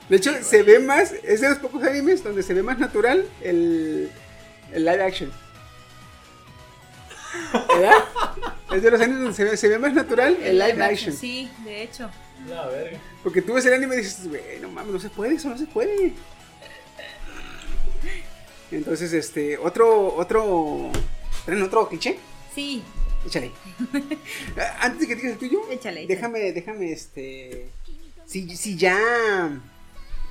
[SPEAKER 1] De hecho, se ve más, es de los pocos animes donde se ve más natural el, el live action. ¿Verdad? Es de los animes donde se ve, se ve más natural el, live, action.
[SPEAKER 4] Sí, de hecho.
[SPEAKER 6] La verga.
[SPEAKER 1] Porque tú ves el anime y dices, güey, no mames, no se puede, eso no se puede. Entonces, este, otro, otro, ¿tienen otro cliché?
[SPEAKER 4] Sí,
[SPEAKER 1] Échale. Ah, Antes de que digas el tuyo,
[SPEAKER 4] échale.
[SPEAKER 1] déjame, déjame, este, si, si ya,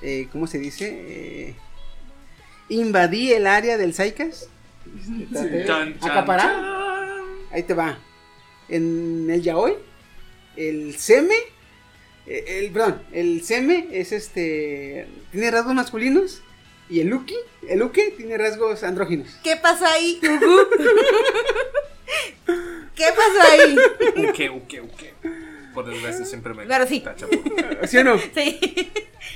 [SPEAKER 1] eh, ¿cómo se dice? Eh, invadí el área del Saikas. Traté de
[SPEAKER 5] Chan, chan,
[SPEAKER 1] acaparar.
[SPEAKER 5] chan.
[SPEAKER 1] Ahí te va. En el yaoi, el seme, eh, el, perdón, el seme es este, tiene rasgos masculinos y el uki, el uke tiene rasgos andróginos.
[SPEAKER 4] ¿Qué pasó ahí? Ujú. ¿Qué pasó ahí?
[SPEAKER 5] Uke, uke, uke. Por desgracia siempre me
[SPEAKER 4] Claro, sí.
[SPEAKER 5] tacha por-
[SPEAKER 1] ¿Sí o no?
[SPEAKER 4] Sí.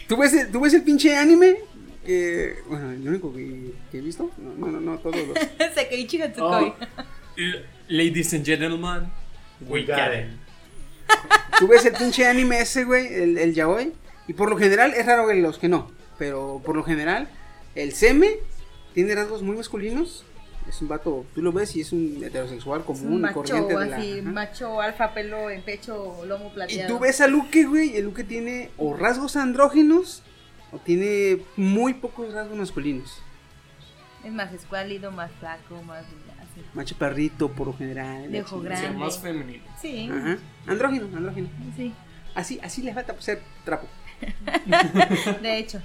[SPEAKER 1] ¿Tú ves, el- tú ves el pinche anime? Que, bueno, el único que, que he visto, no, no, no, no, todos los.
[SPEAKER 4] Se caí
[SPEAKER 1] Oh,
[SPEAKER 4] Chigatsukoi.
[SPEAKER 2] L- Ladies and gentlemen, we
[SPEAKER 6] got
[SPEAKER 2] got
[SPEAKER 6] it.
[SPEAKER 2] it.
[SPEAKER 1] Tú ves el pinche anime ese, güey, el, el yaoi, y por lo general, es raro que los que no, pero por lo general, el seme tiene rasgos muy masculinos. Es un vato, tú lo ves y es un heterosexual común, y corriente
[SPEAKER 4] macho
[SPEAKER 1] de la.
[SPEAKER 4] así,
[SPEAKER 1] ajá.
[SPEAKER 4] macho alfa, pelo en pecho, lomo plateado.
[SPEAKER 1] Y tú ves a Luke, güey, y el Luke tiene o rasgos andróginos o tiene muy pocos rasgos masculinos.
[SPEAKER 4] Es más escuálido, más flaco, más así.
[SPEAKER 1] Macho perrito, por lo general.
[SPEAKER 4] De ojo
[SPEAKER 1] Sí.
[SPEAKER 4] grande.
[SPEAKER 2] Sea más femenino.
[SPEAKER 4] Sí,
[SPEAKER 1] Ajá. Andrógino, andrógino.
[SPEAKER 4] sí.
[SPEAKER 1] Así, así le falta pues, ser trapo.
[SPEAKER 4] De hecho.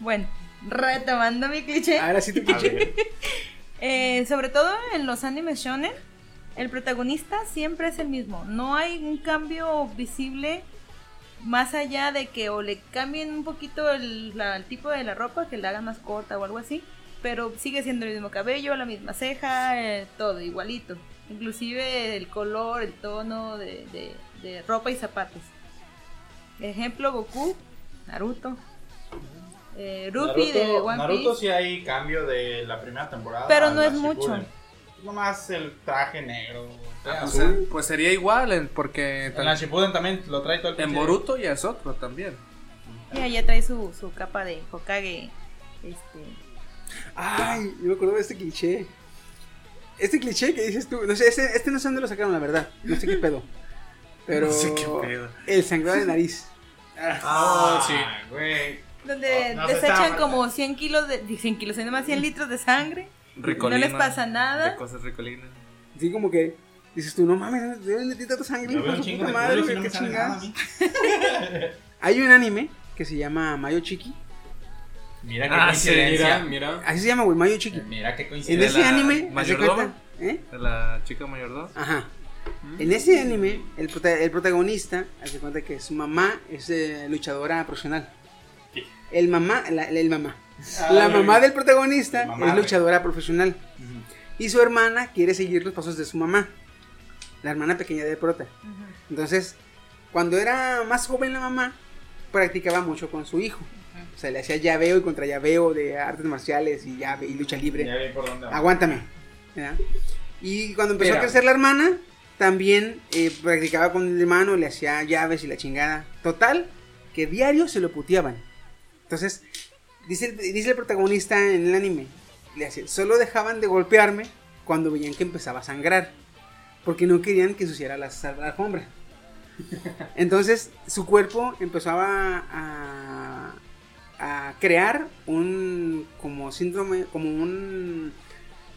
[SPEAKER 4] Bueno, retomando mi cliché.
[SPEAKER 1] Ahora sí te pinche.
[SPEAKER 4] Eh, sobre todo en los animes shonen, el protagonista siempre es el mismo. No hay un cambio visible más allá de que o le cambien un poquito el, la- el tipo de la ropa, que la hagan más corta o algo así. Pero sigue siendo el mismo cabello, la misma ceja, eh, todo igualito. Inclusive el color, el tono de, de- de ropa y zapatos. Ejemplo, Goku, Naruto. Eh, Ruffy de One Piece.
[SPEAKER 6] Naruto sí hay cambio de la primera temporada.
[SPEAKER 4] Pero
[SPEAKER 6] a
[SPEAKER 4] no
[SPEAKER 6] la
[SPEAKER 4] es mucho.
[SPEAKER 6] Shippuden. Nomás el traje negro.
[SPEAKER 8] Ah, o
[SPEAKER 6] azul.
[SPEAKER 8] sea, pues sería igual, en- porque
[SPEAKER 6] En
[SPEAKER 8] tan-
[SPEAKER 6] la Shippuden también lo trae todo el
[SPEAKER 8] en
[SPEAKER 6] pinche-
[SPEAKER 8] Boruto y Azotro también.
[SPEAKER 4] Mira, ya trae su, su capa de Hokage. Este.
[SPEAKER 1] Ay, yo me acuerdo de este cliché. Este cliché que dices tú. No sé, este, este no sé dónde lo sacaron, la verdad. No sé qué pedo. Pero.
[SPEAKER 8] No sé qué pedo.
[SPEAKER 1] El sangrado de nariz.
[SPEAKER 6] Ah, sí. Güey.
[SPEAKER 4] Donde
[SPEAKER 6] Ah, No, no se
[SPEAKER 4] desechan
[SPEAKER 6] está- Mm.
[SPEAKER 4] como 100 kilos de. 100 kilos, sino más 100 litros de sangre.
[SPEAKER 8] Ricolina.
[SPEAKER 4] No les pasa nada.
[SPEAKER 8] De cosas ricolinas.
[SPEAKER 1] Así como que. Dices tú, no mames, ¿de dónde tiene tanta sangre?
[SPEAKER 6] Yo veo un
[SPEAKER 1] hijo de su
[SPEAKER 6] chingo
[SPEAKER 1] puta
[SPEAKER 6] de
[SPEAKER 1] madre,
[SPEAKER 6] culos y
[SPEAKER 1] güey,
[SPEAKER 6] no
[SPEAKER 1] qué
[SPEAKER 6] me sale nada a
[SPEAKER 1] chingadas.
[SPEAKER 6] mí.
[SPEAKER 1] Hay un anime que se llama Mayo Chiqui.
[SPEAKER 6] Mira qué
[SPEAKER 8] Ah,
[SPEAKER 6] coincidencia.
[SPEAKER 2] Mira, mira.
[SPEAKER 1] Así se llama, güey, Mayo Chiqui.
[SPEAKER 6] mira, qué
[SPEAKER 1] En
[SPEAKER 8] de
[SPEAKER 6] coincidencia.
[SPEAKER 1] ese
[SPEAKER 8] la
[SPEAKER 1] anime. ¿haz de
[SPEAKER 8] mayordoma?
[SPEAKER 1] cuenta? ¿Eh?
[SPEAKER 8] De la chica mayordomo.
[SPEAKER 1] Ajá. En ese anime, el, prota- el protagonista hace cuenta que su mamá es eh, luchadora profesional. El mamá, la, el mamá.
[SPEAKER 6] Ah,
[SPEAKER 1] la mamá del protagonista
[SPEAKER 6] El mamá,
[SPEAKER 1] es
[SPEAKER 6] güey.
[SPEAKER 1] luchadora profesional. Y su hermana quiere seguir los pasos de su mamá. La hermana pequeña del prota. Entonces, cuando era más joven la mamá, practicaba mucho con su hijo. O sea, le hacía llaveo y contra llaveo de artes marciales y, llave, y lucha libre.
[SPEAKER 6] Ya vi por dónde va.
[SPEAKER 1] Aguántame. ¿verdad? Y cuando empezó
[SPEAKER 6] Espera.
[SPEAKER 1] a crecer la hermana, también eh, practicaba con el hermano, le hacía llaves y la chingada. Total, que diario se lo puteaban. Entonces, dice el, dice el protagonista en el anime, le hace, solo dejaban de golpearme cuando veían que empezaba a sangrar, porque no querían que ensuciara la, la alfombra. Entonces, su cuerpo empezaba a, a crear un como síndrome, como un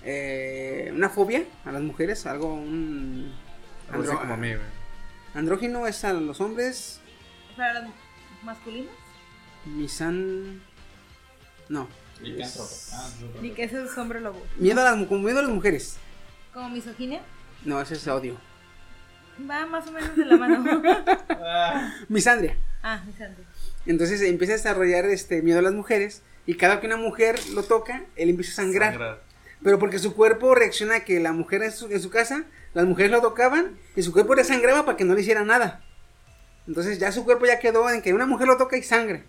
[SPEAKER 1] eh, una fobia a las mujeres, algo un
[SPEAKER 8] Algo así
[SPEAKER 1] andro-
[SPEAKER 8] como a mí, güey.
[SPEAKER 1] andrógino es a los hombres,
[SPEAKER 4] Para los masculinos.
[SPEAKER 1] misan no,
[SPEAKER 6] Licántropo. Ah, licántropo.
[SPEAKER 4] Ni que ese es hombre lobo.
[SPEAKER 1] miedo a las mu- como miedo a las mujeres.
[SPEAKER 4] Como misoginia.
[SPEAKER 1] No, ese es odio.
[SPEAKER 4] Va más o menos de la mano.
[SPEAKER 6] Ah,
[SPEAKER 1] Misandria.
[SPEAKER 4] ah, mi santo.
[SPEAKER 1] Entonces empieza a desarrollar este miedo a las mujeres y cada que una mujer lo toca, él empieza a sangrar. Pero porque su cuerpo reacciona a que la mujer en su, en su casa, las mujeres lo tocaban y su cuerpo le sangraba para que no le hiciera nada. Entonces ya su cuerpo ya quedó en que una mujer lo toca y sangre.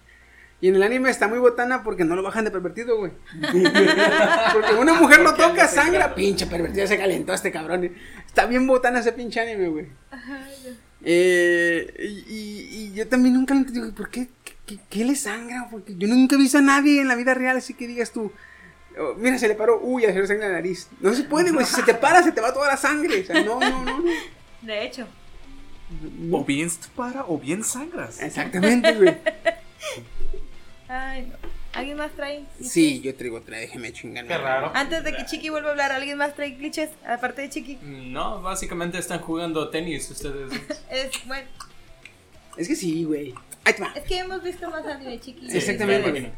[SPEAKER 1] Y en el anime está muy botana porque no lo bajan de pervertido, güey. porque una mujer lo toca, sangra, pinche pervertido, se calentó este cabrón. Está bien botana ese pinche anime, güey. Eh, y, y- y yo también nunca lo entendí, güey, ¿por qué, qué, qué- qué le sangra? Porque yo nunca he visto a nadie en la vida real, así que digas tú, oh, mira, se le paró, uy, a se le sangra la nariz. No se puede, güey, si se te para, se te va toda la sangre. O sea, no, no, no.
[SPEAKER 4] De hecho.
[SPEAKER 1] no.
[SPEAKER 3] O bien te para o bien sangras.
[SPEAKER 1] Exactamente, güey.
[SPEAKER 4] Ay, no. ¿Alguien más trae?
[SPEAKER 1] Sí, yo traigo otra, déjeme chingar.
[SPEAKER 2] Qué raro.
[SPEAKER 4] Antes de que Chiqui vuelva a hablar, ¿alguien más trae clichés? Aparte de Chiqui.
[SPEAKER 2] No, básicamente están jugando tenis ustedes.
[SPEAKER 4] Es, bueno,
[SPEAKER 1] Es que sí, güey. Ahí te va.
[SPEAKER 4] es que hemos visto más anime, Chiqui.
[SPEAKER 1] Exactamente. güey.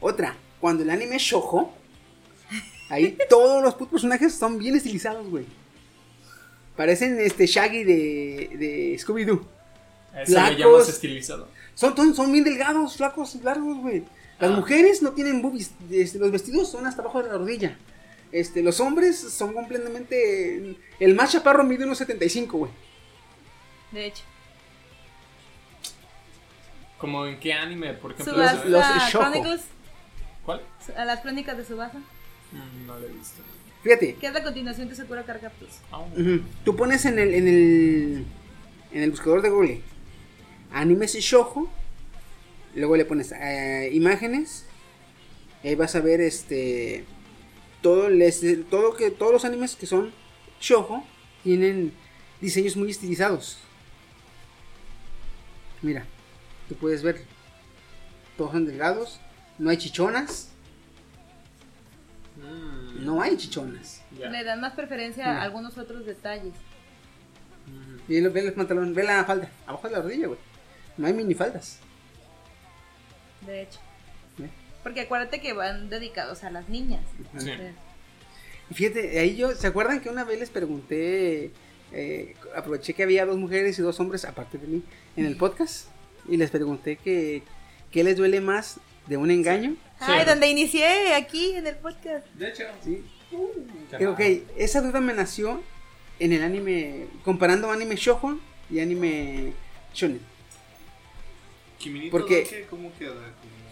[SPEAKER 1] Otra, cuando el anime es shojo, ahí todos los putos personajes son bien estilizados, güey. Parecen este Shaggy de, de Scooby-Doo.
[SPEAKER 2] A Eso lo llamas
[SPEAKER 1] Flacos.
[SPEAKER 2] estilizado.
[SPEAKER 1] Son, son, son bien delgados, flacos, largos, güey. Las
[SPEAKER 2] Ah.
[SPEAKER 1] mujeres no tienen boobies. este, los vestidos son hasta abajo de la rodilla. Este, los hombres son completamente. El más chaparro mide unos 75, güey.
[SPEAKER 4] De hecho.
[SPEAKER 2] ¿Como en qué anime? Por ejemplo,
[SPEAKER 4] Subasa
[SPEAKER 2] ¿sabes?
[SPEAKER 1] shojo.
[SPEAKER 4] Chronicles.
[SPEAKER 2] ¿Cuál?
[SPEAKER 4] A las crónicas de Subasa.
[SPEAKER 2] Mm, No lo he visto.
[SPEAKER 1] Fíjate,
[SPEAKER 4] Que es la continuación de Sakura Card Captors.
[SPEAKER 1] Ujú. Tú pones en el, en el en el buscador de Google animes y shojo, luego le pones eh, imágenes, y ahí vas a ver este todo les, todo que todos los animes que son shojo tienen diseños muy estilizados. Mira, tú puedes ver todos son delgados, no hay chichonas, no hay chichonas.
[SPEAKER 4] Le dan más preferencia a algunos otros detalles.
[SPEAKER 1] Y lo- ve los pantalones, ve la falda, abajo de la rodilla, güey. No hay minifaldas.
[SPEAKER 4] De hecho.
[SPEAKER 1] ¿Eh?
[SPEAKER 4] Porque acuérdate que van dedicados a las niñas.
[SPEAKER 1] Sí.
[SPEAKER 4] Entonces,
[SPEAKER 1] Fíjate, ahí yo, ¿se acuerdan que una vez les pregunté, eh, aproveché que había dos mujeres y dos hombres, aparte de mí, en el podcast? Y les pregunté que, ¿qué les duele más de un engaño?
[SPEAKER 4] Ay, donde inicié, aquí en el podcast.
[SPEAKER 2] De hecho,
[SPEAKER 1] sí.
[SPEAKER 2] Qué
[SPEAKER 1] Que, ok, esa duda me nació en el anime, comparando anime shojo y anime shonen.
[SPEAKER 5] Kiminito
[SPEAKER 1] Porque-
[SPEAKER 5] Doke, ¿Cómo queda?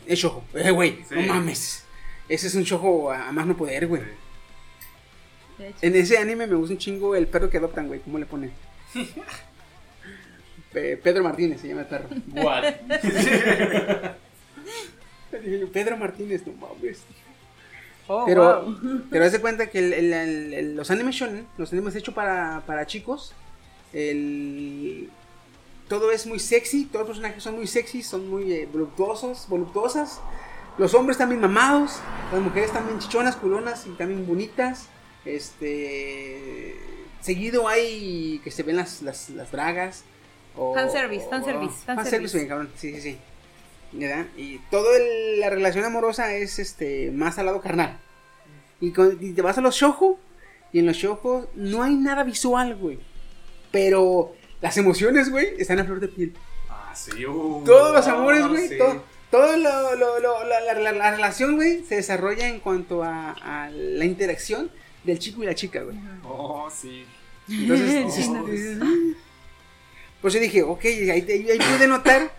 [SPEAKER 1] Es shojo, eh, güey,
[SPEAKER 5] Sí.
[SPEAKER 1] no mames. Ese es un shojo a, a más no poder, güey.
[SPEAKER 4] De hecho.
[SPEAKER 1] En ese anime me gusta un chingo el perro que adoptan, güey. ¿Cómo le ponen? Pe- Pedro Martínez se llama el perro.
[SPEAKER 2] What?
[SPEAKER 1] Dije yo, Pedro Martínez, no mames.
[SPEAKER 4] Oh,
[SPEAKER 1] pero,
[SPEAKER 4] wow.
[SPEAKER 1] pero haz de cuenta que el- el- el- el- los animes shonen, los animes hechos para, para chicos, el- todo es muy sexy, todos los personajes son muy sexy, son muy eh, voluptuosos, voluptuosas. Los hombres también mamados, las mujeres también chichonas, culonas y también bonitas. Este, seguido hay que se ven las, las, las dragas. O,
[SPEAKER 4] Fanservice,
[SPEAKER 1] o-
[SPEAKER 4] fanservice, fanservice.
[SPEAKER 1] Fanservice, bien cabrón, sí, sí, sí. ¿Verdad? Y toda la relación amorosa es este más al lado carnal. Y, con- y te vas a los shojo y en los shojo no hay nada visual, güey. Pero las emociones, güey, están a flor de piel.
[SPEAKER 5] Ah, sí, uh,
[SPEAKER 1] Todos los
[SPEAKER 5] no,
[SPEAKER 1] amores, güey,
[SPEAKER 5] sí.
[SPEAKER 1] todo, todo lo- lo- lo- la, la- la- la relación, güey, se desarrolla en cuanto a, a la interacción del chico y la chica, güey.
[SPEAKER 5] Oh, sí.
[SPEAKER 1] Entonces, dices- dices, "Ah". pues yo dije, ok, ahí, te- ahí pude notar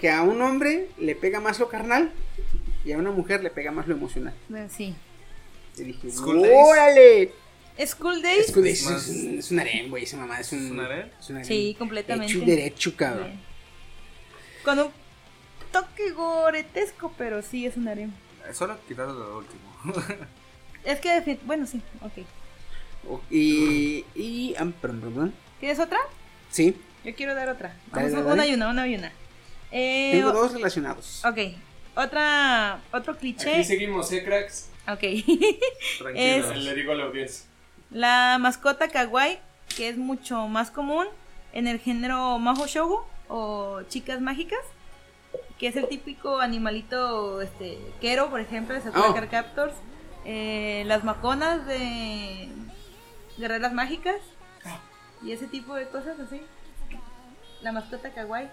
[SPEAKER 1] que a un hombre le pega más lo carnal y a una mujer le pega más lo emocional.
[SPEAKER 4] Bueno, Sí.
[SPEAKER 1] Y dije,
[SPEAKER 5] School Days.
[SPEAKER 1] ¡órale!
[SPEAKER 4] School Days.
[SPEAKER 1] School Days
[SPEAKER 5] Es
[SPEAKER 1] Es,
[SPEAKER 5] más-
[SPEAKER 1] un- es un harem, güey, esa mamá es un...
[SPEAKER 5] ¿Es un harem?
[SPEAKER 1] es un harem.
[SPEAKER 4] Sí, completamente.
[SPEAKER 1] Hecho y derecho, cabrón.
[SPEAKER 4] Bien. Con un toque goretesco, pero sí es un harem.
[SPEAKER 3] Solo quitando lo último.
[SPEAKER 4] Es que, defi- bueno, sí, ok.
[SPEAKER 1] O- Y... y ah, perdón, perdón.
[SPEAKER 4] ¿Tienes otra?
[SPEAKER 1] Sí,
[SPEAKER 4] Yo quiero dar otra.
[SPEAKER 1] Dale,
[SPEAKER 4] Vamos,
[SPEAKER 1] dale,
[SPEAKER 4] una
[SPEAKER 1] dale.
[SPEAKER 4] y una, una y una. Eh,
[SPEAKER 1] tengo
[SPEAKER 4] o-
[SPEAKER 1] dos relacionados.
[SPEAKER 4] Ok, otra, otro cliché.
[SPEAKER 2] Aquí seguimos, ¿eh, cracks?
[SPEAKER 4] Ok.
[SPEAKER 5] Tranquilos.
[SPEAKER 4] es
[SPEAKER 2] Le digo a la audiencia.
[SPEAKER 4] la mascota kawaii, que es mucho más común en el género majo shogo o chicas mágicas, que es el típico animalito este quero, por ejemplo, de Sakura
[SPEAKER 1] Oh.
[SPEAKER 4] Card Captors, eh, las maconas de guerreras mágicas
[SPEAKER 2] Ah.
[SPEAKER 4] y ese tipo de cosas así. La mascota kawaii.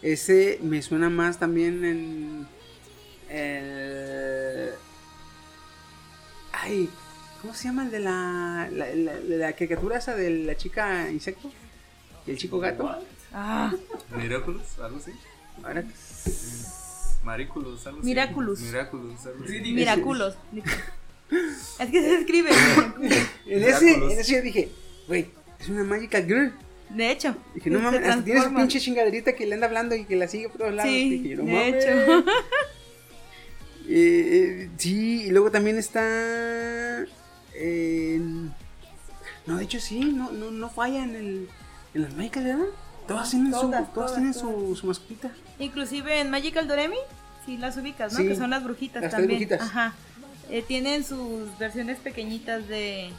[SPEAKER 1] Ese me suena más también en. El... Ay, ¿cómo se llama el de la, la, la- la caricatura esa de la chica insecto? Y el chico gato.
[SPEAKER 4] Ah,
[SPEAKER 5] Miraculous, algo así. Mariculous, algo así.
[SPEAKER 4] Miraculous.
[SPEAKER 5] Miraculous, algo así.
[SPEAKER 4] miraculos. Es que se escribe. miraculos.
[SPEAKER 1] En ese, en ese yo dije, güey, es una Magical Girl.
[SPEAKER 4] De hecho.
[SPEAKER 1] Dije, no
[SPEAKER 4] se
[SPEAKER 1] mames, hasta tienes
[SPEAKER 4] transforma.
[SPEAKER 1] pinche chingaderita que le anda hablando y que la sigue por todos lados.
[SPEAKER 4] Sí,
[SPEAKER 1] Dije, no
[SPEAKER 4] de
[SPEAKER 1] mames.
[SPEAKER 4] hecho.
[SPEAKER 1] Eh, eh, sí, y luego también está. eh, no, de hecho sí, no, no, no falla en, el, en las Magical, ¿verdad? Todas tienen, su,
[SPEAKER 4] Todas,
[SPEAKER 1] todas,
[SPEAKER 4] todas,
[SPEAKER 1] tienen
[SPEAKER 4] todas.
[SPEAKER 1] Su, su mascotita.
[SPEAKER 4] Inclusive en Magical Doremi, sí las ubicas, ¿no?
[SPEAKER 1] Sí,
[SPEAKER 4] que son las brujitas
[SPEAKER 1] las tres
[SPEAKER 4] también.
[SPEAKER 1] brujitas.
[SPEAKER 4] Ajá. Eh, tienen sus versiones pequeñitas de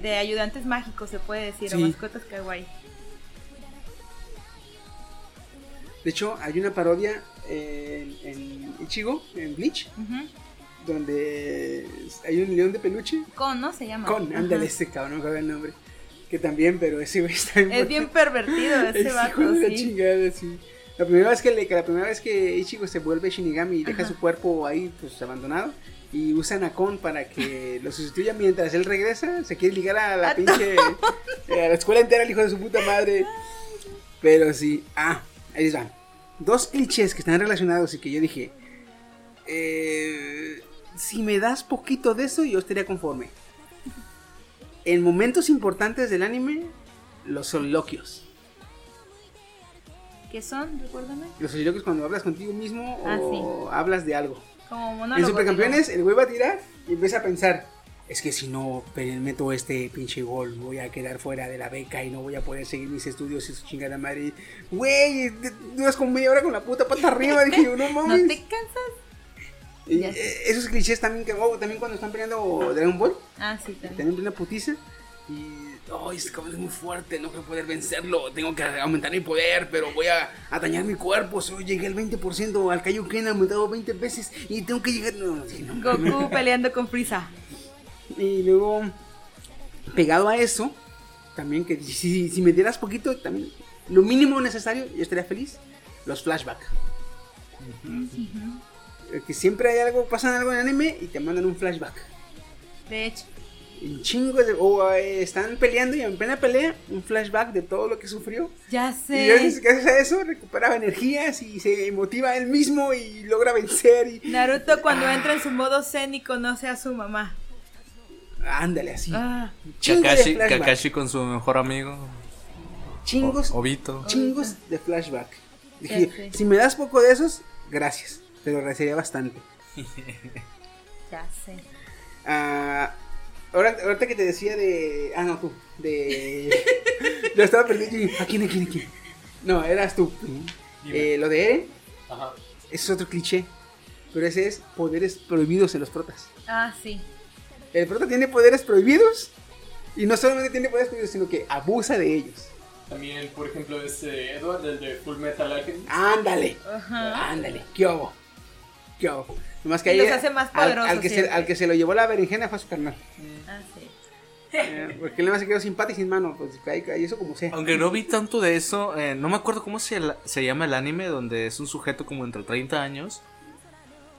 [SPEAKER 4] de ayudantes mágicos, se puede decir, o
[SPEAKER 1] Sí.
[SPEAKER 4] mascotas kawaii.
[SPEAKER 1] De hecho, hay una parodia eh, en, en Ichigo, en Bleach,
[SPEAKER 4] Ujú.
[SPEAKER 1] donde hay un león de peluche.
[SPEAKER 4] Con, ¿no? Se llama.
[SPEAKER 1] Con,
[SPEAKER 4] Ah, Ajá.
[SPEAKER 1] ándale, este cabrón, no me acuerdo el nombre. Que también, pero ese güey está
[SPEAKER 4] Es bien pervertido
[SPEAKER 1] Ese
[SPEAKER 4] ese
[SPEAKER 1] hijo
[SPEAKER 4] vato,
[SPEAKER 1] de la
[SPEAKER 4] sí.
[SPEAKER 1] chingada, sí. La primera vez que le- que la primera vez que Ichigo se vuelve Shinigami y deja su cuerpo ahí pues abandonado y usa a Nakon para que lo sustituya mientras él regresa, se quiere ligar a la
[SPEAKER 4] A
[SPEAKER 1] pinche eh, a la escuela entera el hijo de su puta madre. Pero sí, ah, ahí les van. Dos clichés que están relacionados y que yo dije, eh, si me das poquito de eso yo estaría conforme. En momentos importantes del anime, los soliloquios.
[SPEAKER 4] ¿Qué son? Recuérdame.
[SPEAKER 1] Los soliloquios cuando hablas contigo mismo
[SPEAKER 4] Ah,
[SPEAKER 1] o hablas de algo.
[SPEAKER 4] Como
[SPEAKER 1] en
[SPEAKER 4] monólogo.
[SPEAKER 1] Supercampeones,
[SPEAKER 4] digamos.
[SPEAKER 1] el güey va a tirar y empieza a pensar. Es que si no pe- meto este pinche gol, voy a quedar fuera de la beca y no voy a poder seguir mis estudios y su chingada madre. Güey, te- duras como media hora con la puta pata arriba. Dije, yo, no mames.
[SPEAKER 4] ¿No te cansas?
[SPEAKER 1] Y,
[SPEAKER 4] Ya.
[SPEAKER 1] eh, esos clichés también que, oh, también cuando están peleando Dragon Ball,
[SPEAKER 4] Ah, sí, también.
[SPEAKER 1] también una putiza. Y, oh, este cabrón es muy fuerte, no voy a poder vencerlo. Tengo que aumentar mi poder, pero voy a, a dañar mi cuerpo. Soy, llegué al 20% al Kaioken, aumentado 20 veces. Y tengo que llegar. No, no, sí, no.
[SPEAKER 4] Goku peleando con Frieza.
[SPEAKER 1] Y luego, pegado a eso, también que si- si, si me dieras poquito, también lo mínimo necesario, yo estaría feliz. Los flashbacks. Que siempre hay algo, pasan algo en anime y te mandan un flashback.
[SPEAKER 4] De hecho.
[SPEAKER 1] Un chingo de. O eh, están peleando y en plena pelea, un flashback de todo lo que sufrió.
[SPEAKER 4] Ya
[SPEAKER 1] Y gracias,
[SPEAKER 4] sé.
[SPEAKER 1] gracias a eso recuperaba energías y se motiva él mismo y logra vencer. Y
[SPEAKER 4] Naruto cuando entra en su modo zen y conoce a su mamá.
[SPEAKER 1] ándale así.
[SPEAKER 4] Ah,
[SPEAKER 1] Un chingo de
[SPEAKER 3] Kakashi,
[SPEAKER 1] flashback.
[SPEAKER 3] Kakashi Oh, con su mejor amigo.
[SPEAKER 1] Chingos,
[SPEAKER 3] O- Obito.
[SPEAKER 1] chingos de flashback.
[SPEAKER 4] Ya
[SPEAKER 1] Dije,
[SPEAKER 4] sé.
[SPEAKER 1] si me das poco de esos, gracias. Te lo agradecería bastante.
[SPEAKER 4] ya sé.
[SPEAKER 1] Ah, ahora, ahorita que te decía de. Ah, no, tú. De. lo estaba perdiendo. y, ¿A quién, a quién, a quién? No, eras tú.
[SPEAKER 2] Dime.
[SPEAKER 1] Eh, lo de Eren.
[SPEAKER 2] Ajá.
[SPEAKER 1] Ese es otro cliché. Pero ese es poderes prohibidos en los protas.
[SPEAKER 4] Ah, sí.
[SPEAKER 1] El prota tiene poderes prohibidos. Y no solamente tiene poderes prohibidos, sino que abusa de ellos.
[SPEAKER 2] También, por ejemplo, este Edward, el de Full Metal Alchemist.
[SPEAKER 1] Ándale.
[SPEAKER 4] Ajá.
[SPEAKER 1] Ándale. ¿Qué hago? ¿Qué hago? Nomás que
[SPEAKER 4] Y
[SPEAKER 1] ahí
[SPEAKER 4] los hace más
[SPEAKER 1] al- al,
[SPEAKER 4] poderosos
[SPEAKER 1] que se,
[SPEAKER 4] siempre.
[SPEAKER 1] al que se lo llevó la berenjena fue a su carnal.
[SPEAKER 4] Ah, sí.
[SPEAKER 1] Eh, porque él nada más se quedó sin pata y sin mano. Pues ahí, ahí eso como sea.
[SPEAKER 3] Aunque no vi tanto de eso, eh, no me acuerdo cómo se, la- se llama el anime, donde es un sujeto como entre 30 años,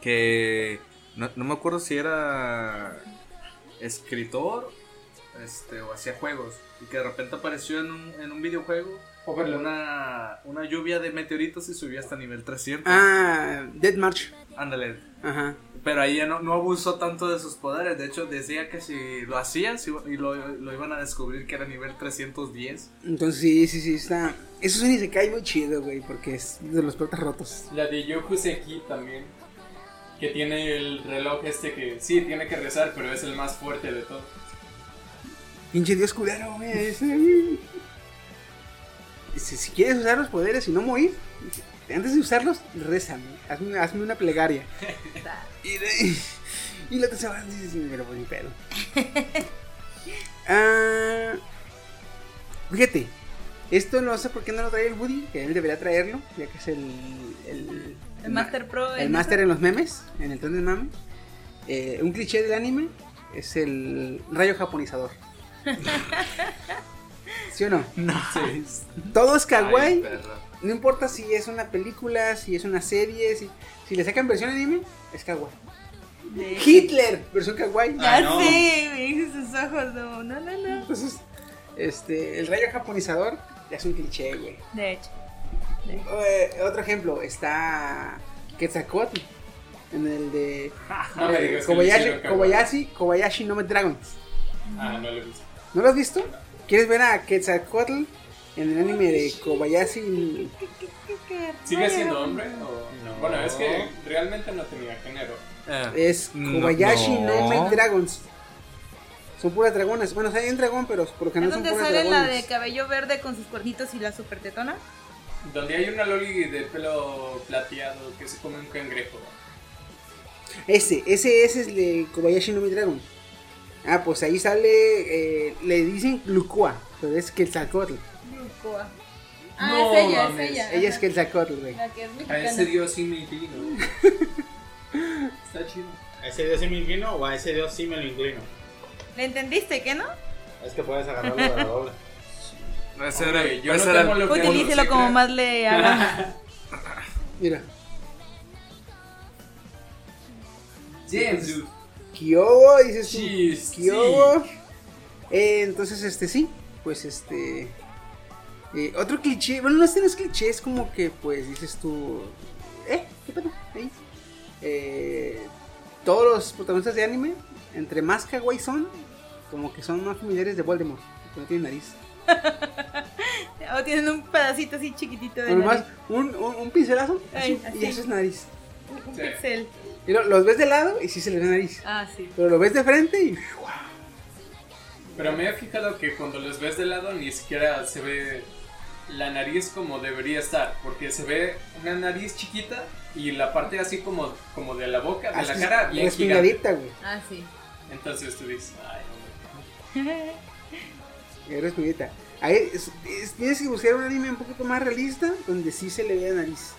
[SPEAKER 3] que no, no me acuerdo si era escritor este, o hacía juegos, y que de repente apareció en un, en un videojuego
[SPEAKER 2] Overlord.
[SPEAKER 3] una, una lluvia de meteoritos y subió hasta nivel 300.
[SPEAKER 1] Ah, Dead March.
[SPEAKER 3] Ándale.
[SPEAKER 1] Ajá.
[SPEAKER 3] Pero ahí ya no, no abusó tanto de sus poderes, de hecho decía que si lo hacías iba- y lo, lo iban a descubrir que era nivel 310.
[SPEAKER 1] Entonces sí, sí, sí, está. Eso es un Isekai muy chido, güey, porque es de los protas rotos.
[SPEAKER 2] La de Yoku Seki también. Que tiene el reloj este que sí tiene que rezar, pero es el más fuerte de todos.
[SPEAKER 1] Pinche dios culero, güey. ese- Si, si quieres usar los poderes y no morir, antes de usarlos, rézame. Hazme, hazme una plegaria. y, de- y la tercera vez dices, pero pues ni pedo. Ah, fíjate, esto no sé por qué no lo trae el Woody, que él debería traerlo, ya que es el. El,
[SPEAKER 4] El Master Pro.
[SPEAKER 1] el
[SPEAKER 4] en
[SPEAKER 1] máster en los memes, en el tren del mame. Eh, un cliché del anime es el rayo japonizador. ¿Sí o no?
[SPEAKER 2] Sí.
[SPEAKER 1] Todo es
[SPEAKER 5] Ay,
[SPEAKER 1] kawaii,
[SPEAKER 5] perro.
[SPEAKER 1] no importa si es una película, si es una serie, si, si le sacan versión anime, es kawaii.
[SPEAKER 4] eso. De-
[SPEAKER 1] Hitler, versión kawaii.
[SPEAKER 4] Ya
[SPEAKER 6] Ah, no.
[SPEAKER 4] sé, me hizo sus ojos. No, no, no. no.
[SPEAKER 1] Entonces, este, el rayo japonizador Ya es un cliché, güey.
[SPEAKER 4] De hecho.
[SPEAKER 1] Eh, otro ejemplo, está Quetzalcoatl. En el de
[SPEAKER 2] no me
[SPEAKER 1] eh,
[SPEAKER 2] digas que le hicieron
[SPEAKER 1] Kobayashi,
[SPEAKER 2] cagada.
[SPEAKER 1] Kobayashi, Kobayashi no Me Dragons.
[SPEAKER 2] Ah, no lo he visto.
[SPEAKER 1] ¿No lo has visto? ¿Quieres ver a Quetzalcoatl en el anime de Kobayashi?
[SPEAKER 2] ¿Sigue siendo hombre o no? Bueno, es que
[SPEAKER 1] Oh.
[SPEAKER 2] realmente no tenía género.
[SPEAKER 1] Es
[SPEAKER 2] No.
[SPEAKER 1] Kobayashi no,
[SPEAKER 2] No.
[SPEAKER 1] Me Dragons. Son puras dragonas. Bueno, o sea, hay un dragón, pero por lo
[SPEAKER 4] ¿Es
[SPEAKER 1] general son
[SPEAKER 4] donde
[SPEAKER 1] puras
[SPEAKER 4] sale la de
[SPEAKER 1] dragonas.
[SPEAKER 4] cabello verde con sus cuernitos y la super tetona?
[SPEAKER 2] Donde hay una loli de pelo plateado que se come un cangrejo.
[SPEAKER 1] Ese, ese, ese es el de Kobayashi no Mi Dragon. Ah, pues ahí sale, eh, le dicen Lukua, pero es Quetzalcoatl.
[SPEAKER 4] Ah,
[SPEAKER 2] No
[SPEAKER 4] es ella,
[SPEAKER 2] mames.
[SPEAKER 4] es ella.
[SPEAKER 1] Ella
[SPEAKER 4] ajá.
[SPEAKER 1] es Quetzalcoatl, güey.
[SPEAKER 4] La que es
[SPEAKER 2] A
[SPEAKER 4] mexicana.
[SPEAKER 2] ese dios sí me inclino. Está chido.
[SPEAKER 6] ¿A ese dios sí me inclino o a ese dios sí me lo inclino?
[SPEAKER 4] ¿Le entendiste, qué no?
[SPEAKER 6] Es que puedes agarrarlo de la doble.
[SPEAKER 5] Ese era-
[SPEAKER 2] Hombre, yo
[SPEAKER 5] ese
[SPEAKER 2] no
[SPEAKER 5] era-
[SPEAKER 2] tengo lo que
[SPEAKER 4] Utilícelo
[SPEAKER 2] uno se
[SPEAKER 4] como
[SPEAKER 2] crea.
[SPEAKER 4] más le haga.
[SPEAKER 1] Mira.
[SPEAKER 2] James, dude.
[SPEAKER 1] Kyogo, dices tú.
[SPEAKER 2] Chis,
[SPEAKER 1] Kyogo. Eh, entonces, este sí, pues este. eh, otro cliché, bueno, no este no es cliché, es como que pues dices tú. Eh, qué pedo, ahí. Eh, todos los protagonistas de anime, entre más kawaii son, como que son más familiares de Voldemort, que no tiene nariz.
[SPEAKER 4] O Oh, tienen un pedacito así chiquitito de
[SPEAKER 1] Bueno, más
[SPEAKER 4] nariz.
[SPEAKER 1] un, un, un pincelazo así,
[SPEAKER 4] Ay, así.
[SPEAKER 1] y eso es nariz.
[SPEAKER 4] Un pixel.
[SPEAKER 1] Y lo- los ves de lado y sí se les ve nariz.
[SPEAKER 4] Ah, sí.
[SPEAKER 1] Pero lo ves de frente y.
[SPEAKER 2] Pero me he fijado que cuando los ves de lado ni siquiera se ve la nariz como debería estar, porque se ve una nariz chiquita y la parte así como, como de la boca, de la
[SPEAKER 1] así,
[SPEAKER 2] cara, bien gigante.
[SPEAKER 1] respingadita, güey.
[SPEAKER 4] Ah, sí.
[SPEAKER 2] Entonces tú dices, ay,
[SPEAKER 1] Eres jugueta. Ahí es- es- tienes que buscar un anime un poquito más realista donde sí se le vea nariz.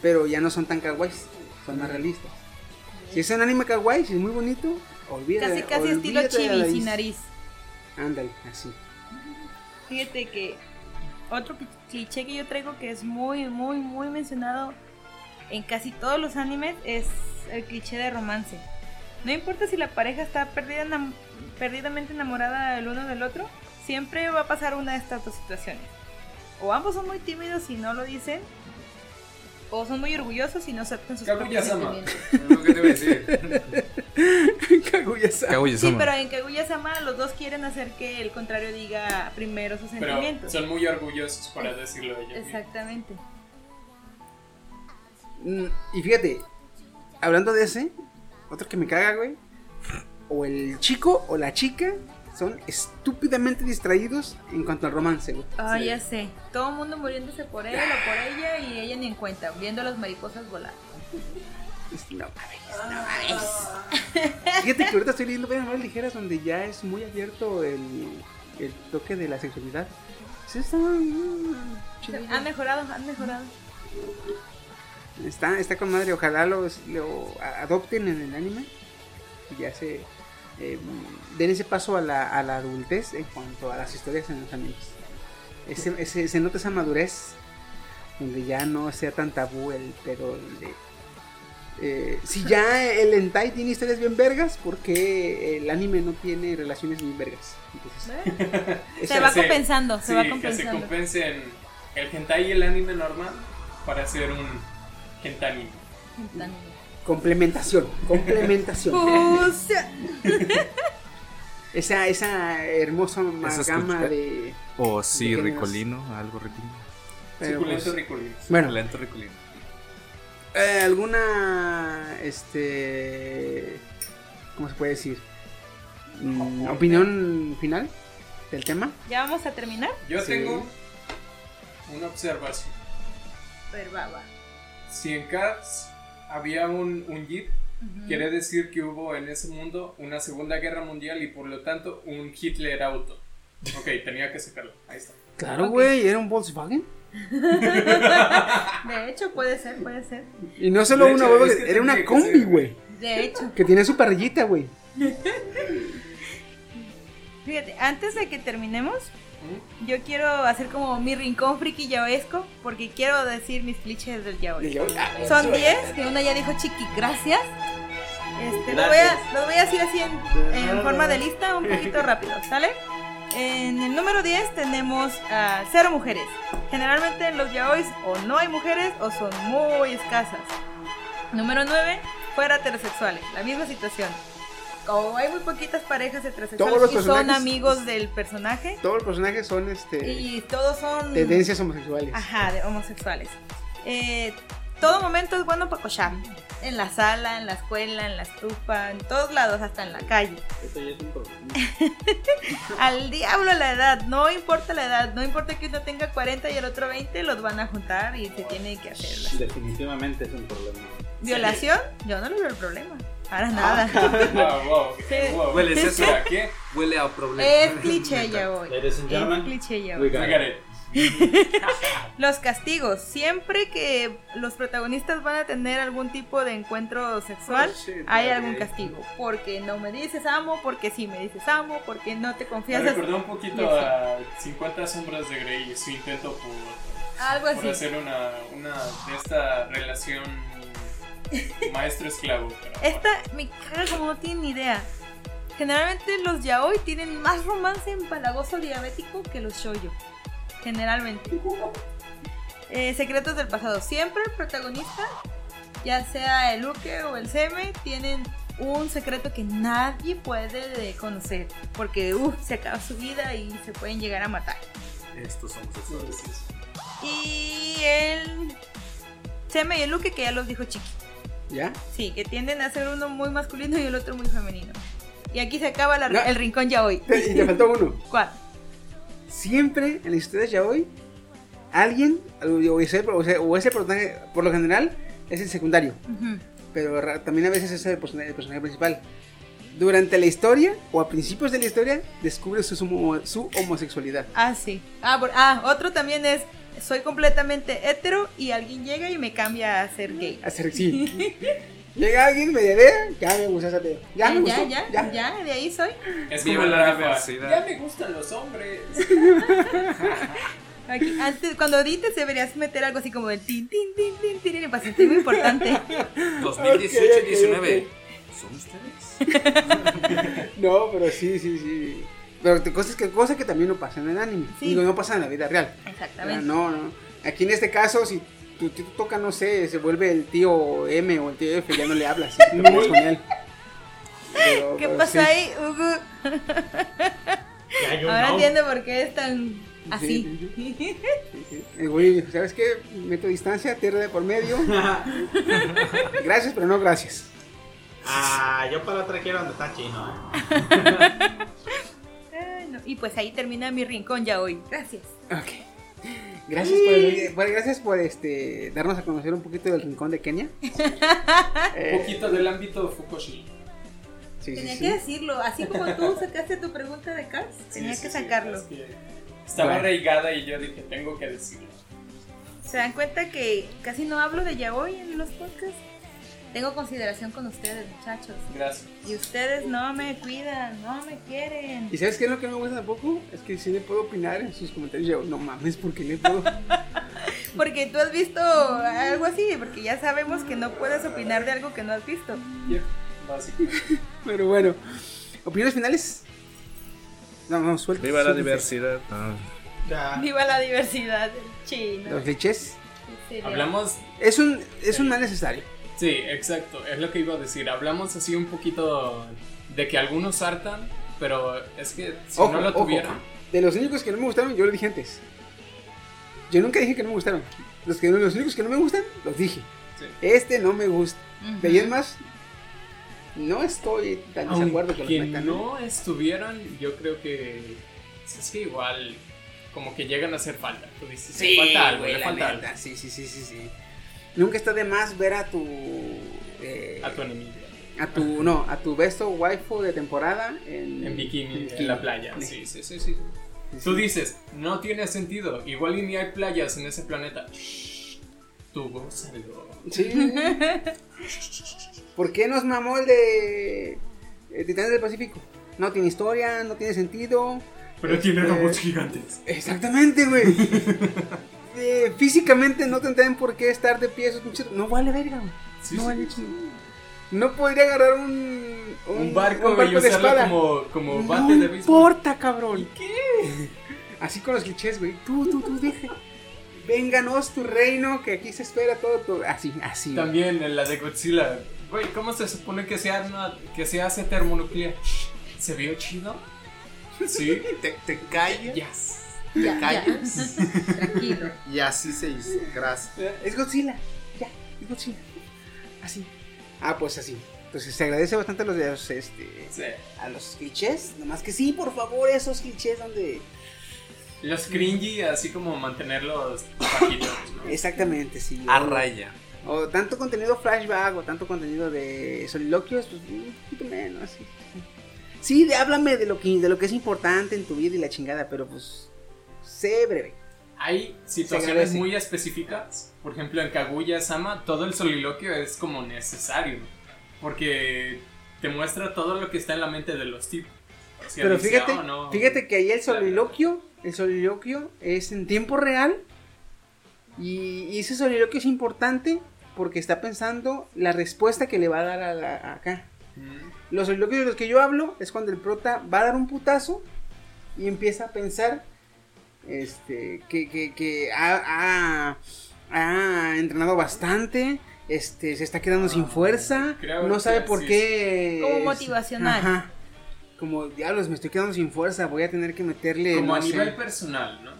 [SPEAKER 1] Pero ya no son tan kawaiis, son más realistas. Si es un anime kawaii, si es muy bonito,
[SPEAKER 4] Casi,
[SPEAKER 1] olvídate.
[SPEAKER 4] casi estilo
[SPEAKER 1] olvídate de la
[SPEAKER 4] chibi, sin nariz.
[SPEAKER 1] Ándale, así.
[SPEAKER 4] Fíjate que otro cli- cliché que yo traigo que es muy, muy, muy mencionado en casi todos los animes es el cliché de romance. No importa si la pareja está perdida enam- perdidamente enamorada el uno del otro, siempre va a pasar una de estas dos situaciones. O ambos son muy tímidos y no lo dicen, o son muy orgullosos y no aceptan sus propios
[SPEAKER 2] Kaguya-sama.
[SPEAKER 4] sentimientos.
[SPEAKER 5] Lo que te iba a decir.
[SPEAKER 1] Kaguya-sama.
[SPEAKER 4] Sí, pero en Kaguya-sama los dos quieren hacer que el contrario diga primero sus
[SPEAKER 2] pero
[SPEAKER 4] sentimientos.
[SPEAKER 2] son muy orgullosos para decirlo ellos. mismos.
[SPEAKER 4] Exactamente.
[SPEAKER 1] Mm, Y fíjate, hablando de ese, otro que me caga, güey. O el chico o la chica son estúpidamente distraídos en cuanto al romance, güey.
[SPEAKER 4] Ah, ya sé. Todo el mundo muriéndose por él o por ella y ella ni en cuenta, viendo a las mariposas volar.
[SPEAKER 1] No mames, no mames. Ah. Fíjate que ahorita estoy leyendo varias novelas ligeras donde ya es muy abierto el, el toque de la sexualidad. Sí, está, mm, chido.
[SPEAKER 4] Han mejorado, han mejorado.
[SPEAKER 1] está, está con madre. Ojalá los, lo a- adopten en el anime. Y ya se eh, den ese paso a la, a la adultez en cuanto a las historias en los animes. Ese- ese- se nota esa madurez donde ya no sea tan tabú el pero de eh, si ya el hentai tiene historias bien vergas, ¿por qué el anime no tiene relaciones bien vergas? Entonces,
[SPEAKER 4] Se va
[SPEAKER 2] Sí,
[SPEAKER 4] compensando, se
[SPEAKER 2] sí,
[SPEAKER 4] va
[SPEAKER 2] que se
[SPEAKER 4] compensando.
[SPEAKER 2] compensen el hentai y el anime normal para hacer un hentanime.
[SPEAKER 1] complementación, complementación.
[SPEAKER 4] Fusia-
[SPEAKER 1] esa, esa hermosa amalgama
[SPEAKER 3] escucha.
[SPEAKER 1] de...
[SPEAKER 3] O sí,
[SPEAKER 1] ¿De qué
[SPEAKER 3] Ricolino, algo Ricolino.
[SPEAKER 1] pero,
[SPEAKER 2] Suculento
[SPEAKER 1] pues,
[SPEAKER 2] ricolino.
[SPEAKER 1] bueno,
[SPEAKER 3] Lento Ricolino.
[SPEAKER 1] eh, alguna... Este... ¿Cómo se puede decir? Mm, ¿Opinión final del tema?
[SPEAKER 4] ¿Ya vamos a terminar?
[SPEAKER 2] Yo
[SPEAKER 1] Sí.
[SPEAKER 2] tengo una observación.
[SPEAKER 4] Pero va, va.
[SPEAKER 2] Si en Cats había un, un jeep,
[SPEAKER 4] Ujú.
[SPEAKER 2] quiere decir que hubo en ese mundo una Segunda Guerra Mundial y por lo tanto un Hitler auto. Ok, tenía que sacarlo. Ahí está.
[SPEAKER 1] Claro, güey, era un Volkswagen.
[SPEAKER 4] De hecho, puede ser, puede ser.
[SPEAKER 1] Y no solo
[SPEAKER 2] De
[SPEAKER 1] una,
[SPEAKER 2] hecho,
[SPEAKER 1] güey,
[SPEAKER 2] es que
[SPEAKER 1] era una
[SPEAKER 2] tendría que ser,
[SPEAKER 1] combi,
[SPEAKER 2] güey.
[SPEAKER 1] güey.
[SPEAKER 4] De hecho.
[SPEAKER 1] Que tiene su parrillita, güey.
[SPEAKER 4] Fíjate, antes de que terminemos, yo quiero hacer como mi rincón friki yaoesco, porque quiero decir mis clichés del yaoi.
[SPEAKER 1] ah,
[SPEAKER 4] Son 10, que una ya dijo Chiqui, gracias. Este, Lo, voy a, lo voy a decir así en, en forma de lista, un poquito rápido, ¿sale? En el número 10 tenemos a cero mujeres. Generalmente en los yaois o no hay mujeres o son muy escasas. Número 9, fuera heterosexuales. La misma situación. Como hay muy poquitas parejas heterosexuales
[SPEAKER 1] Todos los
[SPEAKER 4] y son
[SPEAKER 1] personajes-
[SPEAKER 4] amigos del personaje
[SPEAKER 1] Todos los personajes son este
[SPEAKER 4] y todos son
[SPEAKER 1] tendencias homosexuales.
[SPEAKER 4] Ajá, de homosexuales. Eh, todo momento es bueno para cochar. En la sala, en la escuela, en la estufa, en todos lados, hasta en la calle.
[SPEAKER 6] Eso ya es un problema.
[SPEAKER 4] Al diablo la edad, no importa la edad, no importa que uno tenga 40 y el otro 20, los van a juntar y se tiene que hacer.
[SPEAKER 6] Definitivamente es un problema.
[SPEAKER 4] ¿Violación? Yo no le veo el problema, para nada.
[SPEAKER 2] Ah, wow,
[SPEAKER 4] Sí.
[SPEAKER 2] wow.
[SPEAKER 5] Huele
[SPEAKER 2] ¿Eso
[SPEAKER 5] sexo.
[SPEAKER 2] a qué?
[SPEAKER 5] Huele a problema.
[SPEAKER 4] es cliché ya voy.
[SPEAKER 6] Ladies and
[SPEAKER 4] Es
[SPEAKER 6] gentlemen,
[SPEAKER 4] cliché ya
[SPEAKER 6] we
[SPEAKER 4] voy.
[SPEAKER 6] got
[SPEAKER 2] Fíjate.
[SPEAKER 6] it.
[SPEAKER 4] Los castigos. Siempre que los protagonistas van a tener algún tipo de encuentro sexual,
[SPEAKER 5] Oh, shit,
[SPEAKER 4] hay
[SPEAKER 5] ok.
[SPEAKER 4] algún castigo. Porque no me dices amo, porque sí me dices amo, porque no te
[SPEAKER 2] Me
[SPEAKER 4] confías.
[SPEAKER 2] recordó un poquito a 50 sombras de Grey y su intento por,
[SPEAKER 4] Algo
[SPEAKER 2] por
[SPEAKER 4] así.
[SPEAKER 2] hacer una, una de esta relación maestro-esclavo.
[SPEAKER 4] Esta me caga como no tienen ni idea. Generalmente los yaoi tienen más romance empalagoso diabético que los shoyo. Generalmente. Eh, secretos del pasado. Siempre el protagonista, ya sea el Uke o el Seme, tienen un secreto que nadie puede de- conocer. Porque uh, se acaba su vida y se pueden llegar a matar.
[SPEAKER 3] Estos homosexuales.
[SPEAKER 4] Y el Seme y el Uke, que ya los dijo Chiqui.
[SPEAKER 1] ¿Ya?
[SPEAKER 4] Sí, que tienden a ser uno muy masculino y el otro muy femenino. Y aquí se acaba la-
[SPEAKER 1] No.
[SPEAKER 4] el rincón ya hoy.
[SPEAKER 1] Te- Y te faltó uno.
[SPEAKER 4] ¿Cuál?
[SPEAKER 1] Siempre en las historias ya hoy, alguien, o ese, o ese- o ese personaje, por lo general, es el secundario.
[SPEAKER 4] Ujú.
[SPEAKER 1] pero ra- también a veces es el personaje, el personaje principal. Durante la historia o a principios de la historia descubre su, sumo- su homosexualidad.
[SPEAKER 4] Ah, sí. Ah, por- ah, otro también es, soy completamente hetero y alguien llega y me cambia a ser gay.
[SPEAKER 1] Hacer sí. Llega alguien, me ve, ya me gusta esa pedo. Ya, me
[SPEAKER 4] Ah, ya,
[SPEAKER 1] gustó.
[SPEAKER 4] ya,
[SPEAKER 1] ya.
[SPEAKER 4] ya, de ahí soy.
[SPEAKER 2] Es
[SPEAKER 5] Viva
[SPEAKER 2] como
[SPEAKER 5] la
[SPEAKER 2] la rifa.
[SPEAKER 5] diversidad.
[SPEAKER 2] Ya me gustan los hombres.
[SPEAKER 4] Aquí, antes, cuando edites deberías meter algo así como el tin, tin, tin, tin, tin, para sentirme importante.
[SPEAKER 5] 2018
[SPEAKER 1] Ok, ok,
[SPEAKER 5] y 19.
[SPEAKER 1] ok.
[SPEAKER 5] ¿Son ustedes?
[SPEAKER 1] No, pero sí, sí, sí. Pero te- cosas que, cosas que también no pasan en anime.
[SPEAKER 4] Sí.
[SPEAKER 1] Digo, no pasan en la vida real. Ah,
[SPEAKER 4] Exactamente.
[SPEAKER 1] No, no. Aquí en este caso, si tu tío toca, no sé, se vuelve el tío M o el tío F, ya no le hablas. ya no hablas con él. Pero-
[SPEAKER 4] ¿Qué
[SPEAKER 1] pero
[SPEAKER 4] pasa
[SPEAKER 1] pues, sí.
[SPEAKER 4] ahí, Hugo?
[SPEAKER 6] Ya, yo
[SPEAKER 4] Ahora
[SPEAKER 6] no.
[SPEAKER 4] entiendo por qué es tan así.
[SPEAKER 1] Sí, Sí, sí. El Eh, güey dijo, ¿sabes qué? Meto distancia, tierra de por medio. gracias, pero no gracias.
[SPEAKER 6] Ah, yo para otra quiero donde está chino. eh.
[SPEAKER 4] Ay, no. Y pues ahí termina mi rincón ya hoy. Gracias.
[SPEAKER 1] Ok. Gracias por, el- bueno, gracias por este, darnos a conocer un poquito del rincón de Kenia. Eh,
[SPEAKER 2] Un poquito del ámbito Fukushima.
[SPEAKER 1] Sí, sí,
[SPEAKER 4] Tenía
[SPEAKER 1] sí.
[SPEAKER 4] que decirlo, así como tú sacaste tu pregunta de Cars, tenía que sacarlo.
[SPEAKER 2] estaba
[SPEAKER 1] Bueno.
[SPEAKER 2] arraigada y yo dije, tengo que decirlo.
[SPEAKER 4] ¿Se dan cuenta que casi no hablo de yaoi en los podcasts? Tengo consideración con ustedes, muchachos.
[SPEAKER 2] Gracias.
[SPEAKER 4] Y ustedes no me cuidan, no me quieren.
[SPEAKER 1] ¿Y sabes qué es lo que no me gusta tampoco? Es que si le puedo opinar en sus comentarios. Yo, no mames, ¿por qué le puedo?
[SPEAKER 4] Porque tú has visto algo así, porque ya sabemos que no puedes opinar de algo que no has visto.
[SPEAKER 2] Yeah, básicamente.
[SPEAKER 1] Pero bueno. ¿Opiniones finales? No, no, suelta.
[SPEAKER 5] Viva la
[SPEAKER 1] suelta.
[SPEAKER 5] diversidad.
[SPEAKER 1] Ah.
[SPEAKER 6] Ya.
[SPEAKER 4] Viva la diversidad del chino.
[SPEAKER 1] Los clichés.
[SPEAKER 2] Hablamos
[SPEAKER 1] Es un, es un mal necesario.
[SPEAKER 2] Sí, exacto, es lo que iba a decir. Hablamos así un poquito de que algunos hartan, pero es que si
[SPEAKER 1] Ojo,
[SPEAKER 2] no lo
[SPEAKER 1] ojo.
[SPEAKER 2] tuvieran,
[SPEAKER 1] De los únicos que no me gustaron, yo lo dije antes. Yo nunca dije que no me gustaron. Los, que, los únicos que no me gustan, los dije.
[SPEAKER 2] Sí.
[SPEAKER 1] Este no me gusta.
[SPEAKER 4] Ujú.
[SPEAKER 1] De ahí en más, no estoy tan desacuerdo con
[SPEAKER 2] aunque
[SPEAKER 1] los mecanos.
[SPEAKER 2] no estuvieran, yo creo que es que igual como que llegan a hacer falta. Tú dices, le falta algo,
[SPEAKER 1] güey,
[SPEAKER 2] le
[SPEAKER 1] la
[SPEAKER 2] falta
[SPEAKER 1] neta, Sí, sí, sí, sí, sí. Nunca está de más ver a tu... eh,
[SPEAKER 2] algo a tu enemigo.
[SPEAKER 1] a tu- no, a tu besto waifu de temporada en,
[SPEAKER 2] En bikini, en
[SPEAKER 1] bikini.
[SPEAKER 2] la playa. Sí, sí, sí, sí. Tú dices, no tiene sentido, igual y ni hay playas en ese planeta. Shh, Tú gózalo.
[SPEAKER 1] Sí. ¿Por qué nos mamó el de eh, Titanes del Pacífico? No tiene historia, no tiene sentido.
[SPEAKER 2] Pero tiene
[SPEAKER 1] Este,
[SPEAKER 2] robots gigantes.
[SPEAKER 1] Exactamente, güey. Eh, físicamente no tendrían por qué estar de pie esos pinches- No vale verga, güey.
[SPEAKER 2] Sí,
[SPEAKER 1] no
[SPEAKER 2] sí,
[SPEAKER 1] vale
[SPEAKER 2] sí.
[SPEAKER 1] chingada. no podría agarrar un, un,
[SPEAKER 2] Un barco
[SPEAKER 1] un
[SPEAKER 2] y usarlo como- como bate de
[SPEAKER 1] No
[SPEAKER 2] béisbol.
[SPEAKER 1] importa, cabrón. ¿Qué? Así con los clichés, güey. Tú, tú, tú, deja. Vénganos tu reino, que aquí se espera todo, todo. Así, así.
[SPEAKER 2] También en la de Godzilla. Güey, ¿cómo se supone que se, arma- que se hace termonuclear? ¿Se vio chido? Sí.
[SPEAKER 8] ¿Te, te callas?
[SPEAKER 2] Yes.
[SPEAKER 8] ¿Te
[SPEAKER 1] Ya, ya.
[SPEAKER 8] callas?
[SPEAKER 4] Tranquilo.
[SPEAKER 8] Y así se hizo. Gracias.
[SPEAKER 1] Es Godzilla. Ya, es Godzilla. Así. Ah, pues así. Entonces se agradece bastante a los, de los, este, a los clichés. Nomás que sí, por favor, esos clichés donde.
[SPEAKER 2] Los cringy, así como mantenerlos bajitos. ¿no?
[SPEAKER 1] Exactamente, sí.
[SPEAKER 5] A
[SPEAKER 1] O-
[SPEAKER 5] raya.
[SPEAKER 1] O tanto contenido flashback o tanto contenido de soliloquios, pues un poquito menos. Sí, sí de- háblame de lo, que, de lo que es importante en tu vida y la chingada, pero pues sé breve.
[SPEAKER 2] Hay
[SPEAKER 1] Se
[SPEAKER 2] situaciones
[SPEAKER 1] agradece.
[SPEAKER 2] muy específicas. Por ejemplo, en Kaguya Sama, todo el soliloquio es como necesario. Porque te muestra todo lo que está en la mente de los tipos. O sea,
[SPEAKER 1] pero
[SPEAKER 2] dice,
[SPEAKER 1] fíjate,
[SPEAKER 2] "Oh, no".
[SPEAKER 1] fíjate que ahí el soliloquio, el soliloquio es en tiempo real y, y ese soliloquio es importante porque está pensando la respuesta que le va a dar a la- a acá.
[SPEAKER 2] Mm.
[SPEAKER 1] Los soliloquios de los que yo hablo es cuando el prota va a dar un putazo y empieza a pensar este, que, que- que ha, ha- ha entrenado bastante, este, se está quedando sin fuerza,
[SPEAKER 2] Ah, creo
[SPEAKER 1] no
[SPEAKER 2] que
[SPEAKER 1] sabe por
[SPEAKER 2] sí.
[SPEAKER 1] qué.
[SPEAKER 4] Como
[SPEAKER 1] es-
[SPEAKER 4] motivacional.
[SPEAKER 1] Ajá. Como, diablos, me estoy quedando sin fuerza, voy a tener que meterle.
[SPEAKER 2] Como
[SPEAKER 1] no
[SPEAKER 2] a
[SPEAKER 1] sé".
[SPEAKER 2] nivel personal, ¿no?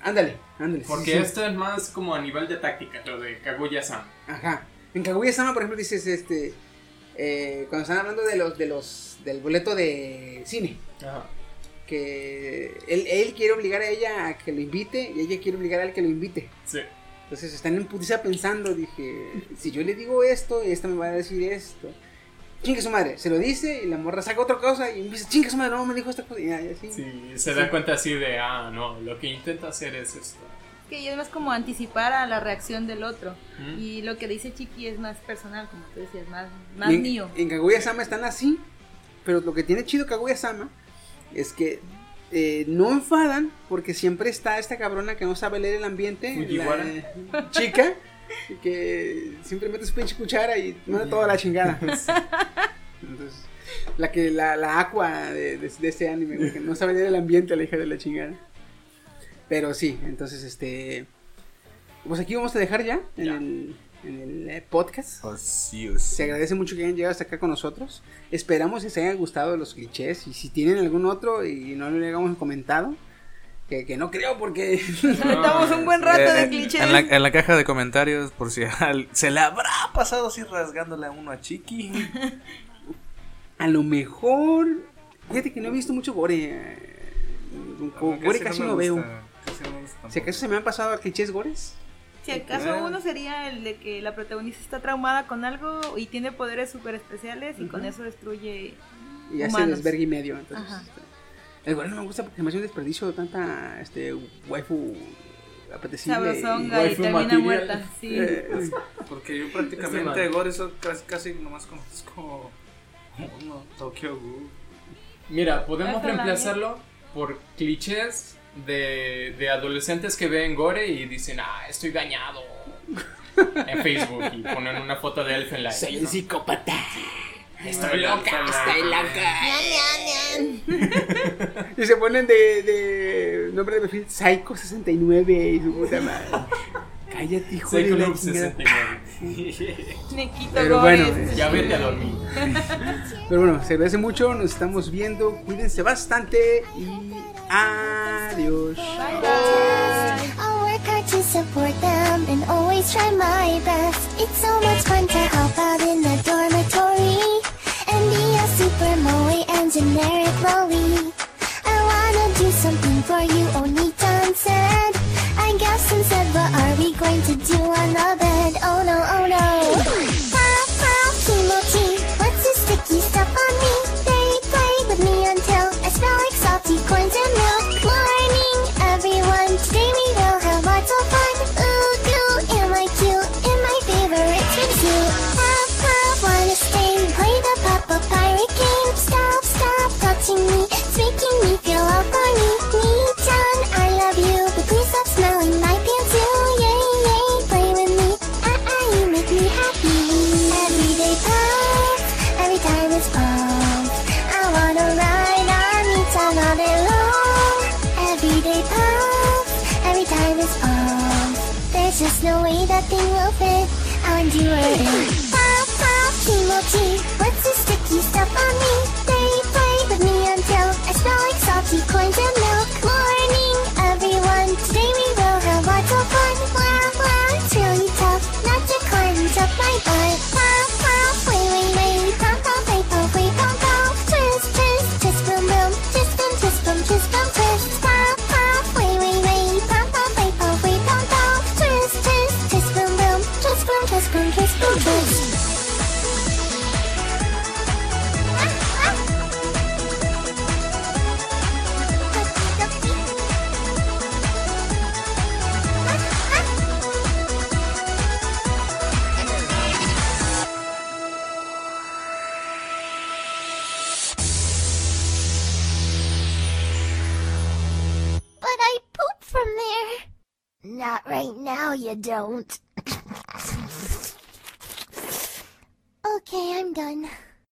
[SPEAKER 1] Ándale, ándale. sí,
[SPEAKER 2] Porque
[SPEAKER 1] sí.
[SPEAKER 2] esto es más como a nivel de táctica, lo de Kaguya-sama.
[SPEAKER 1] Ajá. En Kaguya Sama, por ejemplo, dices este. eh, cuando están hablando de los, de los, del boleto de cine. que él, él quiere obligar a ella a que lo invite y ella quiere obligar al que lo invite.
[SPEAKER 2] Sí.
[SPEAKER 1] Entonces están en putiza pensando, dije, si yo le digo esto, esta me va a decir esto. Chingue su madre, se lo dice y la morra saca otra cosa y me dice, chingue su madre, no, me dijo esta cosa. Y ya, y así.
[SPEAKER 2] Sí, se da
[SPEAKER 1] Sí.
[SPEAKER 2] cuenta así de, ah, no, lo que intento hacer es esto.
[SPEAKER 4] Que ya es más como anticipar a la reacción del otro.
[SPEAKER 2] Mm.
[SPEAKER 4] Y lo que dice Chiqui es más personal, como tú decías, más, más
[SPEAKER 1] Y en,
[SPEAKER 4] mío.
[SPEAKER 1] En Kaguya Sama están así, pero lo que tiene chido Kaguya Sama es que eh, no enfadan porque siempre está esta cabrona que no sabe leer el ambiente.
[SPEAKER 2] Fujiwara.
[SPEAKER 1] la chica. Que siempre mete su pinche cuchara y manda toda la chingada. Entonces, la que la, la aqua de, de- de este anime, güey, que no sabe leer el ambiente, la hija de la chingada. Pero sí, entonces este. Pues aquí vamos a dejar ya, en
[SPEAKER 2] Ya.
[SPEAKER 1] el- en el eh, podcast.
[SPEAKER 3] Oh, sí, oh, sí.
[SPEAKER 1] Se agradece mucho que hayan llegado hasta acá con nosotros. Esperamos que se hayan gustado los clichés. Y si tienen algún otro y no lo hayamos comentado, que, que no creo porque...
[SPEAKER 4] Estamos un buen rato
[SPEAKER 3] Eh,
[SPEAKER 4] de
[SPEAKER 3] eh,
[SPEAKER 4] clichés.
[SPEAKER 3] En la, en la caja de comentarios, por si al- se le habrá pasado así rasgándole a uno a Chiqui.
[SPEAKER 1] a lo mejor... Fíjate que no he visto mucho gore. eh, Gore casi, no,
[SPEAKER 8] me
[SPEAKER 1] veo.
[SPEAKER 8] gusta, casi no me gusta
[SPEAKER 1] Si acaso se me han pasado clichés gores.
[SPEAKER 4] Si acaso uno sería el de que la protagonista está traumada con algo y tiene poderes súper especiales y con eso destruye.
[SPEAKER 1] Y hace
[SPEAKER 4] Humanos.
[SPEAKER 1] desvergue y medio. Entonces,
[SPEAKER 4] Ajá.
[SPEAKER 1] este, el gore no me gusta porque se me hace un desperdicio de tanta este, waifu apetecible.
[SPEAKER 4] Sabrosonga y
[SPEAKER 2] waifu
[SPEAKER 4] termina
[SPEAKER 2] material.
[SPEAKER 4] muerta. Sí.
[SPEAKER 1] Eh,
[SPEAKER 5] Porque yo
[SPEAKER 2] Este
[SPEAKER 5] prácticamente
[SPEAKER 2] man.
[SPEAKER 5] Gore eso casi, casi nomás conozco uno, Tokyo Ghoul.
[SPEAKER 2] Mira, podemos
[SPEAKER 4] Ojalá.
[SPEAKER 2] reemplazarlo por clichés de, de adolescentes que ven gore y dicen, ah, estoy dañado. En Facebook y ponen una foto de Elfenlight.
[SPEAKER 1] Soy un psicópata.
[SPEAKER 2] Estoy loca, estoy loca.
[SPEAKER 1] Y se ponen de, de nombre de perfil Psycho69 y su puta madre. Cállate, hijo de la
[SPEAKER 2] Club
[SPEAKER 1] chingada.
[SPEAKER 2] 69.
[SPEAKER 4] Me quito
[SPEAKER 1] Pero
[SPEAKER 4] gores.
[SPEAKER 1] bueno,
[SPEAKER 2] Ya vete a dormir.
[SPEAKER 1] Pero bueno, se agradece mucho, nos estamos viendo, cuídense bastante y adiós.
[SPEAKER 4] Ah.
[SPEAKER 7] I'll work hard to support them and always try my best. It's so much fun to help out in the dormitory and be a super moe and generic Loey. I wanna do something for you, Onitan said. I guess instead, what are we going to do on the bed? Oh no, oh no. Pow, pow, kimochi. What's this sticky stuff on me? They play with me until I smell like salty corns and milk. Morning, everyone. Today we will have lots of fun. Ooh, goo, am I cute? Am I favorite swimsuit? Pop, pop, wanna stay. Play the Papa Pirate game. Stop, stop, touch Ah, There's just no way that thing will fit onto her. Pop, pop, kimochi. What's this sticky stuff on me? They play with me until I smell like salty coins and milk. Morning, everyone. Today we will have lots of fun. Wow, wow, it's really tough not to cleanse up my butt. Pop, pop, wait, wait, wait. Pop, pop, wait, pop, wait, pop, pop. Twist, twist, twist, boom, boom. Twist, boom, twist, boom, twist, boom, twist. Pop, pop, wait, wait, wait. Pop, pop, wait, pop, wait, pop, pop. Twist, twist, twist, boom, boom. Twist, boom, twist, boom, twist, boom, twist. But I poop from there. Not right now, you don't. okay, I'm done.